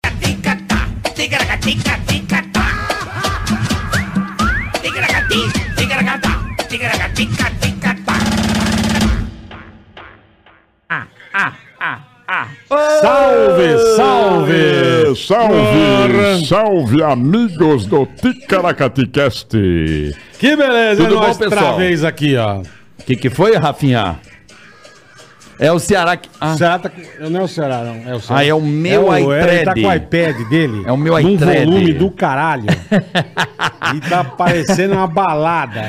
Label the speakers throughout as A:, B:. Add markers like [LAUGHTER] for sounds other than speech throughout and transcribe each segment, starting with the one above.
A: tá. tica, tica, tá. Ticaracati, ticaracatá, ticaracatica, tá. tica, tá. Ah, ah, ah, ah.
B: Salve, salve!
C: Salve, salve, amigos do Ticaracaticast.
B: Que beleza,
D: Tudo
B: é nóis
D: bom,
B: outra
D: pessoal?
B: vez aqui, ó.
D: O que, que foi, Rafinha? É o Ceará que. Ah,
B: Ceará tá... Não é o Ceará, não. É o Ceará.
D: Ah, é o meu
B: é o... Ele
D: iTred.
B: tá com o iPad dele.
D: É o meu
B: num
D: iTred.
B: volume
D: [LAUGHS]
B: do caralho. e tá parecendo uma balada.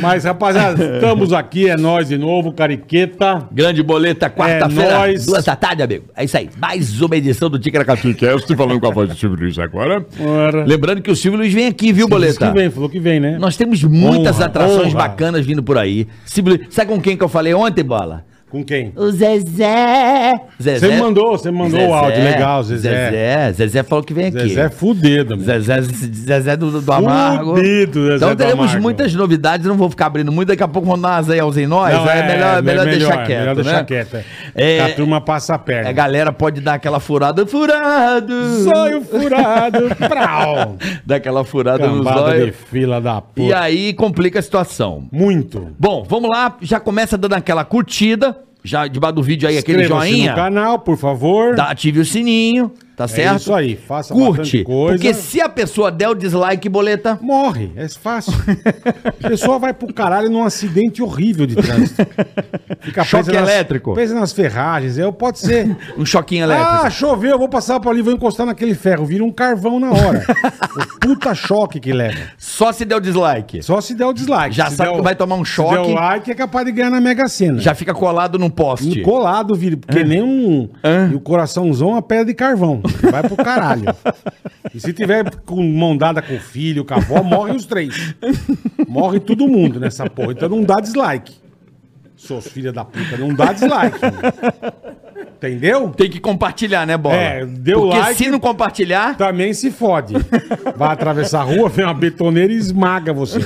B: Mas, rapaziada, estamos aqui, é nós de novo, Cariqueta.
D: grande boleta,
B: É
D: quarta-feira.
B: nóis.
D: duas da tarde, amigo. É isso aí. Mais uma edição do Ticaracatu.
C: Ticast, falando com a voz do Silvio Luiz agora.
B: Ora.
D: Lembrando que o Silvio Luiz vem aqui, viu,
B: Disse que
D: boleta?
B: vem, falou que vem, né?
D: Nós temos muitas
B: Honra,
D: atrações
B: honra.
D: bacanas vindo por aí. Silvio Luiz- Sabe com quem que eu falei ontem, bola?
B: Com quem?
D: O Zezé. Zezé.
B: Você me mandou, você me mandou o áudio. Legal, Zezé.
D: Zezé. Zezé falou que vem aqui.
B: Zezé é fudido, amigo.
D: Zezé, Zezé do, do Amargo.
B: Fudido, Zezé
D: então
B: do
D: teremos
B: Amargo.
D: muitas novidades, não vou ficar abrindo muito, daqui a pouco vão dar umas aiãos em nós.
B: Não,
D: aí é, melhor, melhor deixar quieto.
B: Melhor deixar
D: né?
B: quieto. é.
D: É,
B: A turma passa a perna.
D: A galera pode dar aquela furada. Furado!
B: Zóio furado,
D: [LAUGHS]
B: prau.
D: Dá aquela furada no
B: Cambada de
D: Tá zóio.
B: fila da
D: E
B: puta.
D: aí complica a situação.
B: Muito.
D: Bom, vamos lá, já começa dando aquela curtida, já debaixo do vídeo aí, aquele
B: Inscreva-se no
D: joinha.
B: canal, por favor. É
D: Dá, ative o sininho, tá certo?
B: isso aí, faça
D: Curte,
B: bastante coisa.
D: porque se a pessoa der o dislike, boleta,
B: Morre, é fácil. A pessoa vai pro caralho num acidente horrível de trânsito. Fica
D: Choque
B: presa nas-
D: elétrico.
B: Pensa nas ferragens, É, eu
D: [LAUGHS]
B: pode ser.
D: um choquinho
B: Ah,
D: elétrico.
B: choveu, eu vou passar por ali, vou encostar naquele ferro, vira um carvão na hora. o puta choque que leva.
D: Só se der o dislike.
B: Só se der o dislike.
D: Já
B: Se
D: sabe
B: der
D: que
B: o-
D: vai tomar um
B: Se der
D: choque.
B: o like, é capaz de ganhar na Mega Sena.
D: Já fica colado num poste.
B: Um Colado, vira, porque nem um.
D: Hã?
B: E o coraçãozão é uma pedra de carvão. Vai pro caralho. e se tiver com mão dada com o filho, com a avó, morre os três. Morre todo mundo nessa porra. Então não dá dislike. Seus filha da puta, não dá dislike. Entendeu?
D: Tem que compartilhar, né, Bola?
B: É, deu
D: Porque
B: like-
D: se não compartilhar,
B: Também se fode. Vai atravessar a rua, vem uma betoneira e esmaga você.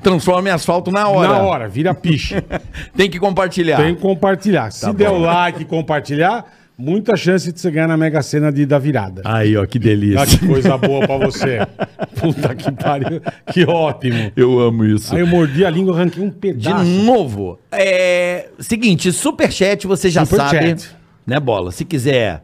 D: transforma em asfalto na hora.
B: Na hora, vira piche.
D: Tem que compartilhar.
B: Tem que compartilhar. Se der o like e compartilhar, muita chance de você ganhar na Mega Sena de, da virada.
D: Aí, ó, que
B: Ah,
D: delícia.
B: que coisa boa pra você. [LAUGHS] Puta que pariu. Que ótimo.
D: Eu amo isso.
B: Aí eu mordi a língua, arranquei um
D: De
B: pedaço.
D: novo, é. Seguinte, superchat, você já sabe.
B: Superchat.
D: Né, Bola? Se quiser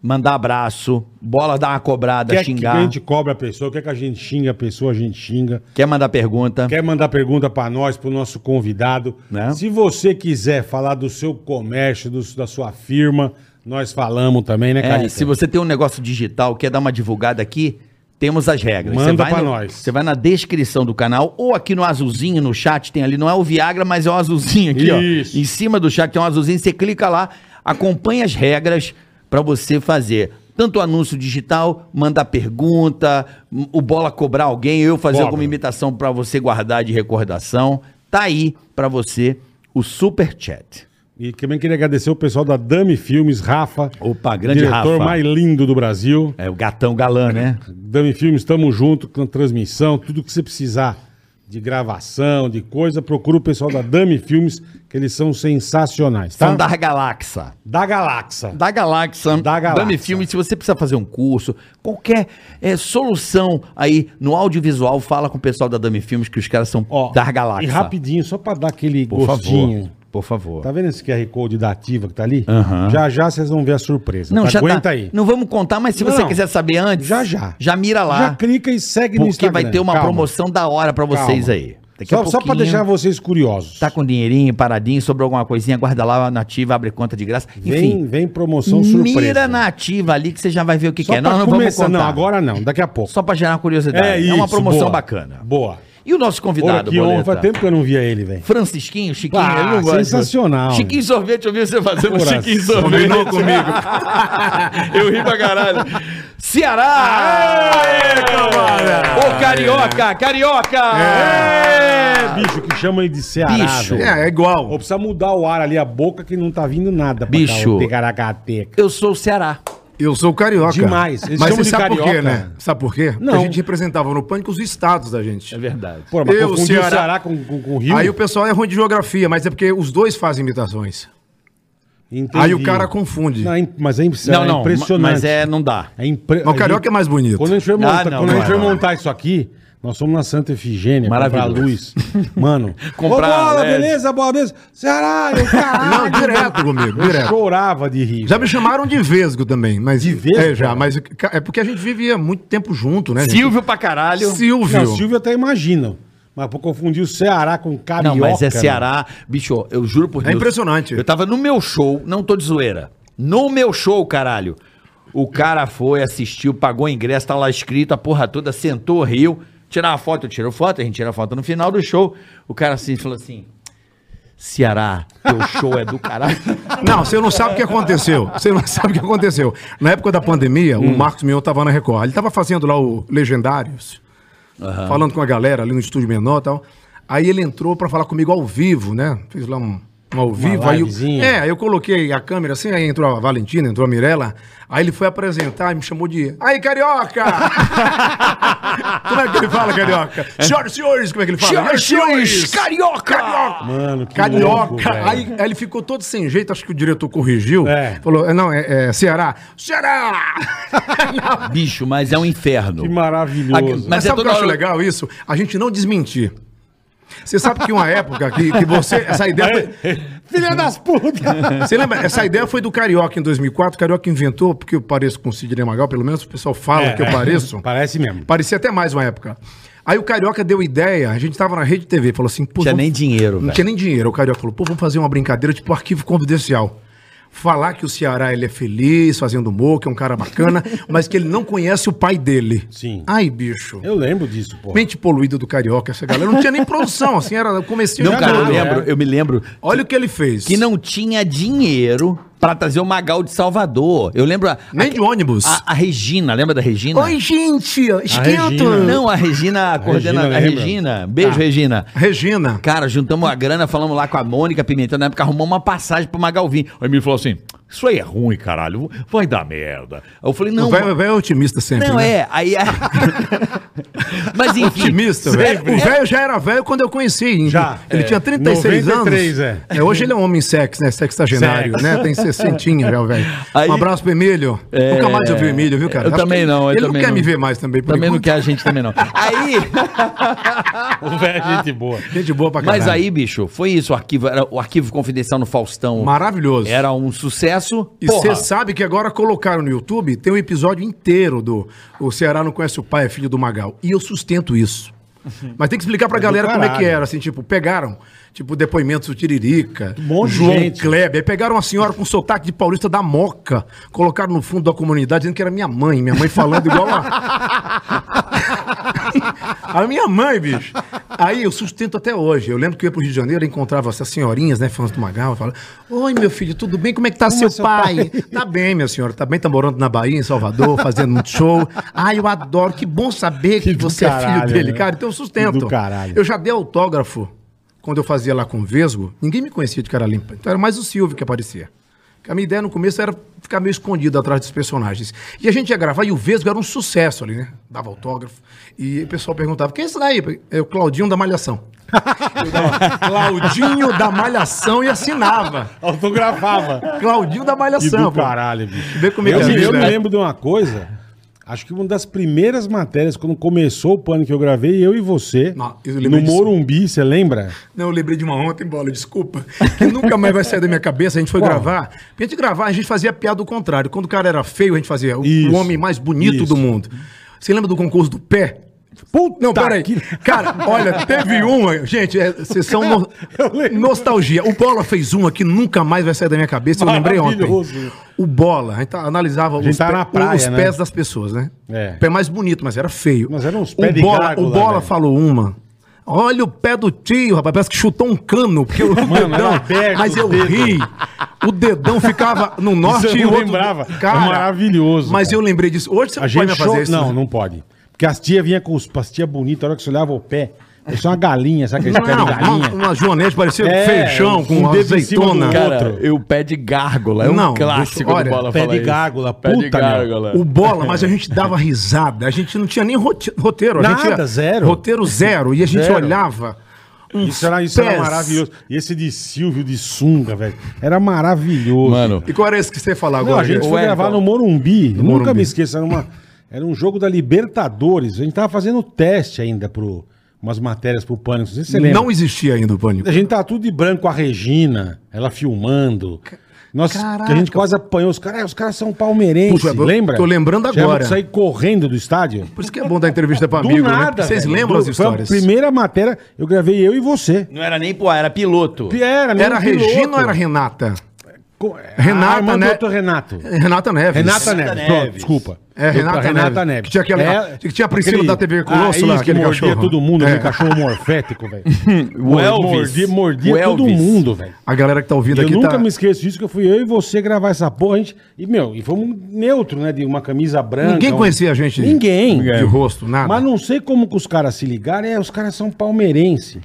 D: mandar abraço, Bola dar uma cobrada,
B: quer
D: xingar.
B: que a gente cobra a pessoa, quer que a gente xinga a pessoa, a gente xinga.
D: Quer mandar pergunta?
B: Quer mandar pergunta pra nós, pro nosso convidado.
D: Né?
B: Se você quiser falar do seu comércio, do- da sua firma, nós falamos também, né,
D: É,
B: Carica?
D: se você tem um negócio digital, quer dar uma divulgada aqui, temos as regras.
B: Manda
D: Você vai
B: pra
D: no-
B: nós.
D: Você vai na descrição do canal ou aqui no azulzinho no chat, tem ali, não é o Viagra, mas é o azulzinho aqui,
B: Isso.
D: ó. Em cima do chat tem um azulzinho, você clica lá, acompanha as regras pra você fazer. Tanto o anúncio digital, mandar pergunta, m- o bola cobrar alguém, eu fazer
B: Cobra.
D: alguma imitação pra você guardar de recordação. Tá aí pra você o super chat.
B: E também queria agradecer o pessoal da Dami Filmes, Rafa.
D: Opa, grande
B: diretor
D: Rafa.
B: mais lindo do Brasil.
D: É o gatão galã, né?
B: Dami Filmes, tamo junto com transmissão, tudo que você precisar de gravação, de coisa, procura o pessoal da Dami Filmes, que eles são sensacionais, tá?
D: São da Galáxia.
B: Da Galáxia.
D: Da Galáxia.
B: Da Galáxia.
D: Dame Filme, se você precisar fazer um curso, qualquer eh, solução aí no audiovisual, fala com o pessoal da Dame Filmes, que os caras são da Galáxia.
B: E rapidinho, só pra dar aquele
D: Por
B: gostinho.
D: favor. Por favor.
B: Tá vendo esse QR Code da Ativa que tá ali?
D: Aham.
B: Já já vocês vão ver a surpresa.
D: Não,
B: tá?
D: já
B: Aguenta
D: tá.
B: aí.
D: Não vamos contar, mas se você
B: Não.
D: quiser saber antes,
B: Já, já.
D: já mira lá.
B: Já clica e segue no
D: porque
B: Instagram.
D: vai ter uma
B: Calma.
D: promoção da hora pra vocês
B: Calma.
D: aí. Daqui a
B: Só, só pra
D: pouquinho,
B: deixar vocês curiosos.
D: Tá com dinheirinho, paradinho, sobrou alguma coisinha, guarda lá na ativa, abre conta de graça.
B: Vem,
D: Enfim,
B: vem promoção surpresa.
D: mira na ativa ali que você já vai ver o que,
B: Só
D: que é.
B: pra
D: Nós não vamos
B: começar.
D: contar.
B: Não, agora não. Daqui a pouco.
D: Só pra gerar curiosidade. É, uma
B: isso,
D: promoção
B: boa.
D: bacana.
B: Boa.
D: E o nosso
B: Olha
D: convidado,
B: que honra. Faz
D: Boleta?
B: tempo que eu não via ele, velho.
D: Francisquinho, Chiquinho,
B: Ah,
D: ele não gosta.
B: sensacional.
D: Chiquinho Sorvete, eu vi você fazendo
B: Coração.
D: Chiquinho Sorvete.
C: Combinou comigo.
D: eu ri pra caralho. Ceará! Ô, Carioca, Carioca!
B: É bicho que chama ele de Ceará,
D: Bicho.
B: velho.
C: É, é
B: Ou
C: igual.
B: precisa mudar o ar ali, a boca que não tá vindo nada. pra
D: Bicho.
B: cá, o Ticaracateca.
D: Eu sou o Ceará.
C: Eu sou carioca.
B: Demais. Eles
C: Mas
B: chamam de
C: você sabe por quê,
B: carioca.
C: né? Sabe por quê? Porque
B: Não.
C: a gente representava no Pânico os estados da gente.
D: É verdade.
B: Pô, mas
C: Eu,
B: confundiu o
C: Ceará.
B: Ceará com, com, com o Rio.
C: Aí o pessoal é ruim de geografia, mas é porque os dois fazem imitações.
B: Entendi.
C: Aí o cara confunde.
B: Não, é im- mas é, im- é
D: Não, não,
B: impressionante.
D: mas é, não dá.
B: É impre...
C: Mas o carioca é mais bonito.
B: Quando a gente foi montar,
D: não,
B: quando a gente
D: não,
B: foi
D: não.
B: montar isso aqui, nós fomos na Santa Efigênia, comprar
D: Maravilhoso.
B: luz. Mano,
D: [LAUGHS] Comprar
B: Ô, bola,
D: LED.
B: beleza, bola, beleza. Ceará,
C: [LAUGHS]
B: eu caralho.
C: Não, direto comigo,
B: Eu
C: direto.
B: chorava de rir.
C: Já me chamaram de vesgo também, mas.
B: De vesgo?
C: É, já, mas ca- é porque a gente vivia muito tempo junto, né? gente?
D: Silvio pra caralho.
C: Silvio.
B: Não, Silvio até imagina. Mas pra confundir o Ceará com carioca.
D: Não, mas é
B: né?
D: Ceará. Bicho, eu juro por
C: É impressionante.
D: Eu tava no meu show, não tô de zoeira. No meu show, caralho. O cara foi, assistiu, pagou o ingresso, tá lá escrito, a porra toda, sentou, riu. Tirar a foto, eu tiro foto, a gente tira a foto no final do show. O cara assim falou assim: Ceará, teu show é do caralho.
C: [LAUGHS] Não, você não sabe o que aconteceu. Você não sabe o que aconteceu. Na época da pandemia, o Marcos Mion tava na Record. Ele tava fazendo lá o Legendários, falando com a galera ali no estúdio menor e tal. Aí ele entrou pra falar comigo ao vivo, né? Fez lá um, um ao vivo. Aí eu,
B: livezinha.
C: é, eu coloquei a câmera assim, aí entrou a Valentina, entrou a Mirella. Aí ele foi apresentar e me chamou de. Aí, carioca! como é que ele fala, carioca? Senhoras e senhores, como é que ele fala?
D: Senhoras e senhores,
C: carioca! Carioca!
B: Mano, que
C: Carioca.
B: louco,
C: [LAUGHS]
B: velho.
C: aí, aí ele ficou todo sem jeito, acho que o diretor corrigiu.
B: É.
C: Falou, é, não, é, é Ceará.
B: [LAUGHS]
C: Ceará!
D: Bicho, mas é um inferno.
B: Que maravilhoso.
D: Mas
C: Mas
D: é
C: sabe o
D: toda
C: que eu acho
D: hora-
C: legal isso? A gente não desmentir. Você sabe que uma época que, que você. Essa ideia foi,
B: Filha das putas.
C: você lembra? Essa ideia foi do Carioca em 2004. O Carioca inventou, porque eu pareço com o Sidney Magal, pelo menos o pessoal fala
B: É,
C: que eu
B: [LAUGHS]
C: pareço.
B: Parece mesmo.
C: Parecia até mais uma época. Aí o Carioca deu ideia, a gente tava na rede TV, falou assim... Pô,
D: Tinha nem dinheiro,
C: Não
D: velho.
C: tinha nem dinheiro. O Carioca falou, pô, vamos fazer uma brincadeira tipo arquivo confidencial. Falar que o Ceará ele é feliz, fazendo humor, que é um cara
D: [LAUGHS]
C: bacana, mas que ele não conhece o pai dele.
B: Sim.
C: Ai, bicho.
B: Eu lembro disso, pô.
C: Mente poluída do Carioca, essa galera. Não tinha nem produção, assim, era o comecinho
D: Não,
C: de
D: cara, eu
C: nada. né?
D: lembro, eu me lembro
C: Olha o que ele fez.
D: que não tinha dinheiro pra trazer o Magal de Salvador. Eu lembro a,
C: Nem de ônibus.
D: a, a Regina, lembra da Regina?
C: Oi, gente!
B: Regina.
C: Esquento!
D: Não, a Regina, a coordena, a
B: Regina lembra.
D: Regina. Beijo,
C: Tá.
D: Regina.
C: Regina.
D: Cara, juntamos a grana, falamos lá com a Mônica Pimentão, na época arrumamos uma passagem pro Magalvin. Aí me falou assim: Isso aí é ruim, caralho, vai dar merda. Aí eu falei: Não,
C: O velho o velho é otimista sempre,
D: não
C: né?
D: é. Aí.
C: [LAUGHS]
D: a- Mas enfim. É,
C: Otimista, velho. O velho já era velho quando eu conheci.
B: É, Já.
C: Ele
B: É.
C: tinha 36
B: 93,
C: anos.
B: é.
C: hoje ele é um homem sexo, né? Sextagenário,
B: Sexo.
C: né? Tem 60 já, o velho.
D: Aí-
C: Um abraço pro Emílio.
D: É.
C: Nunca mais eu vi o Emílio, viu, cara?
D: Eu
C: Acho
D: também
C: que
D: não. eu
C: Ele
D: também
C: não quer me ver mais também. por
D: Também não
C: enquanto.
D: quer a gente também
C: [LAUGHS]
D: não. Aí.
B: Velho, gente boa.
C: Gente boa pra caralho.
D: Mas aí, bicho, foi isso. O arquivo, era o arquivo confidencial no Faustão
C: Maravilhoso.
D: era um sucesso.
C: E
D: Porra.
C: você sabe que agora colocaram no YouTube, tem um episódio inteiro do O Ceará não conhece o pai, é filho do Magal. E eu sustento isso. Mas tem que explicar pra galera como é que
B: Uhum. caralho.
C: era, assim, tipo, pegaram, tipo, depoimentos do Tiririca,
B: Um monte de
C: João
B: gente.
C: Kleber, aí pegaram uma senhora com sotaque de paulista da Moca, colocaram no fundo da comunidade dizendo que era minha mãe, minha mãe falando igual a... a minha mãe, bicho. Aí eu sustento até hoje. Eu lembro que eu ia pro Rio de Janeiro, eu encontrava essas senhorinhas, né, fãs do Magal, e falava, oi, meu filho, tudo bem? Como é que tá seu,
B: seu
C: pai? Tá bem, minha senhora. Tá bem, tá morando na Bahia, em Salvador, fazendo muito show. Ai, eu adoro. Que bom saber que,
B: Que do
C: você é
B: caralho,
C: filho dele,
B: né?
C: cara. Então eu sustento.
B: Do caralho.
C: Eu já dei autógrafo quando eu fazia lá com o Vesgo. Ninguém me conhecia de cara limpa. Então era mais o Silvio que aparecia. A minha ideia no começo era ficar meio escondido atrás dos personagens. E a gente ia gravar e o Vesgo era um sucesso ali, né? Dava autógrafo. E o pessoal perguntava: quem é esse daí? É o Claudinho
B: [LAUGHS]
C: da Malhação. Eu dava, Claudinho da Malhação e assinava. [LAUGHS]
B: Autografava.
C: Claudinho da
B: E
C: Malhação.
B: do
C: pô.
B: caralho, bicho.
C: Vê como é
B: eu
C: que é a
B: me, eu
C: vida,
B: me
C: né?
B: lembro de uma coisa. Acho que uma das primeiras matérias, quando começou o pano que eu gravei, eu e você,
C: Não, eu lembro
B: no
C: disso.
B: Morumbi, você lembra?
C: Não, eu lembrei de uma ontem, bola, desculpa. Que nunca mais vai sair da minha cabeça. A gente foi gravar. Pra gente gravar, a gente fazia piada do contrário. Quando o cara era feio, a gente fazia o,
B: Isso,
C: o homem mais
B: isso.
C: bonito do mundo. Você lembra do concurso do pé?
B: Puta
C: Não, peraí.
B: que-
C: Cara, olha,
B: [LAUGHS]
C: teve uma. Gente, é, vocês são no-
B: Eu lembro.
C: nostalgia. O Bola fez uma que nunca mais vai sair da minha cabeça. Eu lembrei ontem.
B: Maravilhoso.
C: O Bola, a gente tá- analisava
B: gente
C: os,
B: tava
C: pé-
B: na praia,
C: os
B: né?
C: pés das pessoas, né?
B: É.
C: O pé mais bonito, mas era feio.
B: Mas eram uns
C: o
B: pés de
C: Bola,
B: gárgula,
C: O Bola
B: velho.
C: falou uma. Olha o pé do tio, rapaz. Parece que chutou um cano. Porque o
B: [LAUGHS] Mano, era um
C: dedão.
B: aberto
C: Mas
B: o
C: eu
B: dedo.
C: ri. O dedão ficava no norte
B: Isso eu
C: e o
B: não
C: outro.
B: lembrava.
C: Cara,
B: É maravilhoso,
C: Mas
B: cara.
C: eu lembrei disso. Hoje você
B: A
C: não
B: gente
C: pode mais fazer
B: show...
C: isso.
B: Não,
C: né?
B: não pode. Porque as tias vinham com os com as tias bonitas, a hora que você olhava o pé, parecia uma galinha, sabe aquele pé de
C: Não, uma,
B: galinha?
C: uma joanete parecia
B: É,
C: feijão
B: um
C: com uma
B: dedo em cima do
C: azeitona.
B: outro.
D: Cara, eu pé de gárgula. É um
C: Não,
D: clássico
C: olha,
D: do bola
B: pé
D: falar
B: de
D: isso.
B: gárgula,
D: Pé de
B: puta, meu.
D: gárgula.
C: O bola, mas a gente dava risada. A gente não tinha nem roti- roteiro. A gente
B: Nada, zero.
C: Roteiro zero. E a gente
B: Zero.
C: olhava. uns
B: Isso era, isso era
C: pés.
B: maravilhoso. E esse de Silvio de sunga, velho, era maravilhoso.
D: Mano.
C: E qual era esse que você ia falar
B: Não,
C: agora?
B: a gente
C: Diego?
B: foi
D: Wellington.
B: gravar no Morumbi. Eu Nunca
C: Morumbi.
B: me esqueço. Era, uma- era um jogo da Libertadores. A gente tava fazendo teste ainda pro umas matérias pro Pânico. Não sei se você lembra.
C: então, Não existia ainda o pânico.
B: A gente tava tudo de branco a Regina, ela filmando. Nós,
C: Caraca.
B: a gente quase apanhou. Os caras, os caras são palmeirenses,
C: Puxa, eu
B: lembra?
C: tô lembrando
B: Tivemos
C: agora.
B: que sair correndo do estádio.
C: Por isso que é bom dar entrevista pra
B: Do
C: amigo, né?
B: nada,
C: Porque Vocês
B: velho.
C: lembram
B: Do-
C: as histórias?
B: Foi a primeira matéria, eu gravei eu e você.
D: Não era nem poá, era piloto.
B: Era, mesmo
C: Era a
B: piloto.
C: Regina ou era a Renata?
B: Co-
C: Renata,
B: a irmã do
C: né?
B: outro Renato.
C: Renata Neves.
B: Renata Neves.
D: Neves.
B: Pronto, desculpa.
C: É, Renata
B: Doutora
C: Neves.
B: Neves. É,
C: Que tinha aquela- que tinha a Priscila da TV Colosso
B: Ah, isso,
C: lá,
B: que
C: aquele
B: mordia
C: cachorro.
B: todo mundo, aquele
C: É.
B: cachorro morfético, velho.
D: [LAUGHS] O Elvis.
B: Mordia, mordia
D: O
B: todo
D: Elvis.
B: mundo, velho.
C: A galera que tá
B: E
C: ouvindo
B: Eu
C: aqui
B: nunca
C: tá...
B: me esqueço disso, que eu fui eu e você gravar essa porra, a gente... E, meu, e fomos neutro, né? De uma camisa branca. um-
C: Ninguém conhecia a gente.
B: Ninguém.
C: De rosto, nada.
B: Mas não sei como que os caras se ligaram. É, os caras são palmeirense.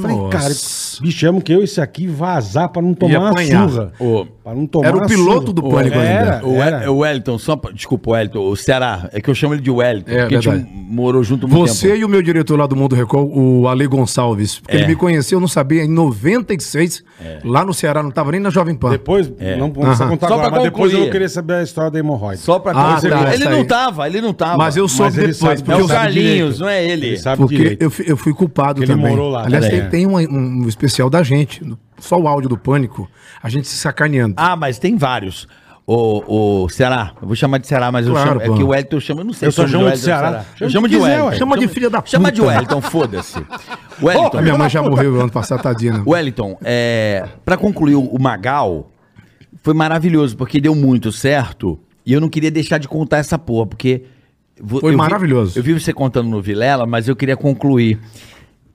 B: Falei,
C: Nossa.
B: cara, bichamos que eu e esse aqui vazar pra não tomar uma
C: apanhar.
B: surra.
D: Ô.
B: Pra não tomar
C: Era o
B: uma
C: piloto
B: surra.
C: do Pânico
B: era,
C: ainda.
D: O,
B: Era,
D: El, É, o Wellington, só pra, desculpa, o Wellington, o Ceará, é que eu chamo ele de Wellington,
C: É,
D: porque a gente
C: verdade.
D: morou junto muito
C: Você
D: tempo.
C: e o meu diretor lá do Mundo Record, o Ale Gonçalves. Porque
D: É.
C: Ele me conheceu, eu não sabia, em 96, lá no Ceará, não tava nem na Jovem Pan.
B: É. Depois, não, não precisa
C: É. Aham.
B: contar
D: Só
B: agora,
D: pra
B: mas depois eu
D: concluir.
B: vou querer saber a história da hemorroide.
D: Só pra
C: Ah,
D: você-
C: tá,
D: Ele
C: tá
D: não
C: aí.
D: tava, ele não tava.
C: Mas eu soube
B: ele
C: depois,
B: sabe,
D: É
C: porque
B: ele
D: o
C: eu,
B: sabe
D: Carlinhos,
B: direito.
D: não é ele.
B: Ele sabe
C: porque
B: direito.
C: eu, fui- eu fui culpado
B: Porque ele
C: também.
B: morou lá é.
C: Aliás,
D: também.
C: tem, tem um, um especial da gente, no- só o áudio do Pânico, a gente se sacaneando.
D: Ah, mas tem vários. O, o Ceará, eu vou chamar de Ceará, mas
C: Claro,
D: eu chamo,
C: pô.
D: é que o Wellington eu chamo, eu não sei
B: Eu
D: se
B: só
D: o nome
B: chamo
D: do
B: de
D: Wellington é
B: Ceará.
D: Eu
B: Chama
D: chama
B: de
D: de
B: quiser,
D: Wellington.
B: ué.
C: Chama de filha da
D: Chama de
C: puta.
D: Wellington, foda-se.
B: então.
C: a
D: Wellington,
C: minha mãe já morreu ano passado, tadinha.
B: [LAUGHS]
C: né?
D: Wellington, é, para concluir o Magal, foi maravilhoso, porque deu muito certo. E eu não queria deixar de contar essa porra, porque. vo-
C: Foi
D: eu vi-
C: maravilhoso.
D: eu vi você contando no Vilela, mas eu queria concluir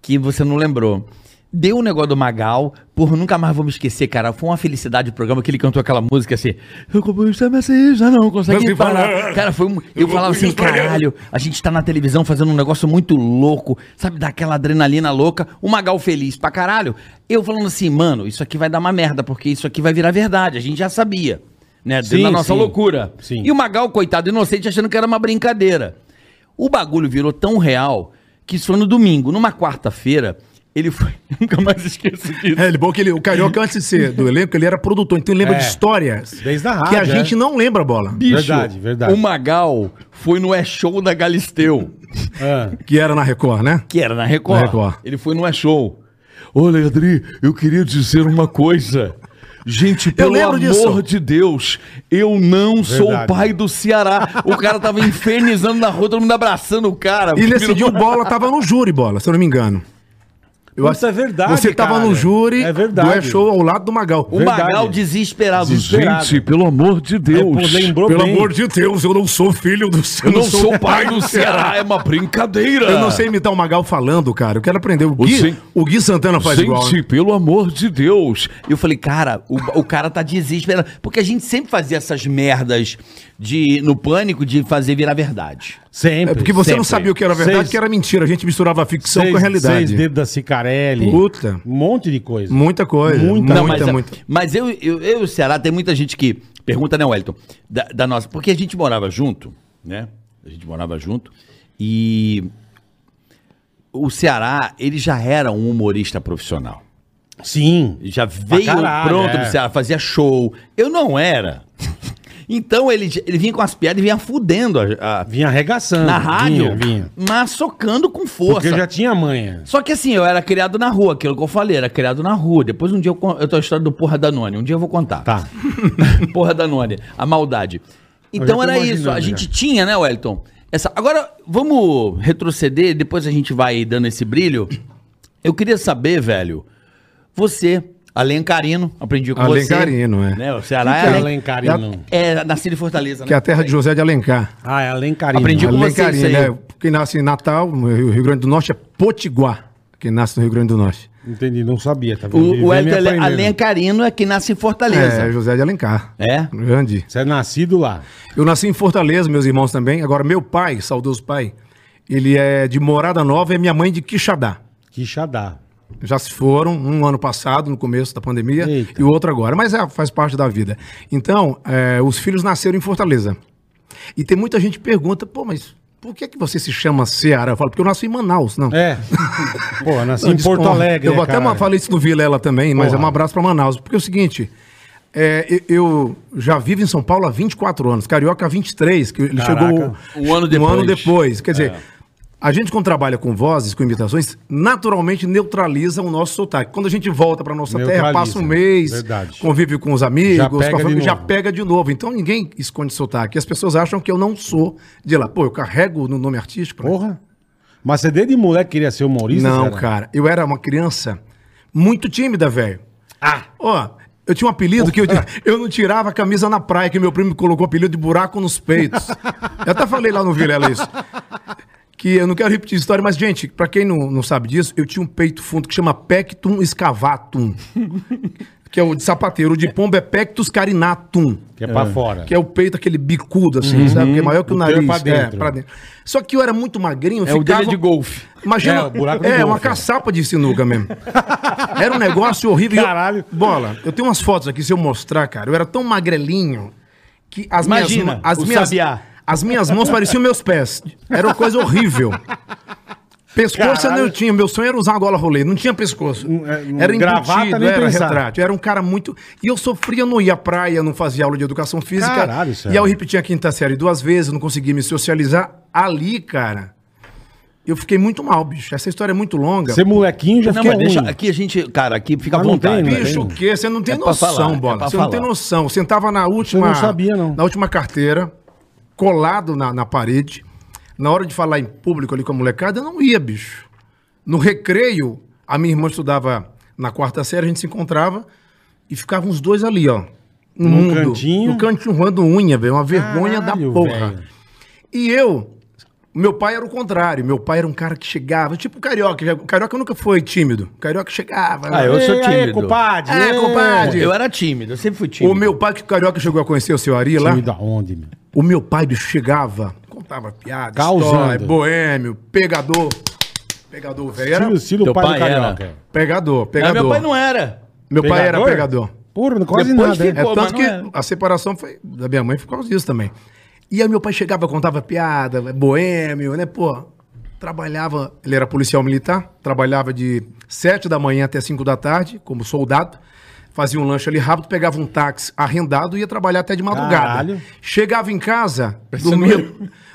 D: que você não lembrou. Deu o negócio do Magal, porra, nunca mais vou me esquecer, cara. Foi uma felicidade o programa que ele cantou aquela música assim. Eu componho assim, já não
C: Mas
D: consegui
C: se
D: parar.
C: parar.
D: Cara, foi um, eu falava assim, caralho, a gente tá na televisão fazendo um negócio muito louco, sabe, daquela adrenalina louca, o Magal feliz pra caralho. Eu falando assim, mano, isso aqui vai dar uma merda, porque isso aqui vai virar verdade, a gente já sabia, né, dentro
B: Sim,
D: da nossa
B: sim.
D: loucura.
B: Sim.
D: E o Magal, coitado, inocente, achando que era uma brincadeira. O bagulho virou tão real que isso foi no domingo, numa quarta-feira, ele foi, [LAUGHS] nunca mais esqueço disso.
C: É, ele, bom que ele, o Carioca, antes de ser do elenco, ele era produtor, então ele lembra
B: É.
C: de histórias
B: Desde a rádio,
C: que a
B: é.
C: gente não lembra, Bola.
D: Bicho,
B: Verdade, verdade.
D: O Magal foi no É Show da Galisteu.
B: Ah.
C: Que era na Record, né?
D: Que era na Record.
C: Na Record.
D: Ele foi no É Show. Olha, Adri, eu queria dizer uma coisa. Gente, pelo amor
C: lembro disso.
D: de Deus, eu não sou o
B: Verdade.
D: pai do Ceará. O cara tava infernizando na rua, todo mundo abraçando o cara.
C: E nesse dia o Bola tava no júri, Bola, se eu não me engano. Eu
B: Isso é verdade,
C: Você tava
B: cara.
C: no júri
B: É verdade.
C: do É Show ao lado do Magal.
D: O
B: Verdade.
D: Magal desesperado.
B: Desesperado.
D: Gente, pelo amor de
B: É, pô,
D: Deus.
B: lembrou
C: Pelo
B: bem.
C: amor de Deus, eu não sou filho do
D: eu não sou o pai do Ceará, é uma brincadeira.
C: Eu não sei imitar o Magal falando, cara. Eu quero aprender. O Gui,
D: Sim.
C: o Gui Santana faz
D: gente,
C: igual. né?
D: pelo amor de Deus. Eu falei, cara, o, o cara tá desesperado. Porque a gente sempre fazia essas merdas de, no pânico de fazer virar verdade.
B: Sempre.
C: É porque você não
D: sempre.
C: sabia o que era verdade,
B: Seis-
C: o que era mentira. A gente misturava a ficção
B: seis,
C: com a realidade.
B: Seis dedos da Cicarelli.
C: Puta.
B: Um monte de coisa.
C: Muita coisa.
B: Então,
C: Muita,
D: Não,
C: muita,
D: mas,
C: muita.
D: Mas eu, eu, eu e o Ceará, tem muita gente que pergunta, né, Wellington, da, da nossa... Porque a gente morava junto, né? A gente morava junto e o Ceará, ele já era um humorista profissional.
B: Sim.
D: Já veio
B: caralho,
D: pronto
B: é.
D: pro Ceará, fazia show. Eu não era. [LAUGHS] Então ele, ele vinha com as piadas e vinha fudendo a- a-
B: Vinha arregaçando.
D: na rádio,
B: Vinha, vinha.
D: mas socando com
B: Porque
D: força.
B: eu já tinha manha.
D: Só que assim, eu era criado na rua, aquilo que eu falei, era criado na rua. Depois um dia eu, con- eu tô a história do Porra Danone, um dia eu vou contar.
B: Tá.
D: [LAUGHS] Porra Danone, a maldade.
B: já
D: Então
B: tô
D: era isso,
B: imaginando
D: a
B: já.
D: gente tinha, né, Wellington? Essa... Agora, vamos retroceder, depois a gente vai dando esse brilho. Eu queria saber, velho, você, Alencarino, aprendi com você.
C: Alencarino, é.
D: Né, o Ceará
B: Que
D: é,
B: que é
D: Alen-
B: Alencarino?
D: é nascido em Fortaleza,
C: Que é
D: né?
C: a terra de José de Alencar.
B: Ah, é Alencarino.
D: Aprendi com- você
C: Alencarina,
D: isso aí.
C: né? Quem nasce em Natal, no Rio Rio Grande do Norte, é Potiguar. Quem nasce no Rio Grande do Norte.
B: Entendi, não sabia. Tá Ele
D: O, o
B: vem me
D: Wellington Ale-
B: aprendendo.
D: Alencarino é que nasce em
C: É,
D: Fortaleza.
C: José de Alencar.
D: É?
C: Grande.
B: Você é nascido lá.
C: Eu nasci em Fortaleza, meus irmãos também. Agora, meu pai, saudoso pai, ele é de Morada Nova e minha mãe de Quixadá.
B: Que xadá.
C: Já se foram, um ano passado, no começo da pandemia,
B: Eita.
C: e o outro agora. Mas é, faz parte da vida. Então, é, os filhos nasceram em Fortaleza. E tem muita gente que pergunta, pô, mas Por que, que você se chama Ceará? Eu falo, porque eu nasci em Manaus, não. [LAUGHS]
B: É. Pô, eu nasci
C: Não,
B: em
C: desculpa.
B: Porto Alegre.
C: Eu
B: né,
C: vou até uma,
B: caralho?
C: falei isso do Vilela também, mas
B: Porra.
C: é um abraço pra Manaus. Porque é o seguinte, é, eu eu já vivo em São Paulo há 24 anos, Carioca há 23, que ele
B: Caraca.
C: chegou
D: Um ano depois.
C: Um ano depois. Quer dizer,
B: É.
C: a gente quando trabalha com vozes, com imitações, naturalmente neutraliza o nosso sotaque. Quando a gente volta pra nossa terra,
B: Neutraliza,
C: passa um mês,
B: verdade.
C: convive com os amigos,
B: Já
C: com
B: pega
C: a família,
B: de
C: já
B: novo.
C: pega de novo. Então ninguém esconde sotaque. As pessoas acham que eu não sou de lá. Pô, eu carrego no nome artístico. né?
B: Porra. Mas você desde moleque queria ser humorista?
C: Não,
B: Ceará?
C: cara. Eu era uma criança muito tímida, velho. Ah! Ó, eu tinha um apelido que eu, eu não tirava a camisa na praia, que meu primo colocou o apelido de buraco nos peitos. eu até falei lá no Vilela isso. Que eu não quero repetir a história, mas, gente, pra quem não, não sabe disso, eu tinha um peito fundo que chama Pectum Excavatum. que é o de sapateiro. O de pomba é Pectus Carinatum.
B: Que é pra fora.
C: Que é o peito, aquele bicudo, assim, sabe? Que é maior que o,
B: O teu é
C: nariz.
B: pra dentro.
C: É, pra dentro. Só que eu era muito magrinho,
D: É o dele de golfe.
C: Imagina.
B: É,
C: É,
B: o buraco do
C: uma
B: golfe.
C: caçapa de
B: [LAUGHS]
C: sinuca mesmo. Era um negócio horrível. E eu-
B: Caralho.
C: bola, eu tenho umas fotos aqui, se eu mostrar, cara. Eu era tão magrelinho que as
D: Imagina,
C: minhas... ma- As
D: o
C: minhas,
D: sabiá.
C: as minhas mãos pareciam meus pés. Era uma coisa horrível. Pescoço eu não tinha. Meu sonho era usar uma gola rolê. Não tinha pescoço.
B: Não, é, não-
C: Era
B: gravata,
C: encurtido,
B: nem
C: era
B: pensar.
C: retrátil. Era um cara muito... E eu sofria, não ia à praia, não fazia aula de educação física.
B: Caralho, é-
C: e aí
B: sério.
C: eu repetia a quinta série duas vezes, não conseguia me socializar. Ali, cara... Eu fiquei muito mal, bicho. Essa história é muito longa.
B: Ser molequinho já
D: Não,
B: fiquei
D: mas
B: ruim.
D: deixa. Aqui a gente. Cara, aqui fica à
B: um- Mas não
D: vontade.
B: tem, né?
C: Bicho, o quê? Você não tem
D: É pra
C: noção,
D: falar, é
C: bola.
D: pra
C: Você não
D: falar.
C: tem noção. Eu sentava na última.
B: não sabia, não.
C: Na última carteira, colado na, na parede. Na hora de falar em público ali com a molecada, eu não ia, bicho. No recreio, a minha irmã estudava na quarta série, a gente se encontrava e ficavam os dois ali, ó. No
B: Num cantinho.
C: No cantinho, roendo unha, velho. Uma vergonha
B: Caralho,
C: da porra.
B: velho.
C: E eu, meu pai era o contrário. Meu pai era um cara que chegava, tipo carioca. O carioca nunca foi tímido. O carioca chegava.
D: Ah, eu sou
B: Ei, Aí,
D: tímido.
B: compadre.
C: É,
B: ei.
C: compadre.
D: Eu era tímido, eu sempre fui tímido.
C: O meu pai, que o carioca chegou a conhecer o seu Ari lá,
B: Time da onde, meu?
C: o meu pai bicho, chegava, contava piada,
B: Causando.
C: boêmio, pegador. Pegador, velho. Era
B: Estilo, estilo
D: Teu
B: pai, do
D: pai era.
B: carioca.
C: pegador,
D: Mas
C: pegador.
D: meu pai não era.
C: Meu pai era pegador.
B: Porra, quase
D: Depois
B: nada,
D: ficou-
B: hein?
C: É
D: Pô, mas
C: tanto
D: não
C: que
D: era.
C: a separação foi da minha mãe foi por causa disso também. E aí meu pai chegava, contava piada, boêmio, né, pô. Trabalhava, ele era policial militar, trabalhava de 7 da manhã até 5 da tarde, como soldado. Fazia um lanche ali rápido, pegava um táxi arrendado e ia trabalhar até de madrugada.
B: Caralho.
C: Chegava em casa,
D: é
C: dormia,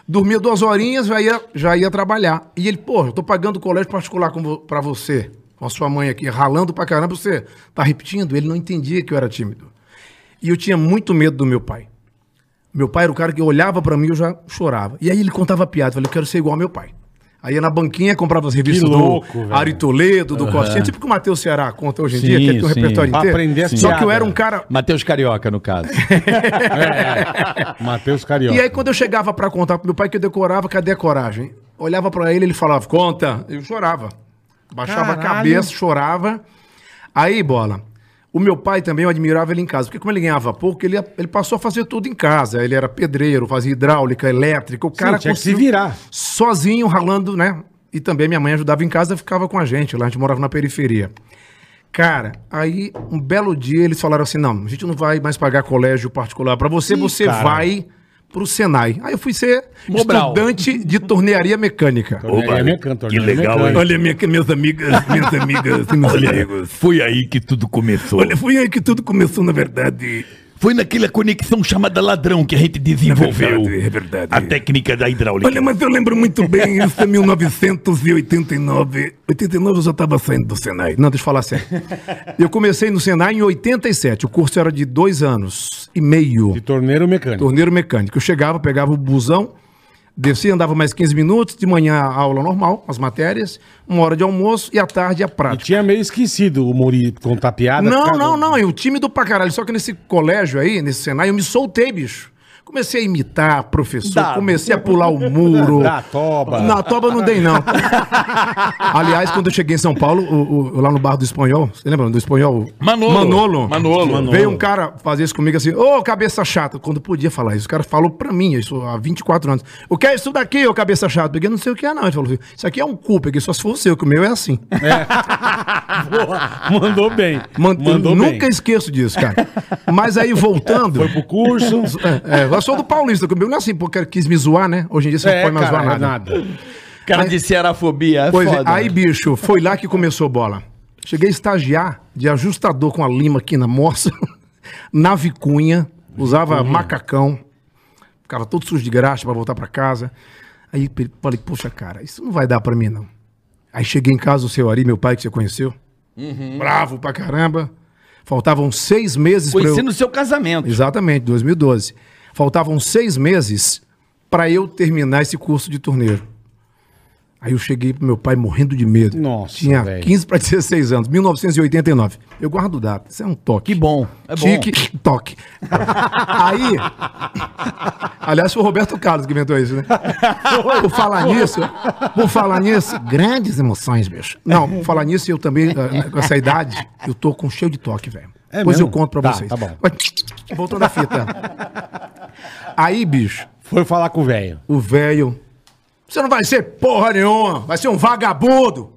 C: dormia duas horinhas, já ia, já ia trabalhar. E ele, pô, eu tô pagando colégio particular com vo- pra você, com a sua mãe aqui, ralando pra caramba, você tá repetindo? Ele não entendia que eu era tímido. E eu tinha muito medo do meu pai. Meu pai era o cara que olhava pra mim e eu já chorava. E aí ele contava piada. Eu falei, eu quero ser igual ao meu pai. Aí ia na banquinha, comprava as revistas
B: louco, velho.
C: do Ari Toledo, do Costinha. Tipo que o Matheus Ceará conta hoje em dia, que ele tem um
D: sim.
C: repertório
B: Pra
C: inteiro.
B: aprender a
C: Só que eu
B: piada.
C: era um cara...
D: Matheus Carioca, no
C: [LAUGHS]
D: caso.
B: né? Matheus Carioca.
C: E aí quando eu chegava pra contar pro meu pai que eu decorava, cadê a coragem? Olhava pra ele, ele falava, conta. Eu chorava. Baixava a
B: Caralho.
C: cabeça, chorava. Aí, bola. O meu pai também, eu admirava ele em casa, porque como ele ganhava pouco, ele, ele passou a fazer tudo em casa. Ele era pedreiro, fazia hidráulica, elétrica, o cara
B: tinha que se
C: conseguiu-
B: virar.
C: sozinho, ralando, né? E também minha mãe ajudava em casa, ficava com a gente lá, a gente morava na periferia. Cara, aí um belo dia eles falaram assim: não, a gente não vai mais pagar colégio particular pra você, você
B: cara.
C: vai pro Senai. Aí eu fui ser
D: Mobral.
C: estudante de tornearia mecânica.
B: Ele é mecânico, ele é mecânico.
C: Olha, minha, minhas amigas, minhas
D: [LAUGHS]
C: amigas, meus amigos.
D: Foi aí que tudo começou.
C: Olha, foi aí que tudo começou, na verdade.
D: Foi naquela conexão chamada ladrão que a gente desenvolveu.
C: É verdade, é verdade.
D: A técnica da hidráulica.
C: Olha, mas eu lembro muito bem, [LAUGHS] isso é 1989. 89 eu já estava saindo do Senai. Não, deixa eu falar [LAUGHS] sério. Eu comecei no Senai em 87. O curso era de dois anos e meio.
B: De torneiro é mecânico.
C: Torneiro mecânico. Eu chegava, pegava o busão, descia, andava mais 15 minutos. De manhã, a aula normal, as matérias. Uma hora de almoço e à tarde, a
B: E
C: prática.
B: tinha meio esquecido o Muri contar piada.
C: Não,
B: ficar-
C: não, não. Eu tímido pra caralho. Só que nesse colégio aí, nesse Senai, eu me soltei, bicho. Comecei a imitar professor,
D: Dá.
C: comecei a pular o muro.
B: Da toba.
C: Na toba não dei, não. Aliás, quando eu cheguei em São Paulo, o- o- lá no bar do Espanhol, você lembra do Espanhol?
D: Manolo.
C: Manolo.
D: Manolo.
C: Veio um cara fazer isso comigo assim, ô cabeça chata, quando podia falar isso. O cara falou pra mim, isso há 24 anos. O que é isso daqui, ô cabeça chata? Porque não sei o que é não. Ele falou assim, isso aqui é um cu, porque só se for o seu, que o meu é assim.
B: [LAUGHS] Mandou bem.
C: Man- eu
B: Mandou
C: nunca
B: bem. [LAUGHS]
C: esqueço disso, cara. Mas aí voltando...
B: Foi pro curso.
C: É, é, Agora eu sou do paulista, comigo não é assim, porque quis me zoar, né? Hoje em dia você não pode mais
B: cara,
C: zoar
B: é
C: nada.
D: Cara de cearafobia, é
C: Pois é,
D: foda.
C: aí, bicho, foi lá que começou a bola. Cheguei a estagiar de ajustador com a lima aqui na moça, [LAUGHS] na vicunha, usava macacão, ficava todo sujo de graxa pra voltar pra casa. Aí pe- falei, poxa, cara, isso não vai dar pra mim, não. Aí cheguei em casa, o seu Ari, meu pai que você conheceu,
D: Uhum.
C: bravo pra caramba. Faltavam seis meses pra eu...
D: Conheci no seu casamento.
C: Exatamente, 2012. Faltavam seis meses pra eu terminar esse curso de torneiro. Aí eu cheguei pro meu pai morrendo de medo.
B: Nossa,
C: Tinha
B: velho.
C: 15 para 16 anos, 1989. Eu guardo data, isso é um toque.
D: Que bom. É bom.
C: Tique, toque. [LAUGHS] Aí. Aliás, foi o Roberto Carlos que inventou isso, né? Por falar nisso, por falar nisso, grandes emoções, bicho. Não, por falar nisso, eu também, eh, com essa idade, eu tô com cheio de toque, velho.
B: É
C: Depois
B: mesmo?
C: eu conto pra
B: Tá,
C: vocês.
B: tá bom.
C: Mas, Voltando à fita. Aí, bicho,
B: Foi falar com o velho.
C: o velho. Você não vai ser porra nenhuma, vai ser um vagabundo.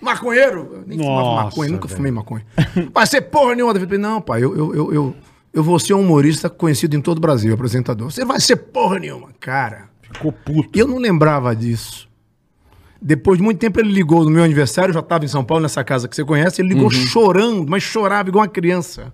C: Maconheiro? Eu nem fumava
B: Nossa,
C: maconha, nunca
B: velho.
C: fumei maconha. Vai ser porra nenhuma da vida. Eu falei, Não, pai, eu, eu, eu, eu, eu vou ser um humorista conhecido em todo o Brasil, apresentador. Você não vai ser porra nenhuma. Cara,
B: Ficou puto.
C: eu não lembrava disso. Depois de muito tempo ele ligou no meu aniversário, eu já estava em São Paulo, nessa casa que você conhece, ele ligou
B: Uhum.
C: chorando, mas chorava igual uma criança.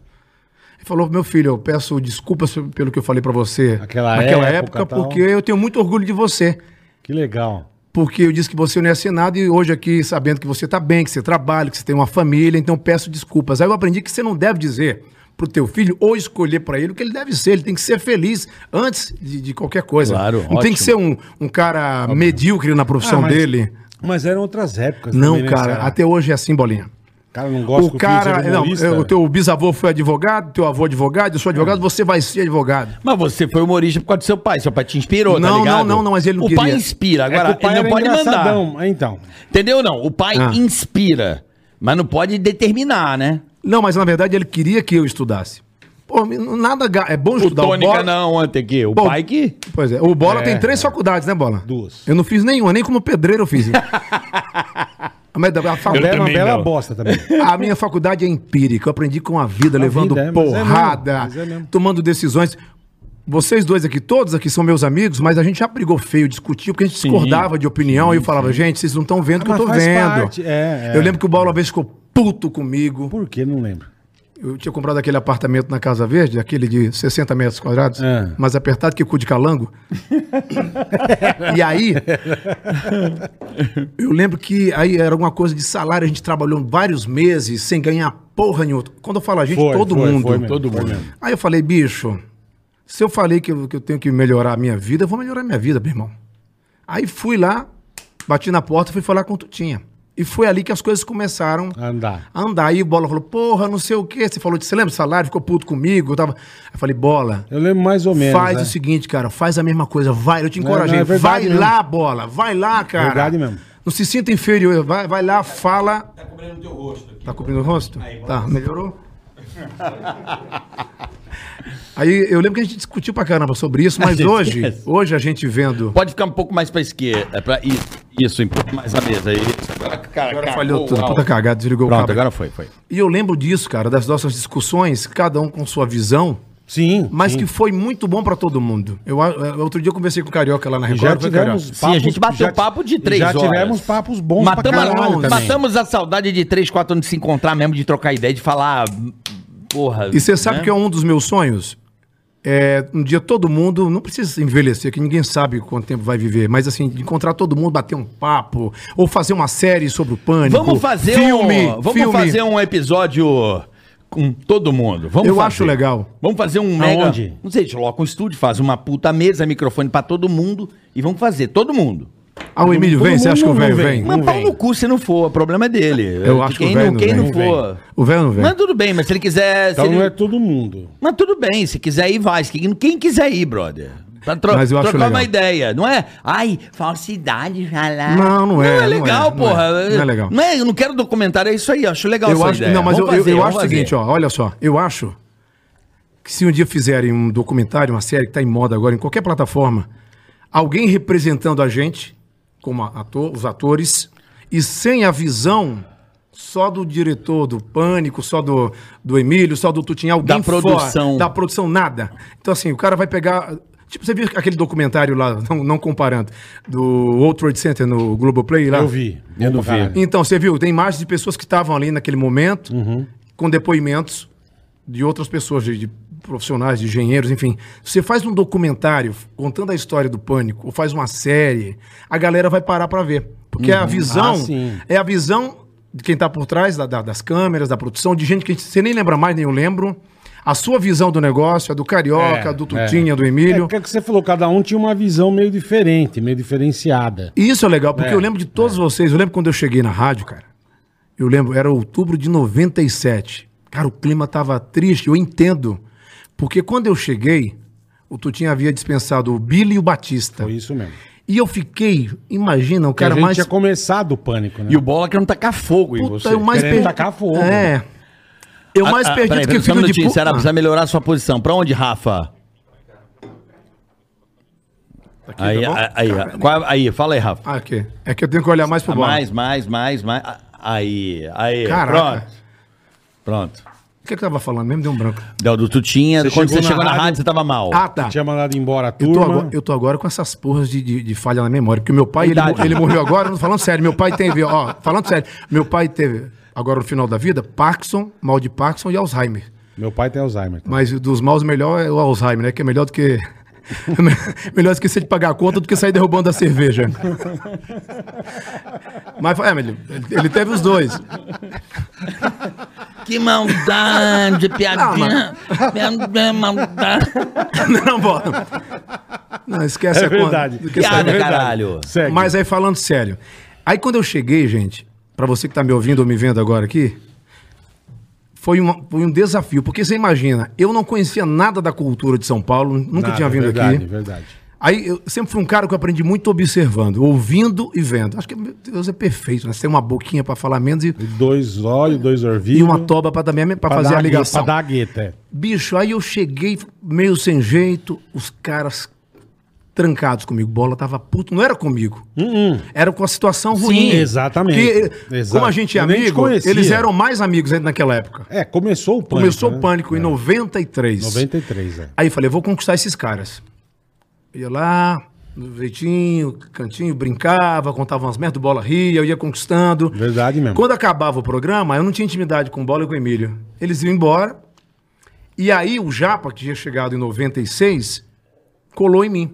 C: Ele falou, meu filho, eu peço desculpas pelo que eu falei pra você
B: Naquela época, tal.
C: porque eu tenho muito orgulho de você.
B: Que legal.
C: Porque eu disse que você não ia ser nada e hoje aqui, sabendo que você tá bem, que você trabalha, que você tem uma família, então peço desculpas. Aí eu aprendi que você não deve dizer pro teu filho ou escolher pra ele o que ele deve ser. Ele tem que ser feliz antes de, de qualquer coisa.
D: Claro,
C: não tem
D: ótimo.
C: que ser um, um cara medíocre na profissão
B: Ah, mas-
C: dele.
B: Mas eram outras épocas.
C: Não,
B: também, né,
C: cara, até hoje é assim, bolinha.
B: O cara não gosta
C: o cara,
B: filho seja
C: não,
B: humorista.
C: é, o teu bisavô foi advogado, teu avô advogado, eu sou advogado, você vai ser advogado.
D: Mas você foi humorista por causa do seu pai. Seu pai te inspirou, tá
C: Não,
D: ligado?
C: não, não, não, mas ele não
D: O pai
C: queria.
D: inspira.
B: É
D: Agora,
B: que o pai
D: ele
B: era
D: não pode mandar.
B: engraçadão. É, Então,
D: Entendeu? Não, o pai
C: Ah.
D: inspira, mas não pode determinar, né?
C: Não, mas na verdade ele queria que eu estudasse. Pô, nada. ga- É bom
D: O
C: estudar
D: Tônica
C: Bola-
D: não, antes que. O
C: Bom,
D: pai que.
C: Pois é. O Bola
B: É.
C: tem três faculdades, né, Bola?
B: Duas.
C: Eu não fiz nenhuma, nem como pedreiro eu fiz. Mas a, facu-
B: era uma
A: também
B: bela
A: não.
B: bosta também.
C: a minha faculdade é empírica. Eu aprendi com a vida, levando
B: vida, é, mas é
C: porrada,
B: mesmo, mas é mesmo.
C: tomando decisões. Vocês dois aqui, todos aqui são meus amigos, mas a gente já brigou feio, discutiu, porque a gente discordava de opinião. e eu falava, gente, vocês não estão vendo o que eu
B: Ah, mas
C: tô
B: faz
C: vendo.
B: parte, é, é.
C: Eu lembro que o Bola uma vez ficou puto comigo.
B: Por que? Não lembro.
C: Eu tinha comprado aquele apartamento na Casa Verde, aquele de 60 metros quadrados,
B: É.
C: mais apertado que o cu
B: [LAUGHS]
C: de calango. e aí, eu lembro que aí era alguma coisa de salário, a gente trabalhou vários meses sem ganhar porra nenhuma. Quando eu falo a gente,
B: Foi,
C: todo
B: foi,
C: mundo.
B: foi mesmo,
C: todo
B: foi
C: mundo.
B: mesmo.
C: Aí eu falei, bicho, se eu falei que eu, que eu tenho que melhorar a minha vida, eu vou melhorar a minha vida, meu irmão. Aí fui lá, bati na porta e fui falar com o Tutinha. E foi ali que as coisas começaram
B: Andar.
C: andar. Aí o Bola falou, porra, não sei o quê. Você falou, de- você lembra do salário? Ficou puto comigo. Eu, tava... eu falei, Bola,
B: Eu lembro mais ou menos.
C: faz
B: É né?
C: o seguinte, cara, faz a mesma coisa. Vai, eu te encorajei.
B: não, é
C: vai
B: verdade mesmo. É
C: lá, Bola, vai lá, cara.
B: Verdade mesmo.
C: Não se sinta inferior. Vai, vai lá, fala... Tá cobrindo o teu rosto Tá cobrindo o rosto? tá, melhorou? Aí eu lembro que a gente discutiu pra caramba sobre
B: [LAUGHS]
C: isso, mas hoje, hoje a gente vendo...
D: Pode ficar um pouco mais pra esquerda. É pra isso, isso, um pouco mais na mesa. Isso. Agora, cara,
C: Agora
D: cagou,
C: falhou tudo,
D: uau.
C: puta cagada, desligou o
D: Pronto,
C: cabo.
D: agora foi, foi.
C: E eu lembro disso, cara, das nossas discussões, cada um com sua visão,
B: Sim.
C: mas
B: sim.
C: que foi muito bom pra todo mundo. Eu, eh, outro dia eu conversei com o Carioca lá na
B: E já
C: Record. foi
B: tivemos
C: Carioca.
B: papos,
D: Sim, a gente bateu
B: já-
D: papo de três
B: já
D: horas.
B: tivemos papos bons pra
D: matamos,
B: caralho também.
D: matamos a saudade de três, quatro anos de se encontrar mesmo, de trocar ideia, de falar. Porra. né?
C: E você sabe que é um dos meus sonhos? É, um dia todo mundo, não precisa envelhecer, que ninguém sabe quanto tempo vai viver, mas assim, de encontrar todo mundo, bater um papo, ou fazer uma série sobre o pânico.
D: Vamos fazer
C: filme,
D: um. Vamos
C: filme.
D: fazer um episódio com todo mundo. Vamos
C: Eu
D: fazer.
C: acho legal.
D: Vamos fazer um
B: Aonde?
D: mega. Não sei, a gente coloca um estúdio, faz uma puta mesa, microfone pra todo mundo e vamos fazer, todo mundo.
C: Ah, o Emílio
B: Todo
C: vem, você acha que o
B: mundo
C: velho
B: vem.
C: vem?
B: Não
D: Mas pau
B: vem.
D: no cu se não for, o problema é dele.
C: Eu acho que
D: quem
C: o velho
D: não,
C: não
D: quem não,
C: vem.
D: for.
C: O velho não vem.
D: Mas tudo bem, mas se ele quiser. se
B: Então
D: ele-
B: não é todo mundo.
D: Mas tudo bem, se quiser ir, vai. Se quem- Quem quiser ir, brother. Pra tro-
C: Mas eu acho
D: trocar uma
C: legal.
D: ideia, não é? Ai, falsidade, falar.
C: Não, não é,
D: Não
C: não
D: é
C: é,
D: legal,
C: não é,
D: porra.
C: não é legal.
D: Não é, eu não quero documentário, é isso aí, eu acho legal
C: eu acho, Não, mas eu, eu- eu acho o seguinte,
D: ó.
C: ó, olha só, eu acho que se um dia fizerem um documentário, uma série que tá em moda agora em qualquer plataforma, alguém representando a gente como ator, os atores e sem a visão Só do diretor do Pânico, só do, do Emílio, só do Tutinha, alguém
D: Da produção.
C: Fora, da produção, nada. Então, assim, o cara vai pegar. Tipo, você viu aquele documentário lá, [LAUGHS] não, não comparando, do World Trade Center no Globoplay lá?
B: Eu vi.
D: Eu não
B: Bom pra
D: vi.
B: caralho.
C: Então, você viu, tem imagens de pessoas que estavam ali naquele momento,
B: Uhum.
C: com depoimentos de outras pessoas, de, de profissionais, de engenheiros, enfim. Você faz um documentário contando a história do pânico, ou faz uma série, a galera vai parar pra ver. Porque é a visão
B: Ah, sim.
C: é a visão de quem tá por trás da- da- das câmeras, da produção, de gente que a gente- você nem lembra mais, nem eu lembro. A sua visão do negócio, a do Carioca,
B: É,
C: do Tutinha, do
B: É
C: Emílio.
B: que é que você falou, cada um tinha uma visão meio diferente, meio diferenciada.
C: E isso é legal, porque
B: É,
C: eu lembro de todos vocês. Eu lembro quando eu cheguei na rádio, cara. Eu lembro, era outubro de 97. Cara, o clima tava triste, eu entendo. Porque quando eu cheguei, o Tutinha havia dispensado o Billy e o Batista.
B: Foi isso mesmo.
C: E eu fiquei, imagina, o
B: Porque a
C: cara
B: gente
C: mais.
B: tinha começado o pânico, né?
D: E o Bola querendo tacar fogo em
C: Puta,
D: você.
C: eu mais
B: querendo
C: perdi.
B: tacar fogo.
C: É. Eu mais
D: Ah, ah,
C: perdi
D: peraí,
C: do
D: só
C: que
D: um
C: filho de Ah.
D: minutinho, Será,
C: puta.
D: precisa melhorar a sua posição. Pra onde, Rafa? aí,
C: tá bom?
D: a- aí, a- qual- aí, fala aí, Rafa.
C: Ah, aqui. É que eu tenho que olhar mais pro bola.
D: Ah, mais, mais, mais, mais. Ah, Aí, aí.
C: Caraca.
D: Pronto. Pronto.
C: O que, é que eu tava falando? Mesmo deu um branco.
D: Del do Tutinha,
B: Você
D: quando
B: chegou
D: você
B: na
D: chegou na
B: rádio-
D: rádio, você tava mal.
C: Ah, tá.
B: Tinha mandado embora a
C: Eu tô,
B: turma.
C: agora, eu tô agora com essas porras de, de, de falha na memória. Porque o meu pai, ele,
D: Idade.
C: mo- ele morreu
B: [LAUGHS]
C: agora, não falando sério. Meu pai teve, ó, falando sério. Meu pai teve, agora no final da vida, Parkinson, mal de Parkinson e Alzheimer.
B: Meu pai tem Alzheimer. tá?
C: Mas dos maus, o melhor é o Alzheimer, né? Que é melhor do que. [LAUGHS] melhor esquecer de pagar a conta do que sair derrubando a
B: [LAUGHS]
C: cerveja. Mas, é, mas ele, ele teve os dois. [LAUGHS]
E: Que
C: [LAUGHS]
E: maldade, piadinha. Piadinha, maldade.
C: Não, bora. Não, esquece
B: É
C: a conta.
B: verdade. É
C: do que sair
D: Piada,
B: verdade.
D: caralho.
B: Segue.
C: Mas aí falando sério. Aí quando eu cheguei, gente, pra você que tá me ouvindo ou me vendo agora aqui, foi, uma- foi um desafio. Porque você imagina, eu não conhecia nada da cultura de São Paulo, nunca
B: Nada,
C: tinha vindo
B: verdade,
C: aqui.
B: Verdade,
C: Aí eu sempre fui um cara que eu aprendi muito observando, ouvindo e vendo. Acho que meu Deus é perfeito, né? Você tem uma boquinha pra falar menos e,
B: E dois olhos, dois
C: e
B: ouvidos.
C: uma toba pra também para
B: pra
C: fazer
B: dar
C: a
B: gue-
C: ligação.
B: Pra dar a gueta, é.
C: Bicho, aí eu cheguei meio sem jeito, os caras trancados comigo. Bola tava puto, não era comigo. Era com a situação ruim.
B: Hum, exatamente.
C: Porque, eh,
B: Exato.
C: como a gente é
B: Eu nem te
C: amigo,
B: conhecia.
C: eles eram mais amigos ainda naquela época.
B: É, começou o pânico.
C: Começou
B: né?
C: o pânico em 93.
B: 93, é.
C: Aí eu falei, eu vou conquistar esses caras. Eu ia lá, no jeitinho, cantinho, brincava, contava umas merdas, o bola ria, eu ia conquistando.
B: Verdade mesmo.
C: Quando acabava o programa, eu não tinha intimidade com o Bola e com o Emílio. Eles iam embora. E aí o Japa, que tinha chegado em 96, colou em mim.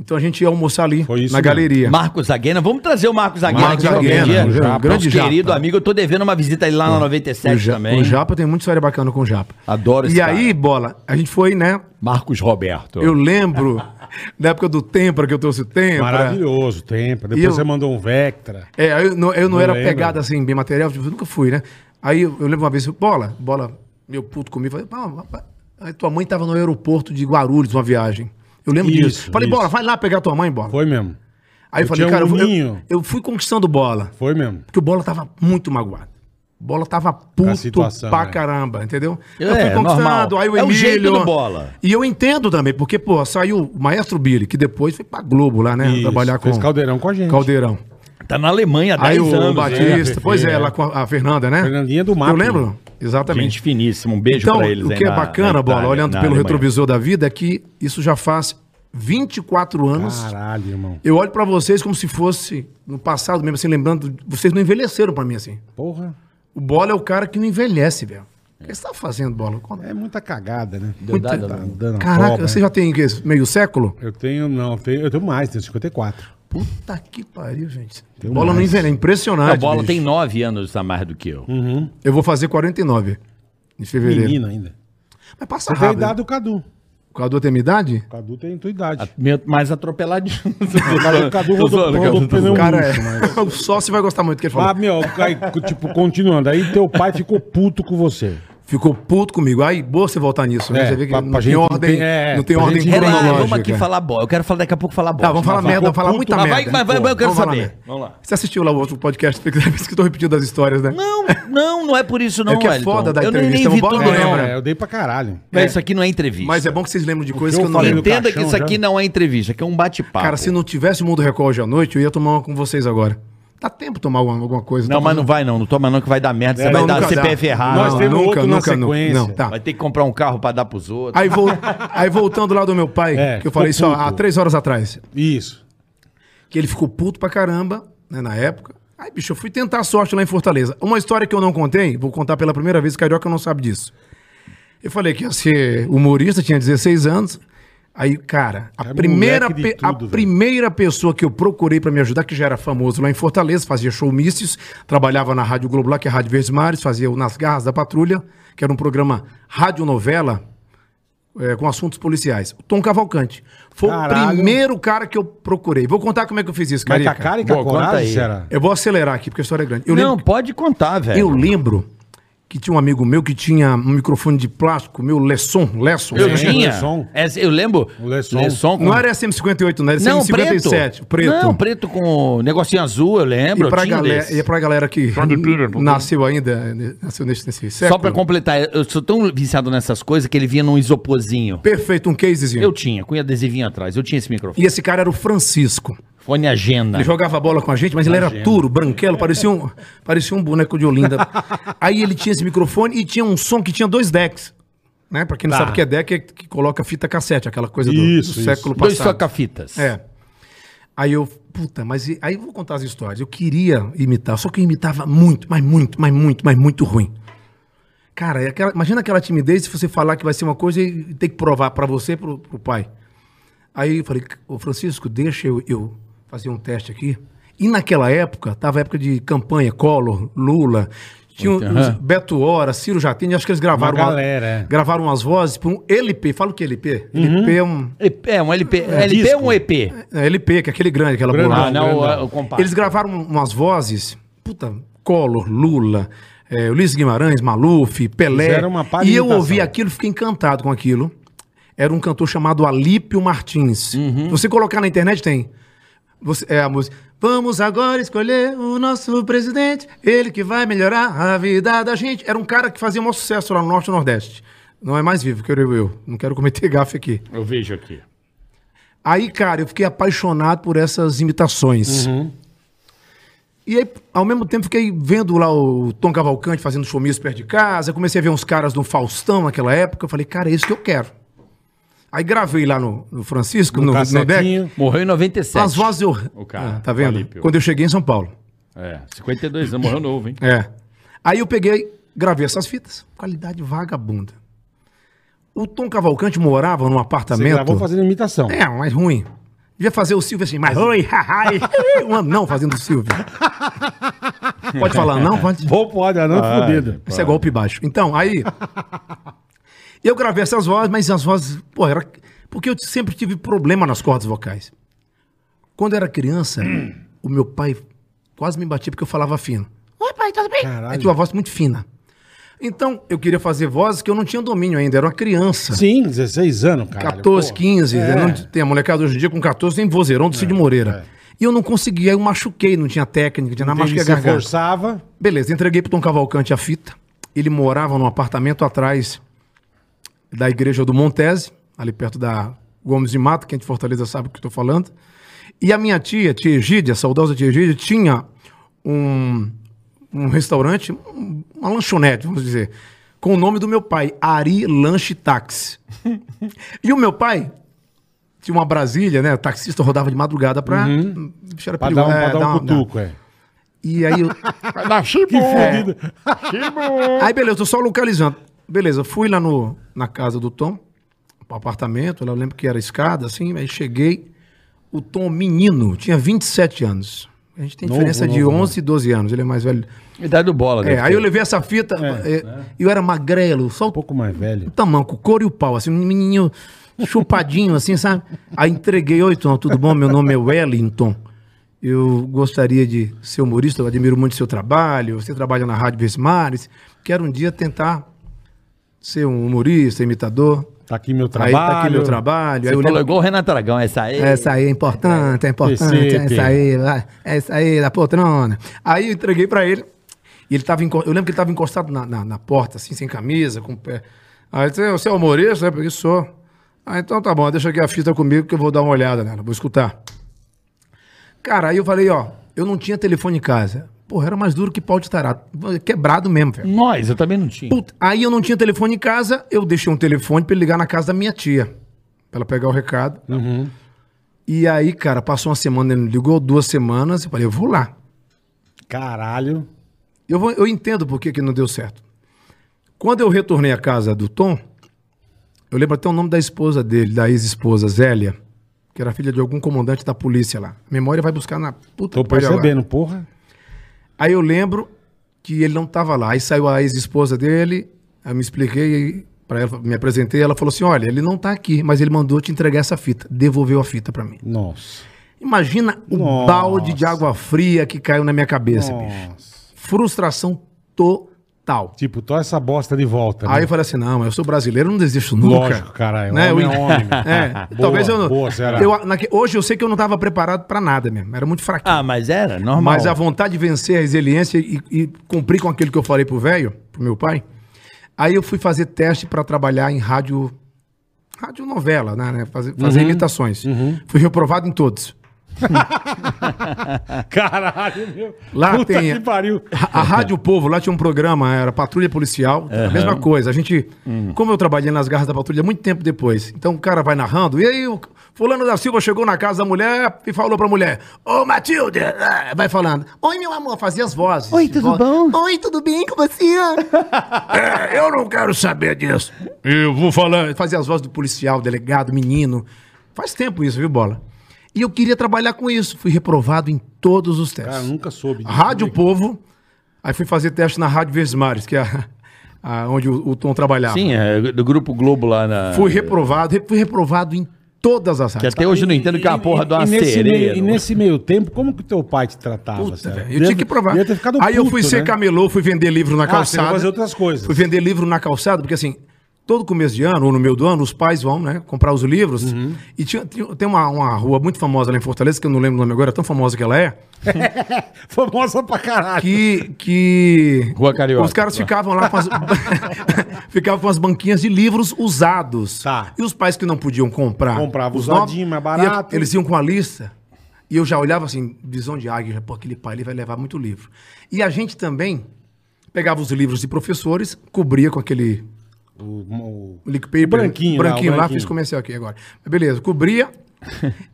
C: Então a gente ia almoçar ali,
B: Foi isso
C: na
B: mesmo.
C: galeria.
D: Marcos Zaguena, vamos trazer o Marcos Zaguena
C: Marcos
D: aqui
C: Zaguena,
D: qualquer
C: um
D: dia.
C: japa, grande
D: Nosso querido
C: japa.
D: amigo, eu tô devendo uma visita ali lá na
C: o,
D: 97
C: Ja-
D: também.
C: o Japa tem muita história bacana com o Japa.
D: Adoro esse
C: E aí,
D: cara.
C: Bola, a gente foi, né?
D: Marcos Roberto.
C: Eu lembro
D: [LAUGHS]
C: da época do Tempra, que eu trouxe o Tempra.
B: Maravilhoso, tempo. Depois
C: né? E eu-
B: você mandou um Vectra.
C: É, eu não, eu não,
B: Não
C: era
B: lembro.
C: pegado assim, bem material, tipo, eu nunca fui, né? Aí eu, eu lembro uma vez, eu, bola, bola, meu puto comigo, falei, "Pá, pá, pá." aí tua mãe tava no aeroporto de Guarulhos, uma viagem. Eu lembro
B: Isso,
C: disso. Falei,
B: isso.
C: bola, vai lá pegar tua mãe, bola.
B: Foi mesmo.
C: aí eu
B: eu
C: falei,
B: tinha
C: cara,
B: um
C: eu vou- eu,
B: ninho.
C: eu fui conquistando bola.
B: Foi mesmo.
C: Porque o bola tava muito magoado. O Bola tava
B: A
C: puto
B: situação,
C: pra
B: é.
C: caramba, entendeu?
D: É, normal.
C: aí o
D: É
C: Emílio...
D: o jeito do Bola.
C: E eu entendo também, porque, pô, saiu o Maestro Billy, que depois foi pra Globo lá, né?
B: Isso,
C: Trabalhar com...
B: fez Caldeirão com a gente.
C: Caldeirão.
D: Tá na Alemanha há
C: Aí
D: 10
C: o
D: anos. né?
C: Batista,
B: né?
C: pois é,
B: É.
C: lá com a a Fernanda, né?
B: Fernandinha do
C: Eu
B: Mato.
C: lembro? Exatamente.
D: Gente finíssima, um beijo
C: então,
D: pra eles.
C: o
D: aí
C: que é
D: na-
C: bacana,
D: na
C: Bola,
D: Itália,
C: olhando
D: na
C: pelo
D: Alemanha.
C: retrovisor da vida, é que isso já faz 24 anos.
B: Caralho, irmão.
C: Eu olho pra vocês como se fosse no passado mesmo, assim, lembrando, vocês não envelheceram pra mim, assim.
B: Porra.
C: O Bola é o cara que não envelhece, velho. O que você tá fazendo, Bola?
B: É muita cagada, né?
D: Muita-
B: Tá dando uma
C: Caraca,
B: cobra,
C: você
B: né?
C: já tem o quê? meio século?
B: Eu tenho, não, eu tenho, eu tenho mais, tenho 54.
C: Puta que pariu, gente.
B: Tem um
C: bola não
B: mais.
C: envelhece, é impressionante.
D: A bola
C: bicho.
D: tem 9 anos a mais do que eu.
C: Eu vou fazer 49 em fevereiro.
B: Menino ainda.
C: Mas passa
B: Você tem a
C: rápido.
B: idade do Cadu.
C: O Cadu tem minha idade?
B: O Cadu tem a tua idade.
D: Meio- Mais
C: [LAUGHS]
D: atropeladinho.
B: O Cadu
D: Ah, Tô zoando,
B: rodou
D: Cadu,
B: rodou
D: tô
B: pneu
D: zoando.
C: Cara, é.
B: murcho, mas...
C: o sócio vai gostar muito do que ele falou.
B: Mas, meu, aí, tipo, continuando. Aí teu pai ficou puto com você.
C: Ficou puto comigo. Aí, boa você voltar nisso, né?
B: É,
C: Você vê que
B: pra-
C: não,
B: pra
C: tem
B: gente não
C: ordem,
B: tem- é,
C: não tem
B: pra
C: ordem
B: gente-
D: Relaxa, vamos
C: cronológica.
B: é.
D: aqui falar bola. Eu quero falar daqui a pouco falar bola.
C: Tá, vamos falar merda, vamos falar muita
D: Mas vai,
C: merda.
D: vai, vai, vai, eu quero
C: Vamos falar
D: saber.
C: merda. Você assistiu lá o outro podcast, [LAUGHS] porque por isso que eu tô repetindo as histórias, né?
D: Não, não, não é por isso não,
C: que é
D: Wellington.
C: foda da
D: Eu nem, nem
C: entrevista,
D: vi
C: o Bola
D: tudo,
C: não
D: não.
C: lembra.
B: É, eu dei pra caralho.
D: Mas Isso aqui não é entrevista.
C: Mas é bom que vocês lembram de coisas
B: que
C: que eu
B: eu
C: não
B: falei
C: lembro.
B: no
D: Entenda que
B: caixão
D: isso aqui
B: já.
D: não é entrevista, que é um bate-papo.
C: Cara, se não tivesse o Mundo Record hoje à noite, eu ia tomar uma com vocês agora. Dá tempo de tomar alguma, alguma coisa.
D: Não,
C: tá
D: mas não vai não, não toma não que vai dar merda, você
C: É,
D: vai dar CPF errado.
B: Nós temos outro na sequência.
C: tá.
D: Vai ter que comprar um carro pra dar pros outros.
C: Aí, vol- aí voltando lá do meu pai,
B: É,
C: que eu falei isso
B: ficou
C: ó, há
B: puto.
C: três horas atrás,
B: Isso.
C: que ele ficou puto pra caramba, né, na época. Aí, bicho, eu fui tentar a sorte lá em Fortaleza. Uma história que eu não contei, vou contar pela primeira vez, Carioca não sabe disso. Eu falei que ia ser humorista, tinha 16 anos. Aí, cara, a,
B: É
C: primeira,
B: moleque de
C: pe- a
B: tudo, velho.
C: primeira pessoa que eu procurei pra me ajudar, que já era famoso lá em Fortaleza, fazia showmícios, trabalhava na Rádio Globo lá, que é a Rádio Verdes Mares, fazia o Nas Garras da Patrulha, que era um programa radionovela é, com assuntos policiais. O Tom Cavalcante. Foi o
B: Caralho.
C: primeiro cara que eu procurei. Vou contar como é que eu fiz isso,
D: tá
B: Mas com
C: Carica.
B: a cara e com a
D: Boa, conta aí.
B: coragem, será?
C: Eu vou acelerar aqui, porque a história é grande. Eu
D: não,
C: lembro-
D: pode contar, velho.
C: eu lembro que tinha um amigo meu que tinha um microfone de plástico, meu Lesson, Lesson.
D: Eu
B: Sim,
D: tinha.
B: Lesson.
D: Essa- É, eu lembro.
B: O Lesson.
D: com...
C: Não era SM58, não, era
D: Não,
C: SM57,
D: preto. Não, preto com negocinho azul, eu lembro.
C: E pra,
D: eu tinha um
C: galera,
D: desse.
C: e pra galera que
A: Só de pira, não tem.
C: nasceu ainda, né, nasceu nesse, nesse século.
D: Só pra completar, eu sou tão viciado nessas coisas que ele vinha num isoporzinho.
C: Perfeito, um casezinho.
D: Eu tinha, com adesivinho atrás. Eu tinha esse microfone.
C: E esse cara era o Francisco.
D: Fone agenda.
C: Ele jogava bola com a gente, mas ele era duro, branquelo, parecia um, parecia um boneco
B: [LAUGHS]
C: de Olinda. Aí ele tinha esse microfone e tinha um som que tinha dois decks. Né? Pra quem não
B: Tá.
C: sabe o que é deck, é que coloca fita cassete, aquela coisa do, do
B: Isso, isso.
C: século
D: Dois
C: passado.
D: toca-fitas.
C: É. Aí eu, puta, mas e- aí eu vou contar as histórias. Eu queria imitar, só que eu imitava muito, mas muito, mas muito, mas muito ruim. Cara, é aquela- imagina aquela timidez se você falar que vai ser uma coisa e ter que provar pra você e pro, pro pai. Aí eu falei, ô Francisco, deixa eu, eu fazer um teste aqui. E naquela época, tava a época de campanha, Collor, Lula, tinha os Beto Hora, Ciro Jatini, acho que eles gravaram,
B: Uma galera, é. Uhum.
C: gravaram umas vozes para um LP. Fala o que é LP? LP é um...
D: LP, É, um LP. LP
B: disco.
D: ou um EP?
C: É, LP, que é aquele grande, aquela
B: Grandão,
C: bolada.
D: Ah, não,
B: grandão.
D: o, o compacto.
C: Eles gravaram um, umas vozes, puta, Collor, Lula, é, Ulisses Guimarães, Maluf, Pelé.
B: Fizeram uma pá de
C: e eu
B: imitação.
C: ouvi aquilo, fiquei encantado com aquilo. Era um cantor chamado Alípio Martins.
B: Uhum.
C: Se você colocar na internet, tem. Você- é a música. Vamos agora escolher o nosso presidente, ele que vai melhorar a vida da gente. Era um cara que fazia o maior sucesso lá no Norte e Nordeste. Não é mais vivo, quero eu. Não quero cometer [LAUGHS] gafe aqui.
D: Eu vejo aqui.
C: Aí, cara, eu fiquei apaixonado por essas imitações. E aí, ao mesmo tempo, fiquei vendo lá o Tom Cavalcante fazendo showmício perto de casa. Comecei a ver uns caras do Faustão naquela época. Eu falei, cara, é isso que eu quero. Aí gravei lá no, no Francisco, no, no, deck.
B: Cassetinho.
D: Morreu em 97.
C: As vozes eu.
D: O cara,
C: Ah, tá vendo?
D: Alípio.
C: Quando eu cheguei em São Paulo.
D: É, 52 anos, morreu novo, hein?
C: É. Aí eu peguei, gravei essas fitas. Qualidade vagabunda. O Tom Cavalcante morava num
B: Você
C: apartamento.
B: gravou fazendo imitação.
C: É, mas ruim. Devia fazer o Silvio assim, mas [LAUGHS] oi, haha, e- um anão fazendo o Silvio. Pode falar não? Pode.
B: Vou pode, não fudido.
C: Isso é golpe baixo. Então, aí. Eu gravei essas vozes, mas as vozes. Pô, era. Porque eu sempre tive problema nas cordas vocais. Quando eu era criança, o meu pai quase me batia porque eu falava fino. Oi, pai, tudo bem?
B: Caralho.
C: Eu tinha uma voz muito fina. Então, eu queria fazer vozes que eu não tinha domínio ainda, era uma criança.
B: Sim, 16 anos, cara.
C: 14, 15.
B: É.
C: Não tem a molecada hoje em dia com 14 tem vozeirão do Cid Moreira. E eu não conseguia, eu machuquei, não tinha técnica, tinha nada,
B: Ele
C: machuquei a
B: se
C: é garganta.
B: forçava.
C: Beleza, entreguei pro Tom Cavalcante a fita. Ele morava num apartamento atrás da igreja do Montese, ali perto da Gomes de Mato, quem é de Fortaleza sabe o que eu tô falando. E a minha tia, tia Egídia, a saudosa tia Egídia, tinha um, um restaurante, um- uma lanchonete, vamos dizer, com o nome do meu pai, Ari
B: [LAUGHS]
C: Lanche Táxi. e o meu pai tinha uma Brasília, né? O taxista rodava de madrugada pra... Bicho, era
B: Pra dar
C: perigo-
B: um,
C: é,
B: pra dar um
C: uma-
B: cutuco, é.
C: E aí... eu-
B: [LAUGHS]
D: Na Chico!
C: É.
B: Fudido. Um
C: Aí, beleza, eu tô só localizando. Beleza, fui lá no, na casa do Tom, pro apartamento, lá eu lembro que era escada, assim, aí cheguei. O Tom, menino, tinha 27 anos. A gente tem
B: Novo,
C: diferença de
B: novo, né?
C: 11 e 12 anos, ele é mais velho.
D: Idade do bola,
C: É,
D: deve
C: aí
D: ter.
C: eu levei essa fita, é,
B: né?
C: eu era magrelo, só
B: Um
C: o
B: pouco mais velho.
C: tamanco, couro e o pau, assim, um menininho chupadinho, assim, sabe? Aí entreguei, oi Tom, tudo bom? Meu nome é Wellington. Eu gostaria de ser humorista, eu admiro muito seu trabalho, você trabalha na Rádio Vesmares, quero um dia tentar ser um humorista, imitador.
B: Tá aqui meu
C: Aí
B: trabalho.
C: tá aqui meu trabalho. Aí
D: Você
C: eu
D: falou
C: lembro-
D: igual o Renato Aragão, essa aí.
C: essa aí é importante, é importante, é
B: Receita.
C: essa aí, vai, é essa aí da poltrona. Aí eu entreguei pra ele, e ele tava, enco- eu lembro que ele tava encostado na, na, na porta, assim, sem camisa, com o pé. Aí ele disse, você é humorista? Eu peguei, sou. Ah, então tá bom, deixa aqui a fita comigo que eu vou dar uma olhada nela, vou escutar. Cara, aí eu falei, ó, Eu não tinha telefone em casa. Porra, era mais duro que pau de tarado. Quebrado mesmo, velho.
D: Nós, eu também não tinha.
C: Puta, aí eu não tinha telefone em casa, eu deixei um telefone pra ele ligar na casa da minha tia. Pra ela pegar o recado.
B: Uhum.
C: E aí, cara, passou uma semana, ele me ligou, duas semanas, eu falei, eu vou lá.
B: Caralho.
C: Eu, vou- eu entendo por que, que não deu certo. Quando eu retornei à casa do Tom, eu lembro até o nome da esposa dele, da ex-esposa, Zélia, que era filha de algum comandante da polícia lá. Memória vai buscar na puta
B: Tô
C: que pariu lá.
B: percebendo, porra.
C: Aí eu lembro que ele não estava lá. Aí saiu a ex-esposa dele, aí eu me expliquei para ela, me apresentei, ela falou assim: "Olha, ele não tá aqui, mas ele mandou te entregar essa fita". Devolveu a fita para mim.
B: Nossa.
C: Imagina o
B: Nossa.
C: balde de água fria que caiu na minha cabeça, bicho.
B: Nossa.
C: Frustração total.
B: Tipo, tô essa bosta de volta.
C: Aí
B: né?
C: eu falei assim: "Não, mas eu sou brasileiro, eu não desisto nunca".
B: Lógico, caralho.
C: Né?
B: Homem
C: Eu-
B: é homem.
C: [LAUGHS] É,
B: Boa,
C: talvez eu não.
B: boa, será?
C: eu- naque- hoje eu sei que eu não estava preparado para nada mesmo. Era muito fraquinho.
D: Ah, mas era normal.
C: Mas a vontade de vencer a resiliência e, e cumprir com aquilo que eu falei pro velho, pro meu pai. Aí eu fui fazer teste para trabalhar em rádio, rádio novela, né? né? Fazer, fazer imitações. Fui reprovado em todos.
B: Caralho, meu.
C: Lá
B: Puta
C: tem-
B: que pariu.
C: A, a Rádio Povo, lá tinha um programa, era Patrulha Policial, a mesma coisa. A gente, como eu trabalhei nas garras da patrulha muito tempo depois, então o cara vai narrando, e aí o fulano da Silva chegou na casa da mulher e falou pra mulher, ô Matilde, ah, vai falando, oi meu amor, fazia as vozes. Oi, tudo bom? Oi, tudo bem com você? é, eu não quero saber disso. Eu vou falar. Fazia as vozes do policial, delegado, menino. Faz tempo isso, viu, Bola? E eu queria trabalhar com isso, fui reprovado em todos os testes.
B: Cara, eu nunca soube. disso.
C: Rádio Povo. Aí fui fazer teste na Rádio Verdes Mares, que é a- a- onde o, o Tom trabalhava.
D: Sim, é, do Grupo Globo lá na.
C: Fui reprovado, re- fui reprovado em todas as
D: Que
C: áreas.
D: até hoje eu não entendo que é uma porra de uma
B: e nesse
D: sereia.
B: Meio, e
D: não-
B: nesse meio tempo, como que teu pai te tratava?
C: Puta,
B: sério?
C: velho, eu
B: Deve-
C: tinha que provar.
B: é. devia ter ficado
C: Aí eu
B: puto,
C: fui ser
B: né?
C: camelô, fui vender livro na
B: Ah,
C: calçada.
B: você vai fazer outras coisas.
C: Fui vender livro na calçada, porque assim, todo começo de ano, ou no meio do ano, os pais vão, né, comprar os livros.
B: Uhum.
C: E tinha, tinha- tem uma, uma rua muito famosa lá em Fortaleza, que eu não lembro o nome agora, tão famosa que ela é.
B: [LAUGHS] Famosa pra caralho.
C: que, que
D: Rua Carioca.
C: os caras ficavam lá com
D: [LAUGHS]
C: as, ficavam com as banquinhas de livros usados.
B: Tá.
C: E os pais que não podiam comprar.
B: Comprava
C: os novos,
B: usadinho, mais barato.
C: ia- eles iam com a lista. E eu já olhava assim, visão de águia, pô, aquele pai ele vai levar muito livro. E a gente também pegava os livros de professores, cobria com aquele
B: O- o-
C: Lick paper.
B: O branquinho lá,
C: branquinho
B: o
C: lá,
B: branquinho.
C: fiz comercial aqui agora. Mas Beleza, cobria.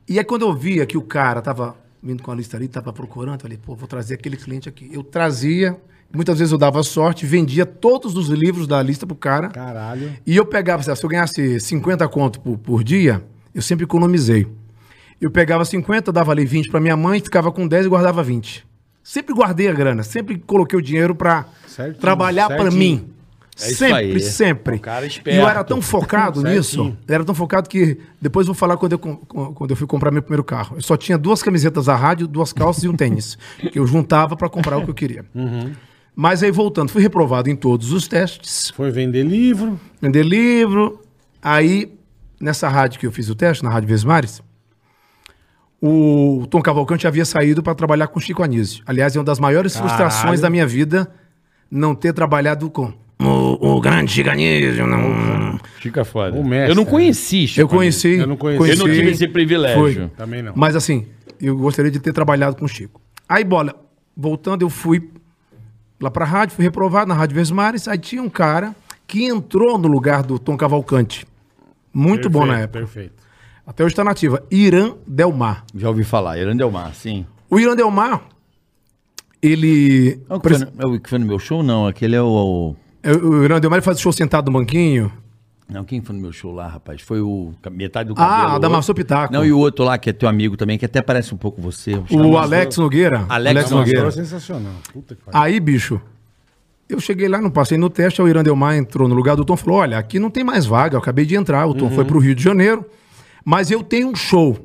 C: e aí quando eu via que o cara tava vindo com a lista ali, tava procurando, eu falei, pô, vou trazer aquele cliente aqui. Eu trazia, muitas vezes eu dava sorte, vendia todos os livros da lista pro cara.
B: Caralho.
C: E eu pegava, sei lá, se eu ganhasse 50 conto por, por dia, eu sempre economizei. Eu pegava 50, dava ali 20 pra minha mãe, ficava com 10 e guardava 20. Sempre guardei a grana, sempre coloquei o dinheiro pra
B: Certinho,
C: trabalhar pra
B: certinho.
C: mim.
D: É isso
C: sempre,
D: aí.
C: sempre.
D: O cara é
C: e eu era
D: esperto. [LAUGHS]
C: tão focado nisso,
B: Certinho.
C: eu era tão focado que depois eu vou falar quando eu, com- com- quando eu fui comprar meu primeiro carro. Eu só tinha duas camisetas da rádio, duas calças e um tênis, [LAUGHS] que eu juntava pra comprar o que eu queria.
D: Uhum.
C: Mas aí voltando, fui reprovado em todos os testes
B: Foi vender livro.
C: vender livro. Aí, nessa rádio que eu fiz o teste, na Rádio Vesmares, o Tom Cavalcante havia saído para trabalhar com Chico Anísio. Aliás, é uma das maiores frustrações da minha vida não ter trabalhado com. O, o grande Chico Anísio. Não...
D: Fica foda.
B: O mestre,
D: eu não conheci, Chico.
C: Eu conheci.
B: Eu não conheci.
D: Eu não tive esse privilégio.
C: Foi.
B: Também não.
C: Mas assim, eu gostaria de ter trabalhado com o Chico. Aí, bola, voltando, eu fui lá pra rádio, fui reprovado na Rádio Vesmares. Aí tinha um cara que entrou no lugar do Tom Cavalcante. Muito bom na época.
B: Perfeito.
C: Até hoje tá nativa. Irã Delmar.
D: Já ouvi falar. Irandelmar, sim.
C: O Irã Delmar, ele.
D: É o que foi no- é o que foi no meu show? Não, aquele é o... o-
C: O Irã Delmar ele faz o show sentado no banquinho.
D: Não, quem foi no meu show lá, rapaz? Foi o ca- metade do
C: Ah,
D: cabelo. o
C: Adamastor
D: outro-
C: Pitaco.
D: Não, e o outro lá, que é teu amigo também, que até parece um pouco você.
C: O Alex Nogueira.
D: Alex Nogueira.
B: Era é sensacional. Puta que pariu.
C: Aí, bicho, eu cheguei lá, não passei no teste, aí o Irandelmar entrou no lugar do Tom e falou: olha, aqui não tem mais vaga, eu acabei de entrar, o Tom foi pro Rio de Janeiro, mas eu tenho um show.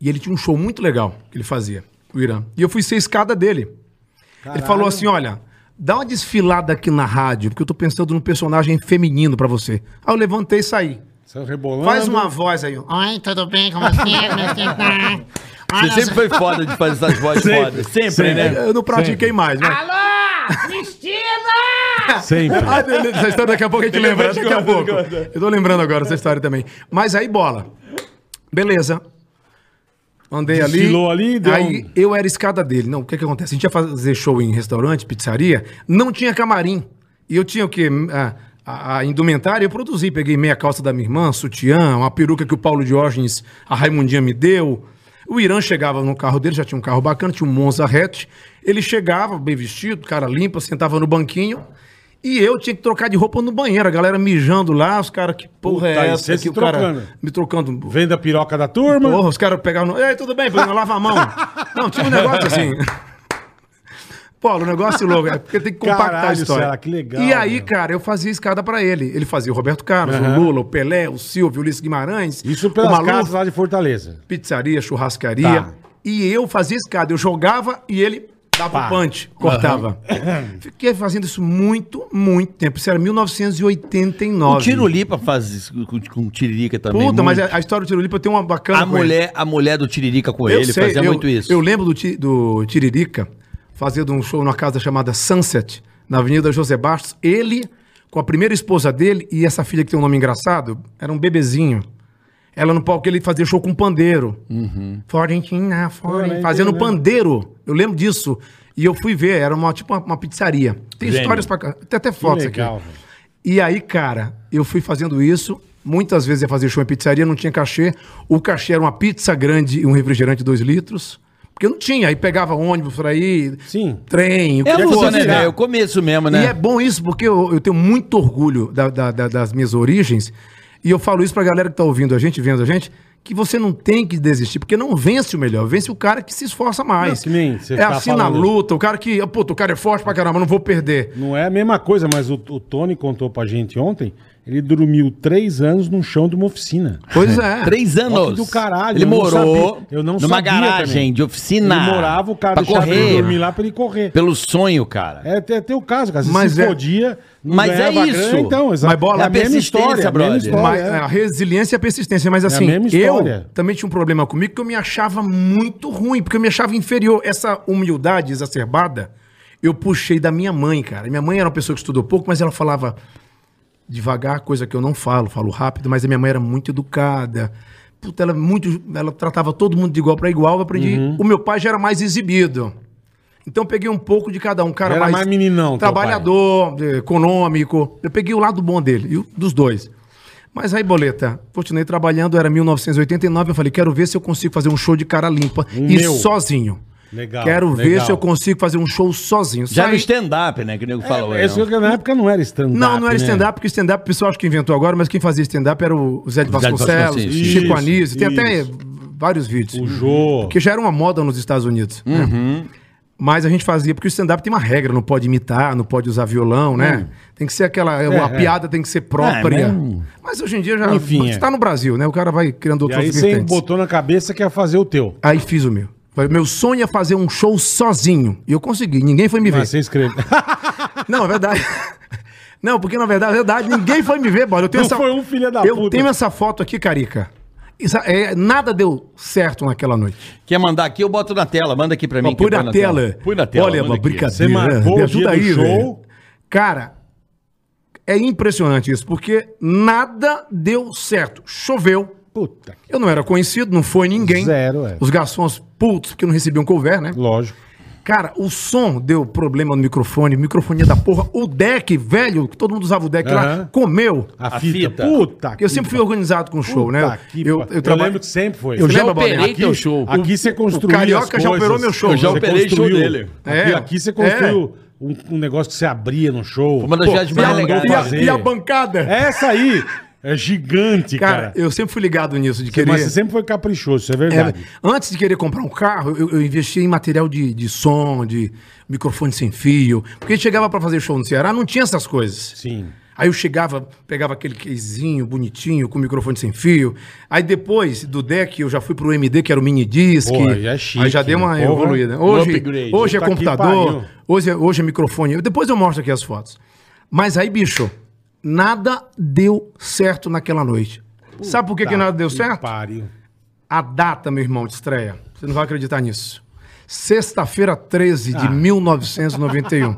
C: E ele tinha um show muito legal que ele fazia, o Irã. E eu fui ser escada dele. Ele falou assim: olha, dá uma desfilada aqui na rádio, porque eu tô pensando num personagem feminino pra você. Aí eu levantei e saí.
B: Saiu rebolando.
C: Faz uma voz aí, ó.
F: Oi, tudo bem com você? Como é que tá?
D: Você
F: Olha
D: sempre foi foda de fazer essas vozes fodas. Sempre, né?
C: Eu não pratiquei mais, né?
B: Sempre.
C: [LAUGHS] Ah, beleza, essa história daqui a pouco a gente lembra, daqui a pouco. Eu tô lembrando agora essa história também. Mas aí, bola. Beleza. Andei ali.
B: Desfilou ali, deu
C: Aí
B: um-
C: eu era escada dele. Não, o que que acontece? A gente ia fazer show em restaurante, pizzaria, não tinha camarim. E eu tinha o quê? A, a- a indumentária eu produzi. Peguei meia calça da minha irmã, sutiã, uma peruca que o Paulo Diógenes, a Raimundinha me deu. O Irã chegava no carro dele, já tinha um carro bacana, tinha um Monza hatch. Ele chegava bem vestido, cara limpa, sentava no banquinho. E eu tinha que trocar de roupa no banheiro. A galera mijando lá, os caras, que porra
B: Puta,
C: é
B: e
C: essa?
B: você se
C: Que o cara
B: trocando.
C: me trocando.
B: Venda a piroca da turma.
C: Porra, os caras pegavam. Ei, tudo bem, Bruno, lava a mão.
B: [LAUGHS]
C: Não, tinha um negócio assim. Paulo, um negócio louco, é porque tem que compactar a
B: Caralho,
C: história.
B: Sela, que legal,
C: e aí,
B: meu.
C: cara, eu fazia escada pra ele. Ele fazia o Roberto Carlos, o Lula, o Pelé, o Silvio, o Ulisses Guimarães.
B: Isso
C: o
B: pelas
C: Maluf,
B: casas lá de Fortaleza.
C: pizzaria, churrascaria.
B: Tá.
C: E eu fazia escada. Eu jogava e ele dava
B: Pá.
C: o punch, cortava. Fiquei fazendo isso muito, muito tempo. Isso era 1989.
D: O Tirolipa faz isso com, com Tiririca também.
C: Puta, mas é
D: muito.
C: a, a história do Tirolipa tem uma bacana.
D: a,
C: com ele.
D: mulher, a mulher do Tiririca com ele
C: sei,
D: fazia
C: eu-
D: muito isso.
C: Eu lembro do, Ti- do Tiririca fazendo um show numa casa chamada Sunset, na Avenida José Bastos. Ele, com a primeira esposa dele e essa filha que tem um nome engraçado, era um bebezinho. Ela no palco, ele fazia show com pandeiro.
D: Uhum.
C: Florentina, Florentina,
B: nem
C: fazendo
B: lembro.
C: pandeiro. Eu lembro disso. E eu fui ver, era uma, tipo uma, uma pizzaria. Tem
D: Gênio.
C: histórias pra cá. Tem até fotos
B: legal,
C: aqui.
B: velho.
C: E aí, cara, eu fui fazendo isso. Muitas vezes ia fazer show em pizzaria, não tinha cachê. O cachê era uma pizza grande e um refrigerante de 2 litros. Porque não tinha. Aí pegava ônibus por aí,
B: Sim.
C: trem, o
D: É a
C: fosse.
D: luta, né,
B: virar.
D: velho? É o começo mesmo,
C: E
D: né?
C: é bom isso, porque eu, eu tenho muito orgulho da- da- da- das minhas origens. E eu falo isso pra galera que tá ouvindo a gente, vendo a gente, que você não tem que desistir, porque não vence o melhor, vence o cara que se esforça
B: Não,
C: mais.
B: que nem você
C: é
B: tá
C: assim na
B: falando.
C: luta, o cara que, puta, o cara é forte pra caramba, não vou perder.
B: Não é a mesma coisa, mas o, o Tony contou pra gente ontem. Ele dormiu três anos no chão de uma oficina.
C: Pois é.
D: Três
B: Ó,
D: anos.
B: que do caralho,
D: Ele
B: eu não
D: morou
B: sabia. Eu não
D: numa
B: sabia
D: garagem
B: também.
D: de oficina.
B: Ele morava, o cara
D: pra
B: deixava ele
D: correr.
B: dormir lá pra ele correr.
D: Pelo sonho, cara.
B: É até até o caso, cara. Você
C: Mas
B: se
C: é-
B: podia, não
D: Mas é
B: ganhava
D: isso.
B: então, exato.
C: Mas bola,
B: é a
D: é
B: mesma
D: persistência,
B: história, é a mesma
D: brother.
B: história.
C: Mas,
B: é.
C: a resiliência e a persistência. Mas assim,
B: mesma história.
C: eu também tinha um problema comigo que eu me achava muito ruim, porque eu me achava inferior. Essa humildade exacerbada, eu puxei da minha mãe, cara. Minha mãe era uma pessoa que estudou pouco, mas ela falava devagar, coisa que eu não falo, falo rápido, mas a minha mãe era muito educada. Puta, ela é muito, ela tratava todo mundo de igual para igual, eu aprendi.
B: Uhum.
C: O meu pai já era mais exibido. Então eu peguei um pouco de cada um, cara
B: Era mais meninão, teu
C: trabalhador, eh, econômico. Eu peguei o lado bom dele, e o- dos dois. Mas aí, boleta, continuei trabalhando, era 1989, eu falei, quero ver se eu consigo fazer um show de cara limpa e
B: meu.
C: sozinho.
B: Legal,
C: Quero ver
B: legal.
C: se eu consigo fazer um show sozinho.
D: Já
C: Saí-
D: no stand-up, né? Que o nego falou.
B: Esse
D: não.
B: jogo É na época não era stand-up.
C: não, não era
B: né?
C: stand-up, porque stand-up o pessoal acho que inventou agora, mas quem fazia stand-up era o Zé de
D: Zé de
C: Vasconcelos,
D: Vasconcelos,
B: sim,
C: Chico
B: sim.
C: Anísio, tem até
B: Isso.
C: vários vídeos.
B: O Jô.
C: Porque já era uma moda nos Estados Unidos. né?
B: Uhum.
C: Mas a gente fazia, porque o stand-up tem uma regra, não pode imitar, não pode usar violão, né? Tem que ser aquela. a
B: Uhum. é.
C: piada tem que ser própria.
D: É,
C: mas... hoje em dia já.
B: Enfim,
C: você
B: é.
C: tá no Brasil, né? O cara vai criando
B: E
C: outros
B: aí você botou na cabeça que ia fazer o teu.
C: Aí fiz o meu. Falei, Meu sonho é fazer um show sozinho. E eu consegui, ninguém foi me ver.
B: Mas você escreveu.
C: Não,
B: [LAUGHS]
C: é verdade. Não, porque na verdade, é verdade, ninguém foi me ver, bora. Eu tenho
B: Não
C: essa...
B: foi um filho da
C: eu
B: puta.
C: tenho essa foto aqui, Carica. Isso é- nada deu certo naquela noite.
D: Quer mandar aqui, eu boto na tela. Manda aqui pra mim.
C: Ó,
D: que eu
C: põe
D: ponho
C: na tela.
D: Põe na tela.
C: Olha,
D: manda
C: uma
D: aqui.
B: Você
C: brincadeira.
B: marcou
C: Me
B: o dia
C: ajuda aí,
B: do
C: velho.
B: show.
C: Cara, é impressionante isso, porque nada deu certo. Choveu.
B: Puta que...
C: Eu não era conhecido, não foi ninguém.
B: Zero, é.
C: Os garçons putos, porque não recebiam couvert, né?
B: Lógico.
C: Cara, o som deu problema no microfone, microfonia da porra. O deck, velho, que todo mundo usava o deck lá,
B: Aham.
C: comeu.
B: A,
D: A
B: fita.
D: fita.
B: Puta
C: Eu sempre fui organizado com show,
B: Puta
C: né?
B: que
C: eu,
B: pa-
C: eu trabalho.
B: lembro que sempre foi.
C: Eu
B: Você
C: já
B: lembra,
E: operei
B: Bola? Aqui-
E: teu show.
B: Aqui você construiu.
C: Carioca
B: as
C: já
B: coisas.
C: operou meu show. Eu
D: já
B: Você
D: operei
B: construiu.
D: show dele.
B: Aqui,
C: É.
B: aqui você construiu um, um negócio que você abria no show.
D: Uma das
B: Pô,
D: viagens
B: você
D: mais
B: mandou
D: legais.
B: fazer.
C: E a bancada?
B: Essa aí é gigante,
C: cara,
B: cara.
C: eu sempre fui ligado nisso, de
B: Você-
C: querer.
B: Mas você sempre foi caprichoso, isso é
C: É,
B: verdade.
C: antes de querer comprar um carro, eu, eu investia em material de, de som, de microfone sem fio. Porque chegava pra fazer show no Ceará, não tinha essas coisas.
B: Sim.
C: Aí eu chegava, pegava aquele casezinho bonitinho, com microfone sem fio. Aí depois do deck, eu já fui pro MD, que era o mini disc.
B: Pô, aí é chique,
C: aí já deu uma
B: né? Porra.
C: evoluída.
D: Um
C: Hoje,
D: upgrade.
C: hoje é
B: Puta que
C: computador,
B: pariu.
C: hoje é, hoje é microfone. Eu- Depois eu mostro aqui as fotos. Mas aí, bicho, nada deu certo naquela noite. Sabe por que, que nada deu
B: Que
C: certo?
B: Pariu.
C: A data, meu irmão, de estreia. Você não vai acreditar nisso. Sexta-feira 13 de
B: Ah.
C: 1991.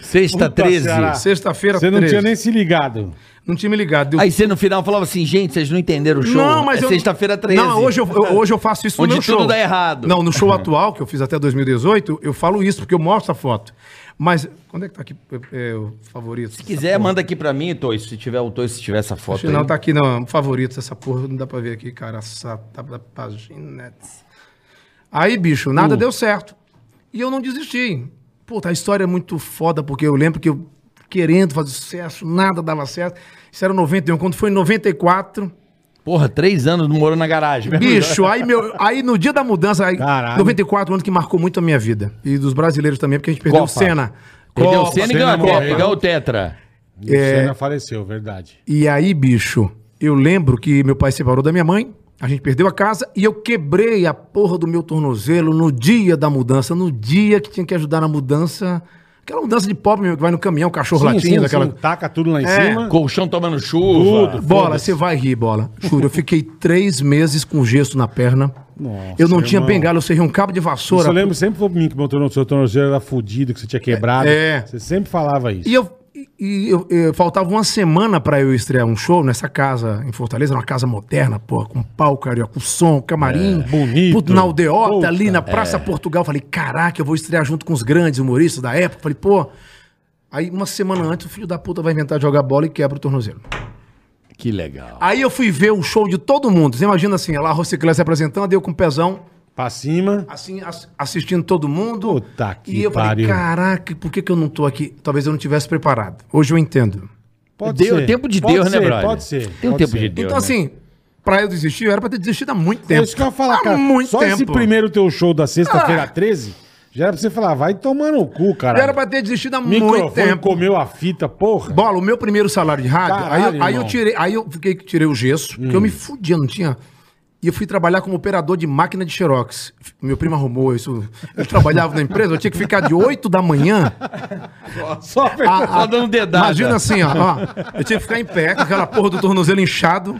D: Sexta,
B: Puta,
D: 13.
B: Ceará.
C: Sexta-feira,
B: Você não
C: 13.
B: tinha nem se ligado.
C: Não tinha me ligado. deu-
D: Aí você no final falava assim, gente, vocês não entenderam o show.
C: Não, mas
D: é
C: eu-
D: sexta-feira 13.
C: Não, hoje eu, eu- hoje eu faço isso
D: Onde
C: no meu
D: tudo
C: show.
D: dá errado.
C: Não, no show atual, que eu fiz até 2018, eu falo isso, porque eu mostro a foto. Mas, quando é que tá aqui é, o favorito?
D: Se quiser, manda aqui pra mim, Tois, se tiver o Tois, se tiver essa foto
C: Não,
D: aí.
C: tá aqui, não. Favoritos, essa porra, não dá pra ver aqui, cara. Essa tá da página. Aí, bicho, nada
D: Uh.
C: deu certo. E eu não desisti. Puta, a história é muito foda, porque eu lembro que eu querendo fazer sucesso, nada dava certo. Isso era 91. Quando foi em 94,
D: Porra, três anos não morou na garagem. meu irmão.
C: Bicho, aí, meu, aí no dia da mudança, aí,
B: Caralho.
C: 94, um ano que marcou muito a minha vida. E dos brasileiros também, porque a gente perdeu o
D: Copa.
C: Senna.
D: Perdeu o
C: Copa.
D: Senna e
B: Senna
D: ganhou a
B: morreu.
D: Copa, ganhou o Tetra.
C: É.
B: E O Senna faleceu, verdade.
C: E aí, bicho, eu lembro que meu pai separou da minha mãe, a gente perdeu a casa e eu quebrei a porra do meu tornozelo no dia da mudança, no dia que tinha que ajudar na mudança. Aquela mudança de pobre meu, que vai no caminhão, cachorro
B: Sim,
C: latindo,
B: sim,
C: aquela.
B: sim, Taca tudo lá em
C: É,
B: cima.
D: Colchão tomando chuva.
B: Tudo.
C: Bola, você vai rir, bola. Juro, eu fiquei três meses com gesso na perna.
B: Nossa,
C: eu não tinha
B: irmão.
C: bengala, eu serrei um cabo de vassoura.
B: Isso eu lembro sempre foi pra mim que meu torno- seu tornozelo era fudido, que você tinha quebrado.
C: É.
B: Você sempre falava isso.
C: E eu, e- e eu- eu- faltava uma semana pra eu estrear um show nessa casa em Fortaleza, uma casa moderna, porra, com palco carioca, com som, camarim,
B: É, Bonito.
C: puto na aldeota
B: Puta, é.
C: ali na Praça Portugal. Falei, caraca, eu vou estrear junto com os grandes humoristas da época. Falei, pô. Aí uma semana antes o filho da puta vai inventar de jogar bola e quebra o tornozelo.
D: Que legal.
C: Aí eu fui ver o show de todo mundo. Você imagina assim, lá a Rociclã se apresentando, eu com o pezão
B: Pra cima.
C: assim, ass- assistindo todo mundo.
B: Puta que
C: e eu
B: pariu.
C: falei, caraca, por que, que eu não tô aqui? Talvez eu não tivesse preparado. Hoje eu entendo.
B: Pode
D: Deu,
B: ser.
D: tempo de
B: Pode
D: Deus, né,
B: ser,
D: brother?
B: Pode ser.
D: Tem o
B: pode
D: tempo de
B: ser.
D: Deus.
C: então,
D: né?
C: assim, pra eu desistir, eu era pra ter desistido há muito
B: É
C: tempo.
B: isso que eu ia falar, cara.
C: Há muito
B: Só
C: tempo.
B: esse primeiro teu show da sexta-feira
C: Ah.
B: 13, já era pra você falar, vai tomar no cu, cara.
C: Eu era pra ter desistido há muito
B: Microfone
C: tempo.
B: comeu a fita, porra.
C: Bola, o meu primeiro salário de rádio,
B: Caralho,
C: aí, eu, aí eu
B: irmão.
C: tirei, aí eu fiquei, tirei o gesso, que eu me fudia, não tinha. E eu fui trabalhar como operador de máquina de xerox. Meu primo arrumou isso. Eu trabalhava na empresa, eu tinha que ficar de 8
D: [LAUGHS]
C: da manhã
B: Só
C: a-
D: Só
C: a-
D: dando dedada.
C: Imagina assim, ó, ó. Eu tinha que ficar em pé, com aquela porra do tornozelo inchado.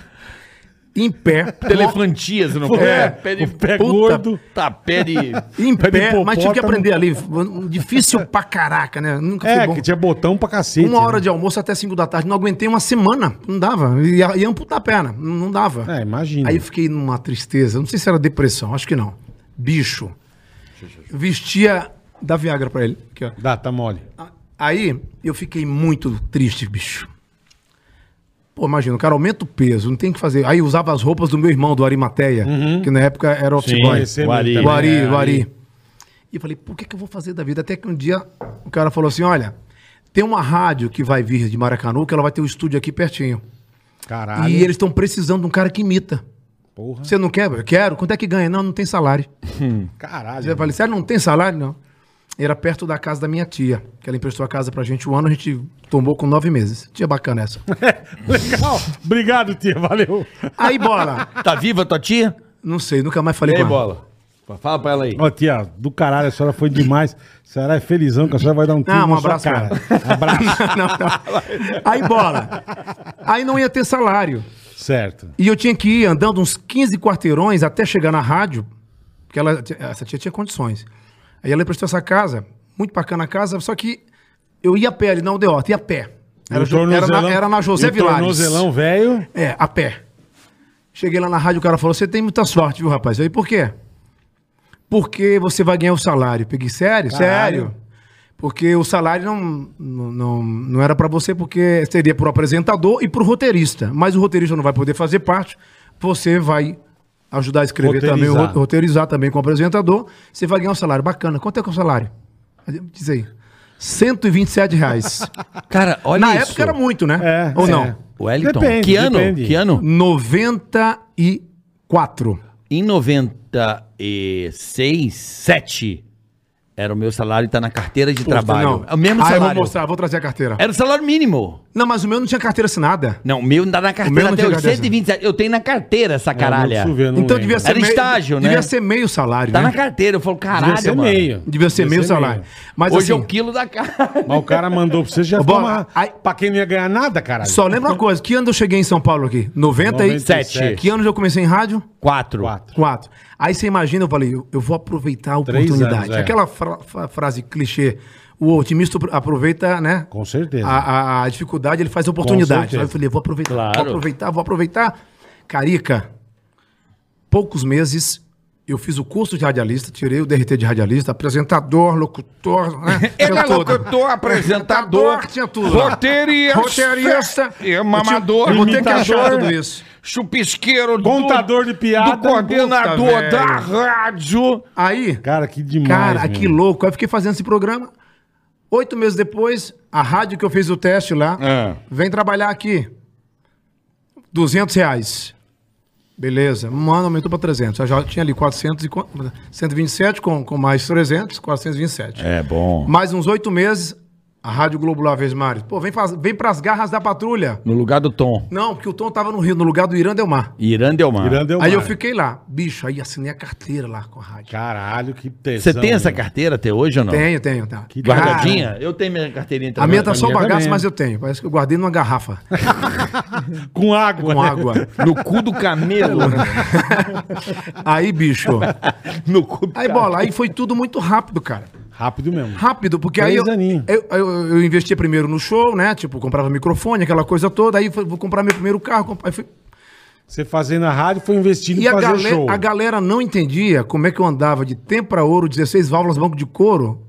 C: Em pé.
D: Telefantias, não
B: É,
D: pé de...
B: [LAUGHS] o pé
C: puta.
B: gordo.
D: Tá, pé
C: [LAUGHS]
D: de...
C: Em
B: Pé de
C: pé, mas tive que
B: hipopótamo.
C: aprender ali. um Difícil pra caraca, né? Nunca foi
B: É,
C: bom.
B: que tinha botão pra cacete.
C: Uma hora
B: né?
C: de almoço até 5 da tarde. Não aguentei uma semana. Não dava. Ia, ia amputar a perna. Não não dava.
B: É, imagina.
C: Aí eu fiquei numa tristeza. Não sei se era depressão. Acho que não. Bicho. Eu vestia... Dá Viagra pra ele. Aqui, ó.
B: Dá, tá mole.
C: Aí eu fiquei muito triste, bicho. Pô, imagina, o cara aumenta o peso, não tem o que fazer. Aí eu usava as roupas do meu irmão, do Arimateia, que na época era office boy.
B: Uhum. esse é
D: o Ari.
B: meu
C: O
B: também.
C: Ari,
B: É,
C: o Ari. E eu falei, por que, que eu vou fazer da vida? Até que um dia o cara falou assim: olha, tem uma rádio que vai vir de Maracanã, que ela vai ter um estúdio aqui pertinho.
B: Caralho.
C: E eles estão precisando de um cara que imita.
B: Porra.
C: Você não quer? Eu quero. Quanto é que ganha? Não, não tem salário.
B: Caralho.
C: Você vai falar, sério, não tem salário? Não. Era perto da casa da minha tia, que ela emprestou a casa pra gente um ano, a gente tombou com nove meses. Tia bacana essa.
B: [LAUGHS] Legal. Obrigado, tia. Valeu.
C: Aí, bola.
D: Tá viva tua tia?
C: Não sei, nunca mais falei
D: E aí,
C: com ela.
D: bola? Fala pra ela aí.
B: Ó, tia, do caralho, a senhora foi demais. A senhora é felizão que a senhora vai dar um tiro
C: Não, um
B: na sua
C: abraço pra
B: cara. [LAUGHS] Abraço.
C: [LAUGHS] não, não. Aí, bola. Aí não ia ter salário.
B: certo.
C: E eu tinha que ir andando uns 15 quarteirões até chegar na rádio, porque ela, essa tia tinha condições. Aí ela emprestou essa casa, muito bacana a casa, só que eu ia a pé ali na Aldeota, ia a pé. Era,
B: E o
C: jo- era na,
B: tornozelão-
C: era na José
B: e o
C: Vilares.
B: tornozelão velho.
C: É, a pé. Cheguei lá na rádio, o cara falou: Você tem muita sorte, viu, rapaz? Eu falei: Por quê? Porque você vai ganhar o salário. Eu Peguei, sério? Sério. Porque o salário não, não, não, não era pra você, porque seria pro apresentador e pro roteirista. Mas o roteirista não vai poder fazer parte. Você vai ajudar a escrever também, o
B: Roteirizar.
C: ro- roteirizar também com o apresentador. Você vai ganhar um salário bacana. Quanto é que é o salário? Diz aí. R$
B: [LAUGHS]
C: 127 reais.
D: Cara, olha
C: na
D: isso.
C: época era muito, né?
B: É.
C: Ou
B: é.
C: não?
D: Wellington,
B: Depende,
D: que ano?
B: depende.
D: Que ano?
C: 94.
D: Em 96, 7 era o meu salário, tá na carteira de trabalho.
C: Não.
D: É o mesmo
C: Ah, eu
D: salário. É-
C: vou mostrar, vou trazer a carteira.
D: Era o salário mínimo.
C: Não, mas o meu não tinha carteira assinada.
D: Não, o meu tá na
C: meu
D: carteira
C: não
D: até
C: tinha
D: hoje.
C: carteira.
D: 127. Eu tenho na carteira
C: É,
D: essa caralha.
B: Deixa eu ver, É, não
C: então
B: lembro.
C: devia ser
D: Era estágio, né?
C: Devia ser meio salário,
D: tá
C: né?
D: na carteira. Eu falo,
B: Devia
D: caralho,
B: ser
D: mano.
B: meio.
C: Devia ser meio salário. Mas
D: Hoje é
C: assim,
D: o quilo da carne.
B: Mas o cara mandou pra você já
C: Ô,
B: ficou
C: Bola,
B: uma...
C: aí-
B: Pra quem não ia ganhar nada, caralho.
C: só lembra uma coisa, que ano eu cheguei em São Paulo aqui? 97.
B: 97.
C: Que ano eu comecei em rádio?
D: [LAUGHS] Quatro.
B: Quatro.
C: Quatro. Aí você imagina, eu falei, eu, eu vou aproveitar a
B: Três
C: oportunidade.
B: anos, é.
C: Aquela fra- fra- frase clichê, o otimista aproveita, né?
B: Com certeza.
C: A, a- a dificuldade, ele faz a oportunidade.
B: certeza.
C: Aí eu falei, vou aproveitar,
G: Claro.
C: vou aproveitar, vou aproveitar. Carica, poucos meses eu fiz o curso de radialista, tirei o DRT de radialista, apresentador, locutor, né?
D: [LAUGHS] Ele
C: Tinha
D: é
C: tudo.
D: locutor, apresentador,
C: tinha tudo.
D: roteirista,
C: roteirista
D: e mamador,
C: Eu tinha- eu botei que achar
D: imitador.
C: tudo isso.
D: chupisqueiro, do-
B: Contador de piada.
D: do coordenador
C: Puta,
D: da
C: é um velho.
D: rádio.
C: Aí,
B: Cara, que demais.
C: cara,
B: meu.
C: que louco. Aí eu fiquei fazendo esse programa. Oito meses depois, a rádio que eu fiz o teste lá,
B: É.
C: vem trabalhar aqui. 200 reais. Beleza. Mano, aumentou para 300. Eu já tinha ali 400 e... quan- 127 com, com mais 300, 427.
D: É bom.
C: Mais uns oito meses, a Rádio Globo lá vez Mário. Pô, vem, faz, vem pras garras da patrulha.
D: No lugar do Tom,
C: Não, porque o Tom tava no Rio, no lugar do Irã Delmar.
D: Irandelmar.
B: Irã Delmar.
C: aí eu fiquei lá. Bicho, aí assinei a carteira lá com a rádio.
B: Caralho, que
D: Você
B: tesão.
D: tem essa
B: meu.
D: carteira até hoje ou não?
C: Tenho, tenho, tá.
B: Que
C: Cara,
D: Guardadinha? eu tenho minha carteirinha
C: A minha tá só o
D: é
B: minha
C: bagaço,
B: é também.
C: mas eu tenho. Parece que eu guardei numa garrafa
B: Com água.
C: com
B: né? [LAUGHS]
C: água.
D: No cu do [LAUGHS] camelo.
C: Aí, bicho.
D: no cu do
C: Aí, bola. Aí foi tudo muito rápido, cara.
B: Rápido mesmo.
C: Rápido, porque aí eu,
B: Três aninhos.
C: eu, eu, eu investia primeiro no show, né? Tipo, comprava microfone, aquela coisa toda. Aí fui- vou comprar meu primeiro carro. comp- Aí fui,
B: Você fazendo a rádio foi investindo
C: E
B: em
C: a,
B: fazer
C: gale-
B: show.
C: a galera não entendia como é que eu andava de tempo para ouro, 16 válvulas, banco de couro,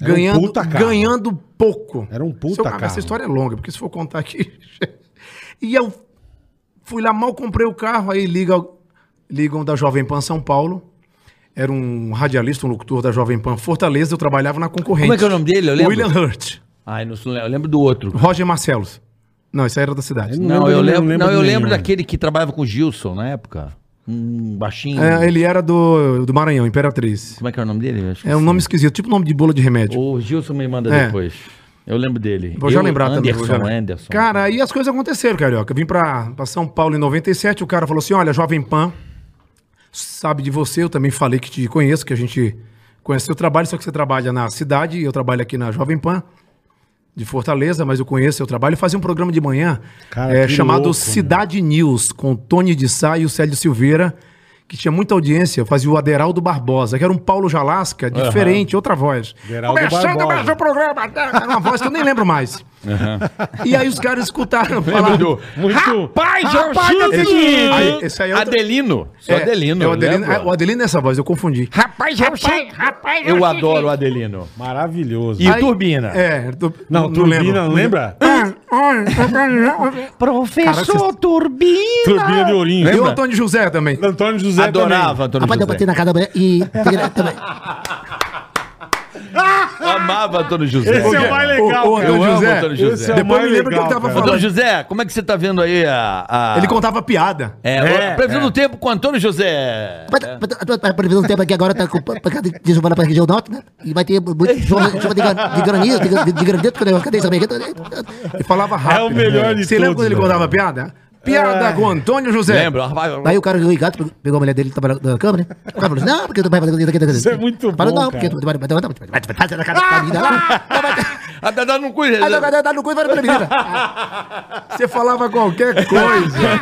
B: Era um
C: ganhando,
B: puta carro.
C: ganhando pouco.
B: Era um puta
C: Seu- ah,
B: carro.
C: Essa história é longa, porque se for contar aqui. [LAUGHS] e eu fui lá, mal comprei o carro, aí liga, ligam da Jovem Pan São Paulo. Era um radialista, um locutor da Jovem Pan Fortaleza, eu trabalhava na concorrente.
D: Como é que é o nome dele? Eu lembro.
C: William Hurt.
D: Ai, não sou- eu lembro do outro.
C: Roger Marcelos. Não, esse aí era da cidade.
B: Não
D: Não,
B: lembro
D: eu
B: de nenhum,
D: lembro,
B: lembro
D: não,
B: de
D: eu
B: nenhum.
D: lembro daquele que trabalhava com o Gilson na época. Um baixinho.
C: É, ele era do, do Maranhão, Imperatriz.
D: Como é que é o nome dele? Eu
C: É um nome esquisito, tipo nome de bula de remédio.
D: O Gilson me manda
C: É.
D: depois. Eu lembro dele.
C: Vou já
D: Eu,
C: lembrar também.
D: Anderson,
C: vou já lembrar.
D: Anderson.
C: Cara, aí as coisas aconteceram, Carioca. Eu vim pra, pra São Paulo em 97, o cara falou assim, olha, Jovem Pan, sabe de você, eu também falei que te conheço, que a gente conhece seu trabalho, só que você trabalha na cidade, eu trabalho aqui na Jovem Pan, de Fortaleza, mas eu conheço seu trabalho. Eu fazia um programa de manhã
B: Cara,
C: é,
B: que
C: chamado
B: louco,
C: Cidade News, com Tony de Sá e o Célio Silveira, que tinha muita audiência, Eu fazia o Aderaldo Barbosa, que era um Paulo Jalasca, diferente, outra voz.
B: Aderaldo
C: Começando
B: Barbosa.
C: mais um programa, era uma voz que eu nem lembro mais. E aí os caras escutaram falar.
B: Muito.
D: Rapaz, rapaz, é
B: eu
D: esse-
B: vi.
D: Aí,
C: esse aí é outro-
D: Adelino. Só Adelino.
C: é o
D: eu
C: Adelino,
D: lembro.
C: é, o Adelino é essa voz, eu confundi.
F: Rapaz, rapaz, rapaz.
D: Eu adoro o Adelino.
B: Maravilhoso.
D: E Turbina?
C: É, tu-
B: Não, Turbina, não lembra?
C: É, Professor
D: Turbina.
B: Turbina de Ourinho.
C: é. E o
B: Lembra?
C: Antônio José também.
B: Antônio José
D: Adorava, Antônio
E: Rapaz, eu bati
D: José.
E: na cara da e...
D: Amava Antônio José.
B: Esse é o mais legal,
C: O- o
B: cara.
D: Eu
C: Antônio
D: amo
C: José.
D: Antônio
B: Esse
D: José.
B: é o
C: Depois
B: mais
C: eu lembro o que
B: legal,
C: ele tava
B: cara.
D: Antônio
C: falando.
D: José, como é que você tá vendo aí a... a-
C: Ele contava piada.
D: É,
B: É,
D: o previsão do tempo com Antônio José.
E: A previsão do tempo aqui agora tá com... Por causa de semana para a região norte, né? E vai ter muito chuva chuva de gran- de granizo, de gran- de granito, que eu cadê também? então, né?
C: Ele falava rápido.
B: É melhor de
C: Você lembra
B: todos,
C: quando ele
B: velho. É.
C: contava piada? Piada com Antônio José.
D: Lembra? Rapaz,
E: Aí o cara ligado, pegou a mulher dele, tava na câmera, né? O cara falou assim, não, porque tu vai fazer...
B: Isso é muito
E: Falou,
B: bom,
E: não, porque
B: cara.
E: tu vai fazer na cara da
D: [LAUGHS]
E: menina lá.
D: A Dada não conhece.
E: Aí vai dar no cu e vai na menina.
C: Você falava qualquer
B: [LAUGHS]
C: coisa.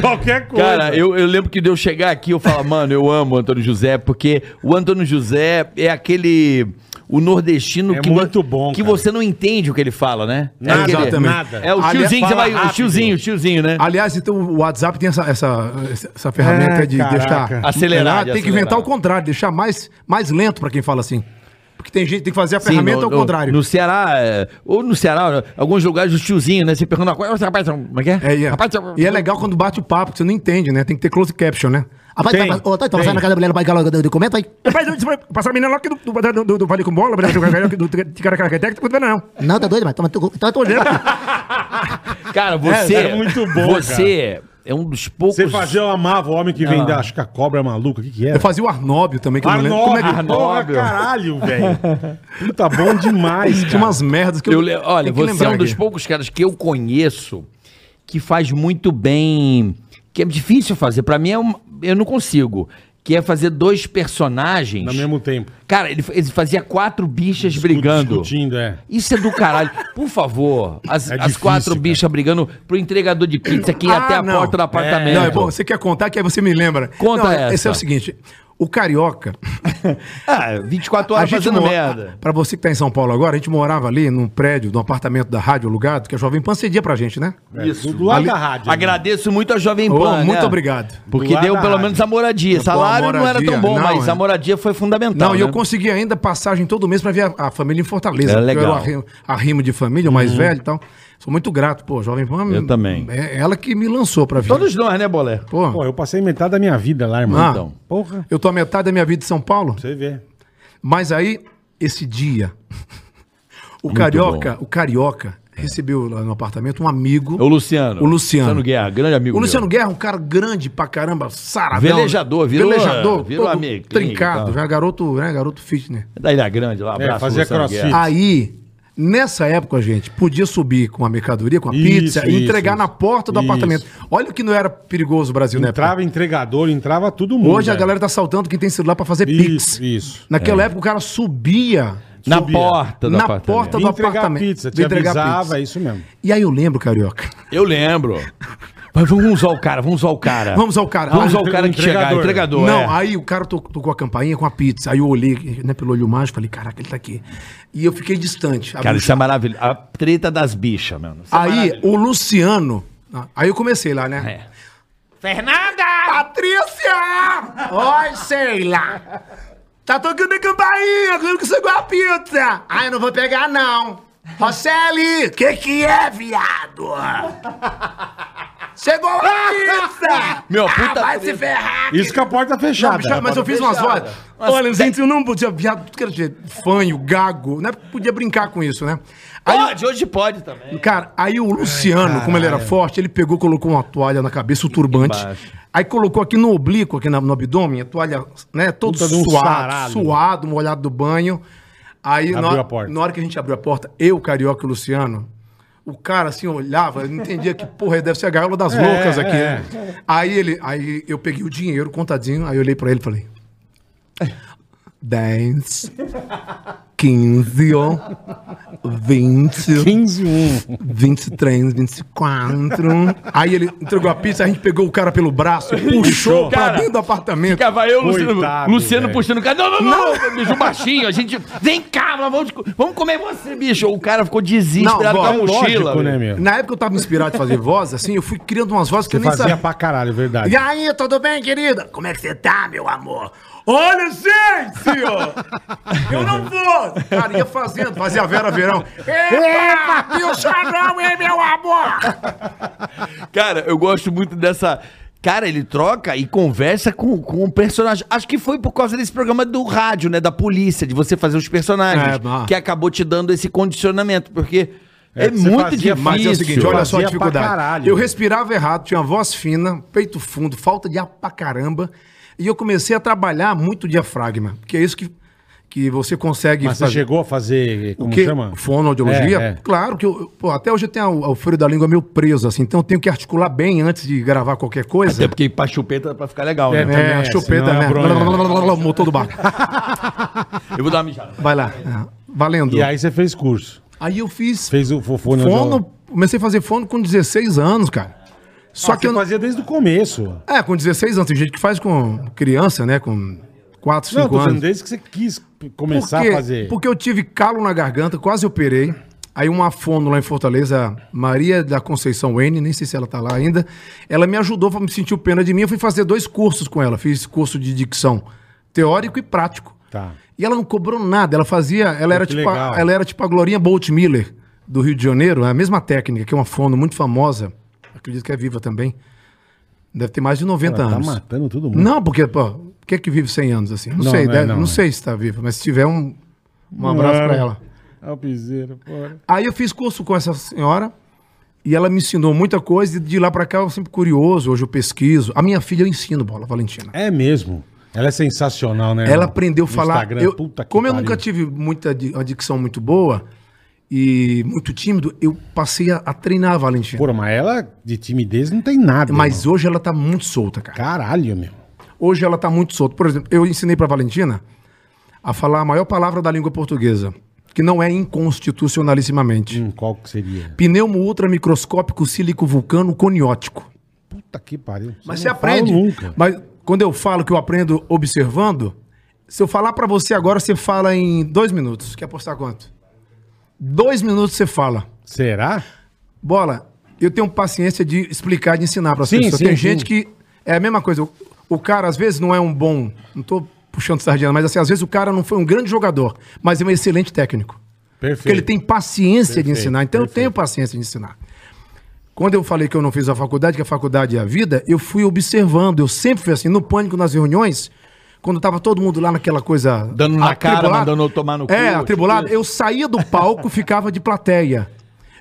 B: Qualquer coisa.
D: Cara, eu, eu lembro que de eu chegar aqui, eu falo, mano, eu amo o Antônio José, porque o Antônio José é aquele. O nordestino
B: É
D: que, vo-
B: muito bom,
D: que
B: cara.
D: você não entende o que ele fala, né?
B: Nada,
D: é aquele-
B: exatamente. nada.
D: É o
C: Ali-
D: tiozinho, que você
B: fala
D: vai. O
B: rápido.
D: tiozinho, o tiozinho, né?
C: Aliás, então o WhatsApp tem essa, essa, essa ferramenta
B: É,
C: de
B: caraca.
C: deixar.
D: Acelerar, de
C: Tem que
D: acelerar.
C: inventar o contrário, deixar mais, mais lento pra quem fala assim. Porque tem gente que tem que fazer a
D: Sim,
C: ferramenta
D: no-
C: ao
D: no-
C: contrário.
D: No Ceará, é, ou no Ceará, alguns lugares, o tiozinho, né? Você pergunta uma coisa, "Ô, rapaz, como é que é?
C: É, e, é,
D: Rapaz,
C: e é legal quando bate o papo, que você não entende, né? Tem que ter close caption, né?
E: Rapaz,
B: Tem,
E: tá, tá, tá
B: tem.
E: passando na casa da mulher, vai galo do documento, aí.
C: Rapaz, eu disse pra- passar a menina lá que do, do, do, do, do Vale com Bola, do Ticaracateca, do Ticaracateca, não não.
E: Não, tá doido, mas toma, tu- tá, tô olhando.
D: Cara, você.
B: É, era muito bom,
D: Você é um dos poucos.
B: Você fazia, eu amava o homem
D: Ah.
B: que vendeu, acho que a cobra é maluca, o que que era?
C: É. Eu fazia o Arnóbio também, que eu não lembro.
B: Arnóbio,
C: Como é que...
B: porra,
D: Arnóbio. [LAUGHS]
B: caralho, velho. Puta, bom demais,
C: Tinha
B: cara.
C: umas merdas que
D: Eu le- olha,
C: tem que
D: você é
C: lembrar
D: um dos
C: aqui.
D: poucos caras que eu conheço que faz muito bem. Que é difícil fazer. Pra mim, é um- eu não consigo. Que é fazer dois personagens.
B: Ao mesmo tempo.
D: Cara, ele, ele fazia quatro bichas brigando.
B: Discutindo, é.
D: Isso é do caralho. Por favor, as,
B: [LAUGHS] É
D: as
B: difícil,
D: quatro
B: cara.
D: bichas brigando pro entregador de pizza que ia
C: Ah,
D: até a
C: não. é
D: porta do apartamento.
C: Não, é bom, você quer contar que aí você me lembra.
D: Conta
C: não,
D: essa.
C: Esse é o seguinte.
D: [LAUGHS]
C: O carioca.
D: Ah, 24 horas fazendo
C: mora-
D: merda.
C: Pra você que tá em São Paulo agora, a gente morava ali num prédio, num apartamento da rádio alugado, que a Jovem Pan cedia pra gente, né?
B: Isso. Do lado
C: Ali-
B: É, da rádio. né?
D: Agradeço muito a Jovem
C: Ô,
D: Pan. né?
C: muito obrigado.
D: Porque
B: Lá
D: deu
B: na
D: pelo
B: rádio.
D: menos a moradia.
C: Pô, a
D: Salário não era
C: moradia,
D: tão bom,
C: não,
D: mas
C: é.
D: a moradia foi fundamental.
C: Não, e
D: né?
C: eu consegui ainda passagem todo mês pra ver a, a família em Fortaleza.
D: Era
C: porque Eu
D: legal. Uhum.
C: era arrimo, arrimo de família, o mais velho e tal. Sou muito grato, pô, Jovem Pan.
D: Eu também.
C: É ela que me lançou pra vir.
D: Todos nós, né, Bolé?
C: Pô,
B: Pô, eu passei metade da minha vida lá, irmão.
C: Ah.
B: Então. Porra.
C: eu tô a metade da minha vida em São Paulo,
B: Pra você ver.
C: mas aí, esse dia, [LAUGHS] o carioca, o carioca recebeu lá no apartamento um amigo.
D: O Luciano.
C: O Luciano.
D: Guerra, grande amigo
C: O Luciano
D: meu.
C: Guerra é um cara grande pra caramba, saradão.
D: Velejador, virou-
C: Velejador,
D: virou
C: todo
D: amigo,
C: trincado,
D: tá.
C: já garoto, né, garoto fitness.
D: Da Ilha Grande, lá, abraço.
B: É, fazia
D: Luciano
B: crossfit. Ah,
D: Guerra.
C: Aí, nessa época, gente, podia subir com a mercadoria, com a
B: Isso,
C: pizza, e
B: isso,
C: entregar
B: isso.
C: na porta do
B: Isso.
C: apartamento. Olha o que não era perigoso o Brasil na época.
B: Entrava entregador, entrava todo mundo.
C: Né,
B: né?
C: Hoje a
D: um,
B: velho.
D: né?
C: galera tá saltando quem tem celular pra fazer
B: Isso,
C: pix.
B: isso.
C: Naquela época o cara subia
D: É. Na
B: subia.
D: porta do
C: na
D: apartamento.
C: porta do
B: Vinha entregar
C: apartamento.
B: pizza, te
C: Vinha entregar
B: avisava,
C: pizza.
B: é isso mesmo.
C: E aí eu lembro, carioca.
D: Eu lembro. Mas vamos usar o cara, vamos usar o cara.
C: Vamos ao cara.
D: Vamos usar
C: Ah,
D: o cara que
B: entregador.
D: chegar, entregador.
C: Não, ah,
D: é.
C: aí o cara to- tocou a campainha com a pizza. Aí eu olhei, né, pelo olho mágico, falei, caraca, ele tá aqui. E eu fiquei distante.
D: Cara,
C: Abri-
D: isso é maravilhoso. A treta das bichas, mano.
C: Ah,
D: Isso é
C: Aí o Luciano. ah, Aí eu comecei lá, né?
D: É.
A: Fernanda!
C: Patrícia! Oi, Sheila! Tá tocando a campainha, claro que você gosta de pizza! Ah, eu não vou pegar, não! Roseli! Que que é, viado? Chegou a pizza!
D: Meu, puta
C: vai
D: treta.
C: se ferrar!
B: Isso com a porta tá
C: Não,
B: fechada.
C: bicho, mas eu fiz umas horas. Olha, gente, eu não podia... Viado, tudo que era de fanho, gago, né? Podia brincar com isso, né? Aí,
D: Pode, hoje pode também.
C: É. Cara, aí o Luciano, como ele era forte, ele pegou, colocou uma toalha na cabeça, o turbante.
D: Embaixo.
C: Aí colocou aqui no oblíquo, aqui na- no abdômen, a toalha, né, todo
B: Puta de um
C: suado,
B: sarado.
C: suado, molhado do banho. Aí, na,
B: Abriu
C: hora-
B: a porta.
C: na hora que a gente abriu a porta, eu, Carioca e o Luciano, o cara assim olhava, eu não entendia que porra, deve ser a gaiola das loucas aqui.
B: é.
C: né? Aí ele, aí eu peguei o dinheiro, contadinho, aí eu olhei pra ele e falei: 10, 15, 20.
B: 15 1.
C: 23, 24. Aí ele entregou a pizza, a gente pegou o cara pelo braço, puxou pra
D: Cara,
C: dentro do apartamento.
D: Ficava eu, Luciano,
B: Coitado,
D: Luciano
B: velho.
D: puxando o cara. Não, não, não, bicho baixinho. A gente. Vem cá, nós vamos, vamos comer você, bicho. O cara ficou desesperado
C: Não,
D: com a
C: bom,
D: mochila.
B: Lógico, né,
D: velho.
B: meu?
C: Na época eu tava inspirado a fazer voz, assim, eu fui criando umas vozes que eu nem
B: Fazia
C: sabia.
B: pra caralho, é verdade.
C: E aí, tudo bem, querida? Como é que você tá, meu amor? Olha, gente! ó, eu não vou! Cara, ia fazendo, fazia a Vera Verão. Epa! E o Xarão, hein, meu amor?
D: Cara, eu gosto muito dessa. Cara, ele troca e conversa com, com o personagem. Acho que foi por causa desse programa do rádio, né? Da polícia, de você fazer os personagens.
C: É, bah.
D: que acabou te dando esse condicionamento, porque é,
B: É, você
D: muito
B: fazia-
D: difícil.
C: Mas é o seguinte, olha só a
B: Fazia pra
C: dificuldade.
B: caralho.
C: Eu respirava errado, tinha voz fina, peito fundo, falta de ar pra caramba. E eu comecei a trabalhar muito o diafragma, que é isso que, que você consegue
B: Mas você chegou a fazer.
C: o
B: Como
C: que?
B: chama?
C: Fonoaudiologia?
B: É, é.
C: Claro que eu, pô, até hoje eu tenho o- o freio da língua meio preso, assim, então eu tenho que articular bem antes de gravar qualquer coisa.
D: Até É porque pra chupeta dá pra ficar legal,
B: É,
D: né?
B: também
C: É, a chupeta,
B: senão é
C: né?
B: bronha.
C: O motor do barco.
D: Eu vou dar uma mijada.
C: Vai
B: [LAUGHS]
C: lá. É, Valendo.
B: E aí você fez curso.
C: Aí eu fiz
B: Fez o fofone.
C: fono, comecei a fazer fono com 16 anos, cara. Só
B: Só
C: que eu não-
B: Ah, fazia desde o começo.
C: É, com 16 anos. Tem gente que faz com criança, né? Com 4,
B: Não,
C: 5
B: tô dizendo
C: anos.
B: desde que você quis
C: Por
B: começar
C: quê?
B: a fazer.
C: Porque eu tive calo na garganta, quase operei. Aí uma fono lá em Fortaleza, Maria da Conceição N, nem sei se ela tá lá ainda, ela me ajudou, me sentiu pena de mim. Eu fui fazer dois cursos com ela. Fiz curso de dicção teórico e prático.
B: Tá.
C: E ela não cobrou nada. Ela fazia. Ela, era
B: que
C: tipo,
B: legal.
C: a, ela era tipo a Glorinha Boltmiller do Rio de Janeiro. É a mesma técnica, que é uma fono muito famosa. Acredito que é viva também. Deve ter mais de 90
B: Ela tá
C: anos.
B: matando todo mundo.
C: Não, porque, pô, o que é que vive 100 anos assim? Não,
B: Não,
C: sei,
B: não é,
C: deve- não,
B: não, é.
C: sei se tá vivo, mas se tiver um, um abraço pra ela.
B: É o piseiro, porra.
C: Aí eu fiz curso com essa senhora e ela me ensinou muita coisa e de lá pra cá eu sempre curioso, hoje eu pesquiso. A minha filha eu ensino bola, Valentina.
B: É mesmo. Ela é sensacional, né?
C: Ela
B: irmão?
C: aprendeu a
B: No
C: falar.
B: Instagram,
C: eu-
B: puta que
C: como eu
B: pariu.
C: nunca tive muita di- uma dicção muito boa e muito tímido, eu passei a, a treinar a Valentina.
B: Porra, mas ela de timidez não tem nada.
C: Mas
B: irmão.
C: hoje ela tá muito solta, cara.
B: Caralho, meu.
C: Hoje ela tá muito solta. Por exemplo, eu ensinei pra Valentina a falar a maior palavra da língua portuguesa, que não é inconstitucionalissimamente.
B: Hum, qual que seria?
C: Pneumo ultramicroscópico sílico vulcano coniótico.
B: Puta que pariu.
C: Mas
B: Eu
C: você
B: não falo
C: aprende.
B: nunca.
C: Mas Quando eu falo que eu aprendo observando, se eu falar pra você agora, você fala em dois minutos. Quer apostar quanto? Dois minutos você fala.
B: Será?
C: Bola, eu tenho paciência de explicar, de ensinar para as
B: Sim,
C: pessoas.
B: sim,
C: Tem
B: sim.
C: gente que é a mesma coisa. O, o cara, às vezes, não é um bom. Não tô puxando sardinha, mas assim, às vezes o cara não foi um grande jogador, mas é um excelente técnico.
B: Perfeito.
C: Porque ele tem paciência de
B: Perfeito,
C: ensinar. Então eu
B: perfeito.
C: tenho paciência de ensinar. Quando eu falei que eu não fiz a faculdade, que a faculdade é a vida, eu fui observando. Eu sempre fui assim, no pânico nas reuniões, quando tava todo mundo lá naquela coisa.
D: Dando na cara,
C: atribulada.
D: mandando eu tomar no cu,
C: É,
D: tipo
C: atribulado.
D: isso.
C: Eu saía do palco, ficava de plateia.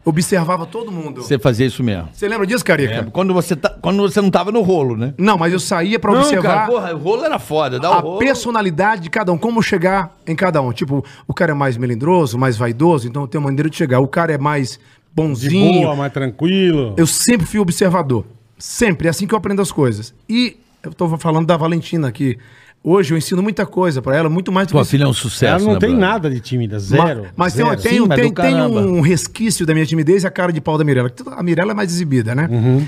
C: Eu Observava todo mundo.
D: Você fazia isso mesmo.
C: Você lembra disso, Carica?
D: É, quando, você tá- quando você não tava no rolo, né?
C: Não, mas eu saía pra observar
D: porra, tá o rolo era foda. Dá o
C: a
D: rolo.
C: personalidade de cada um, como chegar em cada um. Tipo, o cara é mais melindroso, mais vaidoso, então tem uma maneira de chegar. O cara é mais
B: De
C: bonzinho.
B: boa, mais tranquilo.
C: Eu sempre fui observador. Sempre. É assim que eu aprendo as coisas. E eu tô falando da Valentina aqui. Hoje eu ensino muita coisa pra ela, muito mais do
D: Tua
C: que
D: filha é um sucesso,
B: Ela não
D: né,
B: tem
D: brother?
B: nada de tímida, zero.
C: Ma- Mas,
B: zero.
C: tem, tem,
D: Sim, mas
C: tem,
D: do
C: tem
D: caramba.
C: um resquício da minha timidez e a cara de pau da Mirella. que A Mirella é mais exibida, né?
D: Uhum.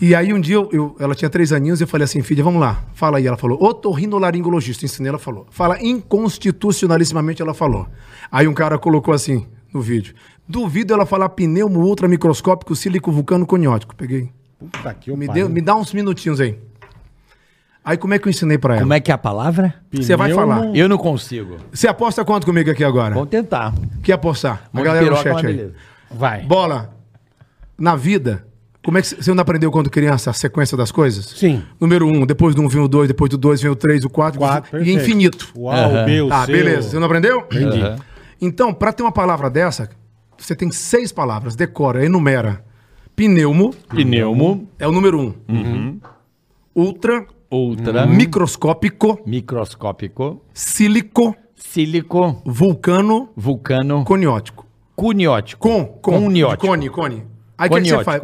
C: E aí um dia, eu, eu- ela tinha três aninhos, eu falei assim, filha, vamos lá, fala aí. Ela falou, otorrinolaringologista, ensinei, ela falou. Fala inconstitucionalissimamente, ela falou. Aí um cara colocou assim no vídeo, duvido ela falar pneumo ultramicroscópico sílico vulcano coniótico. Peguei,
B: Puta que o
C: um- me, deu, me dá uns minutinhos aí. Aí como é que eu ensinei pra ela?
D: Como é que é a palavra?
C: Você vai falar.
D: Eu não consigo.
C: Você aposta quanto comigo aqui agora?
D: Vamos tentar.
C: Que apostar? A
D: Monte
C: galera no
D: piroca, é
C: chat
D: mas
C: aí.
D: beleza.
B: Vai.
C: Bola, na vida, como é que você não aprendeu quando criança a sequência das coisas?
B: Sim.
C: Número um, depois do um vem o dois, depois do dois vem o três, o quatro,
B: Quatro,
C: e é infinito.
B: O A, o B, o
C: Tá,
B: C.
C: beleza. Você
B: o-
C: não aprendeu?
B: Entendi.
C: Então, pra ter uma palavra dessa, você tem seis palavras, decora, enumera. Pneumo
D: Pneumo,
C: é o número um.
D: Uhum.
C: Ultra,
D: ultra,
C: microscópico,
D: microscópico,
C: sílico,
D: sílico,
C: vulcano,
D: vulcano,
C: coniótico.
D: cuniótico.
C: Com, com.
D: Cuniótico.
C: de Cone, cone. Aí o que que você
D: Coniótico.
C: faz?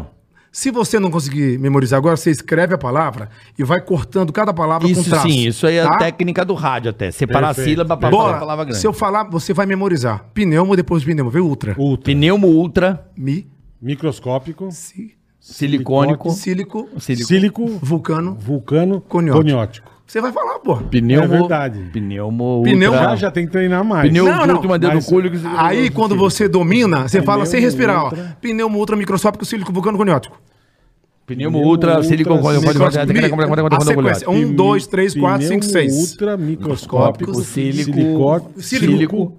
C: Se você não conseguir memorizar agora, você escreve a palavra e vai cortando cada palavra com
D: Isso
C: traço.
D: sim, isso aí é
C: tá?
D: a técnica do rádio até. Separar
B: Perfeito.
D: a sílaba pra falar a palavra
C: Bola,
D: grande.
C: se eu falar, você vai memorizar. Pneumo, depois pneumo. Vê ultra.
B: Ultra.
D: Pneumo ultra,
C: Mi,
B: Microscópico.
C: si,
D: silicônico,
C: sílico,
D: sílico,
B: Sílico.
C: vulcano.
B: Vulcano.
C: Coniótico.
B: Coniótico.
C: Você vai falar, pô.
D: pneumo,
B: É verdade.
D: pneumo
C: Pneumo-
D: ultra.
B: Já, já tem que treinar mais.
D: Pneu
C: Não,
D: de
C: não,
D: última dedo
B: mas-
D: no culho. que-
C: Aí, quando você domina, você fala sem
B: Pneumo
C: respirar,
B: ultra.
C: ó. Pneumo ultra, microscópico, sílico, vulcano, coniótico.
D: Pneumo ultra,
B: ultra,
D: sílico,
C: microscópico, a sequência. Um, dois, três, quatro, cinco, seis.
B: Ultra, microscópico.
D: Sílico.
B: silicó-
D: Sílico.
B: Sílico.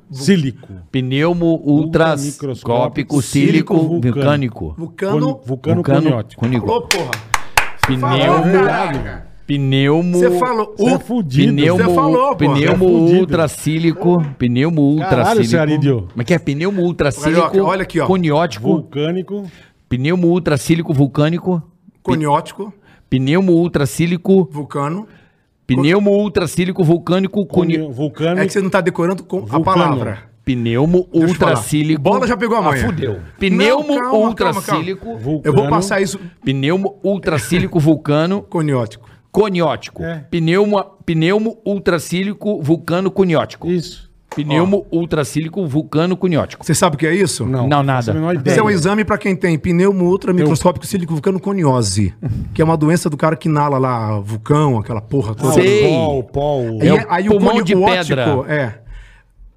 B: Sílico.
D: Pneumo ultra, um microscópico, sílico, vulcânico.
C: Vulcano.
B: Con- Vulcano coniótico. É um
C: Ô, porra.
D: Pneumo,
C: caraca.
D: pneumo,
C: Você falou
B: Você é
C: ultra.
B: fudido.
D: pneumo,
C: Você falou, pô.
D: pneumo
B: Você é fudido.
D: ultracílico, pneumo ultracílico.
B: Cearídeo.
D: Como é que é? Pneumo ultracílico,
C: Carioca, olha aqui, ó.
D: coniótico,
B: Vulcânico.
D: pneumo ultracílico vulcânico,
C: Coniótico,
D: pneumo ultracílico,
C: vulcano.
D: pneumo ultracílico vulcânico, coni...
B: coni- Vulcano.
C: É que você não tá decorando com a
B: Vulcano.
C: palavra.
D: pneumo
C: Deixa eu falar.
D: ultracílico. Ah,
C: Bola já pegou a manha.
D: fudeu. Pneumo
C: Não, calma,
D: ultracílico,
B: Vulcano.
C: Eu vou passar isso
D: pneumo ultracílico vulcano,
C: coniótico.
D: coniótico.
B: É.
D: Pneumo, pneumo ultracílico vulcano coniótico.
B: Isso.
D: Pneumo ultracílico vulcano coniótico.
C: Você sabe o que é isso?
D: Não,
B: faço
D: nada.
B: a menor ideia.
C: Isso é um exame pra quem tem pneumo ultra microscópico sílico vulcano coniose, que é uma doença do cara que inala lá vulcão, aquela porra toda.
D: Sei.
B: O pó, o pó, o-
C: E
D: É o pulmão de
C: coniótico,
D: pedra. Uhum.
C: É.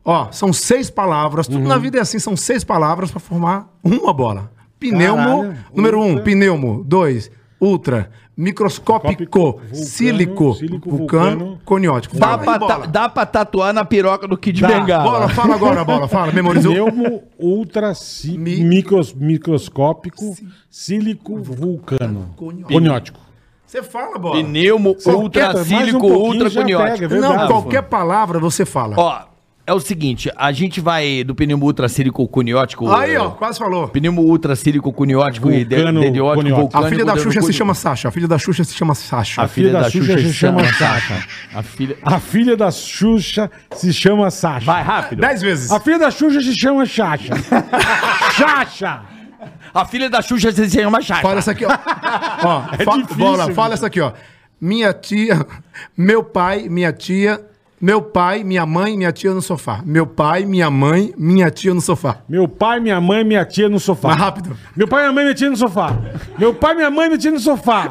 C: Ó, são seis palavras. Tudo na vida é assim, são seis palavras pra formar uma bola. Pneumo,
B: Caralho.
C: número um,
B: Ultra.
C: pneumo. Dois, ultra, microscópico,
B: Vulcano,
C: sílico,
B: sílico,
C: vulcano,
B: vulcano,
C: coniótico.
D: Dá
C: Fala aí,
D: pra, ta-
C: bola.
D: dá pra tatuar na piroca do Kid
B: Dá.
D: Bengala.
C: Bola, fala agora,
D: [LAUGHS]
C: bola, fala. Memorizou?
B: É Pneumo um ultra si-
C: Mi-
B: micros- microscópico sílico vulcano.
C: Coniótico.
B: Coniótico.
C: Você fala, bola. É
D: Pneumo
B: Só quieto, mais um
D: ultracílico
B: pouquinho
D: ultra
B: já pega,
D: coniótico.
B: viu?
C: Não,
B: verdade,
C: qualquer palavra você fala.
D: Ó, é o seguinte, a gente vai do pneumo ultracílico cuniótico.
C: aí, ó, quase falou.
D: Pneumo ultracílico cuniótico e de-
B: Vulcano
D: dediótico,
B: coniótico.
D: vulcânico,
C: A filha da Xuxa
D: dedocúnico.
C: se chama Sasha. A filha da Xuxa se chama Sasha.
D: A filha da Xuxa se chama Sasha. A filha...
B: A filha da Xuxa se chama Sasha.
D: Vai rápido.
C: Dez vezes.
B: A filha da Xuxa se
D: [LAUGHS]
B: chama Xaxa. Xaxa!
D: A filha da Xuxa se chama Sasha.
C: Fala essa
B: [LAUGHS]
C: aqui, ó. ó fa-
B: É difícil,
C: bola,
B: bicho.
C: fala essa aqui, ó. Minha tia, meu pai, minha tia, meu pai, minha mãe, minha tia no sofá. Meu pai, minha mãe, minha tia no sofá.
B: Meu pai, minha mãe, minha tia no sofá.
C: Mais rápido.
B: Meu pai, minha mãe, minha tia no sofá. Meu pai, minha mãe, minha tia no sofá.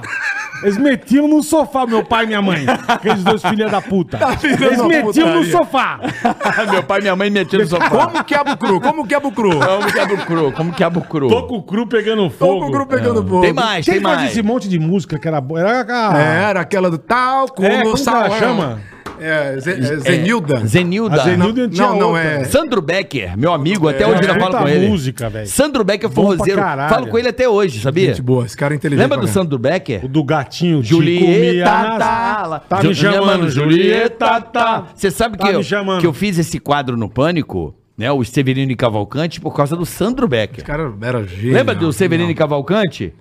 B: Eles metiam no sofá, meu pai e minha mãe. Aqueles dois filha da
C: [LAUGHS]
B: puta.
C: virando
B: Eles
C: uma
B: metiam no
C: putaria.
B: sofá.
D: [LAUGHS] Meu pai e minha mãe metiam no sofá.
C: Como quebra o cru? Como é quebra o cru?
D: Como quiabo cru? Como quiabo cru?
B: Tô com o cru pegando É um
C: Tô
B: fogo. É. um
C: com o cru pegando fogo.
D: Tem mais,
B: Quem
D: tem
B: fazia
D: mais.
B: esse monte de música que era boa? Era a...
C: Era aquela do tal como
B: É, como que ela
C: Samuel.
B: chama?
C: É, Ze- é, Zenilda.
D: Zenilda.
B: a Zenilda tinha
C: Não, não,
B: outra.
C: é.
D: Sandro Becker, meu amigo, até
B: É,
D: hoje ainda
B: puta
D: falo com ele.
B: música, velho.
D: Sandro Becker
B: Bom pra
D: forrozeiro.
B: caralho.
D: Falo com ele até hoje, sabia?
C: Gente boa, esse cara é inteligente.
D: Lembra do
C: pra caramba.
D: Sandro Becker?
B: O do gatinho te comia
D: Julieta
B: nas-
D: Tala.
B: Tá me chamando, Julieta tá.
D: Você sabe
B: Tá
D: que,
B: me
D: eu,
B: chamando.
D: que eu fiz esse quadro no Pânico, né? O Severino e Cavalcante, por causa do Sandro Becker.
C: Esse cara era gênio.
D: Lembra do Severino e Cavalcante?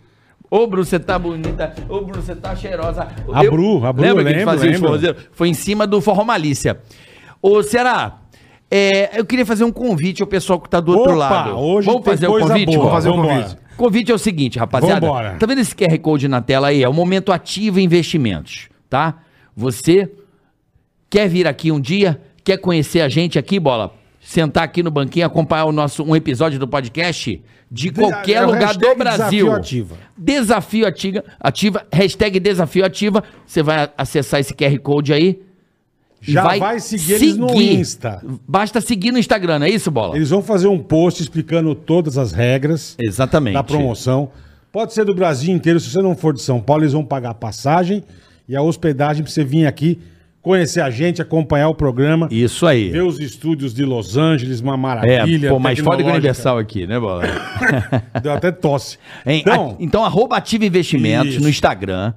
D: Ô, Bruno, você tá bonita. Ô, Bruno, você tá cheirosa.
B: A Bru, a Bru,
D: Lembra
B: eu
D: que a gente
B: lembro,
D: fazia os
B: lembro.
D: forrozeiros? Foi em cima do Forró Malícia. Ô, Ceará, é, eu queria fazer um convite ao pessoal que tá do outro
B: Opa,
D: lado.
B: hoje
D: Vamos
B: tem
D: fazer o
B: coisa
D: convite?
B: boa.
D: Vamos
C: fazer o
B: Vambora.
C: convite.
D: Convite é o seguinte, rapaziada.
B: Vambora.
D: Tá vendo esse QR Code na tela aí? É o Momento Ativo Investimentos, tá? Você quer vir aqui um dia? Quer conhecer a gente aqui, bola? Sentar aqui no banquinho, acompanhar o nosso, um episódio do podcast de qualquer
B: é o
D: lugar do
B: hashtag
D: Brasil.
B: Desafio Ativa.
D: Desafio ativa, ativa, hashtag desafio ativa. Você vai acessar esse QR Code aí. e
B: Já vai, seguir eles no
D: seguir.
B: Insta.
D: Basta seguir no Instagram, não é isso, bola?
B: Eles vão fazer um post explicando todas as regras
D: Exatamente.
B: da promoção. Pode ser do Brasil inteiro, se você não for de São Paulo, eles vão pagar a passagem e a hospedagem pra você vir aqui conhecer a gente, acompanhar o programa,
D: Isso aí.
B: ver os estúdios de Los Angeles, uma
D: É,
B: maravilha.
D: pô, mais foda que o
B: tecnológica.
D: Universal aqui, né, Bola?
B: [LAUGHS] Deu até tosse.
D: [LAUGHS] Hein, a- então,
B: então,
D: arroba Ativa Investimentos
B: Isso.
D: no Instagram.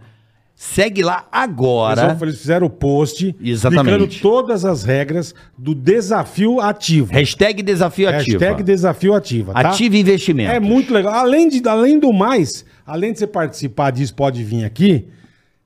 D: Segue lá
B: eles,
D: agora.
B: vão- eles fizeram o post
D: Exatamente.
B: explicando todas as regras do desafio ativo.
D: Hashtag Desafio Ativa.
B: Hashtag desafio ativa, tá?
D: Ative Investimento.
B: É muito legal. Além, de, além do mais, além de você participar disso, pode vir aqui,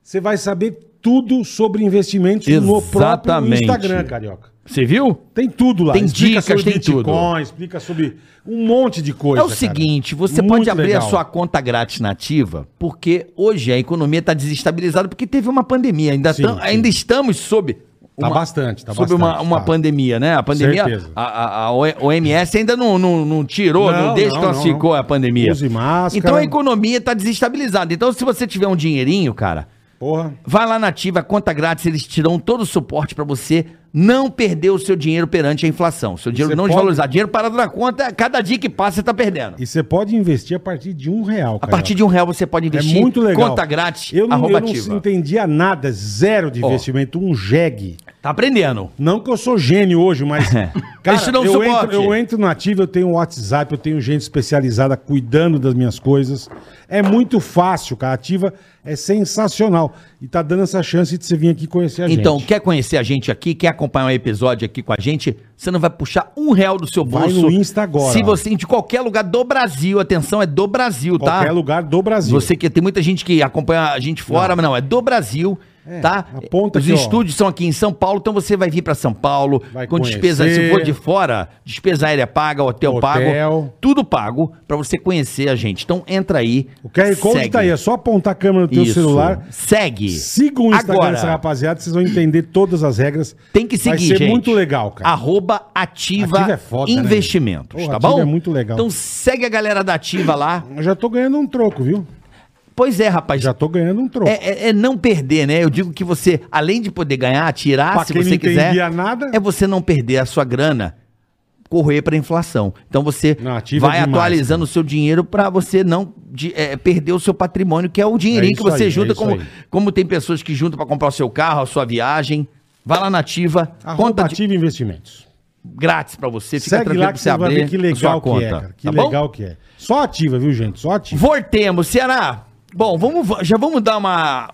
B: você vai saber tudo sobre investimentos no próprio
D: Exatamente.
B: Instagram, Carioca.
D: Você viu?
B: Tem tudo lá.
D: Tem dicas,
B: sobre
D: tem
B: Bitcoin,
D: tudo.
B: explica sobre um monte de coisa,
D: é o
B: cara.
D: seguinte, você
B: Muito
D: pode abrir
B: legal.
D: a sua conta grátis nativa, porque hoje a economia está desestabilizada, porque teve uma pandemia. Ainda,
B: Sim,
D: tam-
B: sim.
D: ainda estamos sob.
B: Tá
D: uma-
B: bastante, tá
D: sobre
B: bastante,
D: uma, uma
B: tá.
D: pandemia, né? A pandemia,
B: Certeza.
D: a, a- a O- OMS ainda não, não, não tirou, não,
B: Não, não,
D: desclassificou
B: não, não.
D: a pandemia.
B: Use máscara.
D: Então a economia está desestabilizada. Então se você tiver um dinheirinho, cara,
B: Porra.
D: Vai lá na Ativa, conta grátis, eles te dão todo o suporte pra você não perder o seu dinheiro perante a inflação. Seu dinheiro
B: Você
D: não
B: pode-
D: desvalorizar. Dinheiro parado na conta, cada dia que passa você tá perdendo.
B: E você pode investir a partir de um real,
D: A partir de um real você pode investir.
B: É muito legal.
D: Conta grátis,
B: eu não,
D: arroba
B: eu não
D: Ativa.
B: entendia nada, zero de
D: Ó.
B: investimento, um jegue.
D: Tá aprendendo.
B: Não que eu sou gênio hoje, mas.
D: [LAUGHS]
B: Cara,
D: Isso dá um
B: eu,
D: suporte.
B: entro, eu entro no ativo, eu tenho um WhatsApp, eu tenho gente especializada cuidando das minhas coisas. É muito fácil, cara. A ativa é sensacional. E tá dando essa chance de você vir aqui conhecer a
D: Então,
B: gente.
D: quer conhecer a gente aqui, quer acompanhar um episódio aqui com a gente? Você não vai puxar um real do seu
B: Vai
D: bolso.
B: no Insta agora,
D: Se
B: ó.
D: você, de qualquer lugar do Brasil, atenção, é do Brasil, tá?
B: Qualquer lugar do Brasil.
D: Você que tem muita gente que acompanha a gente fora, mas não, é do Brasil,
B: É,
D: tá?
B: aponta
D: Os
B: aqui, ó.
D: estúdios são aqui em São Paulo, então você vai vir pra São Paulo
B: Vai
D: com despesa,
B: conhecer.
D: se for de fora, despesa aérea paga, hotel, pago,
B: Hotel.
D: tudo pago pra você conhecer a gente. Então entra aí.
B: O QR Code
D: segue.
B: tá aí, é só apontar a câmera no teu
D: Isso.
B: celular.
D: Segue.
B: Siga o Instagram
D: Agora,
B: dessa rapaziada, vocês vão entender todas as regras.
D: Tem que seguir,
B: Vai ser
D: gente.
B: muito legal, cara.
D: Arroba Ativa,
B: Ativa é foda, né?
D: Investimentos,
B: Porra,
D: tá
B: Ativa
D: bom?
B: é muito legal.
D: Então segue a galera da Ativa lá.
B: Eu já tô ganhando um troco, viu?
D: Pois é, rapaz.
B: Já tô ganhando um troco.
D: É, é- é não perder, né? Eu digo que você, além de poder ganhar, tirar,
B: Pra
D: se
B: quem
D: você
B: não
D: quiser,
B: entendia nada.
D: é você não perder a sua grana, correr para inflação. Então você
B: Não, ativa
D: vai
B: demais,
D: atualizando o seu dinheiro para você não de- é, perder o seu patrimônio, que é o dinheirinho
B: É
D: que
B: isso
D: você
B: aí, é
D: junta,
B: isso
D: como,
B: aí.
D: como tem pessoas que juntam para comprar o seu carro, a sua viagem. Vai lá na Ativa,
B: Arroba
D: conta de-
B: Ativa Investimentos.
D: grátis para você, fica
B: Segue
D: tranquilo
B: lá
D: pra
B: que
D: você
B: você vai
D: abrir
B: ver que
D: a sua
B: legal que
D: conta.
B: é, cara. Que
D: tá bom?
B: legal que é. Só ativa, viu, gente? Só ativa.
D: Voltemos, Ceará. Bom, vamos, já vamos dar uma.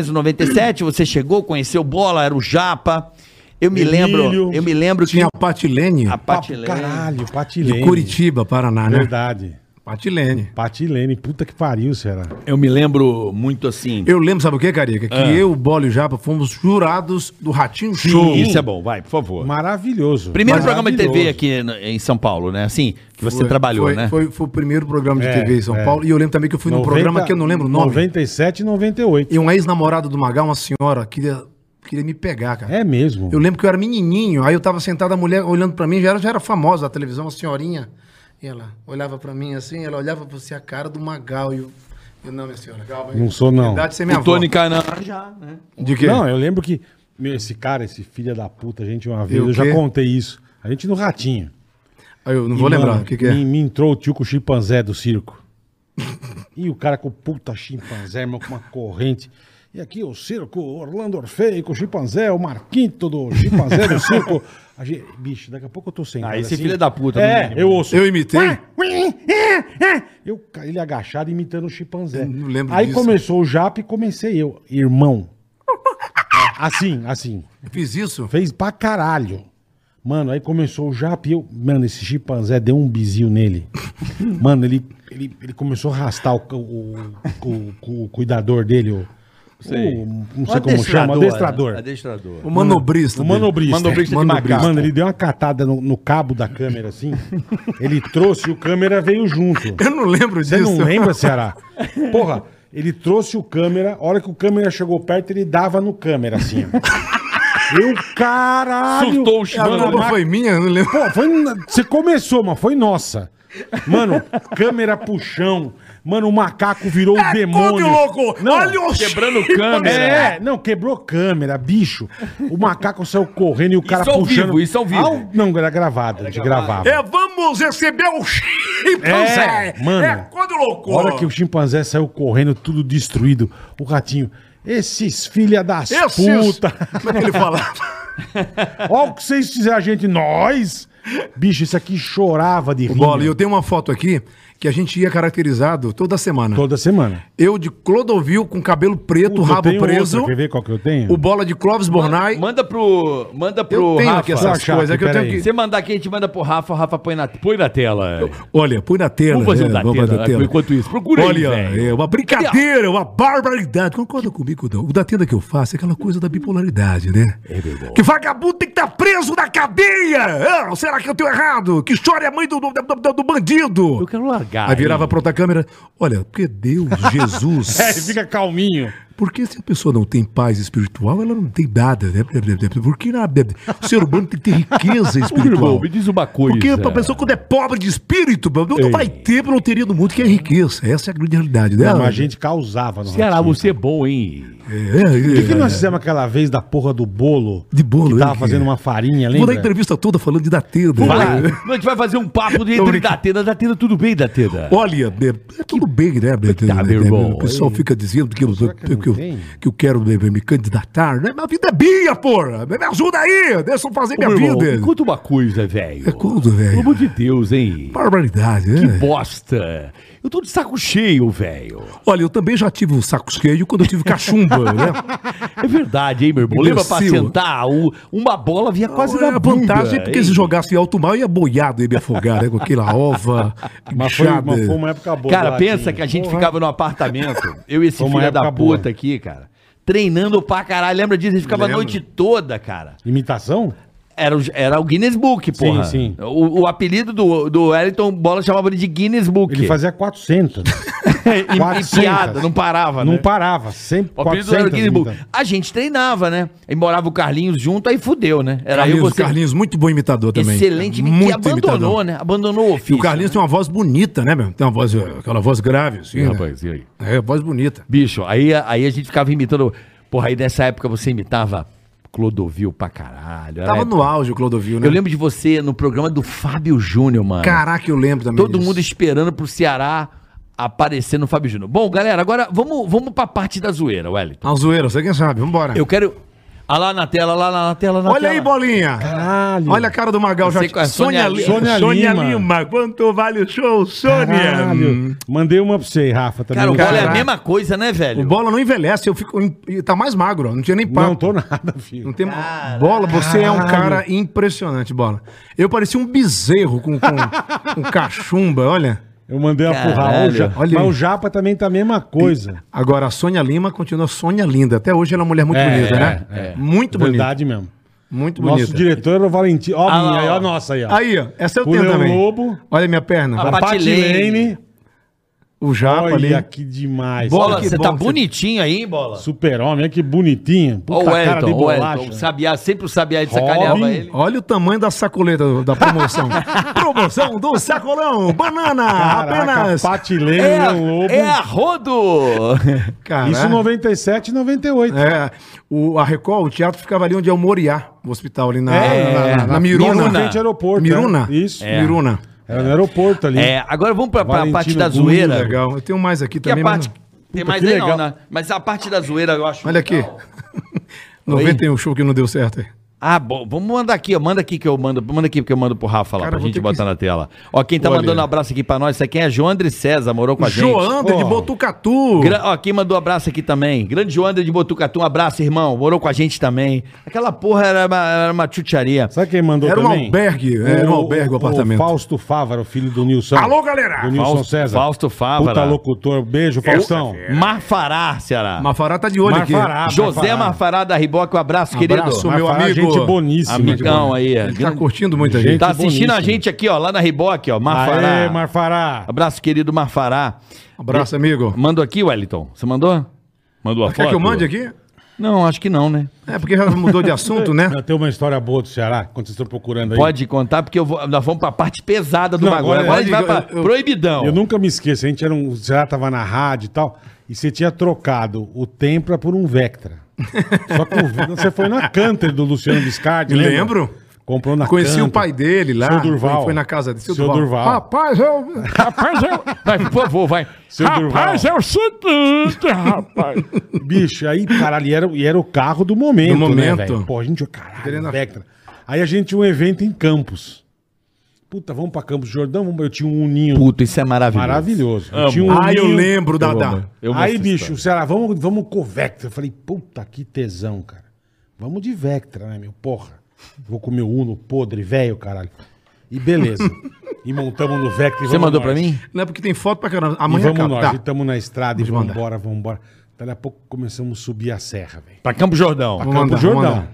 D: 1997, você chegou, conheceu bola, era o Japa. Eu me
B: Emílio.
D: lembro, eu me lembro que
C: Tinha a Patilene
D: a Patilene.
B: Caralho,
C: de
B: Patilene.
C: Curitiba, Paraná, né?
B: Verdade.
C: Patilene.
B: Patilene, puta que pariu, será?
D: Eu me lembro muito assim.
C: Eu lembro, sabe o que, Carica? Que
B: Ah.
C: eu, Bola e o Japa fomos jurados do Ratinho Show.
D: Isso é bom, vai, por favor.
B: Maravilhoso.
D: Primeiro programa de TV
B: Maravilhoso.
D: aqui no- em São Paulo, né? Assim, que você
C: Foi-
D: trabalhou,
C: foi,
D: né?
C: Foi, foi o primeiro programa de
B: É,
C: TV em São
B: é.
C: Paulo. E eu lembro também que eu fui num
B: 90,
C: programa que eu não lembro o nome.
B: 97 e 98.
C: E um ex-namorado do Magal, uma senhora, queria, queria me pegar, cara.
B: É mesmo.
C: Eu lembro que eu era menininho, aí eu tava sentado, a mulher olhando pra mim, já era, já era famosa a televisão, uma senhorinha. E ela olhava pra mim assim, ela olhava pra você a cara do Magal. E eu, Não, minha senhora, calma aí.
B: Não sou, não.
C: Idade sem é minha
D: O
C: avó.
D: Tony Canan já, né?
C: De quê?
B: Não, é eu lembro que meu, esse cara, esse filho da puta, a gente uma vez,
C: E o
B: eu já
C: quê?
B: contei isso. A gente no Ratinho.
C: Ah, eu não vou
B: E,
C: lembrar
B: mano,
C: o que, que é.
B: Me, me entrou o tio com o chimpanzé do circo. e o cara com o puta chimpanzé, irmão, com uma corrente. E aqui o circo, Orlando Orfei, com o chimpanzé, o Marquinto do chimpanzé do circo. A gente- bicho, daqui a pouco eu tô sem.
D: Ah, esse filho da puta, né?
B: É,
D: não-
B: eu ouço. é,
C: Eu imitei.
B: Eu, ca- ele agachado imitando o chimpanzé.
C: Eu não lembro
B: Aí
C: disso.
B: começou o japa e comecei eu. Irmão. Assim, assim.
C: Fiz isso?
B: Fez pra caralho. Mano, aí começou o japa e eu... Mano, esse chimpanzé deu um bizil nele. Mano, ele, ele, ele começou a arrastar o, o, o- o- o cuidador dele, o... o- não sei como chama, adestrador.
D: Adestrador. né?
C: O manobrista.
B: O
C: dele.
B: manobrista.
D: Manobrista de macaco.
B: Mano, ele deu uma catada no, no cabo da câmera, assim. ele trouxe e o câmera veio junto.
C: Eu não lembro
B: Você
C: disso.
B: não
D: [LAUGHS]
B: lembra, Ceará? Porra, ele trouxe o câmera, a hora que o câmera chegou perto, ele dava no câmera, assim.
D: [LAUGHS]
B: ó. Eu, caralho!
D: Surtou o né?
C: [LAUGHS] A
D: chimpanzé.
B: mano,
C: culpa
B: mas-
C: foi minha, eu não lembro.
B: Pô, foi... na- Você começou, mas foi nossa. Mano, câmera pro chão. Mano, o macaco virou
D: É
B: o demônio.
C: É louco!
B: Não.
C: Olha o né?
D: Quebrando câmera.
B: É, não, quebrou câmera, bicho. O macaco saiu correndo e o cara
D: Isso ao
B: puxando.
D: vivo, isso ao vivo.
B: não, era gravado, a gente gravava.
C: É, vamos receber o chimpanzé!
B: É, mano.
C: quando
B: A
C: louco!
B: hora que o chimpanzé saiu correndo, tudo destruído, o ratinho. Esses filha das
C: Esses...
B: puta!
C: Como é que
B: [LAUGHS]
C: ele fala?
B: Olha o que vocês fizeram, a gente, nós! Bicho, isso aqui chorava de rir.
C: Bola, e eu
B: meu.
C: tenho uma foto aqui que a gente ia caracterizado toda semana.
B: Toda semana.
C: Eu de Clodovil com cabelo preto,
B: Puta, eu
C: rabo
B: tenho
C: preso.
B: outra, Quer ver qual que eu tenho?
C: O bola de Clóvis Bornai.
D: Manda pro. Manda pro.
C: eu tenho
D: Rafa.
C: aqui essas
B: Deixa eu achar
C: coisas. é que eu
B: aqui,
C: tenho
B: peraí.
D: Se
C: que...
D: você mandar aqui, a gente manda pro Rafa, o Rafa põe na, põe na tela.
C: Olha, põe na tela.
D: Vamos fazer
C: é,
D: o da
C: vamos
D: tela,
C: fazer
D: né? Enquanto isso, procura aí,
C: Olha,
D: velho.
C: é uma brincadeira, uma barbaridade. Concorda comigo, não? O da tenda que eu faço é aquela coisa da bipolaridade, né? É verdade. Que vagabundo tem que estar preso na cadeia! Ah, será que eu tenho errado? Que história é a mãe do, do, do- do bandido!
D: Eu quero largar.
C: Aí virava pra outra câmera. Olha,
D: [LAUGHS]
C: porque Deus,
B: [LAUGHS]
C: Jesus.
B: É, fica
C: [LAUGHS]
B: calminho.
C: Porque se a pessoa não tem paz espiritual, ela não tem nada, né? Porque na- o ser humano tem que ter
D: [LAUGHS]
C: riqueza espiritual.
D: irmão, me diz uma coisa.
C: Porque a pessoa, quando é pobre de espírito, não, não vai ter loteria do mundo que é riqueza. Essa é a grande realidade, né?
B: Não, mas a gente causava no
D: Ceará,
B: Ratinho.
D: você é bom, hein?
C: É, é,
B: O que
C: é.
B: nós fizemos aquela vez da porra do bolo?
C: De bolo,
B: Que tava
C: né, que-
B: fazendo uma farinha,
C: Vou dar
B: lembra?
C: entrevista toda falando de Datena. né?
D: Vamos lá. A gente vai fazer um papo de entre Datena. Datena, tudo bem, Datena?
C: Olha, é, é tudo bem, né? Tá,
D: meu irmão,
C: O pessoal
D: é.
C: fica dizendo que eu, que, eu,
B: tem?
C: que eu quero me, me candidatar, né? Minha vida é minha, porra! Me ajuda aí! Deixa eu fazer
D: Ô,
C: minha
D: meu irmão,
C: vida!
D: me conta uma coisa, velho.
C: É quando,
D: Pelo
C: velho?
D: amor de Deus, hein?
C: Barbaridade,
D: Que
C: né?
D: bosta. Eu tô de saco cheio, velho.
C: Olha, eu também já tive um saco cheio quando eu
D: [LAUGHS]
C: tive cachumba, né?
D: É verdade, hein, meu irmão? Lembra pra
C: Imbecil.
D: sentar? o- uma bola vinha quase
C: Olha,
D: na
C: a
D: bunda.
C: vantagem é porque
D: hein?
C: se jogasse em alto mar, eu ia boiado, ia me afogar, né? Com aquela ova,
B: Mas foi,
C: inchada.
B: mas foi uma época boa.
D: Cara,
B: do
D: pensa
B: Ratinho.
D: que a gente
B: Porra.
D: ficava no apartamento, eu e esse
B: Foi uma
D: filho da
B: época boa.
D: puta aqui, cara, treinando pra caralho. Lembra disso? A gente ficava a
C: Lembro.
D: noite toda, cara.
B: Imitação?
D: Era, o- era o Guinness Book, porra.
B: sim.
D: O, o apelido do, do Wellington Bola chamava ele de Guinness Book.
B: Ele fazia 400.
D: [LAUGHS] E- e
B: 400.
D: piada, não parava,
B: Não
D: né?
B: parava, sempre
D: O apelido era o Guinness Book.
C: então.
B: imitações.
D: A gente treinava, né? E morava o Carlinhos junto, aí fudeu, né? Era
C: Carlinhos,
D: eu você.
C: Carlinhos, muito bom imitador também.
D: Excelente,
C: muito
D: que abandonou,
C: imitador.
D: né? Abandonou o ofício.
C: E o Carlinhos tem uma voz bonita, né, meu? Tem uma voz, aquela voz grave, assim,
D: né?
C: né?
D: Rapaz, e aí?
C: É, voz bonita.
D: Bicho, aí, aí a gente ficava imitando. Porra, aí nessa época você imitava Clodovil pra caralho. era
C: Tava
D: época-
C: no auge o Clodovil, né?
D: é Eu lembro de você no programa do Fábio Júnior, mano.
C: Caraca, eu lembro também
D: Todo
C: disso.
D: mundo esperando pro Ceará aparecer no Fábio Júnior. Bom, galera, agora vamos, vamos pra parte da zoeira, Wellington.
C: Ah, zoeira, você quem sabe, vambora.
D: Eu quero. Ah, lá na tela, lá na, na tela, na
C: Olha
D: tela.
C: aí, bolinha.
B: Caralho.
C: Olha a cara do Magal
D: Eu
C: já.
D: sei qual é, Sônia Li-
B: Sônia Lima.
C: Quanto vale o show,
B: Caralho. Mandei uma pra você, aí, Rafa, também.
D: Cara, o bola é a
C: Caraca.
D: mesma coisa, né,
C: O
D: velho?
C: bola não envelhece, eu fico. e Tá mais magro, ó, não tinha nem papo.
B: Não tô nada, filho.
C: Não tem bola, você é um cara impressionante, bola. Eu parecia um bezerro
B: [LAUGHS]
C: com, com, com cachumba, olha.
B: Eu mandei uma pro Rafa.
D: Caralho.
B: O Ja-
C: Olha
B: Mas
C: aí.
B: o Japa também tá a mesma coisa.
C: Agora a Sônia Lima continua Sônia linda. Até hoje ela é uma mulher muito
B: É,
C: bonita,
B: é,
C: né?
B: é.
C: Muito bonita.
B: Verdade mesmo.
C: Muito
B: Nosso
C: bonita.
B: diretor era o Valentim. Ó, a
D: Ah, lá,
B: minha, aí,
D: ó.
B: ó, a nossa aí, ó.
C: Aí, ó, essa eu
B: O
C: tenho
B: Leão
C: também.
B: Lobo.
C: Olha minha perna.
D: Ah,
B: A
D: Patilene.
B: Patilene.
C: O Japa ali.
B: Olha que demais.
D: Bola,
B: cara.
D: você
C: bom
D: tá
C: é que você-
D: bonitinho aí, hein, Bola?
B: Super-homem, olha que bonitinho.
D: Ó
B: Puta
D: o
B: cara de
D: Wellington, o
B: bolacha.
D: Wellington. o Sabiá, sempre o Sabiá de sacaneava
B: Robin.
D: ele.
C: Olha o tamanho da sacoleta do-
B: [LAUGHS]
C: da promoção. promoção do sacolão. Banana.
B: Caraca,
C: apenas.
B: Patileiro,
D: É,
B: é,
D: a-
B: Lobo.
D: é a
C: [LAUGHS]
D: Rodo!
C: Caraca.
B: Isso 97 e 98.
C: É, o, a Record, o teatro ficava ali onde é o Moriá, o hospital ali na,
B: É,
C: na, na- na
B: na-
C: Miruna.
B: logo em
D: Miruna.
B: frente ao aeroporto.
C: Miruna?
B: né? Isso.
C: Miruna.
B: Era no aeroporto ali.
D: É, agora vamos pra, pra
B: Valentino
D: parte da
B: Gugno,
D: zoeira.
C: Legal. Eu tenho mais aqui
D: Que É. a
C: também. mas
D: parte.
C: não-
D: Tem mais
B: que
D: aí não,
B: legal.
D: né? Mas a parte da zoeira eu acho.
C: Olha aqui. 91 show que não deu certo aí.
D: Ah, bom, vamos mandar aqui, ó. Manda aqui que eu mando. Manda aqui que eu mando pro Rafa lá,
C: Cara,
D: pra
C: vou
D: gente
C: ter que-
D: botar na tela. Ó, quem tá
C: Olha.
D: mandando um abraço aqui pra nós, isso aqui é a Joandre César, morou com a gente.
C: Joander de
B: Ó.
C: Botucatu.
D: Gra ó, quem mandou abraço aqui também. Grande Joandre de Botucatu, um abraço, irmão. Morou com a gente também. Aquela porra era uma, era uma chucharia.
B: Sabe quem mandou
C: Era um
B: também?
C: albergue, era um albergue, o apartamento.
B: Fausto Fávaro, filho do Nilson.
C: Alô, galera!
B: Do Nilson
D: Fausto-
B: César.
D: Fausto Fávaro.
B: Puta locutor. Beijo, Faustão.
D: Marfará, Ceará.
C: Mafará tá de olho
B: Marfará.
C: aqui.
D: José Marfará da Riboc, um abraço, querido.
C: Abraço,
B: Vai
C: meu
B: falar
C: amigo.
B: Gente boníssima.
D: Amigão aí.
C: Ele tá
D: Grande-
C: curtindo muito a
B: Gente,
C: gente.
D: Tá assistindo
B: boníssimo.
D: a gente aqui, ó, lá na Riboc, ó. Marfará.
B: Aê, Marfará.
D: Abraço, querido Marfará.
C: Um Abraço, amigo.
D: Mandou aqui, Wellington? Você mandou? Mandou a
C: Quer que eu mande aqui?
D: Não, acho que não, né?
C: É, porque já mudou de
B: [LAUGHS]
C: assunto, né?
B: Tem uma história boa do Ceará, quando vocês estão procurando aí.
D: Pode contar, porque eu vou- nós vamos pra parte pesada do
B: Não,
D: bagulho. Agora,
B: agora- é
D: a gente vai pra
C: eu- eu-
D: proibidão.
B: Eu nunca me esqueço, a gente era um, o Ceará tava na rádio e tal, e você tinha trocado o Tempra por um Vectra. Só que o Ve- [LAUGHS] você foi na Canter do Luciano Biscardi, lembra?
C: Lembro.
B: Comprou na
C: Conheci
B: Canter.
C: o pai dele lá.
B: Seu Durval.
C: Foi, foi na casa dele.
B: Seu Durval.
C: Rapaz, eu...
G: Rapaz, eu.
D: Vai, por favor, vai.
B: Seu Durval.
G: Rapaz, é o seguinte, rapaz.
B: Bicho, aí, caralho, e era, e era o carro do momento,
C: Do momento.
B: né, velho? Pô, a gente, caralho,
C: Querendo-
B: Vectra. Aí a gente tinha um evento em Campos. Puta, vamos pra Campos do Jordão? Vamos- Eu tinha um uninho
D: Puto, isso é maravilhoso.
B: maravilhoso. Eu tinha um
C: Ah, eu
B: uninho-
C: lembro, Dadá.
D: amo. Eu
B: aí,
D: essa
B: bicho, será? Vamos, vamos com o Vectra. Eu falei, puta que tesão, cara. Vamos de Vectra, né, meu? Porra. Vou comer o Uno podre, velho, caralho. E beleza. e montamos no Vectra. e
D: Você
B: vamos
D: mandou
B: nós.
D: pra mim?
C: Não é porque tem foto pra caramba.
B: E
C: Amanhã Tá.
B: vamos nós.
C: capta.
B: E estamos na estrada e
C: Vamos
B: vamos
C: mandar.
B: embora, vamos embora. Daqui a pouco começamos a subir a serra, velho.
D: Pra Campo Jordão.
C: Vamos
B: Campo
C: mandar,
B: do Jordão.
C: vamos mandar.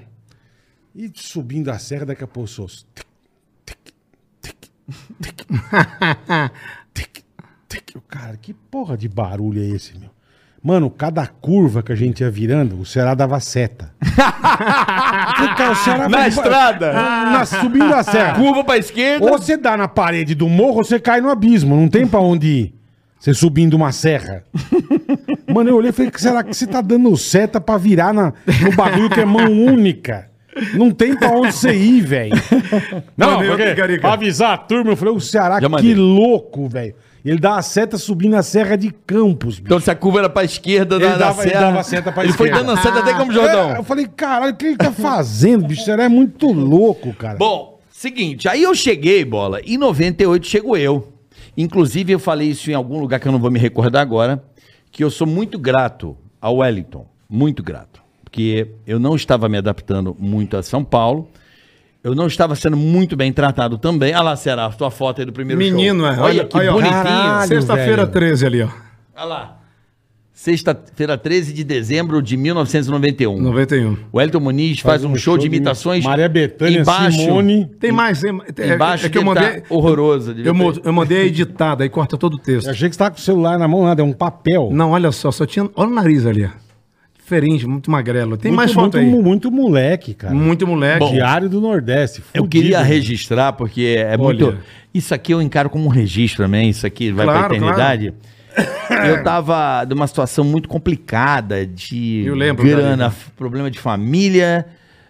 B: E subindo a serra, daqui a pouco sou. Tic, tic, tic,
C: [LAUGHS]
B: tic, tic, tic. Eu, Cara, que porra de barulho é esse, meu? Mano, cada curva que a gente ia virando, o Ceará dava
C: [LAUGHS]
B: seta. Cara, o Ceará
D: Na
B: vai-
D: estrada?
B: Na, subindo a serra.
D: é Curva pra esquerda.
B: Ou você dá na parede do morro ou você cai no abismo. Não tem pra onde ir. Você subindo uma [LAUGHS] serra. Mano, eu olhei e falei, será que você tá dando seta pra virar na, no bagulho que é mão única? Não tem pra onde você ir, velho. [LAUGHS] Não,
C: Mandei outra,
B: porque,
C: Carica.
B: pra avisar a turma, eu falei, o Ceará,
D: Já mandei.
B: que louco, velho. Ele dá a seta subindo a serra de Campos, bicho.
D: Então, se a curva era pra esquerda,
B: Ele
D: da,
B: dava- ele dava seta pra
D: Ele foi
B: esquerda.
D: dando a seta até Campo Jordão.
B: É, eu falei, caralho, o que ele tá fazendo, bicho? O Ceará é muito louco, cara.
D: Bom, seguinte, aí eu cheguei, bola, em 98 chego eu. Inclusive, eu falei isso em algum lugar que eu não vou me recordar agora, que eu sou muito grato ao Wellington, muito grato. Porque eu não estava me adaptando muito a São Paulo, eu não estava sendo muito bem tratado também. Ah lá, Será, a tua foto aí do primeiro
C: Menino,
D: show.
C: é.
D: Olha, que
C: olha, ó.
D: bonitinho.
B: Caralho.
C: Sexta-feira
B: velho.
C: 13 ali, ó.
D: Olha lá. Sexta-feira, 13 de dezembro de 1991.
C: 91.
D: O um. Wellington Muniz faz, um, show de imitações.
B: Maria Bethânia,
D: embaixo,
B: Simone.
C: Tem mais, hein? É,
D: Embaixo
C: é que eu
D: dele tá
C: mandei.
D: horroroso. devia
C: Eu,
D: ter.
C: mo- eu mandei a editada, aí corta todo o texto.
B: Eu achei que você tava com o celular na mão, nada, é um papel.
C: Não, olha só, só tinha. Olha o nariz ali, ó. Diferente, muito magrelo. Tem
B: Muito-
C: mais foto
B: muito,
C: aí.
B: mu- Muito moleque, cara.
C: Muito moleque.
B: Diário do Nordeste.
D: Hum, Eu
B: fudido.
C: né?
B: né?
D: queria registrar, porque é muito. Isso aqui eu encaro como um registro também, isso aqui vai
C: Claro,
D: pra
C: [COUGHS]
D: eternidade. Eu tava numa situação muito complicada de
C: Eu lembro,
D: grana,
C: Dalila.
D: f- problema de família,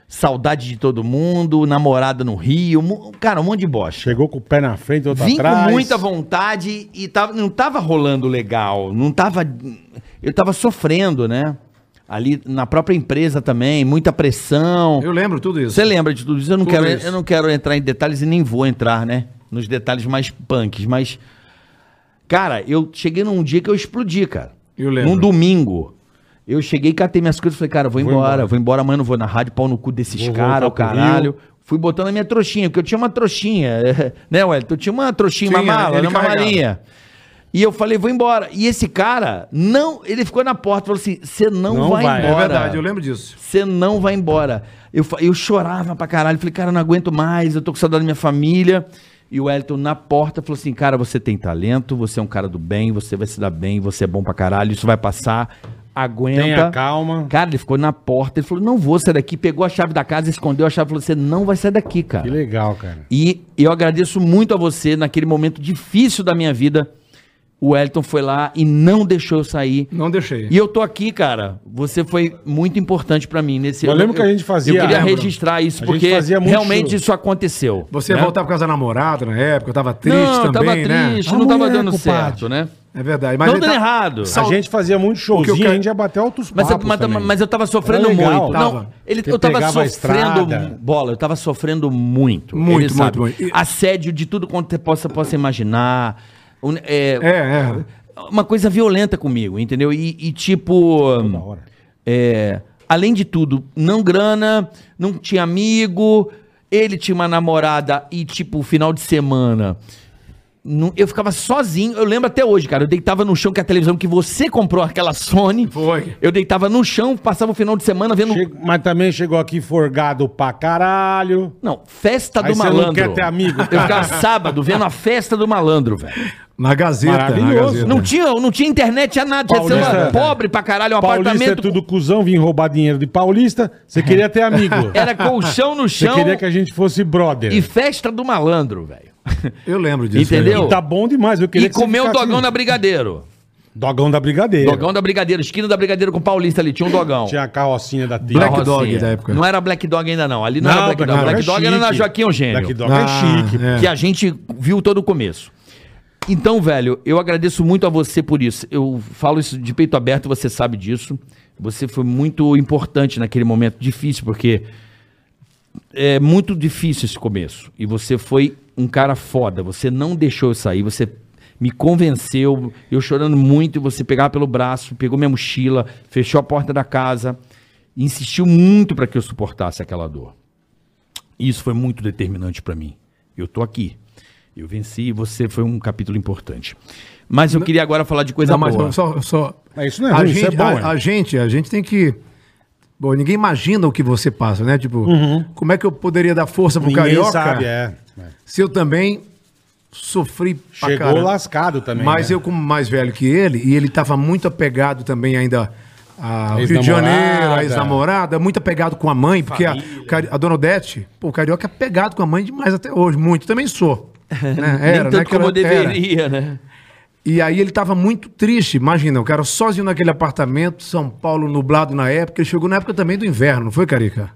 D: saudade de todo mundo, namorada no Rio, mu- cara, um monte de bosta.
B: Chegou com o pé na frente, outro
D: Vim
B: atrás.
D: com muita vontade e tava- não tava rolando legal, não tava. Eu tava sofrendo, né? Ali na própria empresa também, muita pressão.
C: Eu lembro tudo isso.
D: Você lembra de tudo isso? Eu não,
C: Tudo
D: quero,
C: isso.
D: eu não quero entrar em detalhes e nem vou entrar, né? Nos detalhes mais punks, mas. Cara, eu cheguei num dia que eu explodi, cara.
C: Eu lembro.
D: Num domingo. Eu cheguei, catei minhas coisas e falei, cara, vou, embora, vou embora, amanhã não vou na rádio, pau no cu desses
B: Vou
D: caras,
B: voltar
D: o
B: pro
D: caralho. Fui botando a minha trouxinha, porque eu tinha uma trouxinha, [LAUGHS] né, Wellington? Eu tinha uma trouxinha, uma
C: Tinha,
D: mala,
C: ele
D: uma
C: carregava.
D: malinha. E eu falei, vou embora. E esse cara, não, ele ficou na porta, falou assim, você não,
B: Não
D: vai,
B: vai. É
D: embora.
C: É verdade, eu lembro disso.
D: Você não vai embora. Eu, fa- eu chorava pra caralho. Falei, cara, eu não aguento mais. Eu tô com saudade da minha família. E o Wellington na porta falou assim: Cara, você tem talento, você é um cara do bem, você vai se dar bem, você é bom pra caralho, isso vai passar. Aguenta.
B: Tenha calma.
D: Cara, ele ficou na porta, ele falou: Não vou sair daqui. Pegou a chave da casa, escondeu a chave, falou: Você não vai sair daqui, cara.
B: Que legal, cara.
D: E eu agradeço muito a você naquele momento difícil da minha vida. O Wellington foi lá e não deixou eu sair.
C: Não deixei.
D: E eu tô aqui, cara. Você foi muito importante pra mim nesse
B: Eu lembro que a gente fazia-
D: Eu queria
B: Lembro.
D: registrar isso
B: A gente
D: porque
B: fazia muito
D: realmente
B: show.
D: isso aconteceu.
C: Você
D: né?
C: voltava por causa da namorada na época, eu tava triste
D: não, eu
C: também,
D: tava
C: né?
D: triste,
B: A
D: não tava
B: mulher,
D: dando
B: compadre.
D: certo, né?
C: É verdade. Mas
D: não
C: ele
D: dando
C: tá-
D: errado.
B: A gente fazia muito
C: O
B: showzinho,
C: que eu
B: a
C: quero-
B: gente ia bater altos
D: Mas, eu-
B: papos
D: mas,
B: também.
D: mas eu tava sofrendo
B: Era legal,
D: muito. Não,
B: tava.
D: ele,
B: Você
D: eu tava
B: pegava a
D: sofrendo.
B: estrada.
D: Bola, eu tava sofrendo muito.
C: Muito,
D: ele sabe.
C: muito, muito. E-
D: Assédio de tudo quanto você possa, possa imaginar. Um, é,
C: É, é.
D: Uma coisa violenta comigo, entendeu? E, e tipo.
B: hora.
D: é, além de tudo, não grana, não tinha amigo. Ele tinha uma namorada e, tipo, final de semana. Não- eu ficava sozinho. Eu lembro até hoje, cara. Eu deitava no chão que é a televisão que você comprou, aquela Sony.
C: Foi.
D: Eu deitava no chão, passava o final de semana vendo.
B: Che- Mas também chegou aqui forgado pra caralho.
D: Não, festa
B: Aí
D: do
B: você não
D: malandro.
B: quer ter amigo,
D: Eu ficava sábado vendo a festa do malandro, velho.
C: Na Gazeta, na
B: Maravilhoso.
C: Gazeta.
D: Não tinha, não tinha internet, tinha nada. Tinha
B: Uhum. Paulista,
D: celular
B: né?
D: pobre pra caralho, um
B: Paulista
D: apartamento.
B: é tudo cuzão, vim roubar dinheiro de paulista. Você queria ter amigo.
D: [LAUGHS] Era colchão no
B: Você
D: chão
B: queria que a gente fosse brother.
D: e festa do malandro, velho.
C: Eu lembro disso.
D: Entendeu?
C: velho.
B: Tá bom demais. Eu queria
D: E comer o dogão da
B: da...
D: Brigadeiro.
B: Dogão da Brigadeira.
D: Dogão da Brigadeiro, esquina da Brigadeiro com Paulista ali, tinha um dogão.
B: Tinha a carrocinha da tia.
D: Na
C: Black Dog
D: Rocinha.
C: da época.
D: Não era Black Dog ainda não, ali não, era Black Dog.
B: é
D: Black Dog era na
B: chique.
D: Joaquim Eugênio.
B: Black Dog
C: Ah,
B: é chique.
C: é.
D: que a gente viu todo o começo. Então, velho, eu agradeço muito a você por isso. Eu falo isso de peito aberto, você sabe disso. Você foi muito importante naquele momento difícil, porque é muito difícil esse começo. E você foi um cara foda. Você não deixou eu sair, você me convenceu, eu chorando muito, e você pegava pelo braço, pegou minha mochila, fechou a porta da casa, e insistiu muito para que eu suportasse aquela dor. E Isso foi muito determinante para mim. Eu tô aqui. Eu venci e você foi um capítulo importante. Mas eu queria agora falar de coisa
C: Não, mas
D: Tá boa.
C: não, é só, só...
B: Mas isso não é
C: a
B: ruim,
C: gente,
B: isso é bom,
C: A,
B: é.
C: a gente, a gente tem que... Bom, ninguém imagina o que você passa, né? Tipo, como é que eu poderia dar força pro
B: Ninguém
C: carioca
B: sabe, é. É.
C: se eu também sofri pra
B: Chegou
C: caramba?
B: lascado também.
C: Mas
B: né?
C: eu, como mais velho que ele, e ele estava muito apegado também ainda ao Rio de
B: Ex-namorada.
C: Janeiro, a ex-namorada, muito apegado com a mãe, porque a, cari- a dona Odete, pô, o carioca é apegado com a mãe demais até hoje, muito. Também sou. Né?
D: Nem
C: Era, né?
D: tanto
C: Que
D: como eu
C: ela- era.
D: deveria, né?
C: E aí ele tava muito triste, imagina, o cara sozinho naquele apartamento, São Paulo nublado na época, ele chegou na época também do inverno, não foi, Carica?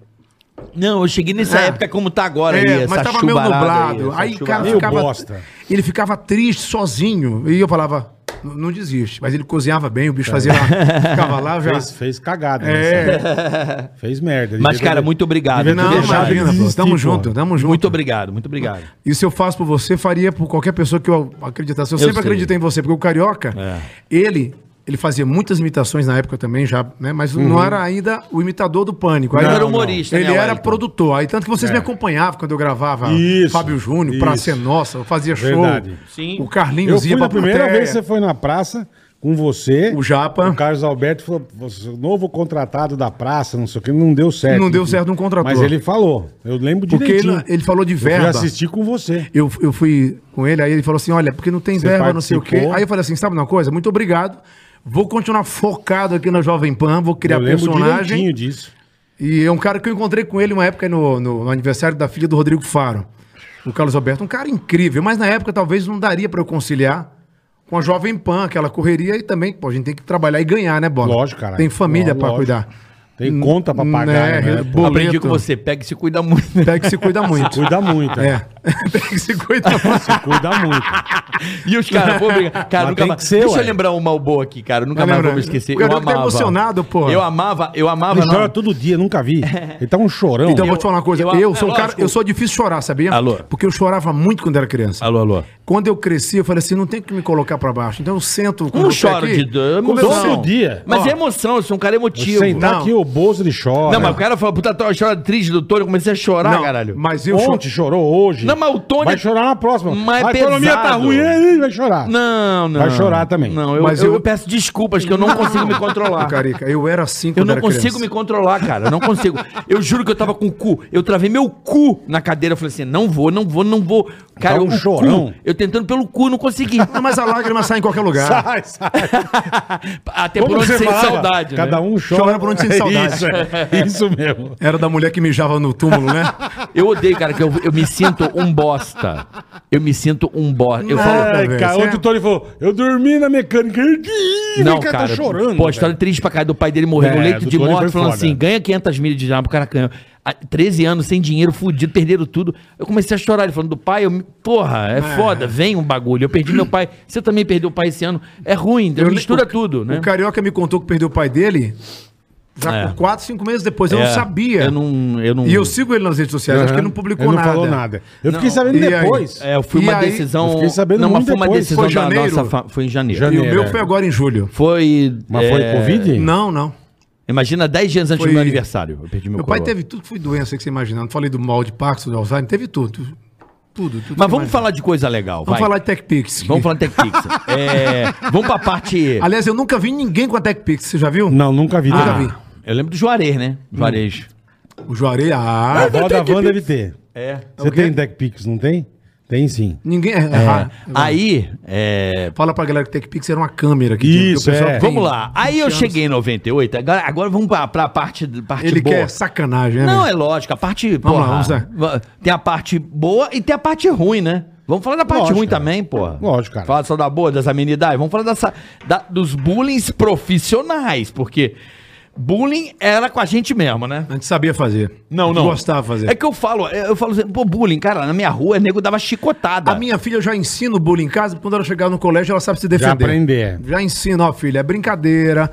D: Não, eu cheguei nessa
C: É.
D: época como tá agora aí,
C: É,
D: essa
C: mas tava meio
D: chuvarada
C: nublado.
D: essa
C: Aí, o cara
D: chuvarada.
B: Meio
C: ficava.
B: bosta.
C: Ele ficava triste sozinho. E eu falava, "N- não desiste. Mas ele cozinhava bem, o
D: [LAUGHS]
C: bicho fazia lá. Ficava lá, já.
B: Fez, fez cagada. né?
C: É,
B: Fez merda.
D: Mas, cara, muito obrigado.
B: devia ter
C: não,
D: deixado
B: deixado de
C: imagina, pô,
B: existir,
C: tamo
B: pô.
C: junto, tamo junto.
D: Muito obrigado, muito obrigado.
C: Isso eu faço por você, faria por qualquer pessoa que eu acreditasse. Eu, sempre
D: sei.
C: acreditei em você, porque o Carioca,
B: É.
C: ele. Ele fazia muitas imitações na época também, já, né? Mas
B: Uhum.
C: não era ainda o imitador do pânico. Aí
D: Não
C: eu-
D: era humorista, né,
C: Ele era
D: Wellington?
C: produtor. Aí tanto que vocês
B: É.
C: me acompanhavam quando eu gravava
B: Isso,
C: Fábio Júnior,
B: isso.
C: Pra Ser Nossa, eu fazia show.
B: Verdade.
D: Sim.
C: O Carlinhos
B: Eu fui na primeira
C: plateia.
B: vez que você foi na praça com você.
C: O Japa.
B: O Carlos Alberto falou, você é o novo contratado da praça, não sei o que, não deu certo.
C: Não deu certo, não contratou.
B: Mas ele falou, eu lembro
C: Porque
B: direitinho.
C: ele- ele falou de
B: Eu
C: verba.
B: fui assistir com você.
C: Eu, eu fui com ele, aí ele falou assim: olha, porque não tem
B: Você
C: verba, não sei o quê.
B: participou.
C: Aí eu falei assim: sabe uma coisa? Muito obrigado. Vou continuar focado aqui na Jovem Pan, vou criar
B: eu lembro
C: personagem.
B: direitinho disso.
C: E é um cara que eu encontrei com ele uma época no, no- no aniversário da filha do Rodrigo Faro, o Carlos Alberto. Um cara incrível, mas na época talvez não daria pra eu conciliar com a Jovem Pan, aquela correria e também, pô, a gente tem que trabalhar e ganhar, né, Bola?
B: Lógico, caralho.
C: Tem família pra
B: Lógico.
C: cuidar.
B: Tem conta pra pagar,
C: Né,
B: né?
C: bo-
D: Aprendi
C: boleto.
D: com você, pega e se cuida muito.
C: Pega que
B: [LAUGHS]
C: se cuida muito.
B: Cuida muito. né?
C: É. [LAUGHS] Tem que se cuidar mais.
B: Se cuida
D: [LAUGHS]
B: muito.
D: Ah, E os caras, pô, obrigado. Cara,
B: Mas
D: nunca
B: tem
D: mais.
B: que ser,
D: Deixa eu
B: ué.
D: lembrar uma boa aqui, cara. eu Nunca
C: Vai
D: mais vou
C: lembrar.
D: me esquecer.
C: O Carioca tá emocionado, pô.
D: Eu amava, eu amava.
B: Ele
D: não.
B: chora todo dia, nunca vi. Ele tá um chorão.
C: Então eu vou te falar uma coisa.
D: eu-
C: Eu,
D: é
C: sou um cara,
D: lógico.
C: eu sou difícil de chorar, sabia?
D: Alô?
C: Porque eu chorava muito quando era criança.
D: Alô, alô.
C: Quando eu cresci, eu falei assim, não tem que me colocar pra baixo. Então eu sento com
D: Eu não
C: você
D: choro
C: aqui.
D: de dor,
C: Como
D: emoção.
B: todo dia. tá
D: Mas
C: Ó.
D: é emoção, eu sou um cara emotivo.
B: Sentar
C: Não.
B: aqui, o Bozo ele chora.
D: Não, mas o cara falou, puta, tô chorando triste do Tony, eu comecei a chorar,
C: Não,
D: caralho.
C: Mas eu choro.
B: Ontem chorou hoje.
D: Não, mas o Tony-
B: Vai chorar na próxima.
D: Mas é
B: a economia tá
D: pesado.
B: ruim, ele vai chorar.
D: Não, não.
B: Vai chorar também.
D: Não, eu,
C: Mas
D: eu-
C: eu-
D: eu peço desculpas que eu não consigo
C: [LAUGHS]
D: me controlar.
C: Carica, eu era assim
D: Eu
C: quando
D: não
C: era
D: consigo me controlar, cara. eu Não consigo. Eu juro que eu tava com o cu. Eu travei meu cu na cadeira. Eu falei assim: não vou, não vou, não vou. Cara,
B: Tá um
D: o
B: chorão.
D: cu, eu tentando pelo cu, não
B: [LAUGHS]
D: consegui.
C: Não, mas a lágrima sai em qualquer lugar.
B: Sai, sai.
D: Até
B: Como
D: é por onde
B: você
D: sem
B: falava,
D: saudade, né?
B: Cada um chora,
C: Chora por onde sente saudade.
B: Isso, [LAUGHS] é, isso
C: [LAUGHS]
B: mesmo.
C: Era da mulher que mijava no túmulo, né?
D: Eu odeio, cara, que eu, eu me sinto um bosta. Eu me sinto um bosta. Eu
C: Não,
D: falo.
B: Ai,
C: velho,
B: cara,
C: você
B: ontem
C: é-
B: o Tony falou, eu dormi na mecânica. Ih,
D: Não,
B: o
D: cara.
B: tá chorando.
D: pô, a história
B: velho.
D: triste pra caralho do pai dele morrer no
B: É,
D: leito
B: do
D: de
B: Tony
D: morte,
B: foi
D: falando
B: foda.
D: assim: ganha 500 mil de dinheiro pro Caracanã. Há 13 anos sem dinheiro, fudido, perderam tudo. Eu comecei a chorar, ele falando do pai. Eu, me- porra, é foda, vem um bagulho. Eu perdi meu pai. Você também perdeu o pai esse ano. É ruim,
C: Eu-
D: mistura
C: o-
D: tudo, né?
C: O carioca me contou que perdeu o pai dele já
D: É.
C: por quatro, cinco meses depois. Eu
D: É,
C: não sabia.
D: Eu não. Eu não
C: E eu sigo ele nas redes sociais, acho que ele não publicou
B: Ele não
C: nada.
B: falou nada. Eu fiquei sabendo
C: E aí?
B: depois.
D: É, eu fui
C: E
D: uma
C: aí,
D: decisão.
B: eu fiquei sabendo
D: não, mas
B: muito
D: foi uma
B: depois.
D: decisão
C: Foi
D: da
C: janeiro?
D: nossa. fa- Foi em janeiro.
C: E o
B: Janeiro,
C: meu
B: é.
C: foi agora em julho.
D: Foi.
B: Mas foi
D: é,
B: Covid?
C: Não, não.
D: Imagina 10 dias antes
C: Foi-
D: do meu aniversário. Eu perdi meu,
C: Meu pai
D: coroa.
C: teve tudo que foi doença que você imaginar. Não falei do mal de Parkinson, do Alzheimer, teve tudo. Tudo, tudo. tudo
D: Mas
C: que
D: vamos
C: imaginar.
D: falar de coisa legal. vai.
C: Vamos falar de TechPix.
D: Vamos falar de TechPix. é, vamos pra parte.
C: Aliás, eu nunca vi ninguém com a TechPix, você já viu?
B: Não, nunca vi.
C: Nunca
B: Ah,
C: vi.
D: Eu lembro do Juarez, né?
C: Hum.
D: Juarez.
C: O Juarez,
B: A
C: ah,
B: avó da Wanda deve ter. É. Você
C: O quê?
B: tem deck Pix, não tem? Tem sim.
C: ninguém... É.
D: É.
C: raro.
D: Aí, é,
C: Fala pra galera que TechPix era uma câmera. Que
B: Isso, é.
C: tem-
D: vamos lá. Aí eu cheguei em 98. Agora, agora vamos pra, pra parte, parte
C: Ele
D: boa.
C: quer sacanagem, né?
D: Não,
C: meu?
D: é lógico. A parte.
C: Vamos lá,
D: porra,
C: vamos lá.
D: va- Tem a parte boa e tem a parte ruim, né? Vamos falar da parte
B: Lógico,
D: ruim
B: cara.
D: também, porra.
B: Lógico, cara.
D: Fala só da boa, das amenidades. Vamos falar dessa, da- dos bullying profissionais, porque bullying era com a gente mesmo, né?
C: A gente sabia fazer. A
D: Não,
C: gente
D: não.
C: Gostava de fazer.
D: É que eu falo, eu falo assim, pô, bullying, cara, na minha rua, nego dava chicotada.
C: A minha filha eu já ensino bullying em casa, quando ela chegar no colégio, ela sabe se defender.
B: Já aprender.
C: Já ensina, ó, filha, é brincadeira.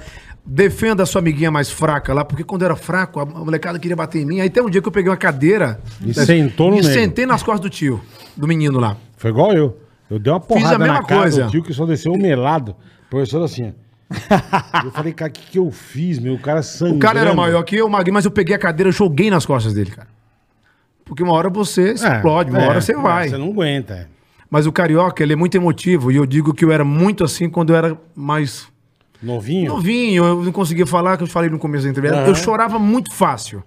C: Defenda a sua amiguinha mais fraca lá, porque quando eu era fraco, a molecada queria bater em mim. Aí tem um dia que eu peguei uma cadeira
B: E sentou no
C: e
B: meio.
C: sentei nas costas do tio, do menino lá.
B: Foi igual eu. Eu dei uma porrada
C: mesma
B: na cara
C: coisa.
B: do tio que só desceu um melado. O professor assim,
C: [LAUGHS]
B: ó. eu falei, cara, o que, que eu fiz, meu? O cara sangrando.
C: O cara era maior que eu, magrinho, mas eu peguei a cadeira, joguei nas costas dele, cara. Porque uma hora você
B: É,
C: explode, uma
B: é,
C: hora você
B: é,
C: vai.
B: Você não aguenta. é.
C: Mas o carioca, ele é muito emotivo. E eu digo que eu era muito assim quando eu era mais
B: Novinho?
C: Novinho, eu não conseguia falar, que eu falei no começo da entrevista. Eu chorava muito fácil.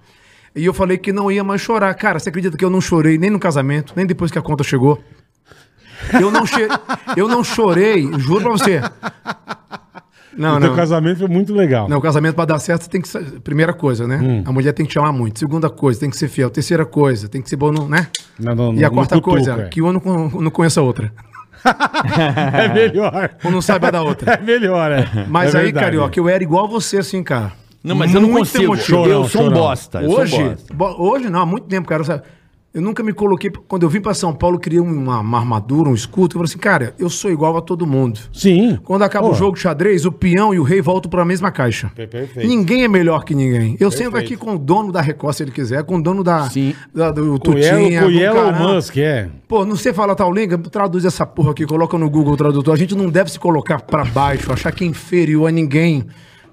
C: E eu falei que não ia mais chorar. Cara, você acredita que eu não chorei nem no casamento, nem depois que a conta chegou? Eu não, che... eu não chorei, juro pra você.
B: [LAUGHS]
C: Não,
B: o teu
C: não.
B: casamento foi muito legal.
C: Não, o casamento pra dar certo tem que ser. Primeira coisa, né?
B: Hum.
C: A mulher tem que te amar muito. Segunda coisa, tem que ser fiel. Terceira coisa, tem que ser bom, no- né?
B: Não, não,
C: e a
B: não
C: quarta
B: cutuca,
C: coisa,
B: é.
C: que uma não, con- não conhece a outra.
B: É [LAUGHS] melhor.
C: Um não sabe a da outra.
B: [LAUGHS] É melhor, é.
C: Mas
B: É
C: aí,
B: verdade.
C: carioca, eu era igual você, assim, cara.
D: Não, mas eu não
C: Muito
D: consigo.
C: emotivo.
D: eu
B: Chorão,
D: sou um
B: chorão.
D: bosta. eu sou
C: Hoje,
D: bosta.
C: bo- hoje não, há muito tempo, cara. sabe? Eu nunca me coloquei. Quando eu vim pra São Paulo, eu criei um, uma, uma armadura, um escudo. Eu falei assim, cara, eu sou igual a todo mundo.
B: Sim.
C: Quando acaba
B: Pô.
C: o jogo de xadrez, o peão e o rei voltam pra mesma caixa.
B: Per- perfeito.
C: Ninguém é melhor que ninguém. Eu sento aqui com o dono da Record, se ele quiser, com o dono da,
D: Sim.
C: da- do
B: Com o
C: Tutinha.
B: Elon-
C: com
B: com
C: o
B: o Elon
C: caralho.
B: Musk, é.
C: Pô, não sei falar tal língua, traduz essa porra aqui, coloca no Google Tradutor. A gente não deve se colocar pra baixo, achar que é inferior a ninguém,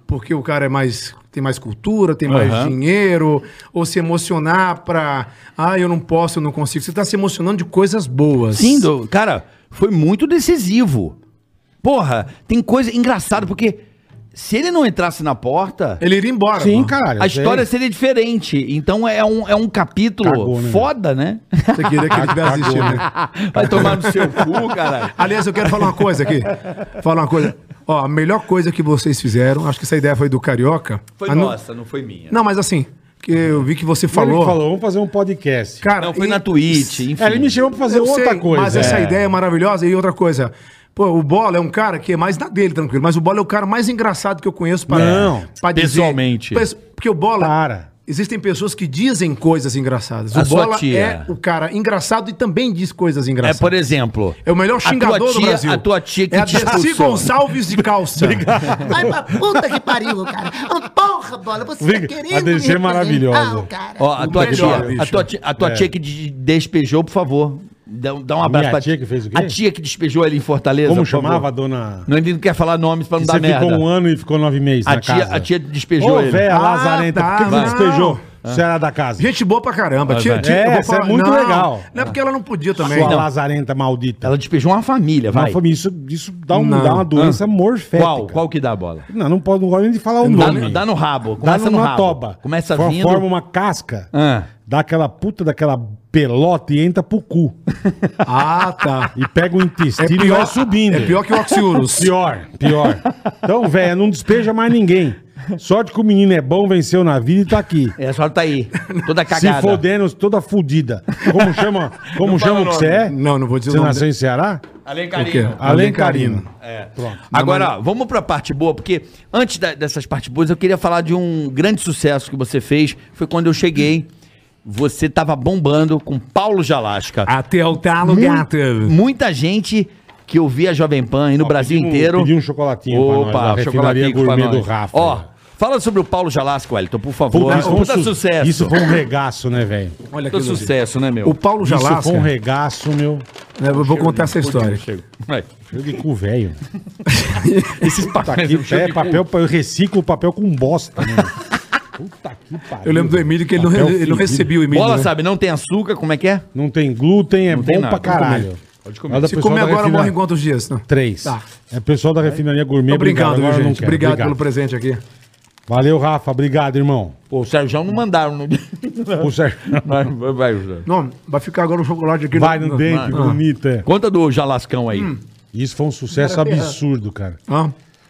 C: porque o cara é mais tem mais cultura, tem mais
D: Aham.
C: dinheiro, ou se emocionar pra, ah, eu não posso, eu não consigo. Você tá se emocionando de coisas boas.
D: Sim, do- cara, foi muito decisivo. Porra, tem coisa engraçada, porque se ele não entrasse na porta,
C: Ele iria embora.
B: Sim,
C: mano.
B: caralho.
D: a
B: sei.
D: história seria diferente. Então é um, é um capítulo
B: Cagou, né?
D: foda, né?
C: Você queria que ele tivesse assistido. né?
D: Vai tomar no seu cu, caralho.
C: Aliás, eu quero falar uma coisa aqui. Falar uma coisa. Ó, a melhor coisa que vocês fizeram, acho que essa ideia foi do Carioca.
D: Foi
C: Ah, não-
D: nossa, não foi minha.
C: Não, mas assim, que eu vi que você
B: Ele
C: falou.
B: falou, vamos fazer um podcast.
C: Cara,
D: Não, foi
C: e-
D: na Twitch, enfim.
B: É, ele me chamou pra fazer
C: Eu
B: outra
C: sei,
B: coisa.
C: Mas essa ideia é maravilhosa. E outra coisa. Pô, o Bola é um cara que é mais na dele, tranquilo. Mas o Bola é o cara mais engraçado que eu conheço para.
B: Não,
C: pra
D: pessoalmente.
C: Pes- Porque o Bola.
B: Para.
C: Existem pessoas que dizem coisas engraçadas.
D: A
C: o
D: sua
C: Bola
D: tia.
C: é o cara engraçado e também diz coisas
D: É,
C: engraçadas.
D: por exemplo.
C: É o melhor xingador
D: a tua tia,
C: do Brasil.
D: A tua tia que
C: é a
D: te
C: Dercy
D: expulsou.
C: Gonçalves de
B: [LAUGHS]
C: calça.
E: Vai pra puta que pariu, cara. Ah, Porra, bola, você tá
B: Briga. A DC é
E: me
B: maravilhosa.
E: representar, cara.
D: Ó, a
C: O
D: tua,
C: melhor,
D: tia,
C: bicho.
D: a tua tia, a tua
B: É.
D: tia que de- despejou, por favor. Dá, um- dá um abraço
B: minha
D: pra
B: tia que fez o quê?
D: A tia que despejou ele em Fortaleza.
B: Como
D: por favor.
B: chamava a dona...
D: Não, ele não quer falar nomes pra não
B: Que
D: dar
B: você
D: merda.
B: ficou um ano e ficou nove meses
D: a,
B: na
D: tia,
B: casa.
D: a tia despejou
B: Ô,
D: ele. É.
B: velha
C: Ah,
B: lazarenta,
C: tá,
B: por que, que
C: não.
B: você despejou? Você era da casa.
C: Gente boa pra caramba.
D: Ah,
C: tia,
D: vai.
C: tia,
B: É,
C: eu vou
B: essa é muito
C: não,
B: legal.
C: Não é porque ela não podia também. Então,
B: Sua
C: Não.
B: lazarenta maldita.
D: Então. Ela despejou uma família, vai. Ah.
B: Não, família, isso, isso dá, um-
C: Não.
B: dá uma doença morfética.
D: Qual? Qual que dá a bola?
B: Não, não, pode, não gosto nem de falar
D: Dá,
B: o nome.
D: dá no rabo.
B: Dá
D: Começa no
B: numa
D: rabo.
B: toba. um-
D: Começa
B: For-
D: vindo.
B: Forma uma casca.
D: Ah.
B: Dá aquela puta daquela pelota e entra pro cu.
C: Ah, tá.
B: E pega o intestino e vai subindo.
C: É pior que o Oxiurus.
B: Pior, pior. Então, velho, não despeja mais ninguém. Sorte que o menino é bom, venceu na vida e tá aqui.
D: É, a senhora tá aí. Toda
B: [LAUGHS] Se
D: cagada.
B: fodendo, toda fudida. Como chama, como chama o que você é?
C: Não, não vou dizer
B: Você
C: o nome é
B: nasceu em Ceará?
C: O quê?
B: Alencarino.
D: Agora, ó, vamos pra parte boa, porque antes da- dessas partes boas, eu queria falar de um grande sucesso que você fez. Foi quando eu cheguei. Você tava bombando com Paulo Jalasca.
B: Ah,
C: Até o talo,
D: Mu-
C: gato.
D: Muita gente que ouvia a Jovem Pan e no
B: Ó,
D: Brasil
B: pedi um-
D: inteiro.
B: pedi um chocolatinho pra nós, da
D: Opa,
B: refinaria
D: chocolatinho pra
B: gourmet
D: nós.
B: do Rafa.
D: Ó, fala sobre o Paulo Jalasca, Wellington, por favor.
B: Puta,
D: Puta,
B: isso, foi um su-
D: sucesso.
B: isso foi um regaço, né, velho?
C: Olha
D: Puta
C: elogio.
D: sucesso, né, meu?
C: O Paulo
B: Isso
C: Jalasca,
B: foi um regaço, meu.
C: né, eu vou contar essa história.
D: Vai.
B: Cheio de cu, velho.
D: [LAUGHS] Esses
B: Puta que
D: papéis-
B: pé, papel, eu reciclo papel com bosta, né? Puta que pariu.
C: Eu lembro do Emílio que ele não,
B: Papel
C: ele não
B: fedido.
C: recebia o Emílio.
D: Bola,
C: né?
D: sabe, não tem açúcar, como é que é?
B: Não tem glúten, é
D: Não
B: bom
D: tem nada.
B: pra caralho. Pode comer.
C: Se comer agora, morre em quantos dias? Não.
B: Três.
C: Tá.
B: É pessoal da refinaria gourmet.
C: Obrigado,
B: agora eu
C: viu,
B: não
C: gente?
B: quero.
C: Obrigado, pelo presente aqui.
B: Valeu, Rafa. Obrigado,
C: [LAUGHS]
B: irmão.
D: Pô, o Sérgio não mandaram. No... [LAUGHS]
B: Ô, Sérgio,
D: vai, vai, vai, Sérgio.
C: Não, vai ficar agora um chocolate aqui.
B: Vai no
D: vai.
B: dente, bonita. é.
D: Conta do Jalascão aí.
B: Isso foi um sucesso absurdo, cara.
C: Ah,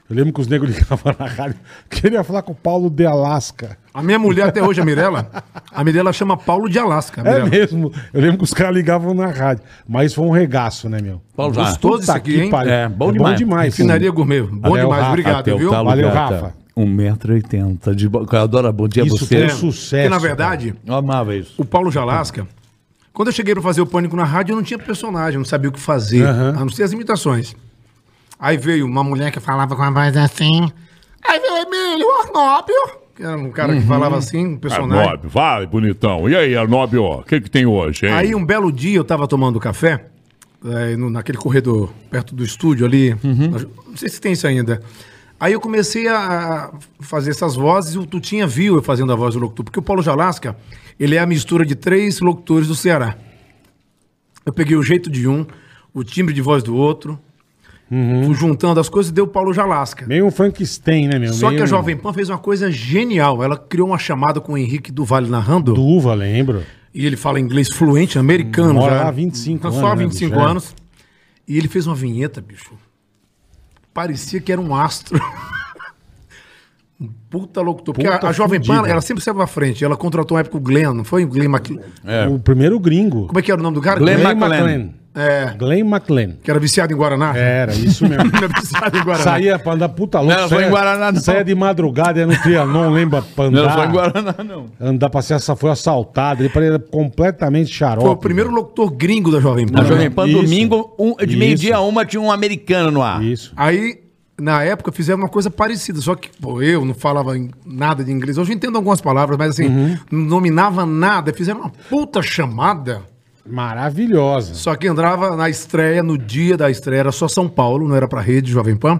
B: Eu lembro que os negros [LAUGHS] ligavam na rádio. Queria falar com o Paulo de Alasca.
C: a minha mulher até hoje, a Mirella, a Mirella chama Paulo de Alasca.
B: É
C: Mirella.
B: mesmo. Eu lembro que os caras ligavam na rádio. Mas foi um regaço, né, meu?
D: Paulo Jalasca.
C: Gostoso isso
B: Puta
C: aqui,
B: que
C: hein?
B: pariu.
D: É, bom demais.
B: pô.
C: Finaria Gourmet. Bom
B: Até o
C: demais,
B: Rafa,
D: Até
C: obrigado,
D: o
C: viu?
D: Talo Um
B: Valeu,
D: Gata.
B: Rafa.
D: 1,80m de bo- Eu adoro Bom Dia
B: Isso
D: Você.
B: foi um sucesso.
C: Porque, na verdade,
D: Eu amava isso.
C: o Paulo Jalasca, quando eu cheguei pra fazer o Pânico na rádio, eu não tinha personagem, eu não sabia o que fazer,
B: Aham.
C: a não ser as imitações. Aí veio uma mulher que falava com a
E: Uma voz assim.
C: Aí veio o Emílio Arnóbio, que era um cara que
B: Uhum.
C: falava assim, um personagem.
H: Arnóbio, É vai, bonitão. E aí, Arnóbio, o que, que tem hoje, hein?
C: Aí um belo dia eu tava tomando café, eh, no- naquele corredor perto do estúdio ali, não sei se tem isso ainda. Aí eu comecei a a fazer essas vozes e o Tutinha viu eu fazendo a voz do locutor, porque o Paulo Jalasca, ele é a mistura de três locutores do Ceará. Eu peguei o jeito de um, o timbre de voz do outro, fui juntando as coisas e deu o Paulo Jalasca.
B: Meio um Frankenstein, né, meu?
C: Só
B: Meio
C: que a
B: um
C: Jovem Pan fez uma coisa genial. Ela criou uma chamada com o Henrique do Vale narrando.
B: Duva, lembro.
C: E ele fala inglês fluente, americano
B: Mora
C: já.
B: lá há 25
C: Então,
B: anos,
C: Só
B: né,
C: 25
B: bicho? É.
C: anos. E ele fez uma vinheta, bicho. Parecia que era um astro. [LAUGHS] um puta locutor. Porque
B: Puta
C: a, a Jovem Pan,
B: fudida.
C: ela sempre saiu pra frente. Ela contratou uma época o Glenn, não foi? O Glenn Mac...
B: O primeiro gringo.
C: Como é que era o nome do cara?
D: Glenn Mac-
B: McLean.
C: É.
B: Glenn McLean.
C: Que era viciado em Guaraná.
B: Era, isso mesmo.
C: Era [LAUGHS] viciado em Guaraná.
B: Saía pra andar puta louco.
D: Não, foi
B: saía-
D: em Guaraná, não.
B: Saía de madrugada, ia no Trianon, lembra? Pra andar,
D: Guaraná, não.
B: andar pra ser assa- foi assaltado. Ele parecia completamente xarope.
C: Foi o primeiro locutor gringo da Jovem Pan. né?
D: Na Jovem Pan,
B: Isso.
D: domingo, um- de
B: Isso.
D: meio-dia a uma, tinha um americano no ar.
B: Isso.
C: Aí, na época, fizeram uma coisa parecida, só que pô, eu não falava em- nada de inglês. Hoje eu entendo algumas palavras, mas assim, não dominava nada. Fizeram uma puta chamada.
B: Maravilhosa.
C: Só que entrava na estreia, no dia da estreia, era só São Paulo, não era pra rede Jovem Pan.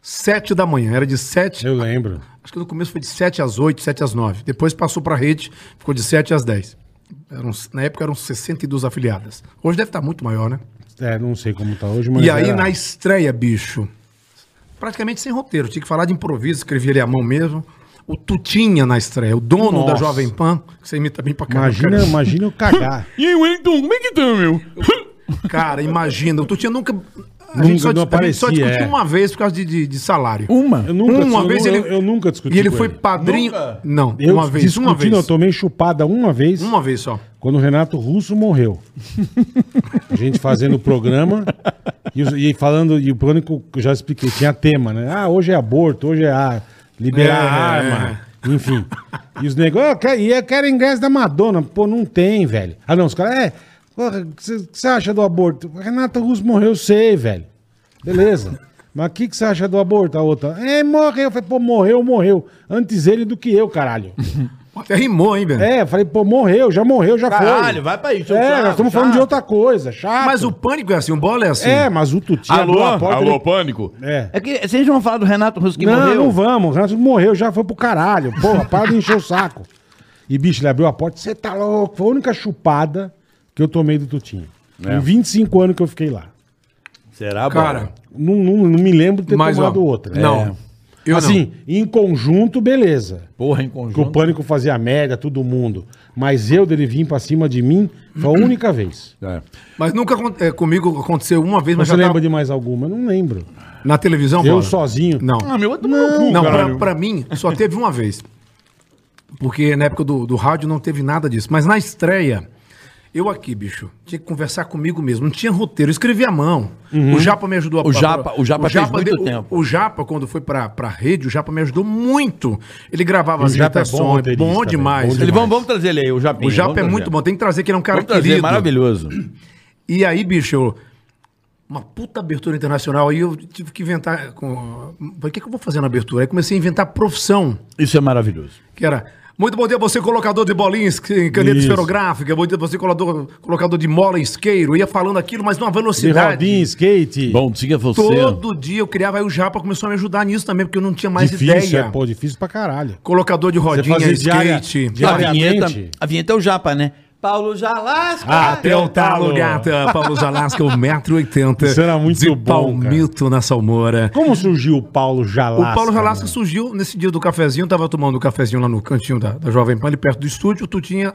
C: Sete da manhã, era de sete.
B: Eu lembro.
C: Acho que no começo foi de sete às oito, sete às nove. Depois passou pra rede, ficou de sete às dez. Eram- na época eram 62 afiliadas. Hoje deve estar muito maior, né?
B: É, não sei como tá hoje, mas.
C: E aí,
B: era-
C: na estreia, bicho, praticamente sem roteiro, tinha que falar de improviso, escrevi ali à mão mesmo. O Tutinha na estreia, o dono da
B: Nossa.
C: Jovem Pan, que você imita bem pra caramba.
B: Imagina,
C: cara.
B: imagina eu cagar.
H: E aí, Wellington, como é que tá, meu?
C: Cara, imagina, o Tutinha nunca. A
B: Nunca
C: gente só,
B: não
C: a gente só
B: aparecia,
C: discutiu
B: é.
C: uma vez por causa de, de- de salário.
D: Uma?
B: Eu nunca,
C: uma
B: eu,
C: vez
B: eu,
C: ele.
B: eu nunca discuti.
C: E ele
B: com
C: foi padrinho. Não,
B: Eu
C: [LAUGHS] uma vez, uma
B: discutindo,
C: vez.
B: Eu tomei chupada uma vez.
C: Uma vez só.
B: quando o Renato Russo morreu. A gente fazendo o programa e, os- e falando, e o pânico, que eu já expliquei, tinha tema, né? Ah, hoje é aborto, hoje é a, liberar
C: É.
B: a arma, enfim. E os negócios, eu quero, e eu quero ingresso da Madonna. Pô, não tem, velho. Ah, não, os caras, é, porra, o que você acha do aborto? Renato Russo morreu, eu sei, velho. Beleza. Mas o que você acha do aborto? A outra, é, morreu. Eu falei, pô, morreu, morreu. Antes ele do que eu, caralho.
C: Até rimou, hein, velho?
B: É, eu falei, pô, morreu, já morreu, já foi.
D: Caralho, vai pra isso,
B: É,
D: chato,
B: nós estamos falando
D: chato.
B: de outra coisa, chato.
C: Mas o pânico é assim, o bola é assim.
B: É, mas o Tutinha
D: Alô?
B: abriu a porta.
H: Alô,
B: ele-
H: pânico?
B: É.
D: É que vocês vão falar do Renato Russo que
B: não,
D: morreu?
B: não vamos. O Renato morreu, já foi pro caralho. Porra, para de encher o saco. E, bicho, ele abriu a porta. Você tá louco? Foi a única chupada que eu tomei do Tutinha.
D: É.
B: Em 25 anos que eu fiquei lá.
D: Será,
C: Cara,
D: cara?
B: Não, não- não me lembro de ter
C: Mas, ó,
B: tomado outra.
C: não.
B: É.
C: Eu
B: assim, em conjunto, beleza.
D: Porra, em
B: Que o
D: conjunto.
B: pânico fazia merda, todo mundo. Mas eu dele vir pra cima de mim foi a única vez.
H: É.
C: Mas nunca acon- é, comigo aconteceu uma vez, mas
B: Você
C: já tá
B: lembra
C: tava
B: de mais alguma? Eu não lembro.
C: na televisão,
B: eu
C: Bola?
B: sozinho.
C: Não.
H: Ah, meu, vai tomar no cu,
C: Não, pra,
H: caralho.
C: pra mim, só teve uma vez. Porque na época do, do rádio não teve nada disso. Mas na estreia, eu aqui, bicho, tinha que conversar comigo mesmo. Não tinha roteiro, eu escrevia à mão. O Japa me ajudou a
D: O Japa- o Japa fez muito
C: o-
D: tempo.
C: O, Japa, quando foi pra, pra rede, o Japa me ajudou muito. Ele gravava as
B: Japa é bom
C: imitações.
B: roteirista,
C: bom
B: velho,
C: é demais.
B: bom
D: Ele,
B: demais.
D: vamos, vamos trazer ele aí, o Japinha.
C: O Japa
D: vamos
C: é
D: trazer.
C: muito bom. Tem que trazer, que ele é um cara
D: Vamos trazer,
C: querido.
D: maravilhoso.
C: E aí, bicho, eu- uma puta abertura internacional. Aí eu tive que inventar. Com... O que, que eu vou fazer na abertura? Aí comecei a inventar profissão,
D: Isso é maravilhoso.
C: que era. Muito bom dia, você colocador de bolinhas em caneta
B: Isso.
C: esferográfica. Bom dia, você colocador, colocador de mola e isqueiro. Eu ia falando aquilo, mas numa
B: De
C: velocidade.
B: rodinha, skate.
H: Bom dia, você.
C: Todo dia eu criava. Aí o Japa começou a me ajudar nisso também, porque eu não tinha mais
B: difícil,
C: ideia.
B: é, pô, difícil pra caralho.
C: Colocador de rodinha,
B: fazia
C: skate.
B: diária- diária-
D: A vinheta,
B: Diariamente.
D: a vinheta é o Japa, né? Paulo Jalasca.
B: Ah,
C: Ah,
B: Até
C: um-
B: o talo.
C: gata. Paulo um Jalasca, 1,80m.
B: Isso era muito
C: de
B: bom, cara.
C: palmito na salmoura.
B: Como surgiu o Paulo Jalasca?
C: O Paulo Relasca
B: mano?
C: surgiu nesse dia do cafezinho, tava tomando um cafezinho lá no cantinho da, da Jovem Pan, ali perto do estúdio, o Tutinha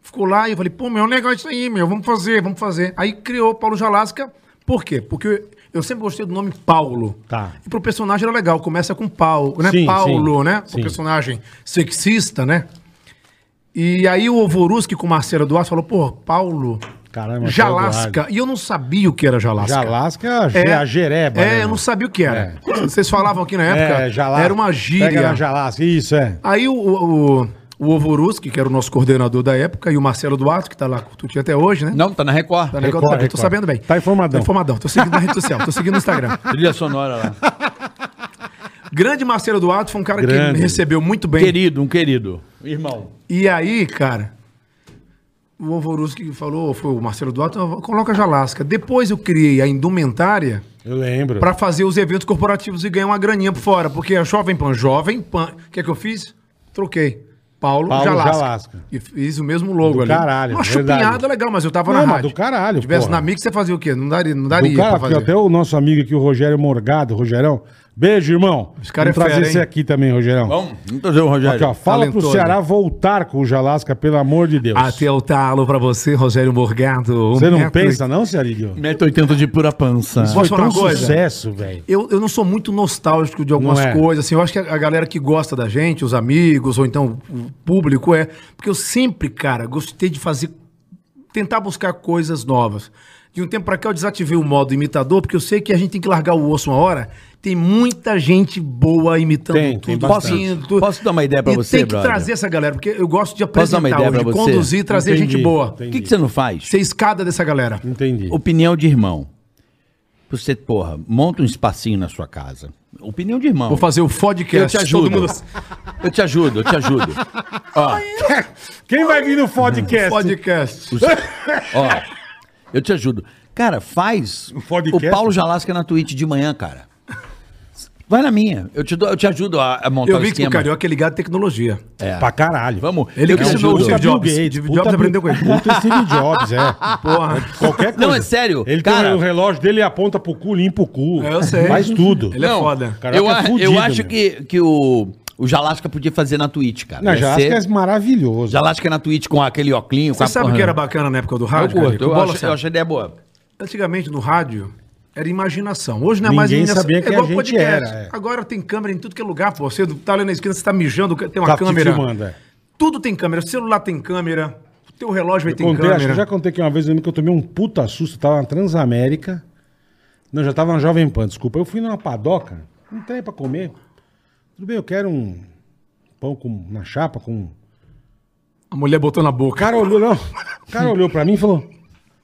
C: ficou lá e eu falei, pô, meu, legal isso aí, meu, vamos fazer, vamos fazer. Aí criou o Paulo Jalasca, por quê? Porque eu sempre gostei do nome Paulo.
B: Tá.
C: E pro personagem era legal, começa com Paulo, né?
B: Sim,
C: Paulo,
B: sim,
C: né?
B: sim.
C: O personagem sexista, né? E aí o Ovoruski com o Marcelo Duarte falou, pô, Paulo...
B: Caramba,
C: Jalasca. E eu não sabia o que era Jalasca.
B: Jalasca é a jereba.
C: É,
B: né,
C: eu não
B: mano?
C: sabia o que era. Vocês falavam aqui na época.
B: É, jalasca.
C: Era uma
B: Pega na
C: gíria.
B: jalasca, isso é.
C: Aí o, o, o, o Ovoruski, que era o nosso coordenador da época, e o Marcelo Duarte, que tá lá com o Tuti até hoje, né?
D: Não, tá na Record.
C: Tá na
B: Record,
C: Record, também, tô
B: Record.
C: sabendo bem.
B: Tá informadão.
C: Tô informadão. Tô seguindo na rede social, tô seguindo
B: [LAUGHS]
C: no Instagram.
D: Trilha sonora lá.
C: Grande Marcelo Duarte foi um cara que
B: Grande.
C: me recebeu muito bem.
D: Querido, um querido. Irmão.
C: E aí, cara, o Ovoruski falou, foi o Marcelo Duarte, "Ó, coloca Jalasca. Depois eu criei a indumentária.
B: Eu lembro.
C: Pra fazer os eventos corporativos e ganhar uma graninha por fora, porque a Jovem Pan, Jovem Pan, o que é que eu fiz? Troquei. Paulo,
B: Paulo
C: Jalasca.
B: Jalasca.
C: E fiz o mesmo logo
B: Do
C: ali.
B: caralho, é
C: Uma
B: verdade.
C: chupinhada legal, mas eu tava
B: Não,
C: na
B: mas
C: rádio.
B: do caralho,
C: Se tivesse
B: porra.
C: na Mix, você fazia o quê? Não daria, não
B: do
C: daria
B: cara,
C: pra fazer.
B: até o nosso amigo aqui, o Rogério Morgado, Rogerão. Beijo, irmão.
C: Esse cara é
B: Vamos trazer
C: fera, hein?
B: esse aqui também, Rogerão.
D: Vamos, vamos trazer o Rogério.
B: Aqui, ó, fala pro
C: Talentoso. Ah,
B: Ceará voltar com o Jalasca, pelo amor de Deus.
C: Até o talo pra você, Rogério Morgado. Um
B: Você não
C: metro e-
B: pensa, não, Cearídio?
D: Mete 80 de pura pança.
C: Posso falar
B: um
C: uma coisa?
B: sucesso, velho.
C: Eu, eu não sou muito nostálgico de algumas
B: Não é.
C: coisas, assim. Eu acho que a, a galera que gosta da gente, os amigos, ou então o público, é. Porque eu sempre, cara, gostei de fazer. Tentar buscar coisas novas. De um tempo pra cá eu desativei o modo imitador, porque eu sei que a gente tem que largar o osso uma hora. Tem muita gente boa imitando
B: Tem, tem
C: tudo.
B: bastante.
C: assim, tu-
D: Posso dar uma ideia pra
C: E
D: você,
C: Tem que
D: brother?
C: trazer essa galera, porque eu gosto de
D: Posso dar
C: apresentar,
D: uma ideia
C: hoje,
D: pra você?
C: conduzir e trazer
B: Entendi,
C: gente boa.
B: entendi.
D: O que, que você não faz?
C: Ser escada dessa galera.
B: Entendi.
D: Opinião de irmão. Você, porra, monta um espacinho na sua casa. Opinião de irmão.
C: Vou fazer o
D: eu
C: podcast.
D: te ajudo.
C: Todo mundo... [LAUGHS]
D: Eu te ajudo, eu te [LAUGHS] ajudo. ó,
B: Quem vai vir no podcast?
C: Podcast.
D: ó, eu te ajudo. Cara, faz
C: Um
B: podcast?
D: o Paulo Jalasca na Twitch de manhã, cara. Vai na minha. Eu te, dou- eu te ajudo a, a montar
C: Eu
D: o
C: vi que o
D: esquema.
C: Carioca é ligado à tecnologia.
B: Pra caralho.
D: É.
B: É um
D: Vamos.
C: Ele
D: eu
C: que
D: te
C: ensinou
D: ajudo.
C: o Steve
B: Bill
C: Jobs.
B: Gates,
C: Steve
B: puta
C: Jobs aprendeu com
B: Bill-
D: [LAUGHS]
C: ele.
B: Puta Steve Jobs, é.
C: Porra.
B: Qualquer coisa.
D: Não, é sério.
B: Ele tem
D: Cara-
B: o relógio dele aponta pro cu, limpa o cu.
C: É, eu sei.
B: Faz tudo.
C: Ele é
D: Não,
C: foda.
B: Cara,
D: eu,
B: Carioca é
D: a-
B: fudido,
D: eu acho
B: meu.
D: que, que o, o Jalasca podia fazer na Twitch, cara.
B: Não,
D: Ia
B: Jalasca
D: ser-
B: é maravilhoso.
D: Jalasca é na Twitch com aquele oclinho. com
C: Você sabe o que era bacana na época do rádio?
D: Eu curto,
C: Carico?
D: eu
C: Bola
D: acho,
C: sabe.
D: eu acho a ideia é boa.
C: Antigamente no rádio era imaginação. Hoje não é mais
B: Ninguém
C: imaginação.
B: sabia
C: é
B: quem a gente era, é.
C: Agora tem câmera em tudo que é lugar, pô. Você tá ali na esquina, você tá mijando, tem uma
B: Tá te
C: câmera.
B: filmando, é.
C: Tudo tem câmera. O celular tem câmera. O teu relógio vai ter
B: Contei, acho que
C: câmera.
B: eu já contei aqui uma vez eu lembro que eu tomei um puta susto, eu tava na Transamérica. Não, já tava na Jovem Pan, desculpa. Eu fui numa padoca, não tem pra comer. Tudo bem, eu quero um pão com, na chapa com.
C: A mulher botou na
B: O
C: boca. Ah,
B: cara olhou, não. O cara olhou pra mim e falou: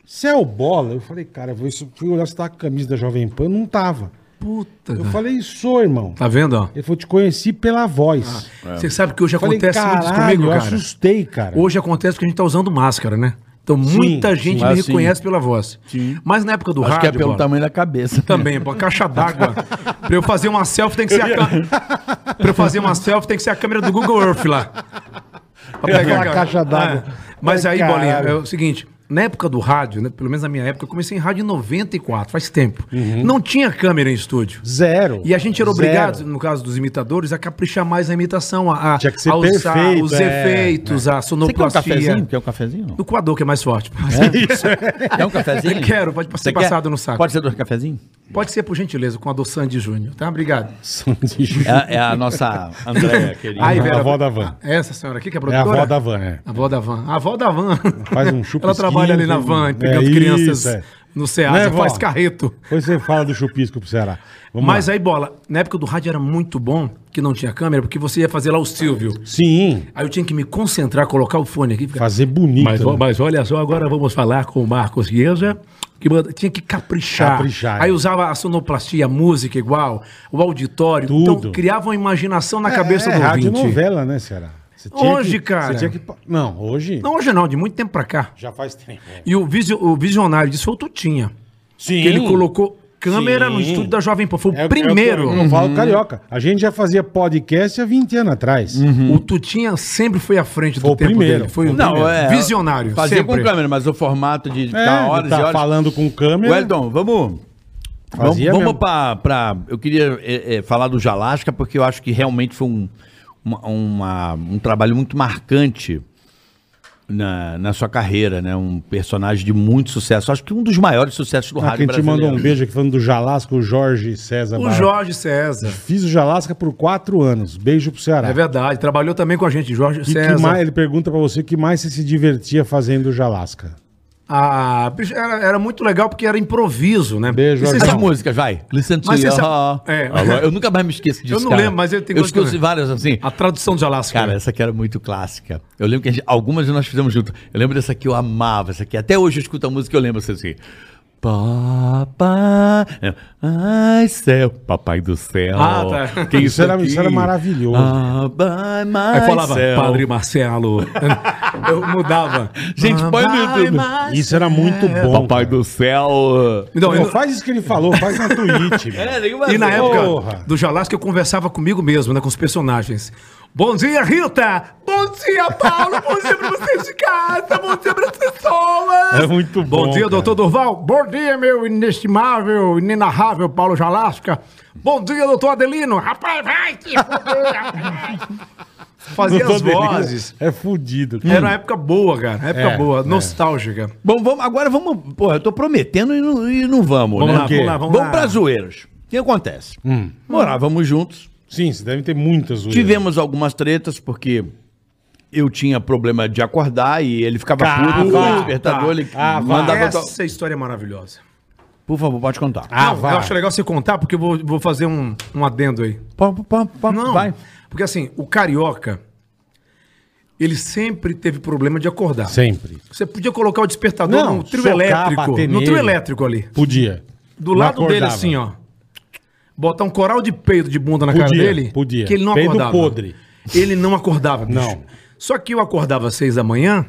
B: Você é o bola? Eu falei, cara, eu fui- fui olhar se tava com a camisa da Jovem Pan, não tava.
C: Puta.
B: Eu
C: cara.
B: falei, sou, irmão.
C: Tá vendo, ó?
B: Ele falou, te conheci pela voz.
C: Você sabe que hoje
B: É. Eu falei,
C: Ah, acontece muito isso comigo,
B: eu
C: cara.
B: assustei, cara.
C: Hoje acontece porque a gente tá usando máscara, né? Então muita gente
D: Ah,
C: me
D: sim.
C: reconhece pela voz. Mas na época do
D: Acho que
C: rádio.
D: é pelo
C: Bola,
D: tamanho da
C: [LAUGHS]
D: cabeça.
C: Também, pô, a caixa d'água. pra eu fazer uma selfie tem que ser a câmera. pra eu fazer uma selfie tem que ser a câmera do Google Earth lá. Pra
B: Aquela
C: a
B: caixa d'água.
C: É. Mas
B: Ai,
C: aí,
B: caralho.
C: Bolinha, é o seguinte. na época do rádio, né, pelo menos na minha época, eu comecei em rádio em 94, faz tempo.
B: Uhum.
C: Não tinha câmera em estúdio.
B: Zero.
C: E a gente era
B: Zero. [LAUGHS]
C: obrigado, no caso dos imitadores, a caprichar mais na imitação, a, a
B: Tinha que ser
C: a usar
B: perfeito,
C: os
B: é,
C: efeitos, a
D: Você quer um
C: sonoplastia.
D: cafezinho? Quer um cafezinho?
C: [LAUGHS]
D: não?
C: No coador, que é
B: [LAUGHS]
C: mais forte.
D: Quer um cafezinho?
C: Eu quero, pode ser
D: Você quer?
C: passado no saco.
D: Pode ser dois cafezinhos?
C: Pode ser, por gentileza, com a do Sandy Júnior, tá? Obrigado.
D: É, é a
C: [LAUGHS]
D: nossa Andréia, querida.
C: Aí,
B: a
C: velho,
B: avó da van.
C: Essa senhora aqui que
B: É a
C: é a produtora?
B: avó da van, é.
C: A avó da van. A avó da van.
B: Faz um chupisquinho.
C: [LAUGHS] Ela trabalha ali na van, pegando
B: É
C: crianças
B: isso, é.
C: no
B: Né,
C: Ceasa,
B: vó?
C: faz carreto.
B: Depois você fala do chupisco pro Ceará. Vamos
C: Mas
B: lá.
C: aí, bola, na época do rádio era muito bom que não tinha câmera, porque você ia fazer lá o Silvio.
B: Sim,
C: Aí eu tinha que me concentrar, colocar o fone aqui. e ficar-
B: fazer bonito.
C: Mas,
B: né?
C: mas olha só, agora vamos falar com o Marcos Guieza, que manda- tinha que caprichar.
B: Caprichar,
C: Aí
B: é.
C: usava a sonoplastia, a música igual, o auditório.
B: Tudo.
C: Então criava uma imaginação na cabeça
B: é,
C: do
B: rádio
C: ouvinte.
B: novela, né, Ceará? Você
C: Hoje,
B: que-
C: cara.
B: Você tinha que... pa- Não, hoje
C: Não hoje não, de muito tempo pra cá.
B: já faz tempo. é.
C: E o, visio- o visionário disso foi o Tutinha.
B: Sim.
C: Que ele colocou câmera no
B: Sim.
C: estúdio da Jovem Pan. Foi o
B: É- é
C: primeiro.
B: que eu não falo
D: Uhum.
B: carioca. A gente já fazia podcast há 20 anos atrás.
D: Uhum.
C: O Tutinha sempre foi à frente
B: Uhum. Foi
C: do
B: o
C: tempo
B: primeiro.
C: dele. Foi o
D: Não,
C: primeiro.
D: é.
C: visionário.
D: Fazia
C: sempre.
D: com câmera, mas o formato de
B: É,
D: ficar horas
B: tá
D: e horas.
B: falando com câmera.
D: Weldon, vamos. Vamos,
B: Fazia
D: vamos
B: mesmo.
D: pra, pra- Eu queria é, é, falar do Jalasca, porque eu acho que realmente foi um, uma- uma- um trabalho muito marcante na, na sua carreira, né? Um personagem de muito sucesso. Acho que um dos maiores sucessos do
B: Ah,
D: rádio
B: quem te
D: brasileiro.
B: mandou um beijo aqui falando do Jalasca, o Jorge César.
C: O
B: Barão.
C: Jorge César.
B: Fiz o Jalasca por quatro anos. Beijo pro Ceará.
C: É verdade. Trabalhou também com a gente, Jorge
B: E que
C: César.
B: mais- ele pergunta pra você o que mais você se divertia fazendo o Jalasca.
C: Ah, bicho, era, era muito legal porque era improviso, né?
B: Beijo,
C: E vocês
B: Jorge.
D: As
C: sabem-
D: músicas, vai. Listen to
C: Mas
D: you.
C: você sabe- É.
D: Ah, Eu nunca mais me esqueço disso.
C: Eu não
D: cara.
C: lembro, mas eu tenho
D: Eu
C: coisa que eu
D: esqueci várias assim.
C: A tradução de Alasca.
D: Cara, essa aqui era muito clássica. Eu lembro que a gente- algumas nós fizemos junto. Eu lembro dessa aqui, eu amava essa aqui. Até hoje eu escuto a música e eu lembro assim. assim. Papai, ai céu, papai do céu.
C: Ah, tá.
D: Que
B: Isso era-
D: aqui?
B: isso era maravilhoso.
D: Papai,
C: Aí
D: mais
C: falava,
D: céu.
C: Padre Marcelo. [LAUGHS] eu mudava.
D: Gente, põe no YouTube.
B: Isso era muito bom.
D: Papai do céu.
C: Então,
B: Pô,
C: Ah, é. eu- É,
B: faz isso que ele falou, faz na
C: [LAUGHS]
B: Twitch. velho.
C: E na época
B: Porra.
C: do Jalasca eu conversava comigo mesmo, né, com os personagens. Bom dia, Rita! Bom dia, Paulo! Bom dia pra vocês de casa! Bom dia pra pessoas!
B: É muito bom,
C: Bom dia,
B: cara.
C: doutor Durval! Bom dia, meu inestimável, inenarrável Paulo Jalasca! Bom dia, doutor Adelino!
F: Rapaz, vai te
B: [LAUGHS]
F: fuder, rapaz.
C: Fazia
B: Doutor
C: as
B: Adelino
C: vozes.
B: É fudido. cara.
C: Era uma época boa, cara. Época
B: É,
C: boa,
B: é.
C: nostálgica.
D: Bom, vamos, agora vamos. Porra, eu tô prometendo e não, e não vamos,
C: Vamos
D: né?
C: lá,
D: Porque-
C: vamos lá, vamos lá. Hum.
D: pra zoeiros. O que acontece? Morávamos juntos,
B: Sim, você deve ter muitas. zoeiras.
D: tivemos algumas tretas, porque eu tinha problema de acordar e ele ficava
C: Ah,
D: puto com o
C: tá.
D: despertador. Ele
B: Ah, vai.
D: mandava.
C: Essa história é maravilhosa.
D: Por favor, pode contar.
B: Ah,
C: Não,
B: vai.
C: eu acho legal você contar, porque eu vou, vou fazer um, um adendo aí.
D: Pá, pá, pá,
C: Não,
D: Vai.
C: porque assim, o carioca, ele sempre teve problema de acordar.
B: Sempre.
C: Você podia colocar o despertador
B: Não,
C: no trio
B: socar, bater
C: elétrico. No trio
B: nele.
C: elétrico ali.
B: Podia.
C: Do
B: Não
C: lado dele,
B: acordava.
C: assim, ó. Botar um coral de peido de bunda na cara
B: Podia,
C: dele.
B: podia.
C: Que ele não
B: Peido
C: acordava.
B: podre.
C: Ele não acordava, bicho.
B: Não.
C: Só que eu acordava às seis da manhã,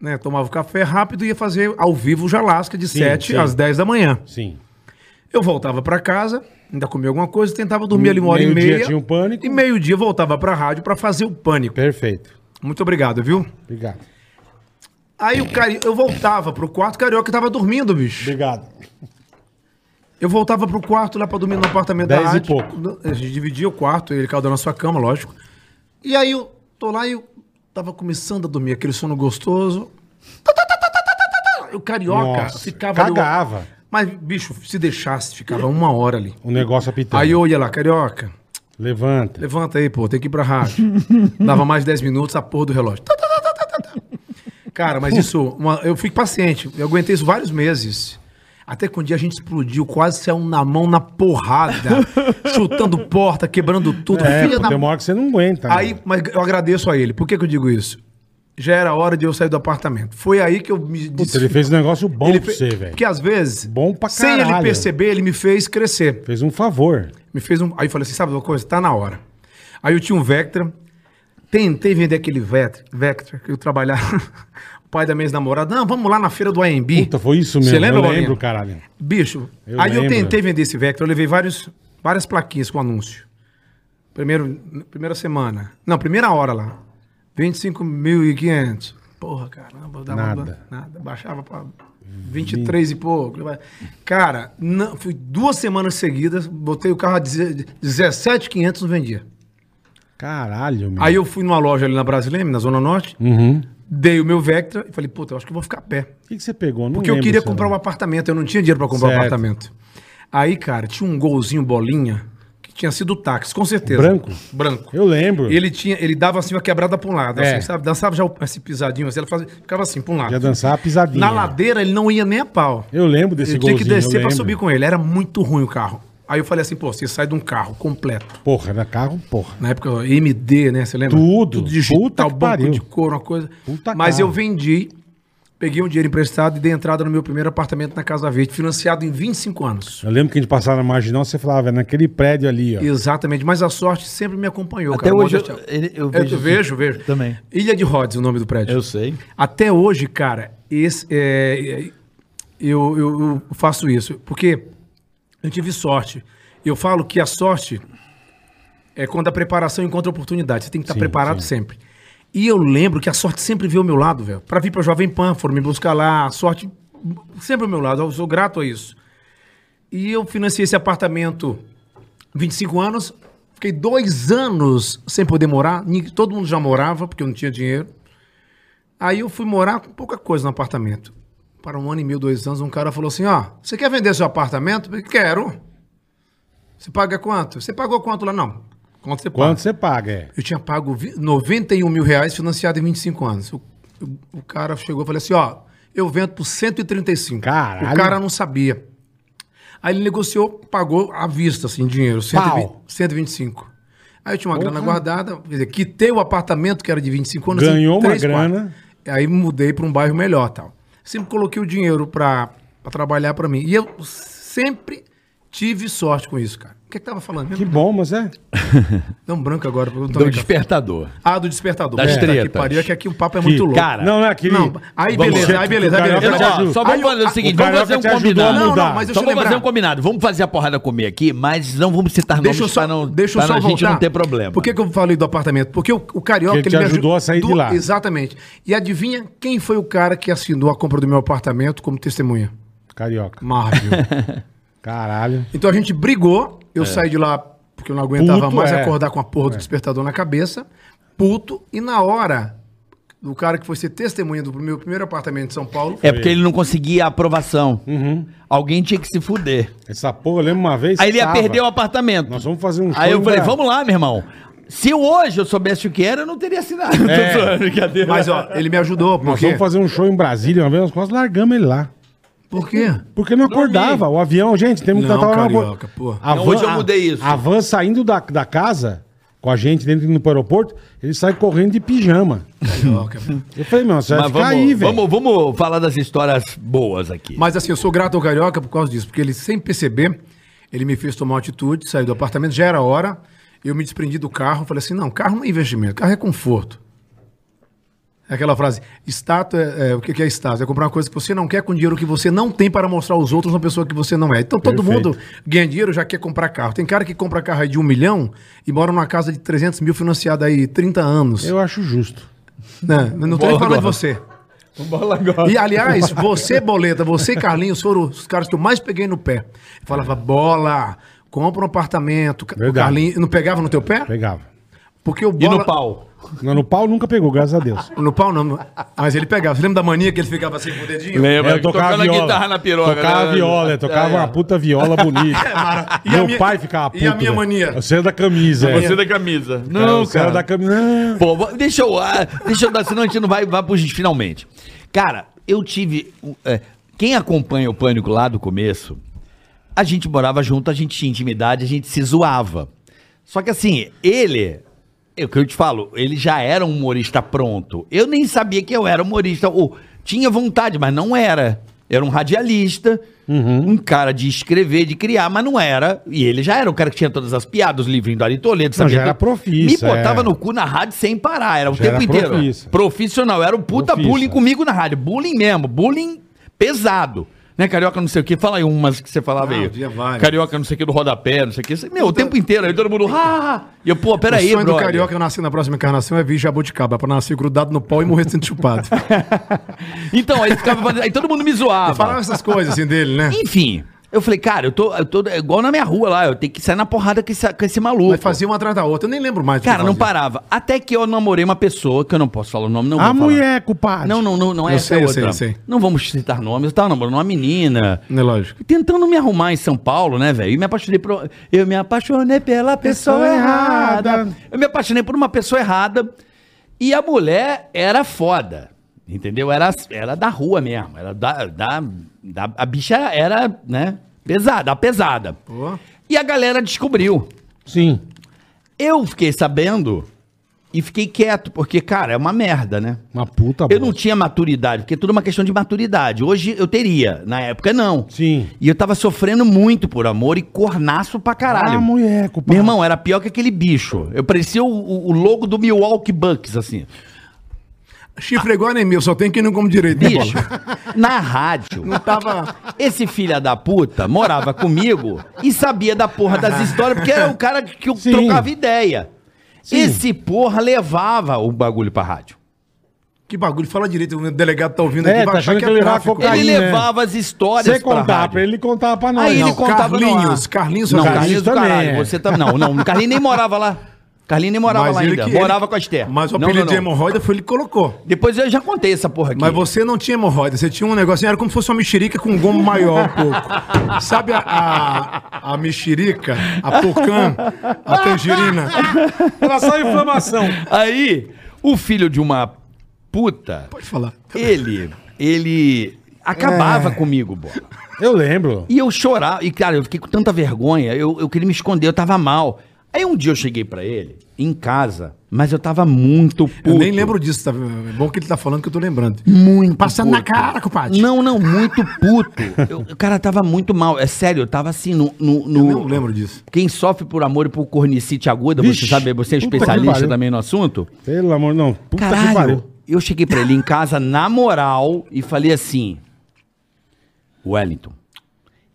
C: né? Tomava o café rápido e ia fazer ao vivo o Jalasca de
B: Sim,
C: sete
B: sim.
C: às dez da manhã.
B: Sim.
C: Eu voltava pra casa, ainda comia alguma coisa, tentava dormir ali uma hora e
B: Meio-dia
C: meia.
B: tinha o pânico.
C: E meio-dia voltava pra rádio pra fazer o pânico.
B: Perfeito.
C: Muito obrigado, viu?
B: Obrigado.
C: Aí o cari... eu voltava pro quarto, o carioca tava dormindo, bicho.
B: Obrigado.
C: Eu voltava pro quarto lá pra dormir no apartamento
B: Dez
C: da
B: e
C: rádio.
B: pouco.
C: A gente dividia o quarto, ele caiu na sua cama, lógico. E aí eu tô lá e eu tava começando a dormir, aquele sono gostoso. Tá, tá, tá, tá, tá, tá, tá, tá. O carioca
B: Nossa,
C: ficava. ali-
B: cagava.
C: Mas, bicho, se deixasse, ficava uma hora ali.
B: O negócio apitando.
C: Aí eu ia lá, carioca,
B: Levanta.
C: Levanta aí, pô, tem que ir
B: [LAUGHS]
C: pra rádio. Dava mais 10 minutos, a porra do relógio. Tá, tá, tá, tá, tá, tá, tá. Cara, mas isso, uma- eu fico paciente. Eu aguentei isso vários meses. Até que um dia a gente explodiu, quase saiu na mão
B: [LAUGHS]
C: na porrada, chutando porta, quebrando tudo.
B: É,
C: Filha
B: pô,
C: da-
B: tem uma hora que você não aguenta.
C: Aí,
B: mano.
C: mas eu agradeço a ele. Por que, que eu digo isso? Já era hora de eu sair do apartamento. Foi aí que eu me
B: Puta, ele fez um negócio bom
C: Ele
B: pra
C: fe-
B: você, velho.
C: Porque às vezes,
B: Bom pra
C: sem ele
B: caralho.
C: perceber, ele me fez crescer.
B: Fez um favor.
C: Me fez um. Aí eu falei assim: sabe de uma coisa? Tá na hora. Aí eu tinha um Vectra. Tentei vender aquele Vectra, Vectra que eu trabalhava. [LAUGHS] o pai da minha ex-namorada. Não, vamos lá na feira do AMB.
B: Puta, foi isso mesmo.
C: Você lembra,
B: Eu
C: Bolinha?
B: lembro, caralho.
C: Bicho.
B: Eu
C: aí eu
B: lembro.
C: tentei vender esse Vectra. Eu levei vários, várias plaquinhas com anúncio. Primeiro, primeira semana. Não, primeira hora lá. 25.500. Porra, caramba, dava
B: Nada.
C: nada. Baixava pra 23 e pouco. Cara, não, fui duas semanas seguidas, botei o carro a 17,500 não vendia.
B: Caralho, meu.
C: Aí eu fui numa loja ali na Brasileme, na Zona Norte,
B: Uhum.
C: dei o meu Vectra e falei, puta, eu acho que eu vou ficar a pé.
B: O que, que você pegou? Não
C: Porque eu
B: lembro,
C: queria
B: sei
C: comprar
B: lá.
C: um apartamento, eu não tinha dinheiro pra comprar um
B: Certo.
C: apartamento. Aí, cara, tinha um golzinho bolinha que tinha sido táxi, com certeza.
B: Branco?
C: Branco.
B: Eu lembro.
C: Ele tinha, ele dava assim uma quebrada pra um lado,
B: É.
C: assim, sabe? Dançava já o- esse pisadinho, assim, ela fazia, ficava assim pra um lado.
B: Ia dançar a pisadinha.
C: Na ladeira ele não ia nem a pau.
B: Eu lembro desse
C: Ele tinha que
B: golzinho, eu
C: descer pra
B: lembro.
C: subir com ele. Era muito ruim o carro. Aí eu falei assim, pô, você sai de um carro completo.
B: Porra, era carro, porra.
C: Na época, ó, MD, né? Você lembra?
B: Tudo.
C: Tudo digital,
B: Puta que
C: banco
B: pariu.
C: de couro, uma coisa.
B: Puta
C: Mas
B: cara.
C: eu vendi, peguei um dinheiro emprestado e dei entrada no meu primeiro apartamento na Casa Verde, financiado em 25 anos.
B: Eu lembro que a gente passava na marginal, você falava, "É naquele prédio ali, ó.
C: Exatamente, mas a sorte sempre me acompanhou.
D: Até hoje
C: Modéstia-
D: eu- ele- eu
C: eu,
D: vejo-
C: vejo, vejo, vejo.
D: Também.
C: Ilha de Rhodes, o nome do prédio.
D: sei.
C: Até hoje, cara, esse, é, é, eu, eu- eu faço isso. Porque eu tive sorte. Eu falo que a sorte é quando a preparação encontra oportunidade. Você tem que estar
B: Sim,
C: preparado
B: sim.
C: sempre. E eu lembro que a sorte sempre veio ao meu lado, velho. Pra vir pra Jovem Pan, foram me buscar lá. A sorte sempre ao meu lado. Eu sou grato a isso. E eu financiei esse apartamento 25 anos. Fiquei dois anos sem poder morar. Nin- Todo mundo já morava, porque eu não tinha dinheiro. Aí eu fui morar com pouca coisa no apartamento. Para um ano e meio, dois anos, um cara falou assim: Ó, você quer vender seu apartamento? Eu falei, Quero. Você paga quanto? Você pagou quanto lá? Não. Quanto você paga?
B: Quanto você paga, é?
C: Eu tinha pago vi- 91 mil reais financiado em 25 anos. O, o- o cara chegou e falou assim: ó, eu vendo por 135.
B: Caralho.
C: O cara não sabia. Aí ele negociou, pagou à vista, assim, dinheiro, 120,
B: Pau.
C: 125. Aí eu tinha uma
B: Porra.
C: grana guardada, quer dizer, quitei o apartamento que era de 25 anos. assim,
B: Ganhou uma
C: três, quatro.
B: grana.
C: Aí mudei para um bairro melhor tal. Sempre coloquei o dinheiro para trabalhar para mim. E eu sempre tive sorte com isso, cara. O que é que tava falando?
B: Que bom, mas é.
C: Dá um branco agora. porque eu não
D: Do
C: tomei café.
D: despertador.
C: Ah, do despertador.
D: Das
C: Puta
D: tretas.
C: Que pariu, é que aqui o papo é muito louco.
D: cara,
B: Não, não é aquele.
C: não, aí
D: vamos
C: beleza,
D: lá.
C: aí beleza, aí
B: O
C: beleza.
B: Carioca te
D: Ó,
B: ajuda.
D: só
C: Aí
D: vamos
C: eu-
D: fazer o
C: a-
D: seguinte,
B: o
D: vamos
B: Carioca
D: fazer um
B: te ajudou a
D: combinado.
B: mudar.
C: Não, não, mas
D: Só
C: deixa eu
D: vamos fazer
C: lembrar.
D: um combinado. Vamos fazer a porrada comer aqui, mas não vamos citar
C: Deixa eu
D: nomes
C: só,
D: pra não,
C: deixa eu
D: pra
C: só
D: a
C: voltar.
D: gente não ter problema.
C: Por que, que eu falei do apartamento? Porque o, o Carioca...
B: Porque ele te
C: me aju-
B: ajudou a sair de
C: do-
B: lá.
C: Exatamente. E adivinha quem foi o cara que assinou a compra do meu apartamento como testemunha?
B: Carioca.
C: Marvel.
D: [LAUGHS]
B: Caralho.
C: então a gente brigou, eu
D: É.
C: saí de lá porque eu não aguentava
B: Puto,
C: mais
B: é.
C: acordar com a porra do despertador na cabeça, puto, e na hora... do cara que foi ser testemunha do meu primeiro apartamento de São Paulo.
D: É porque ele não conseguia a aprovação.
C: Uhum.
D: Alguém tinha que se fuder.
B: Essa porra, eu lembro uma vez.
D: Aí ele ia
B: tava.
D: perder o apartamento.
B: Nós vamos fazer um
D: Aí
B: show
D: eu falei,
B: da-
D: vamos lá, meu irmão. Se eu hoje eu soubesse o que era, eu não teria assinado. [LAUGHS]
B: É.
D: Tô zoando, brincadeira.
C: Mas, ó, ele me ajudou.
B: Nós
C: Porque...
B: vamos fazer um show em Brasília uma vez, nós quase largamos ele lá.
C: Por quê?
B: Porque não acordava. O avião, gente, temos que
C: Não,
B: tratar lá
C: carioca, porra.
B: A
D: Não,
B: van-
D: hoje eu
B: a-
D: mudei isso.
B: A van saindo da, da casa, com a gente dentro do aeroporto, ele sai correndo de pijama.
C: Carioca.
B: Eu falei, meu, você vai
D: Mas
B: ficar
D: vamos,
B: aí, velho.
D: vamos, vamos falar das histórias boas aqui.
C: Mas assim, eu sou grato ao Carioca por causa disso, porque ele, sem perceber, ele me fez tomar uma atitude, saí do apartamento, já era hora, eu me desprendi do carro, falei assim, não, carro não é investimento, carro é conforto. É Aquela frase, status, é, é, o que que é status? É comprar uma coisa que você não quer com dinheiro que você não tem para mostrar aos outros uma pessoa que você não é. Então todo
B: Perfeito.
C: mundo ganha dinheiro já quer comprar carro. Tem cara que compra carro aí de um milhão e mora numa casa de 300 mil financiada aí 30 anos.
B: Eu acho justo.
C: Não, eu não tô
D: Bola
C: nem falando de
D: agora.
C: você.
D: Bola agora.
C: E, aliás, você, Boleta, você e Carlinhos foram os caras que eu mais peguei no pé. Eu falava, bola, compra um apartamento. Ca- O
B: Verdade.
C: Carlinhos não pegava no teu pé?
B: Pegava.
C: Porque o
D: E
C: bola...
D: no pau.
B: Não, no pau nunca pegou, graças a Deus.
C: No pau não, mas ele pegava. Você lembra da mania que ele ficava assim com o dedinho?
D: É,
H: Lembra?
B: eu tocava viola.
D: guitarra na piroca,
B: Tocava
D: né?
B: viola, eu tocava
D: É, é.
B: uma puta viola
C: [LAUGHS]
B: bonita.
C: É, E a
B: Meu
C: minha-
B: pai ficava
C: e a minha
B: velho.
C: mania?
B: Você é da camisa, é.
D: da camisa.
B: Não,
D: Não,
B: você era
D: cara.
B: da camisa. Não.
D: Pô, vou- deixa eu. ah, deixa eu dar, senão a gente não vai, vai pros finalmente. Cara, eu tive. um, é, quem acompanha o pânico lá do começo, a gente morava junto, a gente tinha intimidade, a gente se zoava. Só que assim, ele. É o que eu te falo, ele já era um humorista pronto. Eu nem sabia que eu era humorista. Ou, tinha vontade, mas não era. Era um radialista,
B: Uhum.
D: um cara de escrever, de criar, mas não era. E ele já era um cara que tinha todas as piadas, os livrinhos do Ari Toledo.
B: Não, já
D: sabia
B: era
D: tudo.
B: profissa,
D: Me botava
B: é.
D: no cu na rádio sem parar, era o
B: Já
D: tempo
B: era
D: inteiro.
B: profissa.
D: Profissional, era o puta
B: Profissa.
D: bullying comigo na rádio, bullying mesmo, bullying pesado. né? Carioca não sei o quê. Fala aí umas que você falava
C: Ah,
D: aí.
C: havia várias.
D: Carioca não sei o quê do rodapé, não sei o quê. Meu, o tempo inteiro. Aí todo mundo, ah! E eu, pô,
C: O
D: peraí,
C: sonho do
D: brother.
C: carioca que eu nasci na próxima encarnação é vir jabuticaba, pra nascer grudado no pau e morrer sendo chupado.
D: Então, aí ficava. Aí todo mundo me zoava.
C: Falaram essas coisas assim dele, né?
D: Enfim, eu falei, cara, eu tô, eu tô é igual na minha rua lá, eu tenho que sair na porrada com esse, com esse maluco.
C: Mas fazia uma atrás da outra, eu nem lembro mais. do que
D: Cara, não
C: fazia.
D: parava. Até que eu namorei uma pessoa, que eu não posso falar o nome, não vou
B: A
D: falar.
B: mulher, compadre.
D: Não, não, não, não é
C: Ah, Eu
D: essa
C: sei,
D: é
C: eu
D: outra.
C: sei, eu sei.
D: Não vamos citar nomes, eu tava namorando uma menina.
C: Não é lógico.
D: Tentando me arrumar em São Paulo, né, velho? E me apaixonei por. Eu me apaixonei pela pessoa,
B: Pessoa
D: errada.
B: errada.
D: Eu me apaixonei por uma pessoa errada. E a mulher era foda. Entendeu? Era, era da rua mesmo. Era da, da, da- a bicha era, né? Pesada, a pesada.
C: Pô.
D: E a galera descobriu.
B: Sim.
D: Eu fiquei sabendo e fiquei quieto, porque, cara, é uma merda, né?
B: Uma puta
D: Eu não
B: bosta.
D: tinha maturidade, porque é tudo uma questão de maturidade. Hoje eu teria, na época não.
B: Sim.
D: E eu tava sofrendo muito por amor e cornaço pra caralho.
B: Ah, mulher, compadre.
D: Meu irmão, era pior que aquele bicho. Eu parecia o, o- o logo do Milwaukee Bucks, assim.
C: Chifre é igual nem meu, só tem quem não come
B: É
C: direito. né,
D: Bicho,
C: Bola?
D: na rádio.
C: Não tava.
D: Esse filho da puta morava comigo e sabia da porra das histórias, porque era o cara que eu
B: Ah. Sim.
D: trocava ideia.
B: Sim.
D: Esse porra levava o bagulho pra rádio.
C: Que bagulho, fala direito, o delegado tá ouvindo
B: É,
C: aqui,
B: tá
C: vai
B: achando
C: achar que
B: que
C: é
B: ele vai
C: tráfico.
B: cocaína.
D: ele
B: Aí, né?
D: levava as histórias
B: Você contava pra ele, ele contava pra nós.
D: Aí ele
C: Não,
D: contava no ar.
C: Carlinhos, Carlinhos
D: não,
C: Santana.
D: Carlinhos do
B: Carlinhos
D: caralho.
B: também é.
D: Você tá, não, não, o Carlinhos nem morava lá. Carlinhos nem morava
C: Mas
D: lá
C: ele
D: ainda.
C: que-
D: morava
C: ele-
D: com a Esther.
C: Mas o
D: Não,
C: apelido
D: não,
C: de
D: não.
C: hemorroida foi ele que colocou.
D: Depois eu já contei essa porra aqui.
C: Mas você não tinha hemorroida, você tinha um negocinho, era como se fosse uma mexerica com um gomo maior um pouco. Sabe a, a, a mexerica, a pocã, a tangerina?
B: Era só inflamação.
D: [LAUGHS] Aí, o filho de uma puta,
C: Pode falar.
D: ele, ele acabava comigo, bola.
B: Eu lembro.
D: E eu chorava. E, cara, eu fiquei com tanta vergonha. Eu, eu queria me esconder, eu tava mal. Aí um dia eu cheguei pra ele, em casa, mas eu tava muito puto.
C: Eu nem lembro disso, tá? É bom que ele tá falando que eu tô lembrando.
D: Muito
C: Passando na cara, compadre.
D: Não, não, muito puto. [LAUGHS] Eu, o cara tava muito mal. É sério, eu tava assim no. no, no-
C: Eu não lembro disso.
D: Quem sofre por amor e por cornicite aguda, você
B: Vixe,
D: sabe, você é
B: puta que
D: especialista
B: pariu.
D: também no assunto.
B: Pelo amor, não. Puta que
D: Caralho,
B: pariu.
D: eu cheguei pra ele em casa na moral e falei assim: Wellington,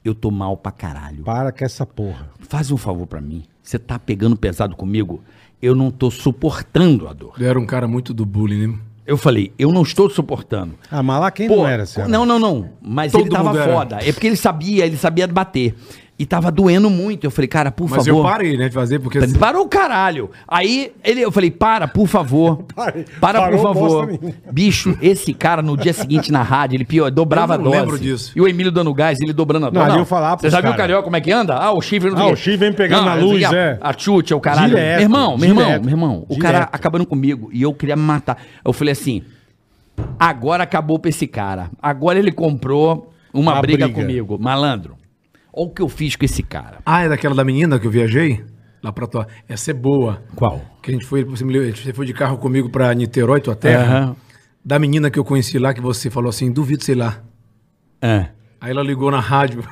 D: eu tô mal pra caralho.
B: Para com essa porra.
D: Faz um favor pra mim. Você tá pegando pesado comigo? Eu não tô suportando a dor.
C: Ele era um cara muito do bullying, né?
D: Eu falei, eu não estou suportando.
B: Ah, mas lá quem
D: Pô,
B: não era, Cera?
D: Não, não, não. Mas
C: Todo
D: ele tava
C: mundo era.
D: foda. É porque ele sabia, ele sabia bater. E tava doendo muito. Eu falei, cara, por
C: Mas
D: favor. Tá
C: eu parei, né, de fazer, porque...
D: Ele Parou o caralho. Aí ele, eu falei, para, por
B: [LAUGHS]
D: favor.
B: Parei.
D: Para, por
B: Parou bosta
D: favor.
B: nenhuma.
D: Bicho, esse cara no dia seguinte na rádio, ele pior, dobrava
C: Eu
D: a
C: não
D: dose.
C: lembro disso.
D: E o Emílio dando gás, ele dobrando a dose.
B: ali eu falava
D: Você
B: pros
D: já viu o
B: cara.
D: carioca como é que anda? Ah, o chifre não sei
B: Ah,
D: quê.
B: o chifre vem pegando na
D: eu sei
B: luz,
D: que a-
B: é.
D: A chute, é o caralho.
B: Direto,
D: meu irmão, meu irmão,
B: direto,
D: meu irmão. O
B: direto.
D: cara acabando comigo e eu queria me matar. Eu falei assim, agora acabou pra esse cara. Agora ele comprou uma
B: Uma
D: briga,
B: briga.
D: comigo. Malandro, olha o que eu fiz com esse cara.
C: Ah, é daquela da menina que eu viajei? Lá pra tua... Essa é boa.
D: Qual?
C: Que a gente foi, você, me leu- você foi de carro comigo pra Niterói, tua terra.
D: Aham.
C: Da menina que eu conheci lá, que você falou assim, duvido, sei lá.
D: É.
C: Aí ela ligou na rádio. [LAUGHS]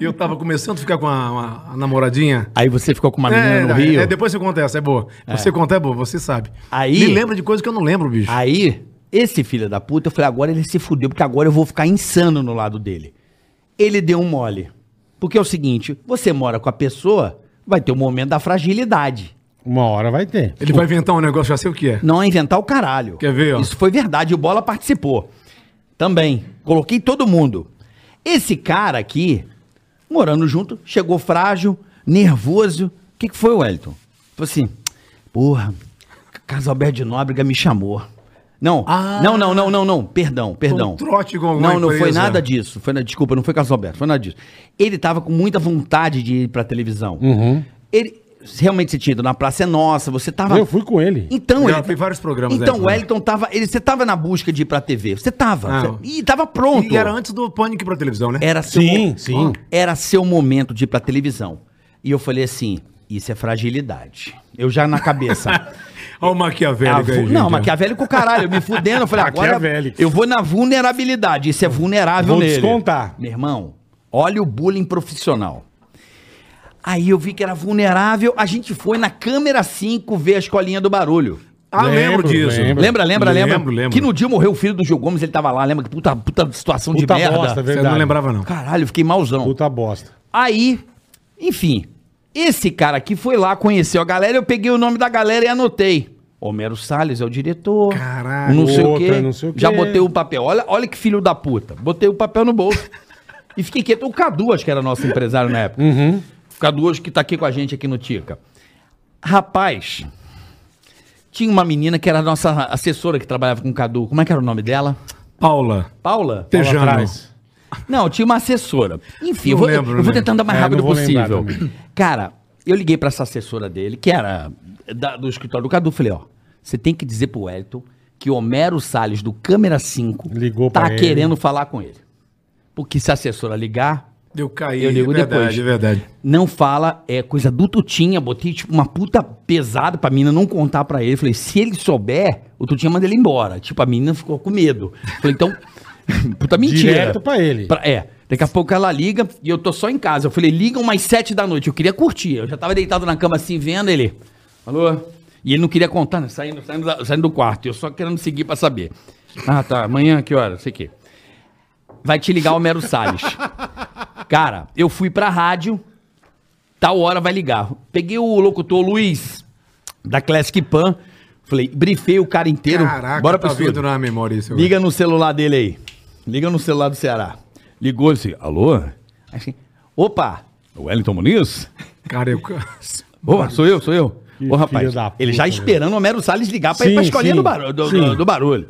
C: e eu tava começando a ficar com a, uma- a namoradinha.
D: Aí você ficou com uma menina
C: É,
D: no
C: é,
D: Rio.
C: é, depois você conta essa, é boa. Você conta, é boa, você sabe.
D: Aí-
C: Me lembra de coisa que eu não lembro, bicho.
D: Aí, esse filho da puta, eu falei, agora ele se fudeu, porque agora eu vou ficar insano no lado dele. Ele deu um mole. Porque é o seguinte, você mora com a pessoa, vai ter o momento da fragilidade.
B: Uma hora vai ter.
C: Ele vai inventar um negócio, já sei o que é.
D: Não é inventar o caralho.
C: Quer ver, ó?
D: Isso foi verdade, o Bola participou. Também. Coloquei todo mundo. Esse cara aqui, morando junto, chegou frágil, nervoso. O que, que foi, Wellington? Falei assim, porra, Carlos Alberto de Nóbrega me chamou. Não,
C: Ah.
D: não, não, não, não, não, perdão, perdão.
C: Um trote com alguma
D: Não, não foi
C: empresa.
D: nada disso. Foi, na- desculpa, não foi Carlos Alberto, foi nada disso. Ele tava com muita vontade de ir pra televisão.
B: Uhum.
D: Ele realmente você tinha ido na Praça é Nossa, você tava
B: Eu fui com ele.
D: então,
C: Já fui vários programas né,
D: Então,
C: dessa,
D: o Wellington tava. Ele, você tava na busca de ir pra TV. Você tava.
C: Ah.
D: Você- e tava pronto.
C: E era antes do pânico pra televisão, né?
D: Era seu
B: Sim,
D: mo-
B: sim.
D: Era seu momento de ir pra televisão. E eu falei assim: isso é fragilidade. Eu já na
C: [LAUGHS]
D: cabeça.
C: Olha o Maquiavélico
D: A
C: aí,
D: vu-
C: gente,
D: não, é
C: ó.
D: maquiavélico caralho, eu me fudendo, eu falei,
C: é
D: agora
B: Maquiavélico.
D: eu vou na vulnerabilidade, isso é vulnerável
B: Vou
D: nele.
B: descontar.
D: Meu irmão, olha o bullying profissional. Aí eu vi que era vulnerável, a gente foi na câmera 5 ver a escolinha do barulho.
C: Ah, lembro,
B: Lembro,
C: disso.
B: lembro.
D: Lembra, lembra, lembra?
C: Lembro, lembro. É
D: Que no dia morreu o filho do Gil Gomes, ele tava lá, lembra? Que puta, puta situação
B: Puta
D: de merda.
B: bosta, velho.
C: Você não
B: Verdade.
C: lembrava, não.
D: Caralho, fiquei mauzão.
B: Puta bosta.
D: Aí, enfim, esse cara aqui foi lá, conheceu a galera, eu peguei o nome da galera e anotei. Homero Salles é o diretor.
C: Caralho.
D: não sei,
B: Outra,
D: o quê.
B: não sei o quê.
D: Já botei o papel. Olha, olha que filho da puta. Botei o papel no bolso. e fiquei quieto. O Cadu, acho que era nosso empresário na época.
B: Uhum.
D: O Cadu hoje que tá aqui com a gente aqui no Tica. Rapaz, tinha uma menina que era a nossa assessora que trabalhava com o Cadu. Como é que era o nome dela?
C: Paula.
D: Paula?
C: Tejano.
B: atrás.
D: Não, tinha uma assessora. Enfim, eu
C: Não
D: vou,
C: lembro,
D: eu
C: não
D: vou
C: lembro.
D: tentando andar mais
B: É,
D: rápido
B: não vou lembrar
D: possível.
B: também.
D: Cara, eu liguei pra essa assessora dele, que era da- do escritório do Cadu, falei, ó, você tem que dizer pro Wellington que o Homero Salles, do Câmera 5,
B: Ligou
D: tá
B: pra ele.
D: querendo falar com ele. Porque se a assessora ligar,
C: Deu cair.
D: Eu ligo
C: verdade,
D: depois.
C: É verdade.
D: não fala, é coisa do Tutinha, botei tipo uma puta pesada pra mina não contar pra ele. Falei, se ele souber, o Tutinha manda ele embora. Tipo, a menina ficou com medo. Falei, então, [LAUGHS] puta mentira.
B: Direto pra ele.
D: Pra- é. Daqui a pouco ela liga e eu tô só em casa. Eu falei, liga umas sete da noite. Eu queria curtir. Eu já tava deitado na cama assim, vendo ele. Alô? E ele não queria contar, né? Saindo, saindo, da- saindo do quarto. Eu só querendo seguir pra saber. Ah, tá. Amanhã, que hora? Sei o quê. Vai te ligar o Homero
C: [LAUGHS]
D: Salles. Cara, eu fui pra rádio. Tal hora vai ligar. Peguei o locutor Luiz, da Classic Pan. Falei, brifei o cara inteiro.
C: Caraca,
D: bora pro
C: tá
D: estúdio.
C: vindo na memória isso. agora.
H: é.
D: Liga no celular dele aí. Liga no celular do Ceará. Ligou assim, alô? Aí assim, opa!
H: Wellington Muniz?
C: Cara, eu...
D: Opa, sou eu, sou eu. Ô, rapaz,
B: filho da puta,
D: ele
H: né?
D: já esperando o Homero Salles ligar pra ir
B: Sim,
D: pra escolinha
B: sim,
D: do, barulho, do,
B: sim.
D: do- do barulho.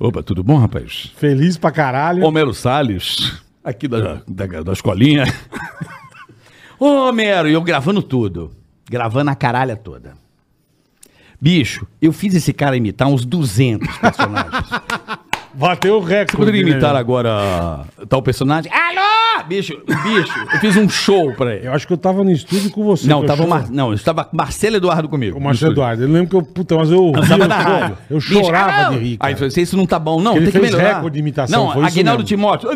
H: Opa, tudo bom, rapaz?
B: Feliz pra caralho.
H: Homero Salles, aqui da, da, da escolinha.
D: Ô, Homero, e eu gravando tudo. Gravando a caralha toda. Bicho, eu fiz esse cara imitar uns
H: [LAUGHS]
D: 200 personagens.
B: Bateu o recorde.
D: Poderia
B: né,
D: imitar
B: meu?
D: agora tal personagem? Alô! Bicho, bicho, eu fiz um show pra ele.
B: Eu acho que eu tava no estúdio com você.
D: Não,
B: que eu
D: tava o
B: choro-
D: Mar... não, estava Marcelo Eduardo comigo.
B: O Marcelo
D: No estúdio.
B: Eduardo. Eu lembro que eu, puta, mas eu ouvi, eu,
D: Tava na
B: choro.
D: rádio.
B: eu
D: Bicho,
B: chorava
D: ah,
B: de
D: não.
B: rir,
D: Aí
B: cara.
D: ele falou, "Se isso não tá bom, não.
B: Ele
D: tem que
B: fez
D: melhorar.
B: recorde de imitação,
D: Não,
B: foi isso
D: Aguinaldo
B: mesmo.
D: Timóteo.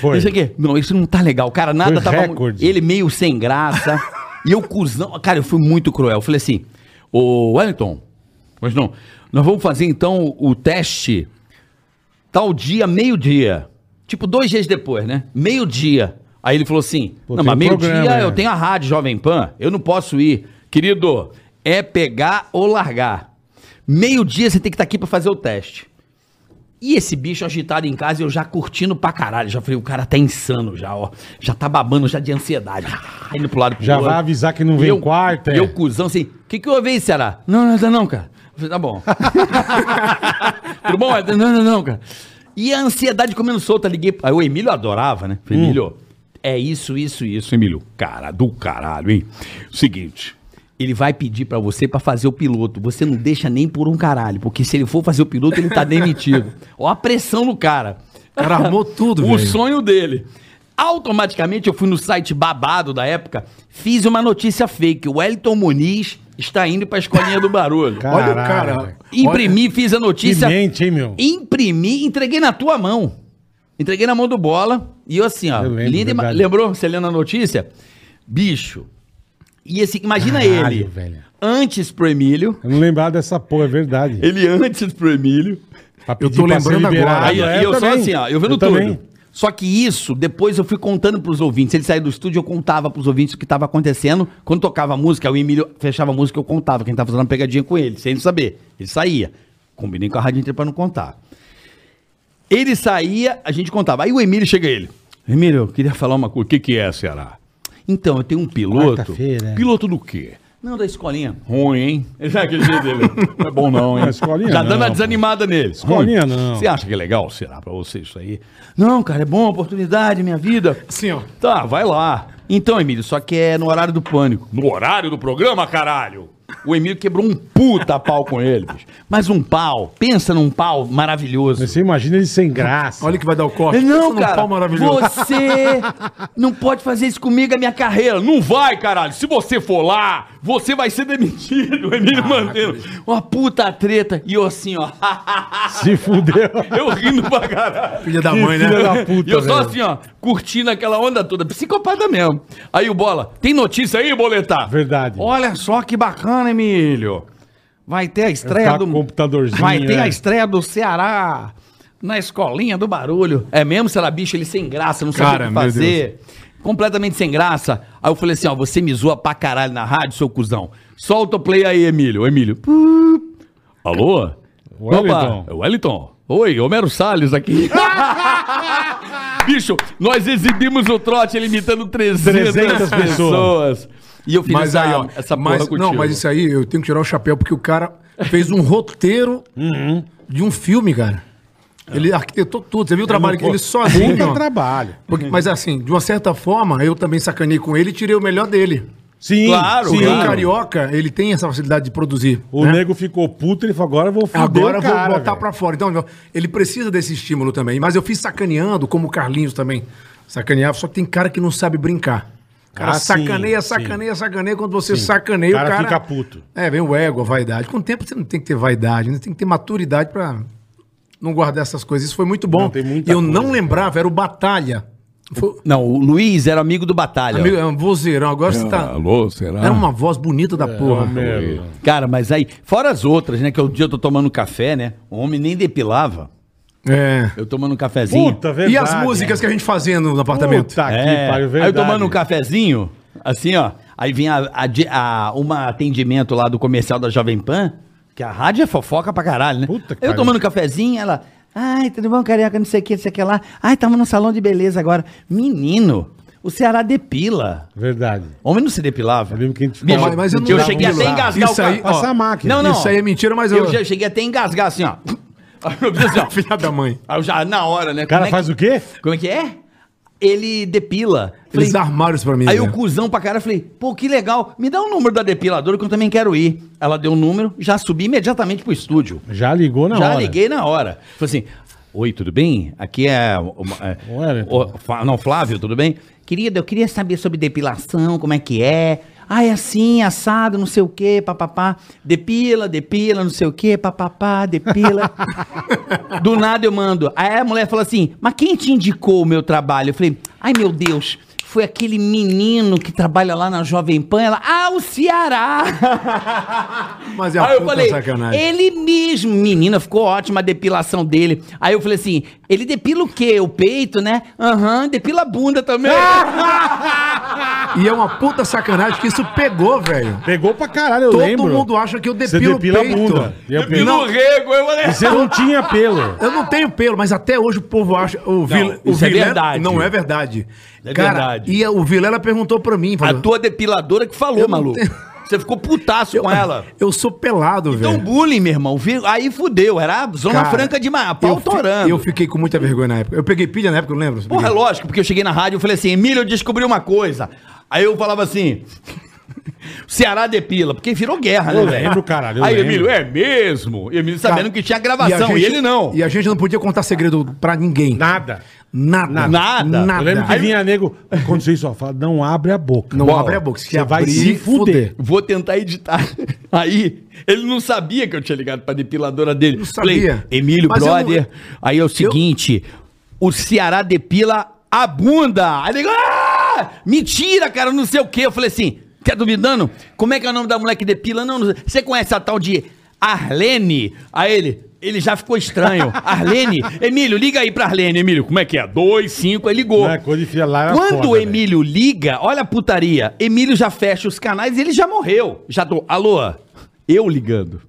B: Foi.
D: Isso aqui. Não, isso não tá legal. Cara, nada
B: Foi
D: tava.
B: recorde.
D: Ele meio sem graça. e eu cuzão. Cara, eu fui muito cruel. Eu falei assim, ô Wellington, mas não, nós vamos fazer então o teste tal dia, meio-dia. Tipo, dois dias depois, né? Meio-dia. Aí ele falou assim:
B: Pô,
D: Não,
B: tem
D: mas
B: um
D: meio-dia
B: programa,
D: eu
B: é."
D: tenho a rádio Jovem Pan, eu não posso ir. Querido, é pegar ou largar. Meio-dia você tem que estar aqui pra fazer o teste. E esse bicho agitado em casa, eu já curtindo pra caralho. Já falei, o cara tá insano já, ó. Já tá babando já de ansiedade. Já Indo pro lado e pro
B: Já
D: outro.
B: vai avisar que não vem
D: eu,
B: quarta, é.
D: Eu, cuzão, assim, o que que eu ouvi, Ceará? Não, nada não, cara. Eu falei, tá bom. Tudo bom? Ed? Não, não, não, cara. E a ansiedade comendo solta, liguei. Aí o Emílio adorava, né?
C: Hum.
D: Falei, Emílio, é isso, isso, isso, Emílio.
H: Cara do caralho, hein? Seguinte,
D: Ele vai pedir pra você pra fazer o piloto. Você não deixa nem por um caralho, porque se ele for fazer o piloto, ele tá demitido.
C: [LAUGHS]
D: Ó a pressão no cara.
C: O cara armou tudo,
D: O
C: velho.
D: sonho dele. Automaticamente eu fui no site babado da época, fiz uma notícia fake. O Wellington Muniz está indo pra escolinha do barulho.
C: Olha
B: Caralho,
C: o cara.
B: velho.
D: Imprimi, fiz a notícia.
B: Que mente, hein, meu?
D: Imprimi, entreguei na tua mão. Entreguei na mão do Bola. E eu assim, ó.
B: Eu lembro,
D: linda e ma-
B: verdade.
D: lembrou? Você lendo a notícia? Bicho. E assim, imagina
B: Caralho,
D: ele.
B: velho.
D: Antes pro Emílio.
B: Eu não lembrava dessa porra, é verdade.
D: Ele antes pro Emílio.
B: Pra
C: Eu
B: pedir
C: tô
B: pra ser
C: lembrando
B: liberado.
C: agora.
D: Aí,
B: É,
D: e eu só
B: também.
D: assim, ó, eu vendo
B: Eu
D: tudo.
B: também.
D: Só que isso, depois eu fui contando pros ouvintes. Ele saiu do estúdio, eu contava pros ouvintes o que tava acontecendo. Quando tocava a música, o Emílio fechava a música, eu contava. Quem tava fazendo uma pegadinha com ele, sem ele saber. Ele saía. Combinei com a rádio inteira pra não contar. Ele saía, a gente contava. Aí o Emílio chega ele. Emílio, eu queria falar uma coisa.
H: o que que é, Ceará?
D: Então, eu tenho um piloto.
B: Quarta-feira. é.
H: Piloto do quê?
D: Não, da escolinha. [LAUGHS]
H: Ruim, hein? Esse é aquele jeito dele. Não é bom não, hein?
B: Não, escolinha
D: Já
B: não,
D: dando a
B: pô.
D: desanimada nele.
B: Escolinha não.
H: Você acha que é legal, será, pra você isso aí?
D: Não, cara, é bom, oportunidade, minha vida.
C: Assim, ó.
D: Tá, vai lá. Então, Emílio, só que é no horário do pânico.
H: No horário do programa, caralho!
D: O Emílio quebrou um puta pau com ele, bicho. Mas um pau, pensa num pau maravilhoso.
B: Mas você imagina ele sem graça.
C: Olha que vai dar o corte.
D: Ele, não,
C: Pensa num
D: cara,
C: pau maravilhoso.
D: você não pode fazer isso comigo, é minha carreira. Não
H: Não vai, caralho! Se você for lá, você vai ser demitido, o Emílio Manteno.
D: uma puta treta. E eu assim, ó. [LAUGHS]
B: Se fudeu.
H: Eu rindo pra caralho.
C: [LAUGHS] Filha da mãe, né?
B: Filha
D: [LAUGHS]
C: [LAUGHS]
B: da puta,
H: E eu só
B: velho.
H: assim, ó, curtindo aquela onda toda, psicopata mesmo. Aí o Bola, tem notícia aí, Boletar?
B: Verdade.
H: Olha só que bacana, Emílio.
D: Vai ter a
B: Vai
D: estreia
B: ficar
D: do.
B: com o computadorzinho,
D: Vai ter
B: é.
D: a estreia do Ceará na escolinha do barulho. É mesmo, sei lá, bicho, ele sem graça, não
C: Cara,
D: sabia o que
C: meu
D: fazer. Completamente sem graça. Aí eu falei assim: ó, você me zoa pra caralho na rádio, seu cuzão. Solta o play aí, Emílio. Ô, Emílio. Pu- Alô?
B: Wellington.
D: Opa, é o Wellington. Oi, Homero Salles
B: [LAUGHS]
D: aqui. bicho, nós exibimos o trote ele imitando 300,
B: 300 pessoas.
D: pessoas. E eu fiz
C: Mas
D: essa,
C: aí, ó.
D: essa porra
C: mas,
D: contigo.
C: não, mas isso aí eu tenho que tirar o chapéu, porque o cara fez um roteiro de um filme, cara. Ele arquitetou tudo. Você viu o trabalho que ele sozinho.
B: Puta
C: ó.
B: trabalho.
C: Porque- mas assim, de uma certa forma, eu também sacanei com ele e tirei o melhor dele.
B: Sim,
D: Claro,
B: sim.
C: Porque o
D: claro.
C: carioca, ele tem essa facilidade de produzir.
B: O
C: né?
B: nego ficou puto, ele falou, agora eu vou foder
C: Agora
B: o
C: eu vou
B: cara,
C: botar
B: velho.
C: pra fora. Então, ele precisa desse estímulo também. Mas eu fiz sacaneando, como o Carlinhos também sacaneava, só que tem cara que não sabe brincar. O Cara,
B: Ah, sim,
C: sacaneia,
B: sim.
C: sacaneia, sacaneia. Quando você sacaneia, o
B: O
C: cara,
B: cara fica puto.
C: É, vem o ego, a vaidade. Com o tempo você não tem que ter vaidade, né? Você tem que ter maturidade pra não guardar essas coisas. Isso foi muito bom.
B: Não, tem muita
C: E eu não
B: coisa.
C: lembrava, era o Batalha. Foi...
D: Não, o Luiz era amigo do Batalha.
C: é- Amigo, é um vozeirão. Agora você tá.
H: Alô, será?
C: Era uma voz bonita
B: É,
C: da porra.
B: Meu,
D: Cara, mas aí, fora as outras, né? Que um dia eu tô tomando café, né? O homem nem depilava.
C: É.
D: Eu tomando um cafezinho.
B: Puta, verdade. é.
C: E as músicas que a gente fazia no apartamento?
B: Puta que
D: É,
B: Tá pariu,
D: aí eu
B: verdade.
D: tomando um cafezinho, assim, ó. Aí vinha a, a de- a- uma atendimento lá do comercial da Jovem Pan, que a rádio é fofoca pra caralho, né?
B: Puta que
D: eu
B: pariu.
D: tomando um cafezinho, ela. Ai, tudo bom, carioca, não sei o que, não sei o que lá. Ai, tava num salão de beleza agora. Menino, o Ceará depila.
B: Verdade.
D: Homem não se depilava.
B: Eu lembro que a gente
D: Bicho,
B: ficava-
C: Mas- mas eu não
D: eu
C: dava
D: cheguei
C: um
D: até a
C: lá.
D: engasgar
C: Isso
D: o
C: aí,
D: carro.
B: Passa a máquina.
D: Não, não.
C: Isso aí é mentira, mas
D: eu...
C: eu-
D: já cheguei até a engasgar assim, ó. [LAUGHS] Eu fiz assim, ó.
C: [LAUGHS] Filha da mãe.
D: Aí eu já, na hora, né?
B: O cara
D: como é
B: faz
D: que,
B: o quê?
D: Como é que é? Ele depila.
C: Eles
D: Falei,
C: armaram isso pra mim.
D: Aí
C: né?
D: o cuzão pra cara, eu falei, pô, que legal, me dá o número da depiladora que eu também quero ir. Ela deu o número, já subi imediatamente pro estúdio.
B: Já ligou na
D: já
B: hora.
D: liguei na hora. Falei assim, oi, tudo bem? Aqui é... uma- é-
B: Wellington.
D: o- Fa- não, Flávio, tudo bem? Querida, eu queria saber sobre depilação, como é que é. Ah, é assim, assado, não sei o quê, papapá. Depila, depila, não sei o quê, papapá,
B: [LAUGHS]
D: depila. Do nada eu mando. Aí a mulher fala assim, mas quem te indicou o meu trabalho? Eu falei, ai meu Deus, foi aquele menino que trabalha lá na Jovem Pan. Ela, ah, o Ceará.
C: Mas é uma
D: Aí eu
C: puta
D: falei,
C: sacanagem.
D: ele mesmo, menina, ficou ótima a depilação dele. Aí eu falei assim, ele depila o quê? O peito, né? Aham, depila a bunda também.
C: Ah!
D: [LAUGHS]
C: E é uma puta sacanagem que isso pegou, velho.
B: Pegou pra caralho, eu
C: Todo
B: lembro.
C: mundo acha que eu
B: Você
C: depilo o
B: depila a
C: peito.
B: bunda. E eu
H: Pelo
B: pego-
H: rego, eu falei.
B: E você não tinha pelo.
C: Eu não tenho pelo, mas até hoje o povo acha. O Vila, o
D: isso é
C: Vilela-
D: verdade.
C: Não é verdade.
D: É
C: Cara,
D: verdade.
C: E o Vilela perguntou pra mim,
D: a
C: falou,
D: tua depiladora que falou,
C: Eu não
D: maluco.
C: tenho-
D: Você ficou putaço com
C: [LAUGHS]
D: ela.
C: eu sou pelado,
D: Então
C: velho.
D: bullying, meu irmão. Vi- Aí fudeu, era a Zona
C: Cara,
D: Franca de Mar, pau
C: eu fi-
D: torando.
C: Eu fiquei com muita vergonha na época. Eu peguei pilha na época, eu lembro.
D: Porra, é lógico, porque eu cheguei na rádio e falei assim, Emílio, eu descobri uma coisa. Aí eu falava assim, [LAUGHS] Ceará depila, porque virou guerra, né,
B: Eu
D: velho?
B: lembro, caralho, eu
D: Aí,
B: lembro.
D: Emílio, é mesmo? E Emílio sabendo
C: Cara,
D: que tinha
C: E a
D: gravação, e,
C: gente-
D: ele não.
C: E a gente não podia contar segredo pra ninguém.
B: Nada.
C: Nada.
D: Nada.
B: Eu lembro que
C: Aí-
B: vinha nego. Aconteceu isso, ó. Fala, não abre a boca.
C: Não
B: Ó,
C: abre a boca. Se
B: Você vai
C: abrir,
B: se fuder.
D: Vou tentar editar. [LAUGHS] Aí, ele não sabia que eu tinha ligado pra depiladora dele. Não
C: sabia.
D: Emílio,
C: Mas eu não-
D: brother, aí é o seguinte, o Ceará depila a bunda. Aí ele, ah, mentira, cara, não sei o quê. Eu falei assim, tá duvidando? Como é que é o nome da mulher que depila? Não, não sei. Você conhece a tal de Arlene? Aí ele... Ele já ficou estranho. Arlene, Emílio, liga aí pra Arlene, Emílio. Como é que é? Dois, cinco, aí ligou.
B: Não é coisa de filha lá. era
D: Quando
B: foda,
D: o
B: velho.
D: Emílio liga, olha a putaria. Emílio já fecha os canais e ele já morreu. Já tô. Alô? Eu ligando.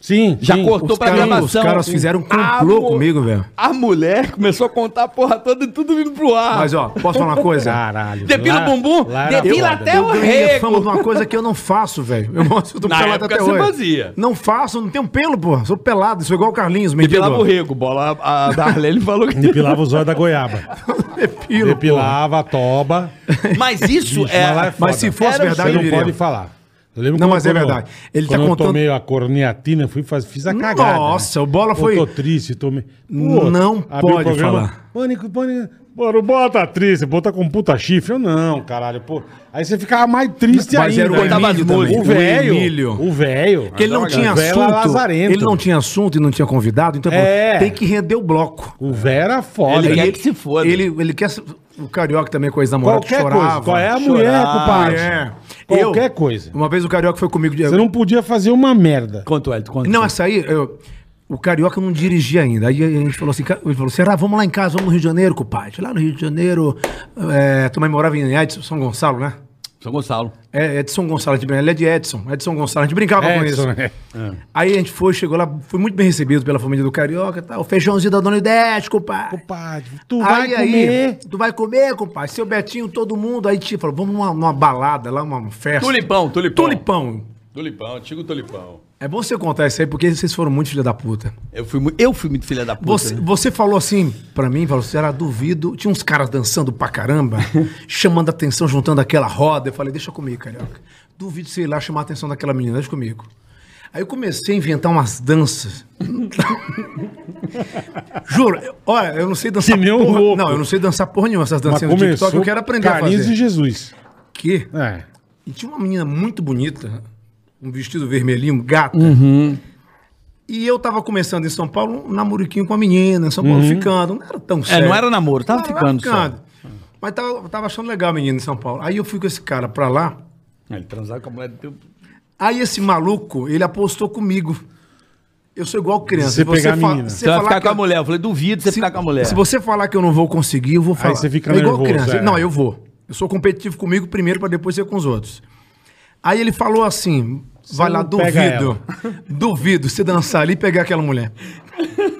B: Sim.
D: Já
B: sim.
D: cortou
C: Os
D: pra
C: caras-
D: gravação. Ah,
C: os caras fizeram um complô
D: mo-
C: comigo, velho.
D: A mulher começou a contar a porra toda e tudo vindo pro ar.
C: Mas, ó, posso falar uma coisa?
B: Caralho.
D: Depila
B: lá-
D: o bumbum,
B: lá era
D: depila
B: foda.
D: até É o
C: ganhei fama
D: rego.
C: de uma coisa que eu não faço, velho. Eu mostro do
D: Na
C: pelado
D: época
C: até
D: você
C: hoje.
D: fazia.
C: Não faço, não tenho pelo, porra. Sou pelado, sou igual o Carlinhos,
D: Depilava o
C: mentiroso.
D: rego. Bola, a a da Arlene falou que.
B: Depilava os olhos da goiaba.
C: Depilo, porra.
B: Depilava a toba.
D: Mas isso
B: Bicho,
D: é.
B: mas lá é
C: Mas se fosse
D: Era um-
C: verdade,
B: Você
C: eu
B: não
C: diria.
B: pode falar. Eu lembro
C: Não,
B: quando-
C: mas é
B: quando-
C: verdade. Ele tá
B: quando
C: contando-
B: eu tomei a corneatina, eu fui faz, fiz a cagada.
C: Nossa, o Bola foi-
B: Eu tô triste, tomei...
C: Não
B: abri o
C: pode falar.
B: Pânico, pânico... Pô, não bota triste, bota com puta chifre. Eu não, caralho, pô. Aí você ficava mais triste
C: Mas
B: ainda.
C: era o
B: né?
D: as
C: Emílio também.
B: O velho.
C: Emílio.
B: O velho.
C: Porque ele não tinha
B: O velho era
C: assunto.
B: lazarento.
C: Ele não tinha assunto e não tinha convidado, então
B: É.
C: pô, tem que render o bloco.
B: O velho era foda.
D: Ele
C: Aí
D: quer que se foda.
C: Ele, ele quer. O carioca também com a ex-namorada
B: Qualquer coisa. Qual é a mulher,
C: Chorava.
B: compadre?
C: É.
B: Qualquer
C: Eu-
B: coisa.
C: Uma vez o Carioca foi comigo.
B: Você não podia fazer uma merda.
D: um
I: Quanto, Elton? Quanto?
B: Então.
C: Não, essa aí, eu- o Carioca não dirigia ainda. Aí a gente falou assim, ca- ele falou, será, vamos lá em casa, vamos no Rio de Janeiro, compadre. Lá no Rio de Janeiro, é, tu mãe morava em Edson, São Gonçalo, né?
I: São Gonçalo.
C: É, Edson Gonçalves, de- ele é de Edson, Edson Gonçalves, a gente brincava com isso.
B: Edson, é.
C: Aí a gente foi, chegou lá, foi muito bem recebido pela família do Carioca e tal, feijãozinho da Dona Idete, compadre.
B: Compadre, tu
C: aí,
B: vai
C: aí,
B: comer.
C: tu vai comer, compadre, seu Betinho, todo mundo, aí tipo, falou, vamos numa, numa balada lá, uma festa.
H: Tulipão, tulipão.
C: Tulipão.
H: Tulipão, antigo tulipão.
C: É bom você contar isso aí, porque vocês foram muito filha da puta.
D: Eu fui, mu- eu fui muito filha da puta.
C: Você,
D: né?
C: você falou assim pra mim, falou assim, era duvido. Tinha uns caras dançando pra
B: [LAUGHS]
C: caramba, chamando atenção, juntando aquela roda. Eu falei, deixa comigo, carioca. Duvido você ir lá chamar a atenção daquela menina, deixa comigo. Aí eu comecei a inventar umas danças. [LAUGHS] Juro, eu- olha, eu não sei dançar
B: Que nem um
C: porra.
B: louco.
C: Não, eu não sei dançar porra nenhuma essas
B: Mas
C: dancinhas do TikTok. Eu quero aprender a
B: Carinhos de
C: fazer.
B: Jesus.
C: Que?
B: É.
C: E tinha uma menina muito bonita, um vestido vermelhinho, gata. E eu tava começando em São Paulo um namoriquinho com a menina, em São Paulo ficando. É, Não era tão sério.
I: não era namoro, tava ficando só.
C: Mas tava, tava achando legal a menina em São Paulo. Aí eu fui com esse cara pra lá.
I: Ah, Ele transava com a mulher do teu...
C: Aí esse maluco, ele apostou comigo. Eu sou igual criança.
B: Você pegar a
C: fa-
B: menina.
C: você
D: Você vai
C: falar
D: ficar
C: que
D: com a
C: eu-
D: mulher. Eu falei, duvido você
C: se,
D: ficar com a mulher.
C: se você falar que eu não vou conseguir, eu vou falar.
B: você fica
C: é igual
B: nervoso,
C: criança.
B: é.
C: Não, eu vou. Eu sou competitivo comigo primeiro pra depois ser com os outros. Aí ele falou assim: vai lá,
B: não pega
C: duvido. [LAUGHS] Duvido você dançar ali e pegar aquela mulher.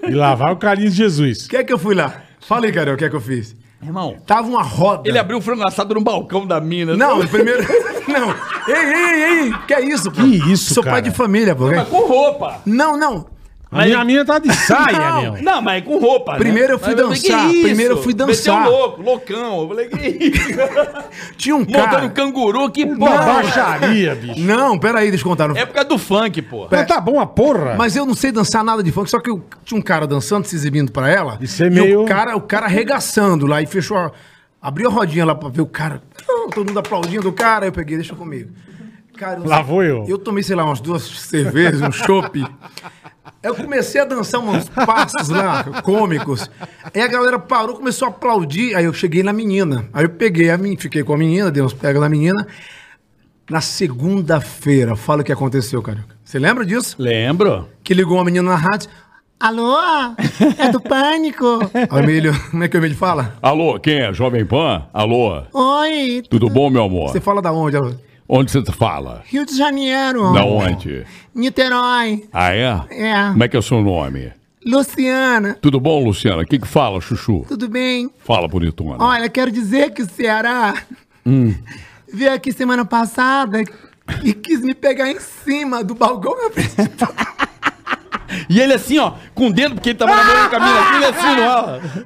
B: E lá vai o carinho de Jesus.
C: O que é que eu fui lá? Falei, cara, o que é que eu fiz?
I: Irmão, é.
C: Tava uma roda.
H: Ele abriu o frango assado no balcão da mina.
C: Não, primeiro. [LAUGHS] não. Ei, ei, ei. Que é isso, pô?
B: Que isso,
C: Sou
B: cara?
C: pai de família, pô.
H: Mas com roupa.
C: Não, não.
B: A minha, a minha tá de saia, meu.
I: não, mas com roupa,
C: Primeiro eu fui
H: Mas eu falei,
C: dançar.
H: que isso?
C: Primeiro eu fui
H: Meteu
C: dançar.
H: né? um louco, loucão. Eu falei, que
C: [LAUGHS]
H: isso?
C: Tinha um cara.
H: Montando canguru, que
B: Uma
H: porra.
B: baixaria, bicho.
C: Não, peraí, deixa eu contar. Não
H: É Época do funk, porra.
B: Mas tá bom a porra.
C: Mas eu não sei dançar nada de funk, só que eu, tinha um cara dançando, se exibindo pra ela.
B: Isso é meio-
C: o cara, o cara arregaçando lá e fechou a... Abriu a rodinha lá pra ver o cara. [LAUGHS] Todo mundo aplaudindo o cara. Aí eu peguei, deixa comigo. Cara, eu-
B: Lá vou eu.
C: Eu tomei, sei lá, umas duas cervejas, um chopp. Eu comecei a dançar uns passos lá, cômicos. Aí a galera parou, começou a aplaudir. Aí eu cheguei na menina. Aí eu peguei a menina, fiquei com a menina, dei uns pega na menina. Na segunda-feira, fala o que aconteceu, cara. Você lembra disso?
I: Lembro.
C: que ligou uma menina na rádio.
E: Alô? É do
C: [LAUGHS]
E: pânico?
C: Aí o Emílio, como é que o Emílio fala?
H: Alô, quem é? Jovem Pan? Alô,
E: Oi,
H: tudo bom, meu amor?
C: Você fala da onde? Ela,
H: Onde você fala?
E: Rio de Janeiro.
H: Da onde?
E: Niterói.
H: Ah, é?
E: É.
H: Como é que é o seu nome?
E: Luciana,
H: Tudo bom, Luciana? O que que fala, Chuchu?
E: tudo bem?
H: Fala, bonitona.
E: Olha, quero dizer que o Ceará
H: Hum.
E: [LAUGHS] veio aqui semana passada e quis me pegar em cima do balcão.
I: E ele assim, ó, com o dedo, porque ele tava namorando com a mina aqui, ele assim,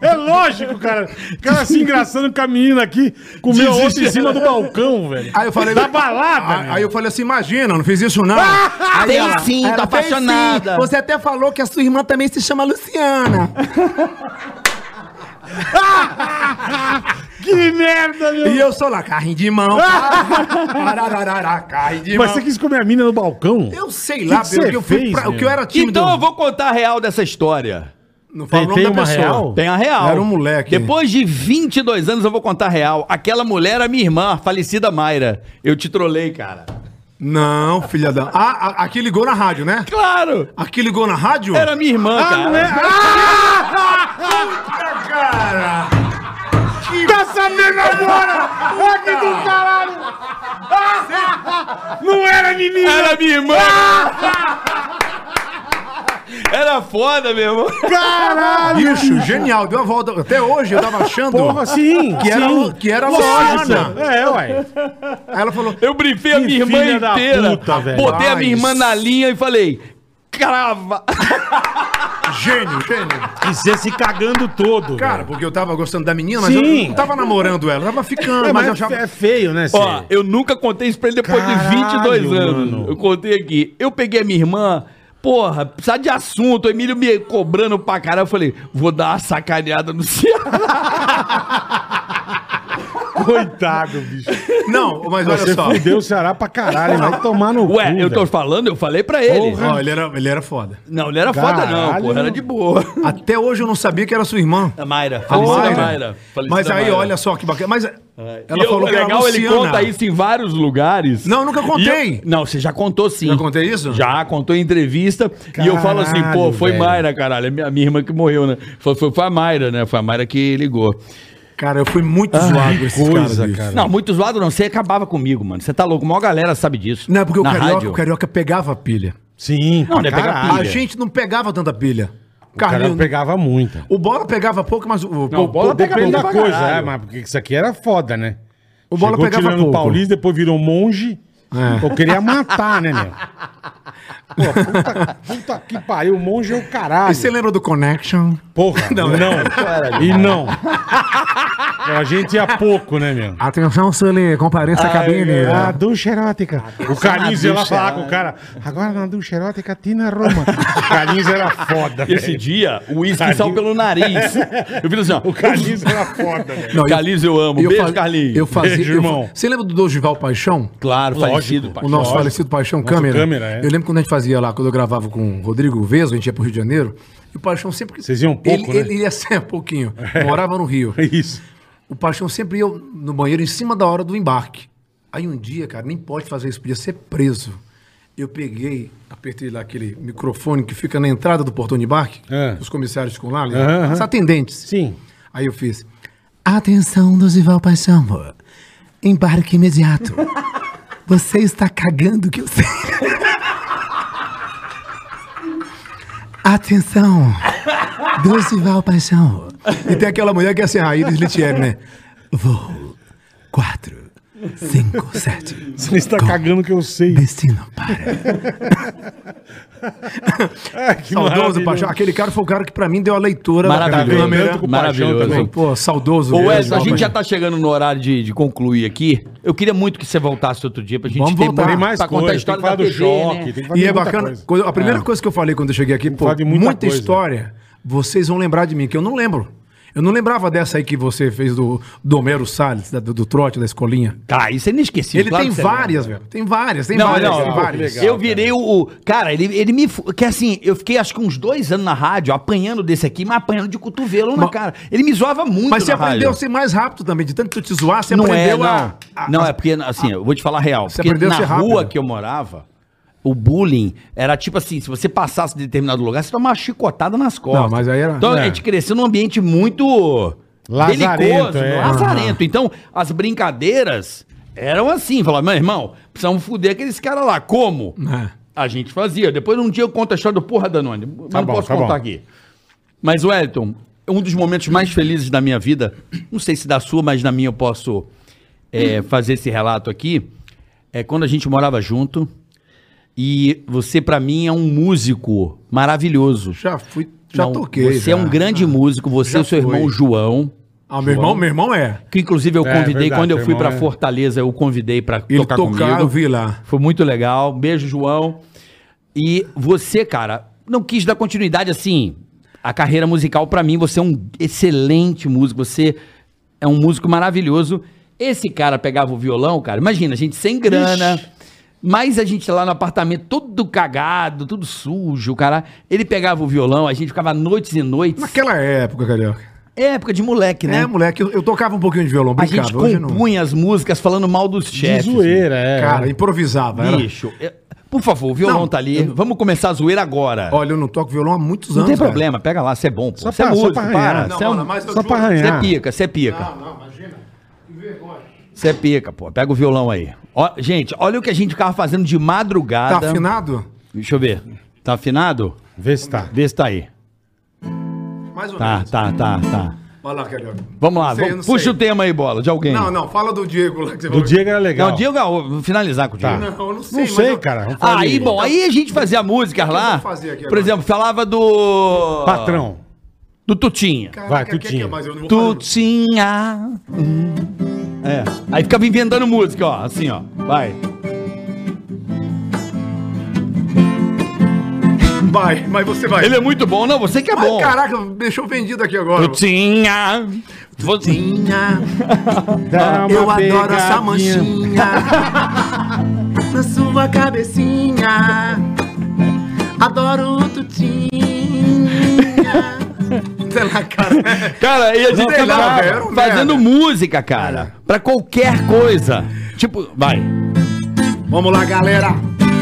I: ó.
B: É lógico, cara. O cara se engraçando com a menina aqui, comeu osso em cima do balcão, velho.
C: Aí eu falei.
B: Da balada,
C: [LAUGHS] Aí,
B: meu.
C: aí eu falei assim: imagina, não fiz isso
E: [LAUGHS]
C: não. Aí
I: Tem
C: ela-
I: sim,
C: ela
I: tá
C: fez
I: apaixonada.
C: sim. Você até falou que a sua irmã também se chama Luciana.
B: Que merda, meu.
C: e eu sou lá, carrinho de mão. Arararará, carrinho de
B: Mas
C: mão.
B: você quis comer a mina no balcão?
C: Eu sei lá,
B: Que que
C: pelo
B: você
C: que eu fui
B: fez,
C: pra- o
B: meu?
C: que eu era é tímido.
D: Então eu vou contar a real dessa história.
C: Não falo o nome
B: Tem-
C: da
B: tem uma
C: pessoa.
B: real?
D: Tem a real.
C: Era um moleque.
D: Depois de 22 anos eu vou contar a real. Aquela mulher era minha irmã, a falecida Mayra. Eu te trolei, cara.
C: Não, filha da. Ah, a- aqui ligou na rádio, né?
D: Claro!
C: Aqui ligou na rádio?
D: Era minha irmã,
C: Ah,
D: cara.
C: é? Cara!
B: Tá sabendo agora! Ó que do caralho! Ah! Não era menina!
D: Era minha irmã! [LAUGHS] Era foda, meu irmão.
B: Caralho!
C: Bicho, genial, deu uma volta. Até hoje eu tava achando
B: Porra, sim!
C: que, era,
B: sim.
C: Lu- que era
B: Lógico!
C: Luciana.
B: É, ué.
C: Aí ela falou:
D: Eu brifei a
B: Que
D: minha irmã
B: filha da
D: inteira.
B: puta, velho.
D: botei a minha irmã
C: Mas-
D: na linha e falei: crava!
C: gênio, gênio.
B: E você se cagando todo.
C: Cara,
B: velho.
C: porque eu tava gostando da menina, mas
B: Sim.
C: eu não tava namorando ela, eu tava ficando,
B: É,
C: mas
B: mas
C: eu achava.
B: é feio, né,
D: Ó,
B: Cê?
D: eu nunca contei isso pra ele depois de
B: Caralho,
D: 22 anos.
B: mano.
D: Eu contei aqui. Eu peguei a minha irmã, porra, precisa de assunto. O Emílio me cobrando pra
B: [LAUGHS]
D: caralho. Eu falei, vou dar uma sacaneada no Ceará.
B: Coitado, bicho.
C: Não, mas [LAUGHS] olha
B: Você
C: só.
B: fudeu o Ceará pra caralho, vai tomar no
D: Ué, eu tô
B: velho.
D: falando, eu falei pra ele.
B: Porra.
C: Ó, ele, era, ele era foda.
D: Não, ele era foda não,
B: Caralho.
D: porra, era de boa.
C: Até hoje eu não sabia que era sua irmã.
D: A Mayra,
C: A
D: falecida
C: Mayra.
D: Mayra. falecida
C: Mas aí,
D: Mayra.
C: olha só que bacana. Mas ela
H: E eu-
C: falou que
H: legal,
C: era
H: ele
C: Luciana.
H: conta isso em vários lugares.
C: Não, eu nunca
D: E
C: contei.
D: eu- não, você já contou sim.
C: Já contei isso?
D: Já contou em entrevista. e eu falo assim, pô,
B: Caralho,
D: foi
B: velho.
D: Mayra, caralho. A minha, minha irmã que morreu, né? Foi, foi, foi a Mayra, né? Foi a Mayra que ligou.
C: Cara, eu fui muito zoado com esse
B: coisa,
C: Ah, cara. bicho.
B: cara.
D: Não, muito zoado não. Você acabava comigo, mano. Você tá louco. A maior galera sabe disso.
C: Não, é porque o
D: Na
C: carioca,
D: rádio.
C: o carioca pegava pilha.
B: Sim,
D: Não,
B: pra
D: ele
C: né,
D: ia pegar
B: caralho.
C: A
D: pilha.
C: gente não pegava tanta pilha.
B: O cara pegava muita.
C: O bola pegava pouco, mas o,
H: Não, o Bola pegava
B: Depende da
H: pra
B: coisa,
H: caralho.
B: é, mas porque isso aqui era foda, né?
C: O Bola
B: Chegou
C: pegava
B: tirando
C: pouco.
B: Paulista, depois virou monge.
C: É.
B: Eu queria matar, né,
C: [LAUGHS]
B: meu? Pô, puta, puta que pariu, monge é o
C: E
B: caralho.
C: você lembra do Connection?
B: Porra, não.
C: [LAUGHS]
B: E não. A gente ia pouco, né, meu?
C: Atenção, Sully, compareça à cabine.
B: A ducha É. Ah, erótica. O Carlinhos ia lá falar com o cara. Agora na ducha erótica, Tina Roma. O Carlinhos era foda,
D: Esse
B: velho.
D: dia, o uísque
B: Carlinhos-
D: saiu pelo nariz. Eu fiz assim, ó.
B: O Carlinhos era foda, velho.
C: Não, eu-
D: Carlinhos, eu amo. Beijo,
C: fa-
D: Carlinhos.
C: Eu fazia,
B: Beijo,
C: eu fa-
B: irmão.
C: Você lembra do Dosival Paixão?
D: Claro,
B: Lógico.
D: falecido, pai.
C: o nosso
B: lógico.
C: falecido Paixão
B: Nosso
C: Câmera.
B: Câmera, é.
C: Eu lembro quando a gente fazia lá, quando eu gravava com o Rodrigo Vesgo, a gente ia pro Rio de Janeiro, e o Paixão sempre.
B: Vocês iam pouco,
C: ele,
B: né?
C: ele ia [LAUGHS] ser pouquinho. Morava
B: [LAUGHS]
C: no Rio.
B: É isso.
C: O Paixão sempre ia no banheiro em cima da hora do embarque. Aí um dia, cara, nem pode fazer isso, podia ser preso. Eu peguei, apertei lá aquele microfone que fica na entrada do portão de embarque,
B: É.
C: os comissários ficam lá, né?
B: Aham, aham.
C: os atendentes.
B: Sim.
C: Aí eu fiz. Atenção, Dosival Paixão. Embarque imediato. Você está cagando que eu sei. [LAUGHS] Atenção, Dosival Paixão. E tem aquela mulher que é assim, a Iris Litier, né? Voo 4, 5, 7.
B: Você está cagando que eu [LAUGHS] sei.
C: Destino para.
B: Que
C: Saudoso
B: maravilhoso.
C: Paixão.
D: Ah,
C: Aquele cara foi o cara que pra mim deu a leitura
D: Maravilhoso.
C: da câmera.
B: Tanto com o
D: Maravilhoso.
B: Paixão também.
C: Pô, saudoso.
D: Ô,
C: mesmo,
D: Wesley, a gente
C: Paixão.
D: já tá chegando no horário de, de concluir aqui. Eu queria muito que você voltasse outro dia pra gente
C: Vamos
D: ter
C: voltar.
D: muito-
B: Tem mais
D: pra
B: coisa,
D: contar a
B: tem que
D: história
B: falar
D: da
B: do
D: TV,
B: choque,
D: né?
B: tem que falar
C: E
B: de
C: é
B: muita
C: bacana.
B: coisa.
C: quando- a primeira coisa que eu falei quando eu cheguei aqui, pô,
B: falar de muita
C: muita,
B: coisa.
C: história. Vocês vão lembrar de mim, que eu não lembro. Eu não lembrava dessa aí que você fez do, do Homero Salles, da- do, do trote da escolinha.
D: Tá, isso é inesquecível.
C: Ele
D: claro
C: tem
D: que você
C: várias, velho. Tem várias, tem
D: Não,
C: várias,
D: não,
C: tem
D: não.
C: várias.
B: legal,
D: eu virei o, o- Cara, ele, ele me. fu- Que assim, eu fiquei acho que uns dois anos na rádio, apanhando desse aqui, mas apanhando de cotovelo na
C: Mas-
D: cara. Ele me zoava muito,
C: Mas você
D: na rádio.
C: aprendeu a ser mais rápido também, de tanto que eu te zoar, você
D: não é,
C: aprendeu
D: não.
C: a, a-
D: não,
C: a-
D: é porque, assim, eu vou te falar a real.
C: Você
D: Porque
C: aprendeu a
D: na
C: ser rápido.
D: rua que eu morava, o bullying era tipo assim, se você passasse de determinado lugar, você tomava uma chicotada nas costas.
C: Não, mas aí era-
D: Então a
C: é.
D: gente cresceu num ambiente muito
B: Lazarento,
D: belicoso,
B: é.
C: Ah.
D: lazarento. Então, as brincadeiras eram assim, falar, meu irmão, precisamos fuder aqueles caras lá. Como?
C: É.
D: A gente fazia. Depois um dia eu conto a história do porra Danone. Mas não
B: bom,
D: posso
B: tá
D: contar
B: bom.
D: aqui. Mas, Wellington, um dos momentos mais felizes da minha vida, não sei se da sua, mas na minha eu posso é, fazer esse relato aqui, é quando a gente morava junto e você, pra mim, é um músico maravilhoso.
C: Já fui, já
D: Não,
C: toquei.
D: Você
C: já. Ah,
D: é um grande músico, você
C: Já
D: e o seu irmão
C: fui.
D: João,
C: Ah, meu irmão, meu irmão é.
D: que inclusive eu
B: É,
D: convidei,
B: verdade,
D: quando eu
B: seu
D: fui
B: irmão
D: pra
B: é-
D: Fortaleza, eu convidei pra
C: Ele
D: tocar
C: tocava, eu
D: comigo.
C: vi lá.
D: Foi muito legal. Beijo, João. E você, cara, não quis dar continuidade assim à carreira musical pra mim. Você é um excelente músico. Você é um músico maravilhoso. Esse cara pegava o violão, cara. Imagina, a gente sem grana. Mas a gente lá no apartamento, todo cagado, tudo sujo, cara. Ele pegava o violão, a gente ficava noites e noites.
C: Naquela época, Carioca.
D: É época de moleque, né?
C: É, moleque, eu, eu tocava um pouquinho de violão,
D: a
C: brincava.
D: gente
C: hoje não.
D: compunha as músicas falando mal dos
B: De
D: chefes. né?
B: zoeira, é.
C: Cara, improvisava. era-
D: Bicho, eu- por favor, o violão
C: Não,
D: tá ali. Vamos começar a zoeira agora.
C: É. Olha, eu não toco violão há muitos anos.
D: não tem
C: cara.
D: problema, pega lá, você é bom, pô.
B: Só
D: Você é
B: pra- só
D: músico,
B: pra
D: para.
B: arranhar.
C: Não,
D: Você é, um-
C: Ana, mas eu
B: Só pra
C: juro-
D: você
B: arranhar.
D: é pica, você é pica.
C: Não, não, imagina. Que vergonha.
D: Você é pica, pô. Pega o violão aí. Ó, gente, olha o que a gente ficava fazendo de
C: Tá
D: madrugada.
C: afinado?
D: Deixa eu ver. Tá afinado?
B: Vê se tá.
D: Vê se tá aí.
C: Mais ou
D: Tá, tá, tá, tá.
C: Vai lá, Carioca.
D: Vamos lá,
C: Sei,
D: vamos-
C: não
D: puxa
C: sei.
D: o tema aí, bola, de alguém.
C: Não, não, fala do Diego lá que você
B: O Diego era legal.
D: Não, Diego, eu vou finalizar com o Diego.
B: Tá.
C: Não, eu não sei.
B: Não
C: mas
B: sei,
C: eu-
B: cara. Vamos falar
D: Aí,
B: de-
D: bom, aí a gente fazia músicas
C: Tá. que eu
D: lá.
C: vou fazer aqui
D: Por
C: agora?
D: exemplo, falava
C: Ah.
D: do.
B: Patrão.
D: Do Tutinha.
C: Caraca,
B: Vai,
C: quer que
B: Tutinho.
C: eu- mas eu não vou fazer.
D: Tutinha. Hum. É. Aí ficava inventando música, ó. Assim, ó. Vai.
C: Vai, mas você vai.
D: Ele é muito bom. Não, você que é
C: Mas,
D: bom.
C: caraca, me deixou vendido aqui agora. Tá
H: Tinha.
C: Tinha,
B: Dá uma
C: eu adoro essa
B: pegadinha.
C: manchinha [LAUGHS] na sua cabecinha. Adoro o
D: [LAUGHS]
C: tutinha. Sei lá, cara.
D: Cara, e a gente
C: sei
D: tá
C: lá, velho, era um
D: fazendo
C: merda.
D: música, cara. Pra qualquer coisa. Tipo, vai.
C: Vamos lá, galera.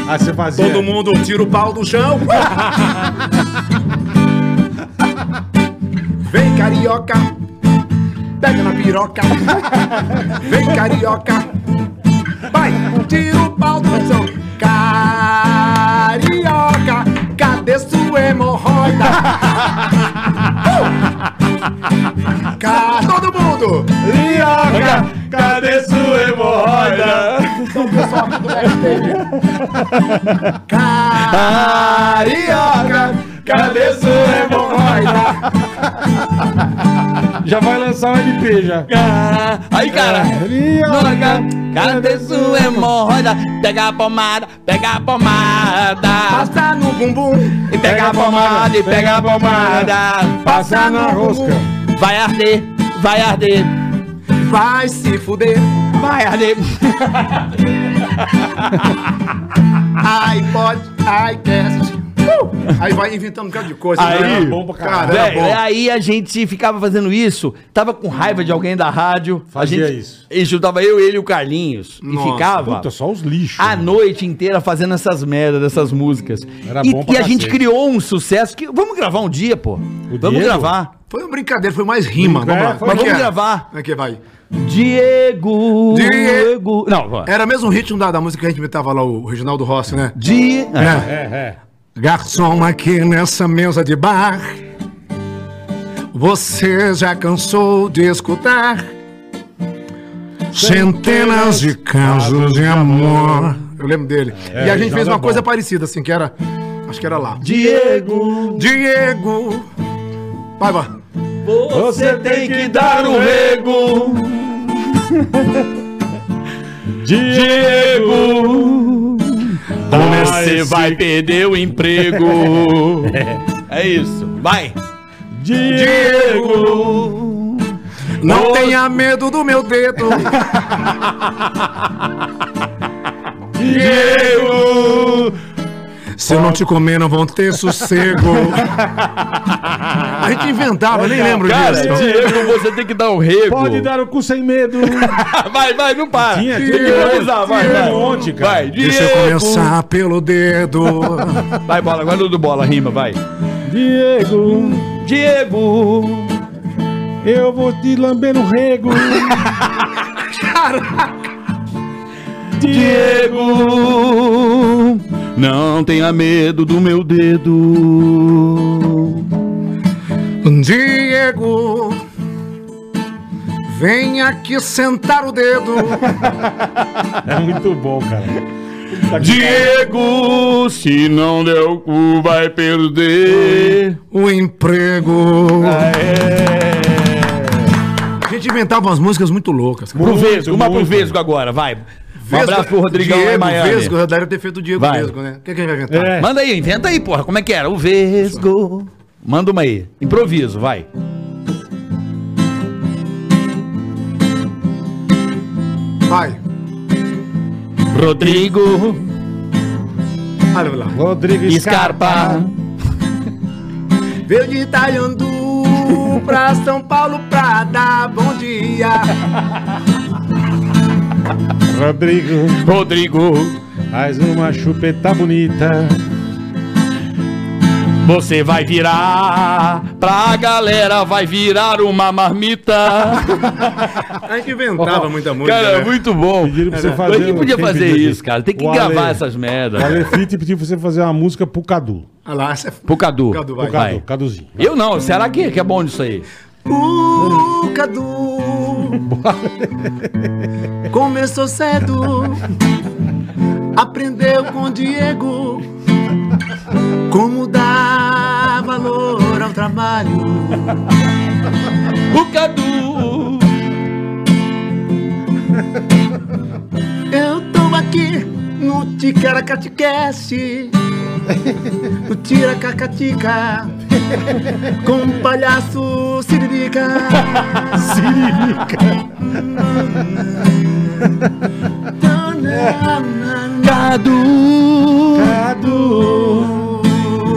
B: Ah, você fazia.
C: Todo mundo tira o pau do chão. Vem, carioca. Pega na piroca. Vem, carioca. Vai, tira o pau do chão. Carioca, cadê sua hemorroida? Uh! Ca- Todo mundo!
B: Carioca, cadê sua hemorroida?
D: Ah. Carioca, cadê sua
B: Já vai lançar um LP já.
D: Aí, cara.
B: Carioca,
D: Cadê sua hemorroida? Pega a pomada, pega a pomada.
C: Passa no bumbum,
D: E pega a pomada, e pega a pomada.
B: Passar na rosca.
D: Vai arder, vai arder,
C: vai se fuder.
D: vai arder.
C: iPod, iCast. Uh! Aí vai inventando um bocado de coisa.
D: Aí,
C: né?
B: bom pra
C: cara,
B: caralho.
C: era
D: Véi, é,
C: bom.
D: aí a gente ficava fazendo isso, tava com raiva de alguém da rádio.
B: Fazia
D: a gente,
B: isso.
D: E juntava eu, ele e o Carlinhos.
C: Nossa,
D: e ficava
B: Puta, só os lixos.
D: a noite inteira fazendo essas merdas, essas músicas.
B: Era
D: e
B: bom pra
D: e a gente
B: cacete.
D: criou um sucesso que. Vamos gravar um dia, pô. vamos
B: Diego?
D: gravar.
C: Foi uma brincadeira, foi mais rima.
B: Brinca-
C: Vamos lá.
B: é, foi-
C: Como é que
D: vamos
C: é?
D: gravar.
C: Como é que vai?
D: Diego.
C: Diego. É.
D: Não, vai.
C: Era mesmo o ritmo da, da música que a gente imitava lá, o Reginaldo Rossi, né?
D: Die...
C: É.
B: É, é.
C: Garçom, aqui nessa mesa de bar, você já cansou de escutar centenas de casos de amor. Eu lembro dele. e a gente
B: Reginaldo
C: fez
B: é
C: uma
B: bom.
C: coisa parecida, assim, que era. Acho que era lá.
D: Diego,
C: Diego! Vai, vai.
D: você tem que dar o rego.
H: Diego.
C: é
H: Você vai perder o emprego.
D: [LAUGHS] É isso. Vai.
H: Diego.
C: Não tenha medo do meu dedo.
H: Diego.
C: Se eu não te comer, não vão ter sossego. A gente inventava, nem lembro
D: Cara,
C: disso.
D: Diego, você tem que dar o rego.
B: Pode dar o cu sem medo.
D: [LAUGHS] Vai, vai, não para.
B: Tinha,
D: tem
B: tinha.
D: que improvisar, vai,
B: Tinha
D: vai.
B: um monte, cara.
D: Vai,
C: Deixa eu
D: Diego.
C: começar pelo dedo.
D: Vai, bola, agora do bola, rima, vai.
B: Diego,
D: Diego.
B: eu vou te lamber no rego.
D: Diego. Não tenha medo do meu dedo.
C: Diego, vem aqui sentar o dedo.
B: É muito bom, cara.
C: Tá
H: Diego, se não der o cu, vai perder.
C: O emprego. A gente inventava umas músicas muito loucas.
D: Pro
B: Muito,
D: Vesgo, uma pro
B: muito.
D: Vesgo agora, vai. Um abraço pro Rodrigão
C: Diego,
D: lá em Miami.
C: Vesgo, eu daria ter feito o Diego
D: Vai.
C: Vesgo, né? O que, que a gente vai inventar?
B: É.
D: Manda aí, inventa aí, porra. Como é que era? O Vesgo. Manda uma aí. Improviso, vai.
C: Vai.
D: Rodrigo,
C: Olha lá.
B: Rodrigo
D: Scarpa.
C: Veio de Itaiandu pra São Paulo pra dar bom dia.
B: Rodrigo,
H: Rodrigo,
B: faz uma chupeta bonita.
H: você vai virar.
D: Pra galera vai virar uma [LAUGHS] marmita.
C: A gente inventava muita música.
D: Cara,
C: né?
D: muito bom.
B: Pediram pra você
D: Mas
B: fazer.
D: quem podia
B: quem
D: fazer
B: pediu
D: isso, cara? Tem que
B: O
D: gravar
B: Ale.
D: essas
B: O
D: merdas.
B: Alefite pediu pra você fazer uma música pro Cadu.
C: Olha lá, essa é...
D: Pro Cadu.
C: Cadu,
B: Pro
C: vai.
D: Vai.
B: Cadu, Caduzinho.
D: Eu não, será que, que é bom disso aí?
C: O [LAUGHS] Cadu começou cedo, aprendeu com o Diego como dar valor ao trabalho.
D: O Cadu!
C: Eu tô aqui no Ticaracatecast No tira cacatica com o palhaço Siririca. Siririca.
D: Cadu,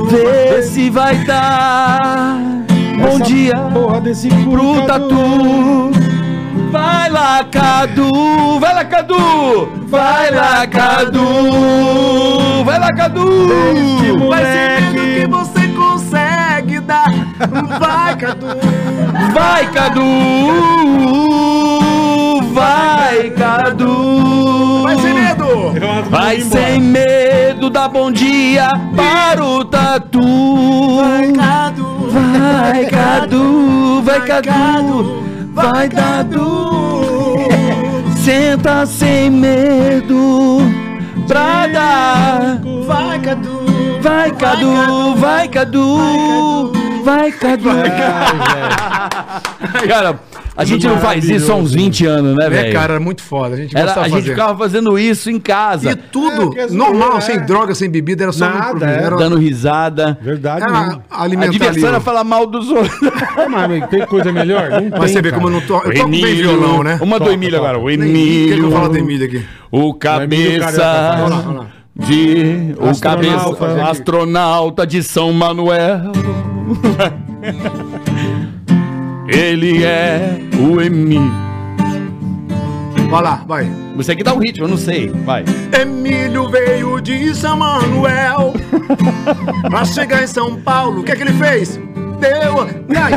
D: vê se vai dar. Bom
B: Essa
D: dia
B: Porra desse
D: pro Tatu. Vai lá, Cadu, vai lá, Cadu, vai lá, Cadu, vai lá, Cadu. Vai ser lindo que você-
C: Você consegue dar. um Vai, Cadu.
D: Vai, Cadu, vai, Cadu.
C: Vai sem medo.
D: Vai sem medo, dá bom dia para o Tatu.
C: Cadu.
D: Vai, Cadu, vai, Cadu, vai, Cadu. Senta sem medo pra dar.
C: Vai, Cadu.
D: Vai, Cadu, vai, Cadu, vai, Cadu. Cara, a gente não faz isso há uns 20 anos, né,
C: É,
D: velho?
C: cara, era muito foda. A gente
D: Era,
C: gostava
D: a
C: de
D: gente
C: fazer.
D: ficava fazendo isso em
C: E
D: casa,
B: É,
C: tudo
B: porque zoeira,
C: normal,
B: é.
C: sem droga, sem bebida, era só
B: Nada,
C: improviso,
B: é.
C: era,
D: dando risada.
B: Verdade.
D: Ah.
C: era
B: não.
D: A
C: alimentar ali.
D: diversão era falar mal dos outros.
B: É, mas amigo, tem coisa melhor? Não
C: Mas você vê
D: assim,
C: como eu não toco. Eu toco bem violão, né?
H: Uma do
B: Toca,
H: Emílio
B: toca.
H: agora. O
C: Nem- O que, que eu falo
H: Emílio.
C: da Emília aqui?
H: O
B: Emílio Carioca faz. Olha lá, olha
H: cabeça.
B: lá.
H: De. O
B: Astronauta.
H: cabeça. Astronauta de São Manuel. Ele é o Emílio.
C: Olha lá, vai.
D: Você aqui dá o ritmo, eu não sei. Vai.
C: Emílio veio de São Manuel pra chegar em São Paulo. O que é que ele fez? Deu. E [LAUGHS] aí?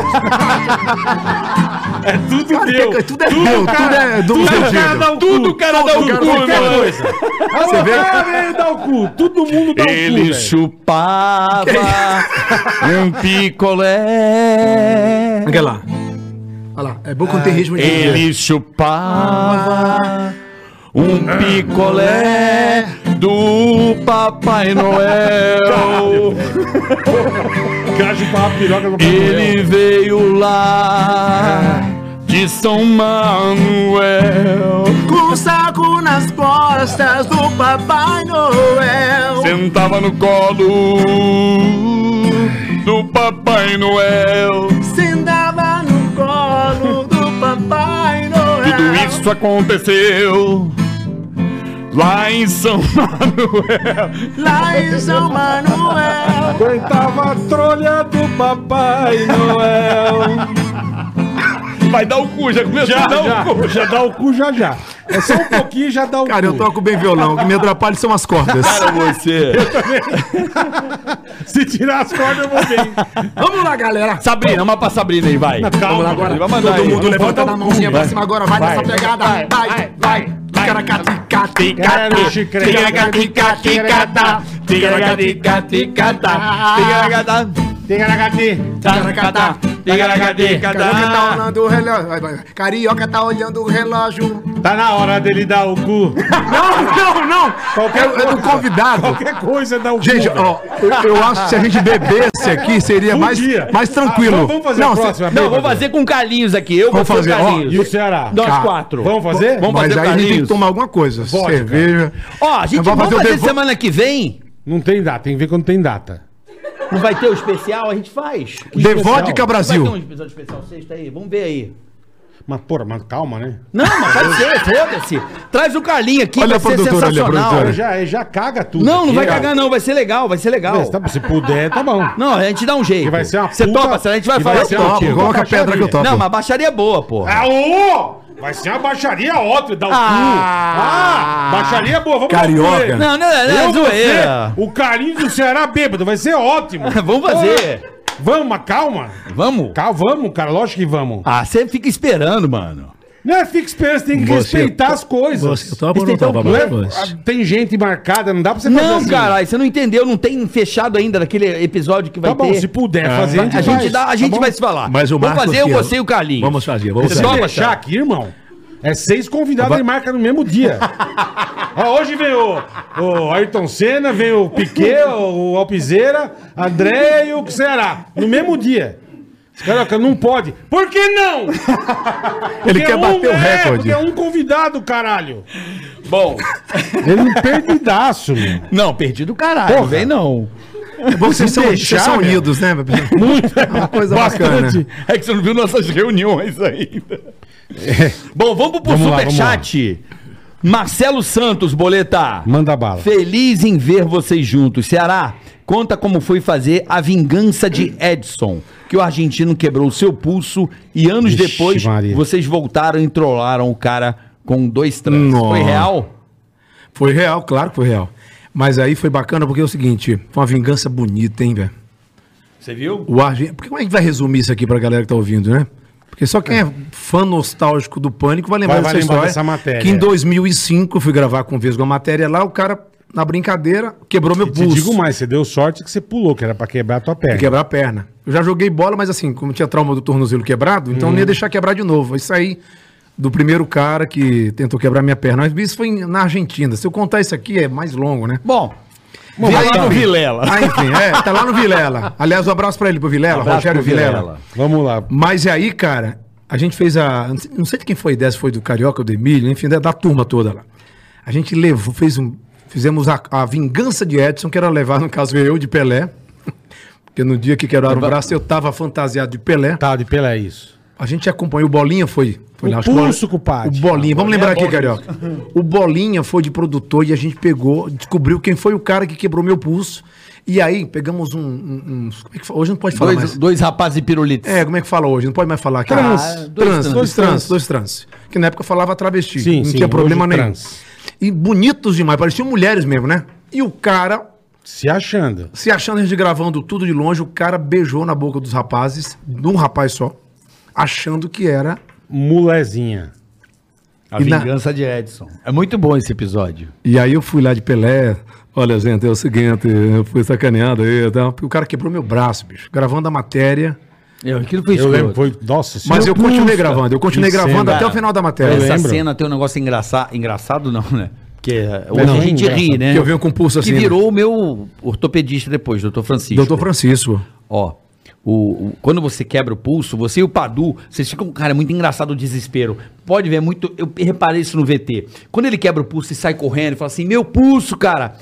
A: É tudo
C: Cara,
A: meu.
C: que- tudo é meu, tudo é do
A: tudo
C: meu
A: cara
C: jeito.
A: dá o cu.
H: Tudo o cara dá o
C: cara
H: cu,
C: dá
H: mano.
C: qualquer
B: Você vê? dá o cu. Todo mundo dá o cu.
H: Ele
B: velho.
H: chupava um picolé.
C: Olha lá. Olha lá. É bom quando tem ritmo de.
H: Ele chupava um picolé do Papai [LAUGHS] Noel.
B: Gajo pra piroca do
H: Ele veio lá de São Manuel.
C: Com o saco nas costas do Papai Noel.
H: Sentava no colo do Papai Noel.
C: Sentava no colo do Papai Noel.
H: Tudo isso aconteceu lá em São [LAUGHS] Manuel.
C: Lá em São Manuel.
B: Aguentava a trolha do Papai Noel. [LAUGHS]
H: Vai dar o cu, já começou a dar o cu.
B: já dá o cu já já. É só um pouquinho e já dá o
C: Cara,
B: cu.
C: eu toco bem violão. O que me atrapalha são as cordas.
H: Para você.
B: Se tirar as cordas, eu vou bem.
C: Vamos lá, galera.
H: Sabrina, uma pra Sabrina aí, vai.
B: Calma,
H: Ele
B: agora.
H: vai mandar
C: Todo
H: aí.
C: mundo levanta
B: dar
C: a
B: um
C: mãozinha
B: cu,
C: pra
B: vai.
C: cima agora. Vai,
B: Vai.
C: nessa pegada. Vai, vai, vai. Ticaracatica,
B: Cara,
C: ticata.
B: o chiclete.
A: tá.
C: Ticaracatica, ticata. Ticaracatica, ticata.
A: tá.
C: Ticaracatica, Carioca tá olhando o relógio. Vai, vai, vai. Carioca tá olhando o relógio.
B: Tá na hora dele dar o cu.
C: Não, não, não.
B: Qualquer
C: é, é do
B: coisa.
C: convidado.
B: Qualquer coisa dá o cu.
C: Gente,
B: velho.
C: ó, eu, eu acho que se a gente bebesse aqui seria mais,
B: Podia.
C: mais tranquilo.
B: Ah, vamos- vamos fazer
C: não,
B: a próxima.
D: Não, vou
B: bêbado.
D: fazer com Calhinhos aqui. Eu vou
C: Vamos
D: fazer
C: fazer,
D: com
C: ó,
D: Calhinhos.
B: E o Ceará?
D: Nós
C: Tá.
D: quatro.
B: Vamos fazer?
D: Vamos
C: Mas
D: fazer
C: aí a gente tem que
D: Carlinhos.
C: tomar alguma coisa.
B: Vodka.
C: Cerveja.
D: Ó, a gente
C: Eu vou
D: vamos
C: fazer o
D: fazer
C: devo-
D: semana que vem.
B: Não tem data, tem que ver quando tem data.
D: Não vai ter o especial, a gente faz.
C: The Vodka Brasil.
D: Vai ter um episódio especial sexta aí, vamos ver aí.
B: Mas, porra, mas calma, né?
D: Não, mas vai ser, foda-se. Traz o Carlinho aqui, vai
C: Olha a
D: ser
C: produtora, olha a
D: sensacional.
C: produtora.
B: Já, é, já caga tudo.
D: não, não vai
B: aqui, ó.
D: cagar não, vai ser legal, vai ser legal.
B: Se tá- Se puder, tá bom.
D: Não, a gente dá um jeito.
B: Que vai ser uma
D: Você
B: puta-
D: topa, a gente vai
B: que
D: falar.
B: vai ser uma
D: topo.
B: puta
C: Coloca a pedra que eu topo.
D: Não, mas a baixaria é boa, pô.
B: Aô! Vai ser uma baixaria ótima, dá o cu.
D: Ah!
B: Ah, baixaria boa, vamos
C: Carioca.
B: fazer.
D: Não, não, não, é
B: Ah, Eu, você,
D: zoeira.
B: o carinho do Ceará bêbado, vai ser ótimo.
D: [LAUGHS] Vamos fazer.
B: Pô, Vamos, mas calma.
D: Vamos?
B: Calma, vamos, cara, lógico que vamos.
D: Ah, você fica esperando, mano.
B: Não é fica esperando, você tem que
J: Você-
B: respeitar as coisas.
J: Você topa ou não topa,
B: Não é-
J: Barbados?
B: ah, tem gente marcada, não dá pra você
D: Não,
B: assim.
D: caralho, você não entendeu, não tem fechado ainda daquele episódio que vai
B: Tá bom,
D: ter.
B: se puder fazer,
D: Ah, a gente,
B: faz,
D: dá, a
B: tá
D: gente
B: bom?
D: vai se falar.
J: Mas o
D: vamos
J: Marcos
D: fazer eu,
J: que eu-
D: você e o Carlinhos.
J: Vamos fazer, vamos
B: Se
D: Só
J: fazer.
D: uma
B: deixar
D: chave.
B: aqui, irmão, é seis convidados e marca no mesmo [LAUGHS] dia. Ó, hoje vem o, o Ayrton Senna, vem o Piquet, o, o Alpizeira, André e o que será? No mesmo dia. Caraca, não pode. Por que [LAUGHS] não?
C: Ele
B: Porque
C: quer bater o
B: é,
C: recorde.
B: porque É um convidado, caralho.
D: Bom,
B: Ele é um perdidaço, meu.
D: não, perdi do caralho. Não vem não.
C: É bom que vocês são, vocês são unidos, né? Muito. É uma coisa
B: Bastante.
D: [LAUGHS]
C: bacana.
H: É que você não viu nossas reuniões ainda.
D: Bom, vamos pro
B: É. Vamos lá,
D: superchat. Marcelo Santos, boleta.
B: Manda bala.
D: Feliz em ver vocês juntos. Ceará, conta como foi fazer a vingança de Edson, que o argentino quebrou o seu pulso e anos
B: Vixe,
D: depois
B: Maria.
D: vocês voltaram e trollaram o cara com dois trans.
C: Nossa.
D: Foi real?
C: Foi real, claro que foi real. Mas aí foi bacana porque é o seguinte, foi uma vingança bonita, hein, velho?
D: Você viu?
C: O Argen... Porque como é que vai resumir isso aqui pra galera que tá ouvindo, né? Porque só quem é fã nostálgico do Pânico vai lembrar
B: Vai- vai
C: dessa
B: lembrar
C: história.
B: dessa matéria.
C: Que em 2005 eu fui gravar com o Vesgo uma matéria lá, o cara, na brincadeira, quebrou meu
B: E te
C: pulso.
B: digo mais, você deu sorte que você pulou, que era pra quebrar a tua perna.
C: de quebrar a perna. Eu já joguei bola, mas assim, como tinha trauma do tornozelo quebrado, então
D: Uhum.
C: não ia deixar quebrar de novo. Aí saí do primeiro cara que tentou quebrar minha perna. Mas isso foi em- na Argentina. Se eu contar isso aqui é mais longo, né?
D: Bom,
C: Bom,
D: vai lá no Vilela.
C: Ah, enfim, é, tá lá no Vilela. Aliás, um abraço pra ele, pro Vilela,
D: abraço
C: Rogério
D: pro
C: Vilela.
D: Vilela.
B: Vamos lá.
C: Mas é aí, cara, a gente fez a. Não sei de quem foi a ideia, se foi do Carioca ou do Emílio, enfim, da, da turma toda lá. A gente levou, fez um. Fizemos a, a vingança de Edson, que era levar, no caso, eu de Pelé. Porque no dia que quebraram o braço, eu tava fantasiado de Pelé.
B: Tá, de pela é isso.
C: A gente acompanhou o Bolinha, foi. foi
B: O
C: acho que o
B: pulso,
C: Bolinha-
B: compadre.
C: O Bolinha, vamos lembrar aqui,
B: é bom
C: Carioca. O Bolinha foi de produtor e a gente pegou, descobriu quem foi o cara que quebrou meu pulso. E aí, pegamos um. um- uns- como é que fala? Hoje não pode falar mais.
D: dois, dois rapazes pirulitos.
C: É, como é que fala hoje? Não pode mais falar. Cara.
B: Trans.
C: Ah, Trans, dois trans, dois trans. Que na época falava travesti.
B: Sim,
C: não
B: sim,
C: tinha problema
B: hoje
C: nenhum.
B: trans.
C: E bonitos demais, pareciam mulheres mesmo, né? E o cara,
B: Se achando.
C: se achando a gente gravando tudo de longe, o cara beijou na boca dos rapazes, de um rapaz só, achando que era.
B: Mulezinha.
D: A
C: E na-
D: vingança de Edson. É muito bom esse episódio.
C: E aí eu fui lá de Pelé. Olha, gente, é o seguinte, eu fui sacaneado aí. e tal. Porque O cara quebrou meu braço, bicho, gravando a matéria.
D: Eu, aquilo foi
B: Eu
D: escroto.
B: lembro, foi. Nossa
C: Mas eu
B: senhora.
C: continuei gravando, eu continuei
B: Que
C: gravando
B: cena.
C: até o final da matéria.
B: Eu
D: Essa
B: lembro.
D: cena tem um negócio engraçado, engraçado não, né? Porque é, hoje
B: não,
D: a gente
B: é
D: ri,
B: engraçado.
D: né?
C: Que eu venho com o pulso assim,
D: Que
C: né?
D: virou o meu ortopedista depois, doutor Francisco.
C: Doutor Francisco.
D: Ó, o, o- quando você quebra o pulso, você e o Padu, vocês ficam, cara, é muito engraçado o desespero. Pode ver, é muito. Eu reparei isso no VT. Quando ele quebra o pulso e sai correndo e fala assim: meu pulso, cara,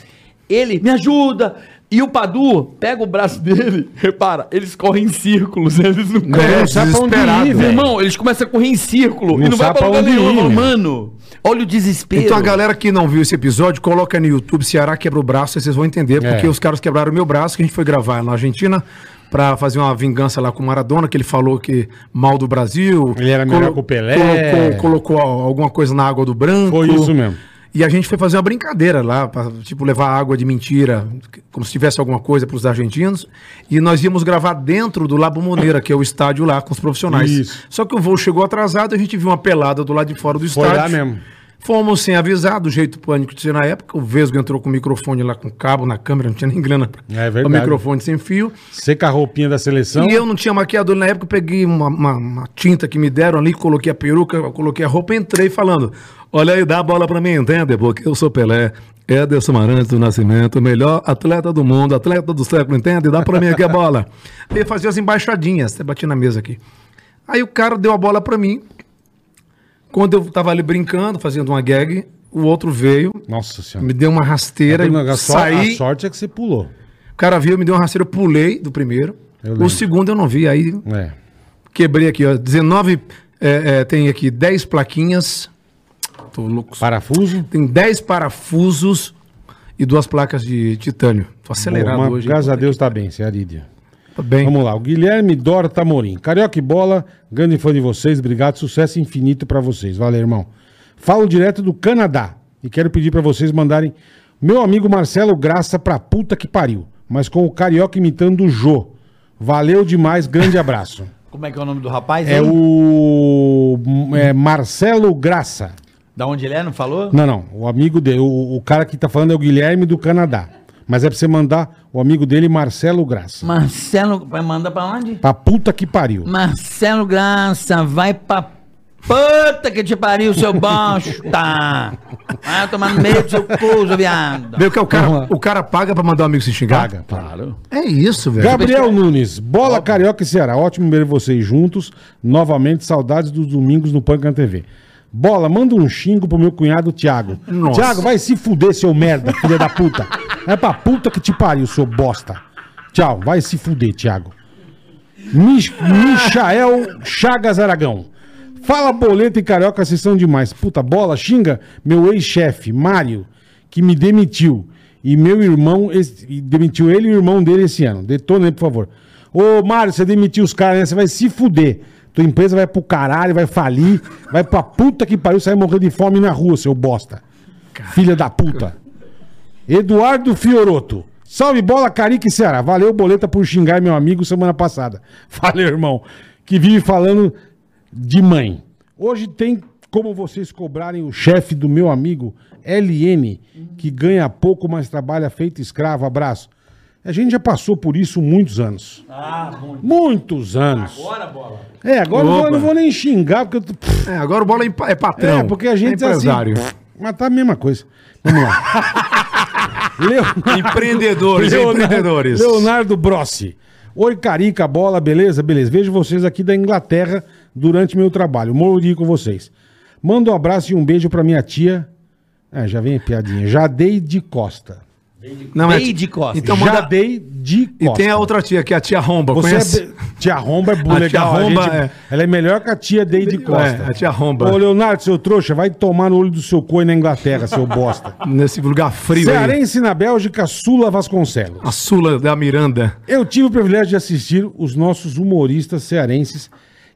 D: ele me ajuda. E o Padu pega o braço dele, [LAUGHS] repara, eles correm em círculos, [LAUGHS] eles não correm.
B: não sabe pra onde ir,
C: desesperado.
B: velho.
D: Irmão, eles começam a correr em círculo
B: Não
D: e não vai
B: sabe
D: pra
B: pra
D: lugar
B: onde
D: nenhum.
B: ir,
D: Irmão.
B: meu.
D: Mano, olha o desespero.
C: Então a galera que não viu esse episódio, coloca no YouTube Ceará quebra o braço, aí vocês vão entender, porque
B: É.
C: os caras quebraram o meu braço, que a gente foi gravar na Argentina pra fazer uma vingança lá com o Maradona, que ele falou que mal do Brasil.
B: Ele era melhor que o Pelé.
C: Colocou, colocou al- alguma coisa na água do branco.
B: Foi isso mesmo.
C: E a gente foi fazer uma brincadeira lá, pra, tipo, levar água de mentira, como se tivesse alguma coisa pros argentinos. E nós íamos gravar dentro do La Bombonera, que é o estádio lá, com os profissionais.
B: Isso.
C: Só que o voo chegou atrasado, a gente viu uma pelada do lado de fora do
B: Foi
C: estádio.
B: lá mesmo.
C: Fomos sem avisar, do jeito pânico de ser na época. O Vesgo entrou com o microfone lá com cabo na câmera, não tinha nem grana pra,
B: É verdade.
C: pra microfone sem fio.
B: Você com a roupinha da seleção.
C: E eu não tinha maquiador na época, eu peguei uma, uma- uma tinta que me deram ali, coloquei a peruca, coloquei a roupa, entrei falando: Olha aí, dá a bola pra mim, entende? Porque eu sou Pelé, Ederson Marantes do Nascimento, melhor atleta do mundo, atleta do século, entende? Dá pra mim aqui a [LAUGHS] bola. Eu fazia as embaixadinhas, até bati na mesa aqui. Aí o cara deu a bola pra mim. Quando eu tava ali brincando, fazendo uma gag, o outro veio,
B: Nossa senhora.
C: me deu uma rasteira, eu
B: Só-
C: saí.
B: A sorte é que você pulou.
C: O cara veio, me deu uma rasteira, eu pulei do primeiro.
B: Eu lembro.
C: O segundo eu não vi, aí
B: É.
C: Quebrei aqui, ó. 19. é, é, tem aqui 10 plaquinhas. Tô louco.
B: Parafuso.
C: Tem 10 parafusos e duas placas de titânio. Tô acelerado
B: Boa, mas
C: hoje. hein?
B: Graças a Deus tá bem, você é Arídia.
C: Tá bem.
B: Vamos lá, o Guilherme Dora Tamorim. Carioca e bola, grande fã de vocês, obrigado, sucesso infinito pra vocês. Valeu, irmão. Falo direto do Canadá e quero pedir pra vocês mandarem meu amigo Marcelo Graça pra puta que pariu, mas com o Carioca imitando o Jô. Valeu demais, grande abraço.
D: Como é que é o nome do rapaz?
B: é
D: hein?
B: o é Marcelo Graça.
D: Da onde ele é, não falou?
B: Não, não, o amigo dele, o, o cara que tá falando é o Guilherme do Canadá. Mas é pra você mandar o amigo dele, Marcelo Graça.
I: Marcelo, vai mandar pra onde?
B: Pra puta que pariu.
I: Marcelo Graça, vai pra puta que te pariu, seu
D: tá.
I: bosta! Vai tomar no meio do seu cu, seu viado!
C: Vê o que é o cara, o cara paga pra mandar o amigo se xingar?
B: Paga, paga.
C: É isso, velho.
B: Gabriel Nunes, bola carioca e Ceará. Ótimo ver vocês juntos. Novamente, saudades dos domingos no Pancan TV. Bola, manda um xingo pro meu cunhado Thiago.
C: Nossa.
B: Thiago, vai se fuder, seu merda, filha da puta. É pra puta que te pariu, seu bosta. Tchau. Vai se fuder, Thiago. Mich Michael Chagas Aragão. Fala, Boleta e Carioca, vocês são demais. Puta bola, xinga meu ex-chefe, Mário, que me demitiu. E meu irmão, es- e demitiu ele e o irmão dele esse ano. Detona aí, por favor. Ô, Mário, você demitiu os caras, né? Você vai se fuder. Tua empresa vai pro caralho, vai falir, vai pra puta que pariu, você vai morrer de fome na rua, seu bosta. Filha da puta. Eduardo Fioroto. Salve bola, Carica e Ceará. Valeu, boleta, por xingar meu amigo semana passada. [LAUGHS] Valeu, irmão. Que vive falando de mãe. Hoje tem como vocês cobrarem o chefe do meu amigo LN, que ganha pouco, mas trabalha feito escravo. Abraço. A gente já passou por isso muitos anos. Ah, muitos anos. Agora, bola. É, agora eu não vou- eu não vou nem xingar, porque eu tô.
C: É, agora o bola é empa- é patrão.
B: É, porque a gente
C: é
B: é [LAUGHS]
C: empresário.
B: assim. Mas tá a mesma coisa. Vamos [LAUGHS] lá. Leonardo,
C: Empreendedores, empreendedores.
B: Leonardo Brossi. Oi, Carica, bola, beleza? Beleza. Vejo vocês aqui da Inglaterra durante meu trabalho. Morri com vocês. Manda um abraço e um beijo pra minha tia. É, já vem a piadinha. Jadeide Costa.
C: Não, é-
I: Deide Costa.
C: Então manda...
B: Jadeide Costa.
C: E tem a outra tia, que é a tia Romba.
B: Você
C: conhece?
B: é be- Tia Romba é boa,
C: A tia
B: legal.
C: Romba
B: a gente-
C: é-
B: Ela é melhor que a tia Deide Costa.
C: É, a tia Romba.
B: Ô, Leonardo, seu trouxa, vai tomar no olho do seu coi na Inglaterra, seu
C: [LAUGHS]
B: bosta.
C: Nesse lugar frio aí.
B: Cearense na Bélgica, Sula Vasconcelos.
C: A Sula da Miranda.
B: Eu tive o privilégio de assistir os nossos humoristas cearenses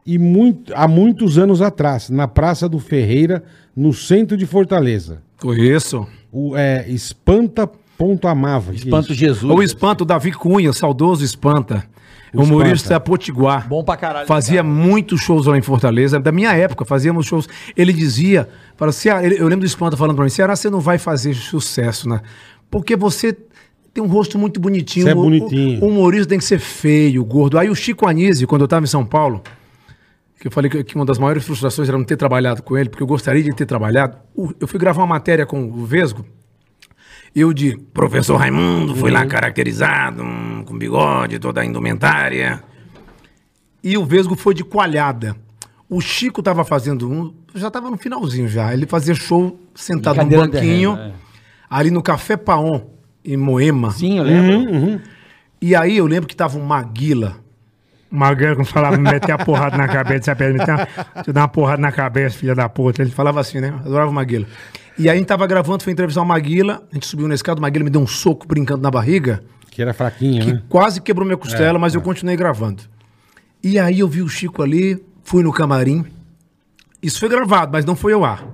B: e muito- há muitos anos atrás, na Praça do Ferreira, no centro de Fortaleza.
C: Conheço.
B: O, é, espanta ponto amável. Que é
D: Espanto
B: isso?
D: Jesus.
C: O Espanto, Davi Cunha, saudoso Espanta. Humorista é potiguar.
D: Bom pra caralho,
C: Fazia muitos shows lá em Fortaleza. Da minha época, fazíamos shows. Ele dizia, para Ceará, ele- eu lembro do Espanta falando pra mim, Ceará, você não vai fazer sucesso, né? Porque você tem um rosto muito bonitinho.
B: Você é
C: O- o-
B: bonitinho.
C: O humorista tem que ser feio, gordo. Aí o Chico Anísio, quando eu estava em São Paulo, que eu falei que, que uma das maiores frustrações era não ter trabalhado com ele, porque eu gostaria de ter trabalhado. O- Eu fui gravar uma matéria com o Vesgo, eu de professor Raimundo, fui lá caracterizado, hum, com bigode, toda a indumentária. E o Vesgo foi de coalhada. O Chico tava fazendo um, já tava no finalzinho já. Ele fazia show sentado num
I: cadeira de
C: banquinho,
I: terreno,
C: ali no Café Paon, em Moema.
D: né?
I: Sim, eu lembro.
C: E aí eu lembro que tava um Maguila.
J: Magrão, como falava, me meter a porrada na cabeça, sabe? Ele tá- Te dá uma porrada na cabeça, filha da puta.
C: Ele falava assim, né? Adorava o Maguila. E aí a gente tava gravando, foi entrevistar o Maguila, a gente subiu na escada, o Maguila me deu um soco brincando na barriga,
B: Que era fraquinho,
C: que
B: né?
C: quase quebrou minha costela, mas eu continuei gravando. E aí eu vi o Chico ali, fui no camarim. Isso foi gravado, mas não foi ao ar.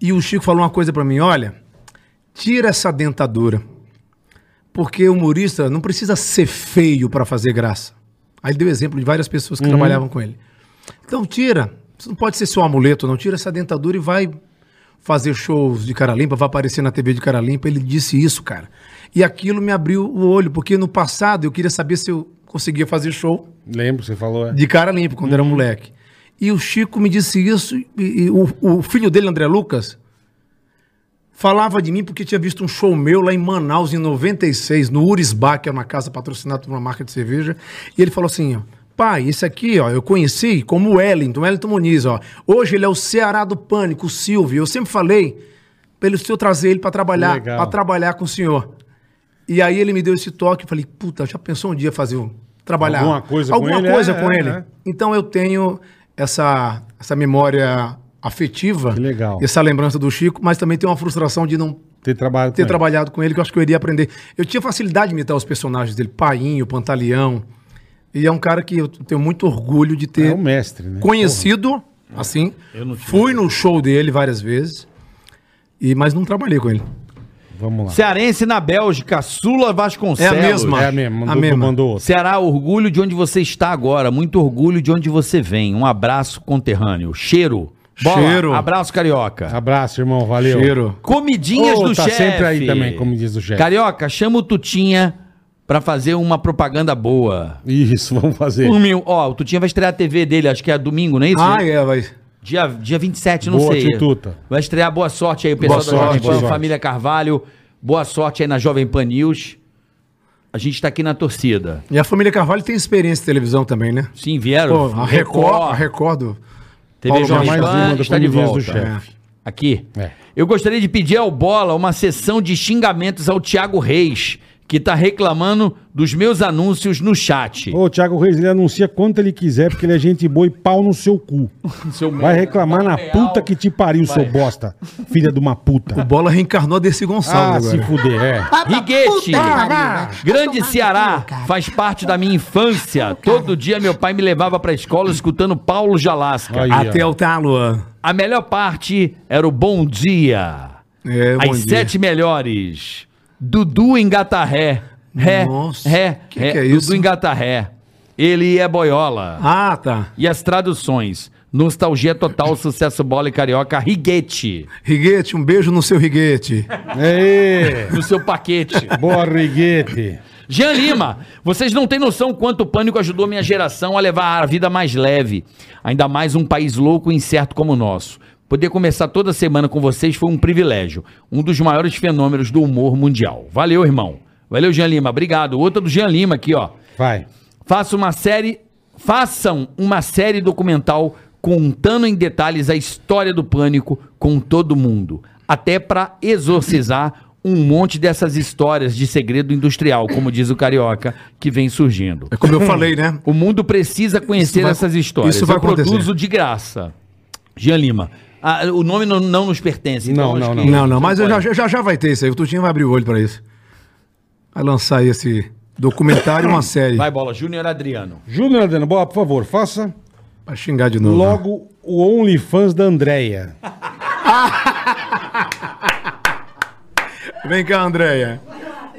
C: E o Chico falou uma coisa pra mim, olha, tira essa dentadura. Porque o humorista não precisa ser feio pra fazer graça. Aí ele deu exemplo de várias pessoas que trabalhavam com ele. Então tira, isso não pode ser seu amuleto, não. Tira essa dentadura e vai fazer shows de cara limpa, vai aparecer na TV de cara limpa. Ele disse isso, cara. E aquilo me abriu o olho, porque no passado eu queria saber se eu conseguia fazer show
B: Lembro, você falou. é.
C: de cara limpa quando era moleque. E o Chico me disse isso, e, e o, o filho dele, André Lucas, falava de mim porque tinha visto um show meu lá em Manaus em 96, no Urisbar, que era uma casa patrocinada por uma marca de cerveja, e ele falou assim, ó, pai, esse aqui, ó, eu conheci como Wellington, Wellington Muniz, ó. Hoje ele é o Ceará do Pânico, o Silvio. Eu sempre falei pelo senhor trazer ele para trabalhar,
B: Legal.
C: para trabalhar com o senhor. E aí ele me deu esse toque, eu falei, puta, já pensou um dia fazer um trabalhar
B: Alguma coisa com
C: alguma
B: ele,
C: coisa
B: é,
C: com
B: é,
C: ele.
B: é.
C: Então eu tenho essa, essa memória afetiva,
B: Que legal.
C: essa lembrança do Chico, mas também tenho uma frustração de não
B: Ter trabalhado
C: ter
B: com ele.
C: trabalhado com ele, que eu acho que eu iria aprender. Eu tinha facilidade de imitar os personagens dele, Painho, Pantaleão, e é um cara que eu tenho muito orgulho de ter
B: É o mestre, né?
C: conhecido, assim. Fui no show dele várias vezes, e mas não trabalhei com ele.
B: Vamos lá.
D: Cearense na Bélgica, Sula Vasconcelos.
C: É a mesma.
B: É a mesma. Mandou,
C: A mesma.
B: mandou outra.
D: Ceará, orgulho de onde você está agora, muito orgulho de onde você vem. Um abraço conterrâneo. Cheiro.
C: Cheiro.
D: Abraço carioca.
B: Abraço, irmão. Valeu.
C: Cheiro.
D: Comidinhas
B: Ô,
D: do
B: tá
D: chefe.
B: sempre aí também, como diz o chefe.
D: Carioca, chama o Tutinha pra fazer uma propaganda boa.
B: Isso, [LAUGHS] vamos fazer.
D: Por mil- Ó, o Tutinha vai estrear a TV dele, acho que é domingo, não é isso?
C: Ah, é, vai.
D: Dia, dia 27, não
B: Boa
D: sei.
B: Tituta.
D: Vai estrear boa sorte aí, o pessoal da
C: Boa
D: Jovem
C: sorte,
D: Pan,
B: boa sorte.
D: família Carvalho. Boa sorte aí na Jovem Pan News. A gente tá aqui na torcida.
C: E a família Carvalho tem experiência em televisão também, né?
D: Sim, vieram.
C: Pô, a Record, a Record do-
D: TV
C: Paulo
D: Jovem
B: mais uma
D: Pan
B: do
D: está de
B: Comidinhas
D: volta.
B: do Chefe.
D: Aqui.
B: É.
D: Eu gostaria de pedir ao Bola uma sessão de xingamentos ao Thiago Reis, que tá reclamando dos meus anúncios no chat.
B: Ô, Thiago Reis, ele anuncia quanto ele quiser, porque ele é gente boa e pau no seu cu. Vai reclamar na puta que te pariu, seu bosta. Filha de uma puta.
C: O Bola reencarnou desse
B: Ah,
C: Gonçalo
B: se
C: agora.
B: fuder, é.
D: Riguete,
E: Puta que pariu, né?
D: grande Ceará, faz parte da minha infância. Todo dia meu pai me levava pra escola escutando Paulo Jalasca.
B: Aí,
C: Até
B: ó.
C: o talo. ó.
D: A melhor parte era o Bom Dia.
C: É, bom
D: As
C: dia.
D: sete melhores. Dudu em Gatarré. Ré,
C: Nossa,
D: ré,
C: que
D: ré.
C: que é isso?
D: Dudu em Gatarré. Ele é boiola.
C: Ah, tá.
D: E as traduções. Nostalgia total, sucesso bola e carioca. Riguete.
C: Riguete, um beijo no seu riguete.
B: Ê,
D: No seu paquete.
B: boa, Riguete.
D: Jean Lima, vocês não têm noção quanto o pânico ajudou minha geração a levar a vida mais leve, ainda mais um país louco e incerto como o nosso. Poder começar toda semana com vocês foi um privilégio, um dos maiores fenômenos do humor mundial. Valeu, irmão. Valeu, Jean Lima. Obrigado. Outra do Jean Lima aqui, ó.
B: Vai.
D: Faça uma série, façam uma série documental contando em detalhes a história do pânico com todo mundo, até pra exorcizar um monte dessas histórias de segredo industrial, como diz o carioca, que vem surgindo.
C: É como
B: [LAUGHS]
C: eu falei, né?
D: O mundo precisa conhecer
C: Isso vai-
D: essas histórias.
C: isso vai
D: Eu
C: acontecer.
D: produzo de graça. Jean Lima. ah, o nome não, não nos pertence.
B: Não,
D: acho
B: não,
D: que-
C: Não, não, mas eu já,
D: pode.
C: já, já vai ter isso aí. O Tutinho vai abrir o olho pra isso. Vai lançar aí esse documentário e uma série.
D: Vai, é bola. Júnior Adriano.
B: Júnior Adriano, boa, por favor, faça
C: Pra xingar de novo.
B: logo o OnlyFans da Andréia.
C: Vem cá, Andréia.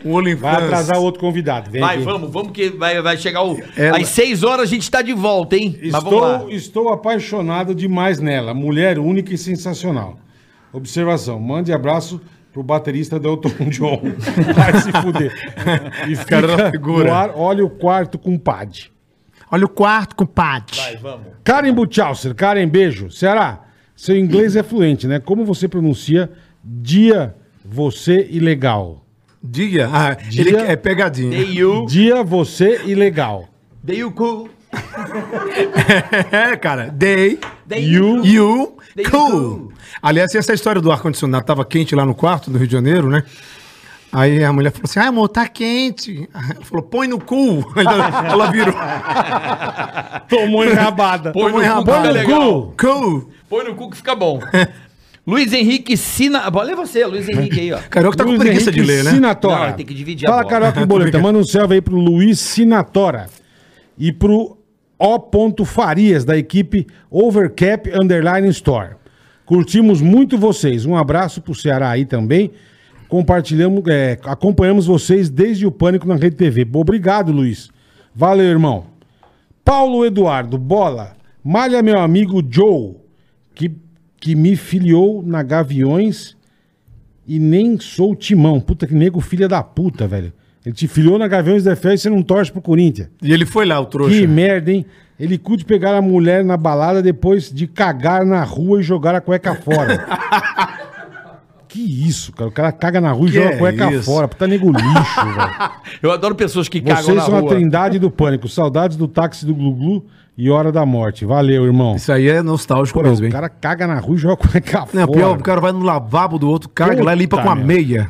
C: O Olimpans.
B: Vai atrasar o outro convidado. Vem
D: Vai,
B: aqui.
D: vamos, vamos que vai, vai chegar o...
C: Ela-
D: Às seis horas a gente tá de volta, hein? Mas vamos lá.
B: Estou, estou apaixonado demais nela. Mulher única e sensacional. Observação: mande abraço pro baterista do Elton [LAUGHS] John. Vai se fuder. E
C: Cara da
B: fica
C: figura.
B: no ar, olha o quarto com o Pad.
C: Olha o quarto, compadre.
B: Karen Buchauser, Karen, beijo. Ceará, seu inglês é fluente, né? Como você pronuncia dia, você e legal?
C: Dia. Ah,
B: Dia.
C: ele é pegadinha.
D: Hey, you.
B: Dia, você e legal.
D: Dei o cu.
C: É, cara. Day.
D: Dei
B: You.
C: You.
D: Day
C: Cool. Aliás, essa é história do ar-condicionado tava quente lá no quarto do Rio de Janeiro, né? Aí a mulher falou assim: ai, amor, tá quente. Aí Ela falou: põe no [LAUGHS] cu. Ela, ela virou.
B: Tomou
D: [LAUGHS]
B: enrabada.
D: Põe no
C: Põe
D: cu,
C: a
D: que
C: bola
D: tá
C: no
D: legal.
C: Cool.
D: Põe no cu que fica
B: [LAUGHS]
D: bom. Luiz Henrique Sina... Bom, Lê você, Luiz Henrique aí, ó.
C: Carioca tá com preguiça de ler, né?
B: Sinatora.
D: Não, tem que dividir a
B: Fala,
D: bola.
B: Carioca e Boleta. Manda um salve aí pro Luiz Sinatora. E pro O. Farias, da equipe Overcap Underline Store. Curtimos muito vocês. Um abraço pro Ceará aí também. Compartilhamos, é, acompanhamos vocês desde o Pânico na Rede TV. Obrigado, Luiz. Valeu, irmão. Paulo Eduardo, bola. Malha meu amigo Joe, que, que me filiou na Gaviões e nem sou timão. Puta que nego, filha da puta, velho. Ele te filiou na Gaviões da Fé e você não torce pro Corinthians.
C: E ele foi lá, o trouxa.
B: Que merda, hein? Ele cuide pegar a mulher na balada depois de cagar na rua e jogar a cueca
C: [LAUGHS]
B: fora. que isso, cara. O cara caga na rua e
C: Que
B: joga
C: é
B: a cueca
C: isso?
B: fora. Puta nego lixo,
C: [LAUGHS]
B: velho.
D: Eu adoro pessoas que cagam
B: Vocês
D: na
B: são a
D: rua.
B: trindade do pânico. Saudades do táxi do Gluglu e Hora da Morte. Valeu, irmão.
C: Isso aí é nostálgico
B: Pô,
C: mesmo,
B: o
C: hein?
B: cara caga na rua e joga a cueca
C: Não,
B: fora.
C: pior, o cara vai no lavabo do outro, caga lá e limpa
B: Puta
C: com a
B: merda.
C: meia.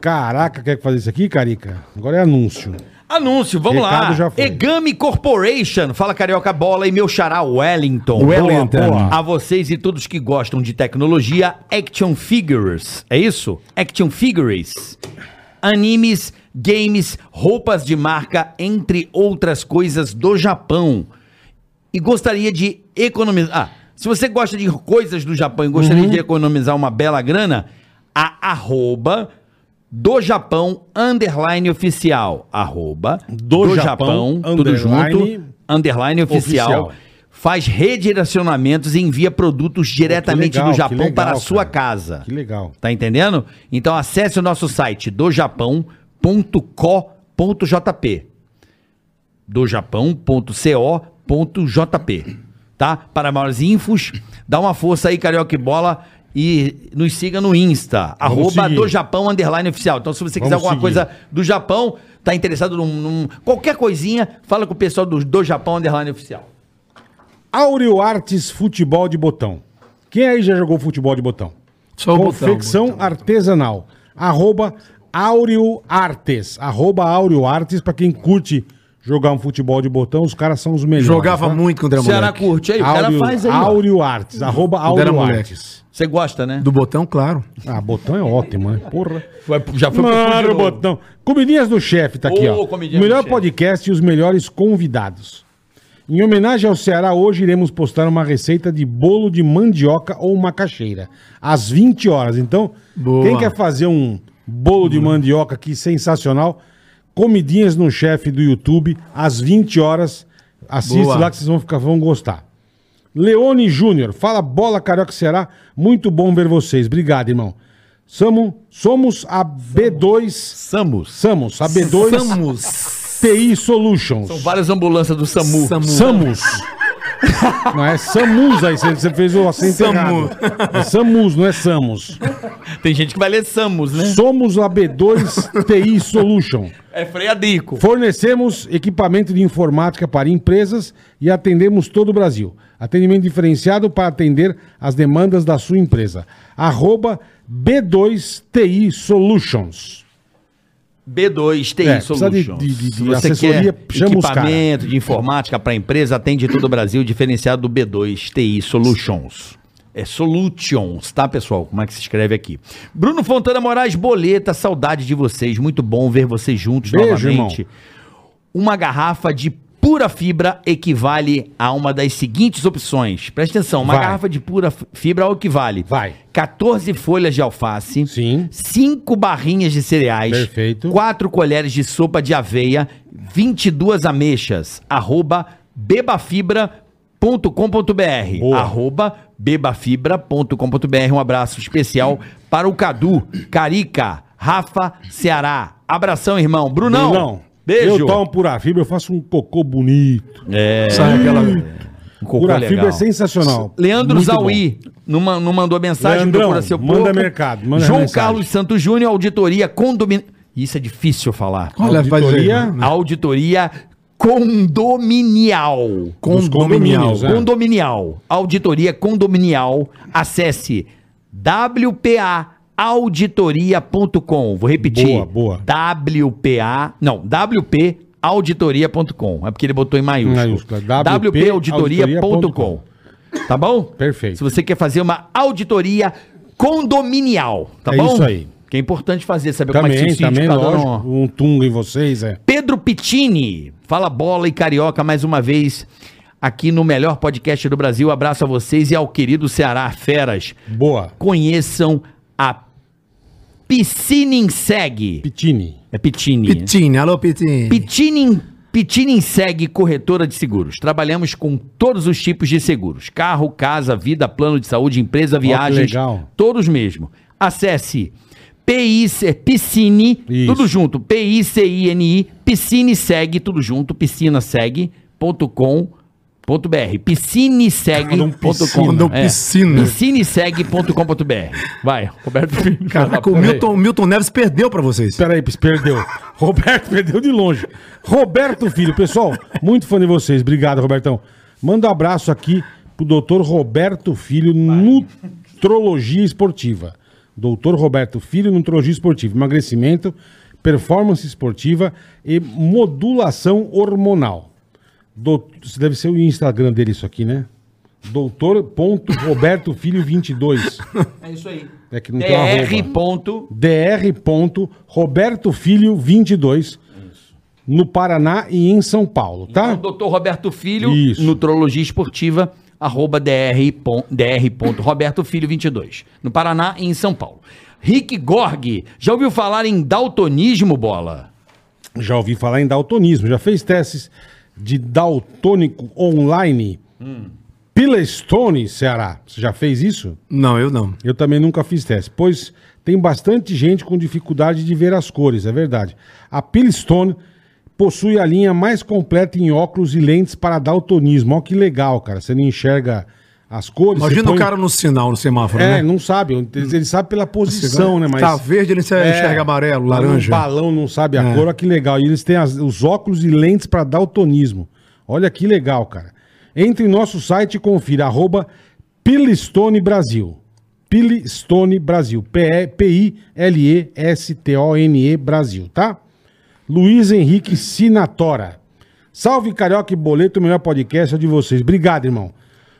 B: Caraca, quer fazer isso aqui, Carica? Agora é anúncio.
D: Anúncio, vamos
B: Recado já
D: lá.
B: foi.
D: Egami Corporation. Fala, Carioca Bola e meu xará Wellington.
C: Wellington.
D: Boa, boa. A vocês e todos que gostam de tecnologia, Action Figures. É isso? Action Figures. Animes, games, roupas de marca, entre outras coisas do Japão. e gostaria de economizar. Ah, se você gosta de coisas do Japão e
B: Uhum.
D: gostaria de economizar uma bela grana, a arroba do Japão underline oficial. Arroba
B: Do
D: do,
B: Japão,
D: Japão, tudo
B: underline,
D: junto, underline oficial.
B: oficial.
D: Faz redirecionamentos e envia produtos diretamente
B: legal,
D: do
B: que
D: Japão
B: legal,
D: para a sua
B: cara.
D: casa.
B: Que legal.
D: Tá entendendo? Então acesse o nosso site dojapão.co.jp dojapão.co.jp tá? Para maiores infos, dá uma força aí, Carioca e Bola, e nos siga no Insta,
B: Vamos
D: arroba
B: seguir.
D: dojapão, underline oficial. Então se você quiser
B: Vamos
D: alguma
B: seguir.
D: coisa do Japão, tá interessado num, num- qualquer coisinha, fala com o pessoal do, do Japão, underline oficial.
B: Áureo Artes Futebol de Botão. Quem aí já jogou futebol de botão?
C: Só o botão,
B: Confecção
C: botão, botão.
B: artesanal. Arroba Áureo Artes, arroba Áureo Artes, pra quem curte jogar um futebol de botão, os caras são os melhores. tá?
C: Jogava muito quando era
D: Ceará
C: moleque.
D: curte aí, o cara
B: Áureo-
D: faz aí. ó.
B: Áureo Artes, arroba
C: Quando era
B: Áureo
C: moleque.
B: Artes.
D: Você gosta, né?
C: Do botão, claro.
B: Ah, botão é ótimo, né? Porra.
D: Vai- Já foi pro fundo de
B: Mano,
D: novo.
B: botão. Comidinhas do chefe tá aqui,
D: Ô,
B: ó.
D: Comidinhas do
B: Melhor
D: Chefe.
B: podcast e os melhores convidados. Em homenagem ao Ceará, hoje iremos postar uma receita de bolo de mandioca ou macaxeira. Às 20 horas. Então,
C: Boa.
B: quem quer fazer um bolo de mandioca aqui sensacional, Comidinhas no chefe do YouTube, às 20 horas. Assiste
C: Boa.
B: lá que vocês vão, ficar, vão gostar. Leone Júnior, fala bola carioca será muito bom ver vocês. Obrigado, irmão. Somos, somos a B2,
D: Samus.
B: somos a B2
C: Samus.
B: TI Solutions.
D: São várias ambulâncias do SAMU.
B: Samus. [LAUGHS] Não é Samus aí, você- você fez o acento
C: Samu.
B: errado. É Samus, não é Samus.
D: Tem gente que vai ler Samus, né?
B: Somos a B2 TI Solution.
D: É freadico.
B: Fornecemos equipamento de informática para empresas e atendemos todo o Brasil. Atendimento diferenciado para atender as demandas da sua empresa. Arroba B2TI Solutions.
D: B2 TI
B: É, precisa de-
D: Solutions.
B: de- de- de
D: Se você
B: assessoria,
D: quer
B: chama os
D: equipamento de informática para empresa, atende todo o Brasil, diferenciado do B2 TI Solutions. É Solutions, tá, pessoal? Como é que se escreve aqui? Bruno Fontana Moraes Boleta, saudade de vocês. Muito bom ver vocês juntos
B: Beijo,
D: novamente. Uma garrafa de pura fibra equivale a uma das seguintes opções. Presta atenção, uma
B: Vai.
D: garrafa de pura fi- fibra é ao equivale.
B: Vai.
D: 14 folhas de alface.
B: Sim.
D: 5 barrinhas de cereais.
B: Perfeito.
D: 4 colheres de sopa de aveia. 22 ameixas. Arroba bebafibra.com.br.
B: Boa.
D: Arroba bebafibra.com.br. Um abraço especial para o Cadu, Carica, Rafa, Ceará. Abração, irmão. Brunão. Beijo.
B: Eu tomo pura fibra, eu faço um cocô bonito.
D: É.
C: Sabe aquela...
D: um cocô
B: Pura fibra
D: legal.
B: é sensacional.
D: Leandro
B: Muito
D: Zauí não ma- não mandou mensagem,
B: Leandrão,
D: procura seu
B: manda
D: porco.
B: mercado, manda
D: João
B: mensagem.
D: Carlos Santos Júnior, auditoria condominial. Isso é difícil falar.
B: bom.
C: Olha, faz aí.
B: Auditoria
D: Auditoria condominial.
B: dos
C: Condominial.
B: condomínios, é.
D: Condominial. Auditoria condominial. Acesse wpauditoria.com. Vou repetir.
B: Boa, boa.
D: WPA. Não, WP auditoria.com. É porque ele botou em maiúsculo.
B: Maiúscula. WP
D: wpauditoria.com. Tá bom?
B: Perfeito.
D: Se você quer fazer uma auditoria condominial, tá
B: É
D: bom?
B: isso aí.
D: Que é importante fazer, saber como é que
B: Também,
D: subsídio
B: também,
D: cada um-
B: lógico. Um tungo em vocês, é.
D: Pedro Pittini, fala bola e carioca mais uma vez aqui no melhor podcast do Brasil. Abraço a vocês e ao querido Ceará Feras.
B: Boa.
D: Conheçam a Piscina em Seg.
B: Pitini.
D: É Pittini. né?
C: Pitini, alô Pitini.
D: Pitinin, Pitinin segue corretora de seguros. Trabalhamos com todos os tipos de seguros: carro, casa, vida, plano de saúde, empresa, viagens.
B: legal.
D: Todos mesmo. Acesse PIC, Piscine,
B: Isso.
D: tudo junto. PICINI, Piscine segue, tudo junto, piscina segue.com.br.
B: piscina.
D: Piscinesegue.com.
C: Mandou piscina.
D: Piscinesegue.com.br. Vai, Roberto Filho.
C: Caraca, o Milton, Milton Neves perdeu pra vocês.
B: Peraí, perdeu. Roberto perdeu de longe. Roberto Filho, pessoal, muito fã de vocês. Obrigado, Robertão. Manda um abraço aqui pro doutor Roberto Filho, Nutrologia Esportiva. Doutor Roberto Filho, Nutrologia Esportiva. Emagrecimento, performance esportiva e modulação hormonal. Doutor, isso deve ser o Instagram dele isso aqui, né? Doutor.robertofilho22.
D: É isso aí.
B: É que não
D: [LAUGHS]
B: tem uma
D: DR.
B: arroba.
D: ponto-
B: dr.robertofilho22 no Paraná e em São Paulo, tá?
D: Então, Dr. Roberto Filho,
B: Isso.
D: Nutrologia Esportiva, arroba dr. pon- dr. Roberto Filho 22, no Paraná e em São Paulo. Rick Gorg, já ouviu falar em daltonismo, bola?
B: Já ouvi falar em daltonismo, já fez testes de daltônico online. Pilestone, Ceará. Você já fez isso?
C: Não, eu não.
B: Eu também nunca fiz teste, pois tem bastante gente com dificuldade de ver as cores, é verdade. A Pilestone possui a linha mais completa em óculos e lentes para daltonismo. Olha que legal, cara. Você não enxerga as cores. você
C: Imagina o
B: põe- um
C: cara no sinal, no semáforo,
B: É,
C: né?
B: não sabe. Ele ele sabe pela posição, né? Mas
C: Tá verde, ele se-
B: É.
C: enxerga amarelo, laranja.
B: Um balão não sabe a
C: É.
B: cor, olha que legal. E eles têm as- os óculos e lentes para daltonismo. Olha que legal, cara. Entre em nosso site e confira, arroba Pilistone Brasil. Pili Stone Brasil. P-I-L-E-S-T-O-N-E Brasil, tá? Luiz Henrique Sinatora. Salve, Carioca e Boleto, o melhor podcast é o de vocês. Obrigado, irmão.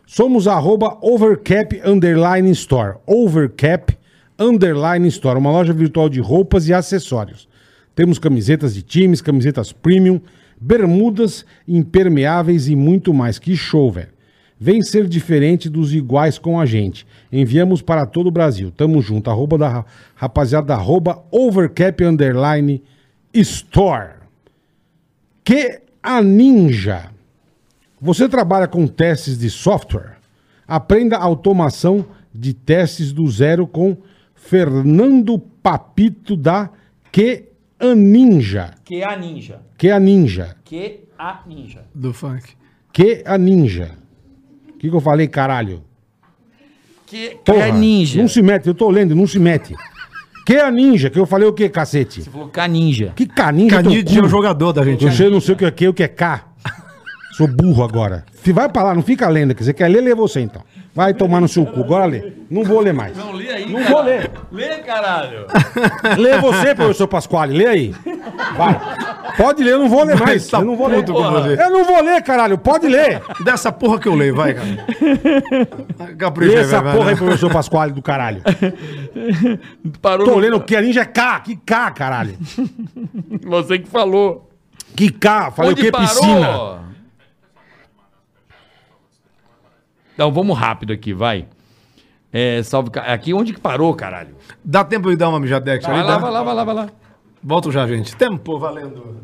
B: Somos arroba overcap underline store. Overcap underline store, uma loja virtual de roupas e acessórios. Temos camisetas de times, camisetas premium, bermudas impermeáveis e muito mais. Que show, velho. Vem ser diferente dos iguais com a gente. Enviamos para todo o Brasil. Tamo junto. Arroba da ra- rapaziada, arroba overcap underline store. Que a Ninja. Você trabalha com testes de software? Aprenda a automação de testes do zero com Fernando Papito da Que a Ninja.
D: Que é a ninja.
B: Que a Ninja.
D: Que a ninja.
C: Do funk.
B: Que a Ninja. O que, que eu falei, caralho?
D: Que
B: Porra,
D: a ninja.
B: Não se mete, eu tô lendo, não se mete. Que a Ninja, que eu falei o que, cacete?
D: Colocar ninja.
B: Que caninja
C: Canide é o jogador da gente.
B: Eu sei, não sei o que é que, o que é K. Sou burro agora. Fi- Vai pra lá, não fica lendo. Quer dizer, quer ler, lê você então. Vai tomar no seu cu. Agora lê. Não vou ler mais.
H: Não lê aí,
B: Não vou ler.
H: Lê, caralho.
B: Lê você, professor Pasquale. Lê aí. Vai. Pode ler, eu não vou ler mais.
C: tá
B: Eu não vou ler.
C: puto com você.
B: Eu não vou ler, caralho. Pode ler.
C: Dessa porra que eu leio, vai,
B: [LAUGHS]
C: cara. Capricha
B: Lê
C: aí,
B: essa
C: vai, né? vai,
B: porra aí,
C: vai.
B: professor Pasquale do caralho.
K: Parou
B: Tô
K: no-
B: lendo que a ninja é K. Que K, caralho.
K: Você que falou.
B: Que K. Falei o que? Piscina.
K: Então, vamos rápido aqui, vai. É, salve. ca- Aqui onde que parou, caralho?
C: Dá tempo de dar uma mijadex
K: Vai
C: ali?
K: lá,
C: dá?
K: vai lá, vai lá, vai lá.
C: Volto já, gente. Tempo valendo.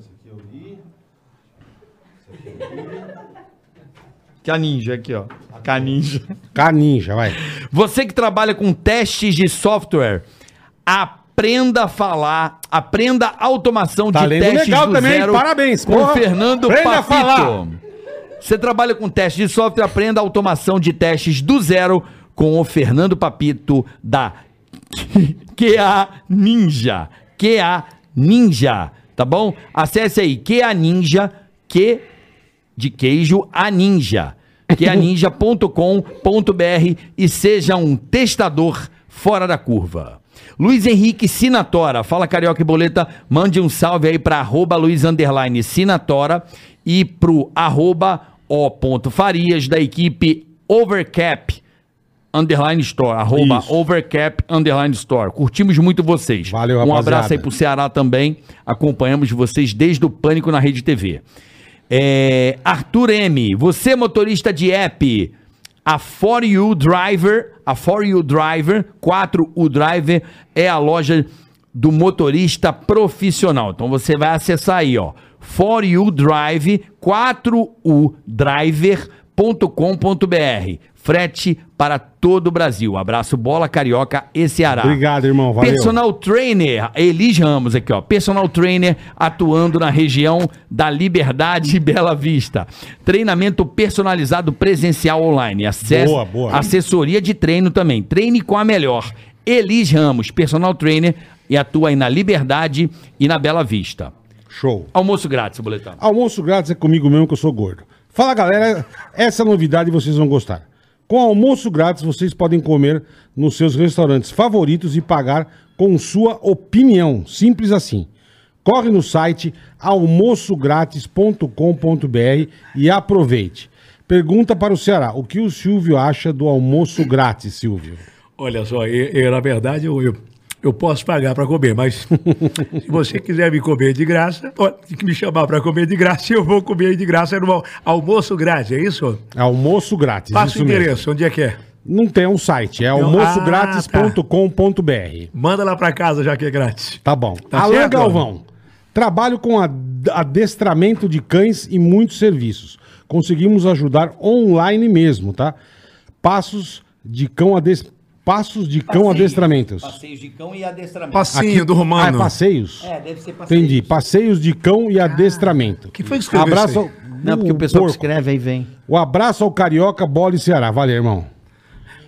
H: Que a ninja aqui, ó. Que a ninja.
B: K ninja, vai.
H: Você que trabalha com testes de software, aprenda a falar, aprenda a automação
B: Tá
H: de
B: lendo
H: testes
B: legal
H: do
B: também,
H: zero
B: parabéns,
H: com
B: porra.
H: Fernando
B: Aprenda a
H: Papito.
B: falar.
H: Você trabalha com testes de software, aprenda a automação de testes do zero com o Fernando Papito da [LAUGHS] QA Ninja. QA Ninja, tá bom? Acesse aí,
D: é
H: QA Ninja, que de queijo a ninja, que é a ninja.com.br e seja um testador fora da curva. Luiz Henrique Sinatora, fala Carioca e Boleta, mande um salve aí para arroba Luiz Underline Sinatora e pro arroba O. ponto Farias da equipe Overcap Underline Store, arroba
B: Isso.
H: Overcap Underline Store. Curtimos muito vocês.
B: Valeu,
H: Um
B: rapaziada.
H: abraço aí pro Ceará também. Acompanhamos vocês desde o Pânico na Rede TV. É, Arthur M, você é motorista de app, a For You Driver, a For You Driver, 4 U Driver é a loja do motorista profissional. Então você vai acessar aí, ó, For You Drive, 4 U Driver.com.br. Frete para todo o Brasil. Abraço bola carioca e Ceará.
B: Obrigado, irmão. Valeu.
H: Personal trainer, Elis Ramos aqui, ó. Personal trainer atuando na região da Liberdade e Bela Vista. Treinamento personalizado presencial online. Acesse,
B: Boa, boa.
H: Assessoria de treino também. Treine com a melhor. Elis Ramos, personal trainer e atua aí na Liberdade e na Bela Vista.
B: Show.
H: Almoço grátis, boletão.
B: Almoço grátis é comigo mesmo que eu sou gordo. Fala galera, essa novidade vocês vão gostar. Com almoço grátis vocês podem comer nos seus restaurantes favoritos e pagar com sua opinião. Simples assim. Corre no site almoçogratis.com.br e aproveite. Pergunta para o Ceará: o que o Silvio acha do almoço grátis, Silvio?
C: Olha só, eu, eu, na verdade, eu, eu, eu posso pagar para comer, mas [LAUGHS] se você quiser me comer de graça, ó, que me chamar para comer de graça, eu vou comer de graça no al- almoço grátis, é isso?
B: Almoço grátis.
C: Passa o
B: isso mesmo.
C: endereço, Ah, onde é que é?
B: Não tem um site, é
C: tá.
B: almoçogratis.com.br.
C: Manda lá para casa, já que é grátis.
B: Tá bom.
C: Tá
B: Alan
C: certo?
B: Galvão. Trabalho com ad- adestramento de cães e muitos serviços. Conseguimos ajudar online mesmo, tá? Passos de cão ades... Passos de cão adestramentos.
D: Passeios de cão e adestramento.
C: Passinho do
B: Ah, é
C: Romano.
B: passeios?
D: É, deve ser passeio.
B: Entendi. Passeios de cão e adestramento.
C: quem foi Ah. que escreveu isso
B: Abraço.
C: aí?
B: ao- um
D: Não, porque o pessoal que escreve aí vem.
B: O abraço ao Carioca, Bola e Ceará. Valeu, irmão.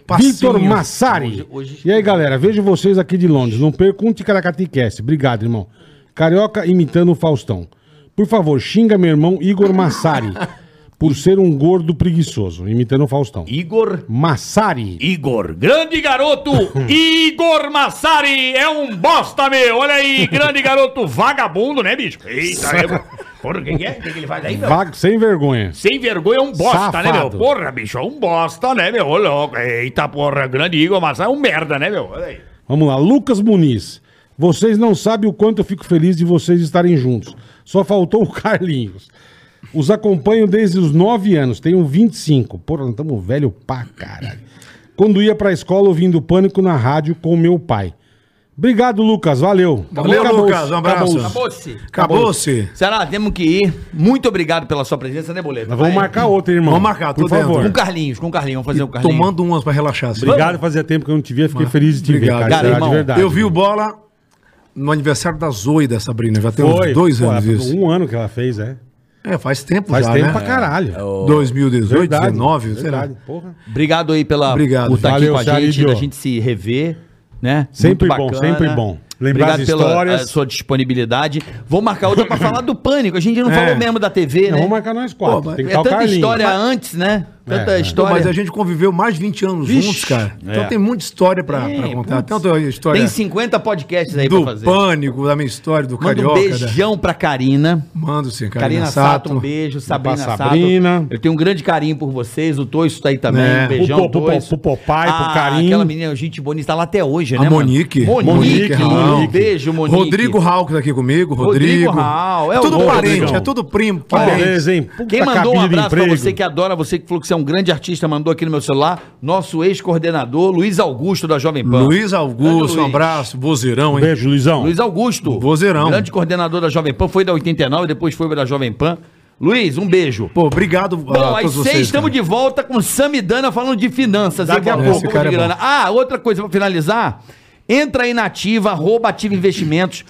C: Passinho.
B: Vitor Massari. e aí, galera, vejo vocês aqui de Londres. Não perca um Ticaracatecast. Obrigado, irmão. Carioca imitando o Faustão. Por favor, xinga meu irmão Igor Massari. por ser um gordo preguiçoso, imitando o Faustão.
D: Igor.
B: Massari.
D: Igor. Grande garoto
H: Igor Massari é um bosta, meu. Olha aí, grande garoto vagabundo, né, bicho? Eita, eu... Porra, o que, que é? O que, que ele faz aí, meu?
B: Vago sem vergonha.
H: Sem vergonha é um bosta, né, meu?
B: Safado.
H: Porra, bicho, é um bosta, né, meu? Ô, louco. Eita, porra, grande Igor Massari é um merda, né, meu? Olha aí.
B: Vamos lá, Lucas Muniz. Vocês não sabem o quanto eu fico feliz de vocês estarem juntos. Só faltou o [LAUGHS] Carlinhos. Os acompanho desde os 9 anos, tenho 25. Porra, não estamos velho pra caralho. Quando ia pra escola ouvindo Pânico na rádio com meu pai. Obrigado, Lucas, valeu.
C: Valeu,
B: Acabou-se,
C: Lucas, um abraço.
B: acabou-se.
D: Acabou-se.
C: Acabou-se.
D: Será? Temos que ir. Muito obrigado pela sua presença, né, Boleto?
B: Nós vamos
D: Vai.
B: marcar outro, irmão.
C: Vamos marcar, tô
B: por favor.
D: Com o Carlinhos, com o Carlinhos. Vamos fazer o Carlinhos.
C: Tomando umas pra relaxar. assim.
B: Obrigado, fazia tempo que eu não te via, fiquei feliz de te
C: Obrigado.
B: ver,
D: Cara,
B: será
D: irmão,
B: de verdade.
C: Eu vi o Bola no aniversário da Zoe da Sabrina. Já tem
B: Foi,
C: uns dois
B: pô,
C: anos
B: ela-
C: isso.
B: Um ano que ela fez, é.
C: É, faz tempo
B: Faz
C: já,
B: tempo
C: né?
B: pra caralho.
C: 2018, 19,
B: verdade,
C: sei lá.
B: porra.
D: Obrigado aí pela,
C: Obrigado.
D: por estar
B: Valeu,
D: aqui com a gente,
B: Charidio.
D: da gente se rever. Né?
B: Sempre
D: Muito
B: bom,
D: bacana.
B: sempre bom. Lembrar
D: Obrigado
B: as
D: pela
B: histórias.
D: a sua disponibilidade. Vou marcar outra pra falar do pânico. A gente não falou mesmo da TV,
B: É. Não,
D: né?
B: vamos marcar nós quatro.
C: Pô, mas
B: tem que
D: É
B: estar o
D: tanta
B: Carlinhos.
D: história antes, né? Tanta
B: É, é.
C: Pô,
D: história.
C: Então, mas a gente conviveu mais de 20 anos juntos, cara. Então
D: é.
C: tem muita história pra, pra contar. Tanto a história
D: Tem 50 podcasts aí
C: do
D: pra fazer.
C: pânico, da minha história, do
D: Manda
C: carioca. né?
D: um
C: da-
D: beijão pra Karina.
C: Mando sim,
D: Karina Sato, um beijo. Sabrina
B: pra
D: Sato.
B: Sabrina.
D: Eu tenho um grande carinho por vocês. O Toiço tá aí também.
C: Né.
D: Um beijão,
B: Pro po- pro
D: Toiço. Ah,
B: po- pro Popai, pro Carinho.
D: Aquela menina, gente bonita, tá lá até hoje, né,
C: A
D: mano?
C: Monique.
D: Monique.
B: Monique,
D: Um
B: Monique.
D: beijo, Monique.
C: Rodrigo Raul que tá aqui comigo,
D: Rodrigo
C: Rodrigo.
D: Raul, é
C: é
D: o
C: tudo
D: bom,
C: parente,
B: Rodrigão.
C: é tudo primo, parente.
B: Beleza, hein? Puta
D: Quem mandou um
B: cabide de
D: abraço pra
B: emprego.
D: você que adora, você que falou que você é um grande artista, mandou aqui no meu celular, nosso ex-coordenador Luiz Augusto da Jovem Pan.
C: Luiz Augusto, um
D: Luiz.
C: abraço, vozeirão, hein?
B: Beijo, Luizão.
D: é Luiz Augusto.
C: Vozeirão.
D: Grande coordenador da Jovem Pan, foi da 89, depois foi da Jovem Pan. Luiz, um beijo.
C: Pô, obrigado
D: Bom,
C: a
D: às seis
C: todos vocês.
D: estamos
C: cara.
D: de volta com Samidana falando de finanças.
B: Daqui
D: Eu
B: a
D: vou-
B: pouco.
D: vou
C: Esse cara
D: de
C: é
D: grana. Ah, outra coisa pra finalizar. Entra aí na Ativa, arroba Ativa Investimentos.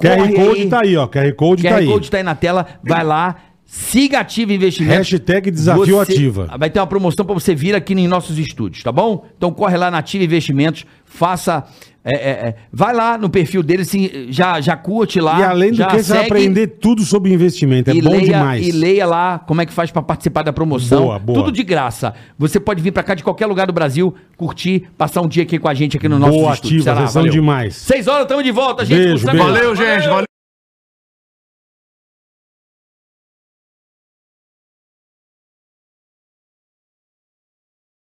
B: QR
D: Corre
B: Code tá aí, ó. QR Code tá
D: QR
B: aí.
D: Code tá aí na tela, vai lá. Siga Ativa Investimentos.
B: Hashtag Desafio
D: Você- Ah,
B: Ativa.
D: Vai ter uma promoção para você vir aqui em nossos estúdios, tá bom? Então corre lá na Ativa Investimentos, faça. é, é, é, vai lá no perfil dele, se- já, já curte lá.
B: E além do
D: tá, já
B: que, você vai
D: segue
B: aprender tudo sobre investimento. É
D: e
B: bom
D: leia,
B: demais.
D: E leia lá como é que faz pra participar da promoção.
B: Boa, boa.
D: Tudo de graça. Você pode vir pra cá de qualquer lugar do Brasil, curtir, passar um dia aqui com a gente aqui no nosso
B: Boa,
D: estúdio.
B: ativa,
D: Será?
B: vocês são
D: Valeu.
B: demais.
D: Seis horas, estamos de volta, gente.
B: Beijo,
D: Gustavo
B: beijo.
D: Valeu.
C: Valeu, gente. Valeu.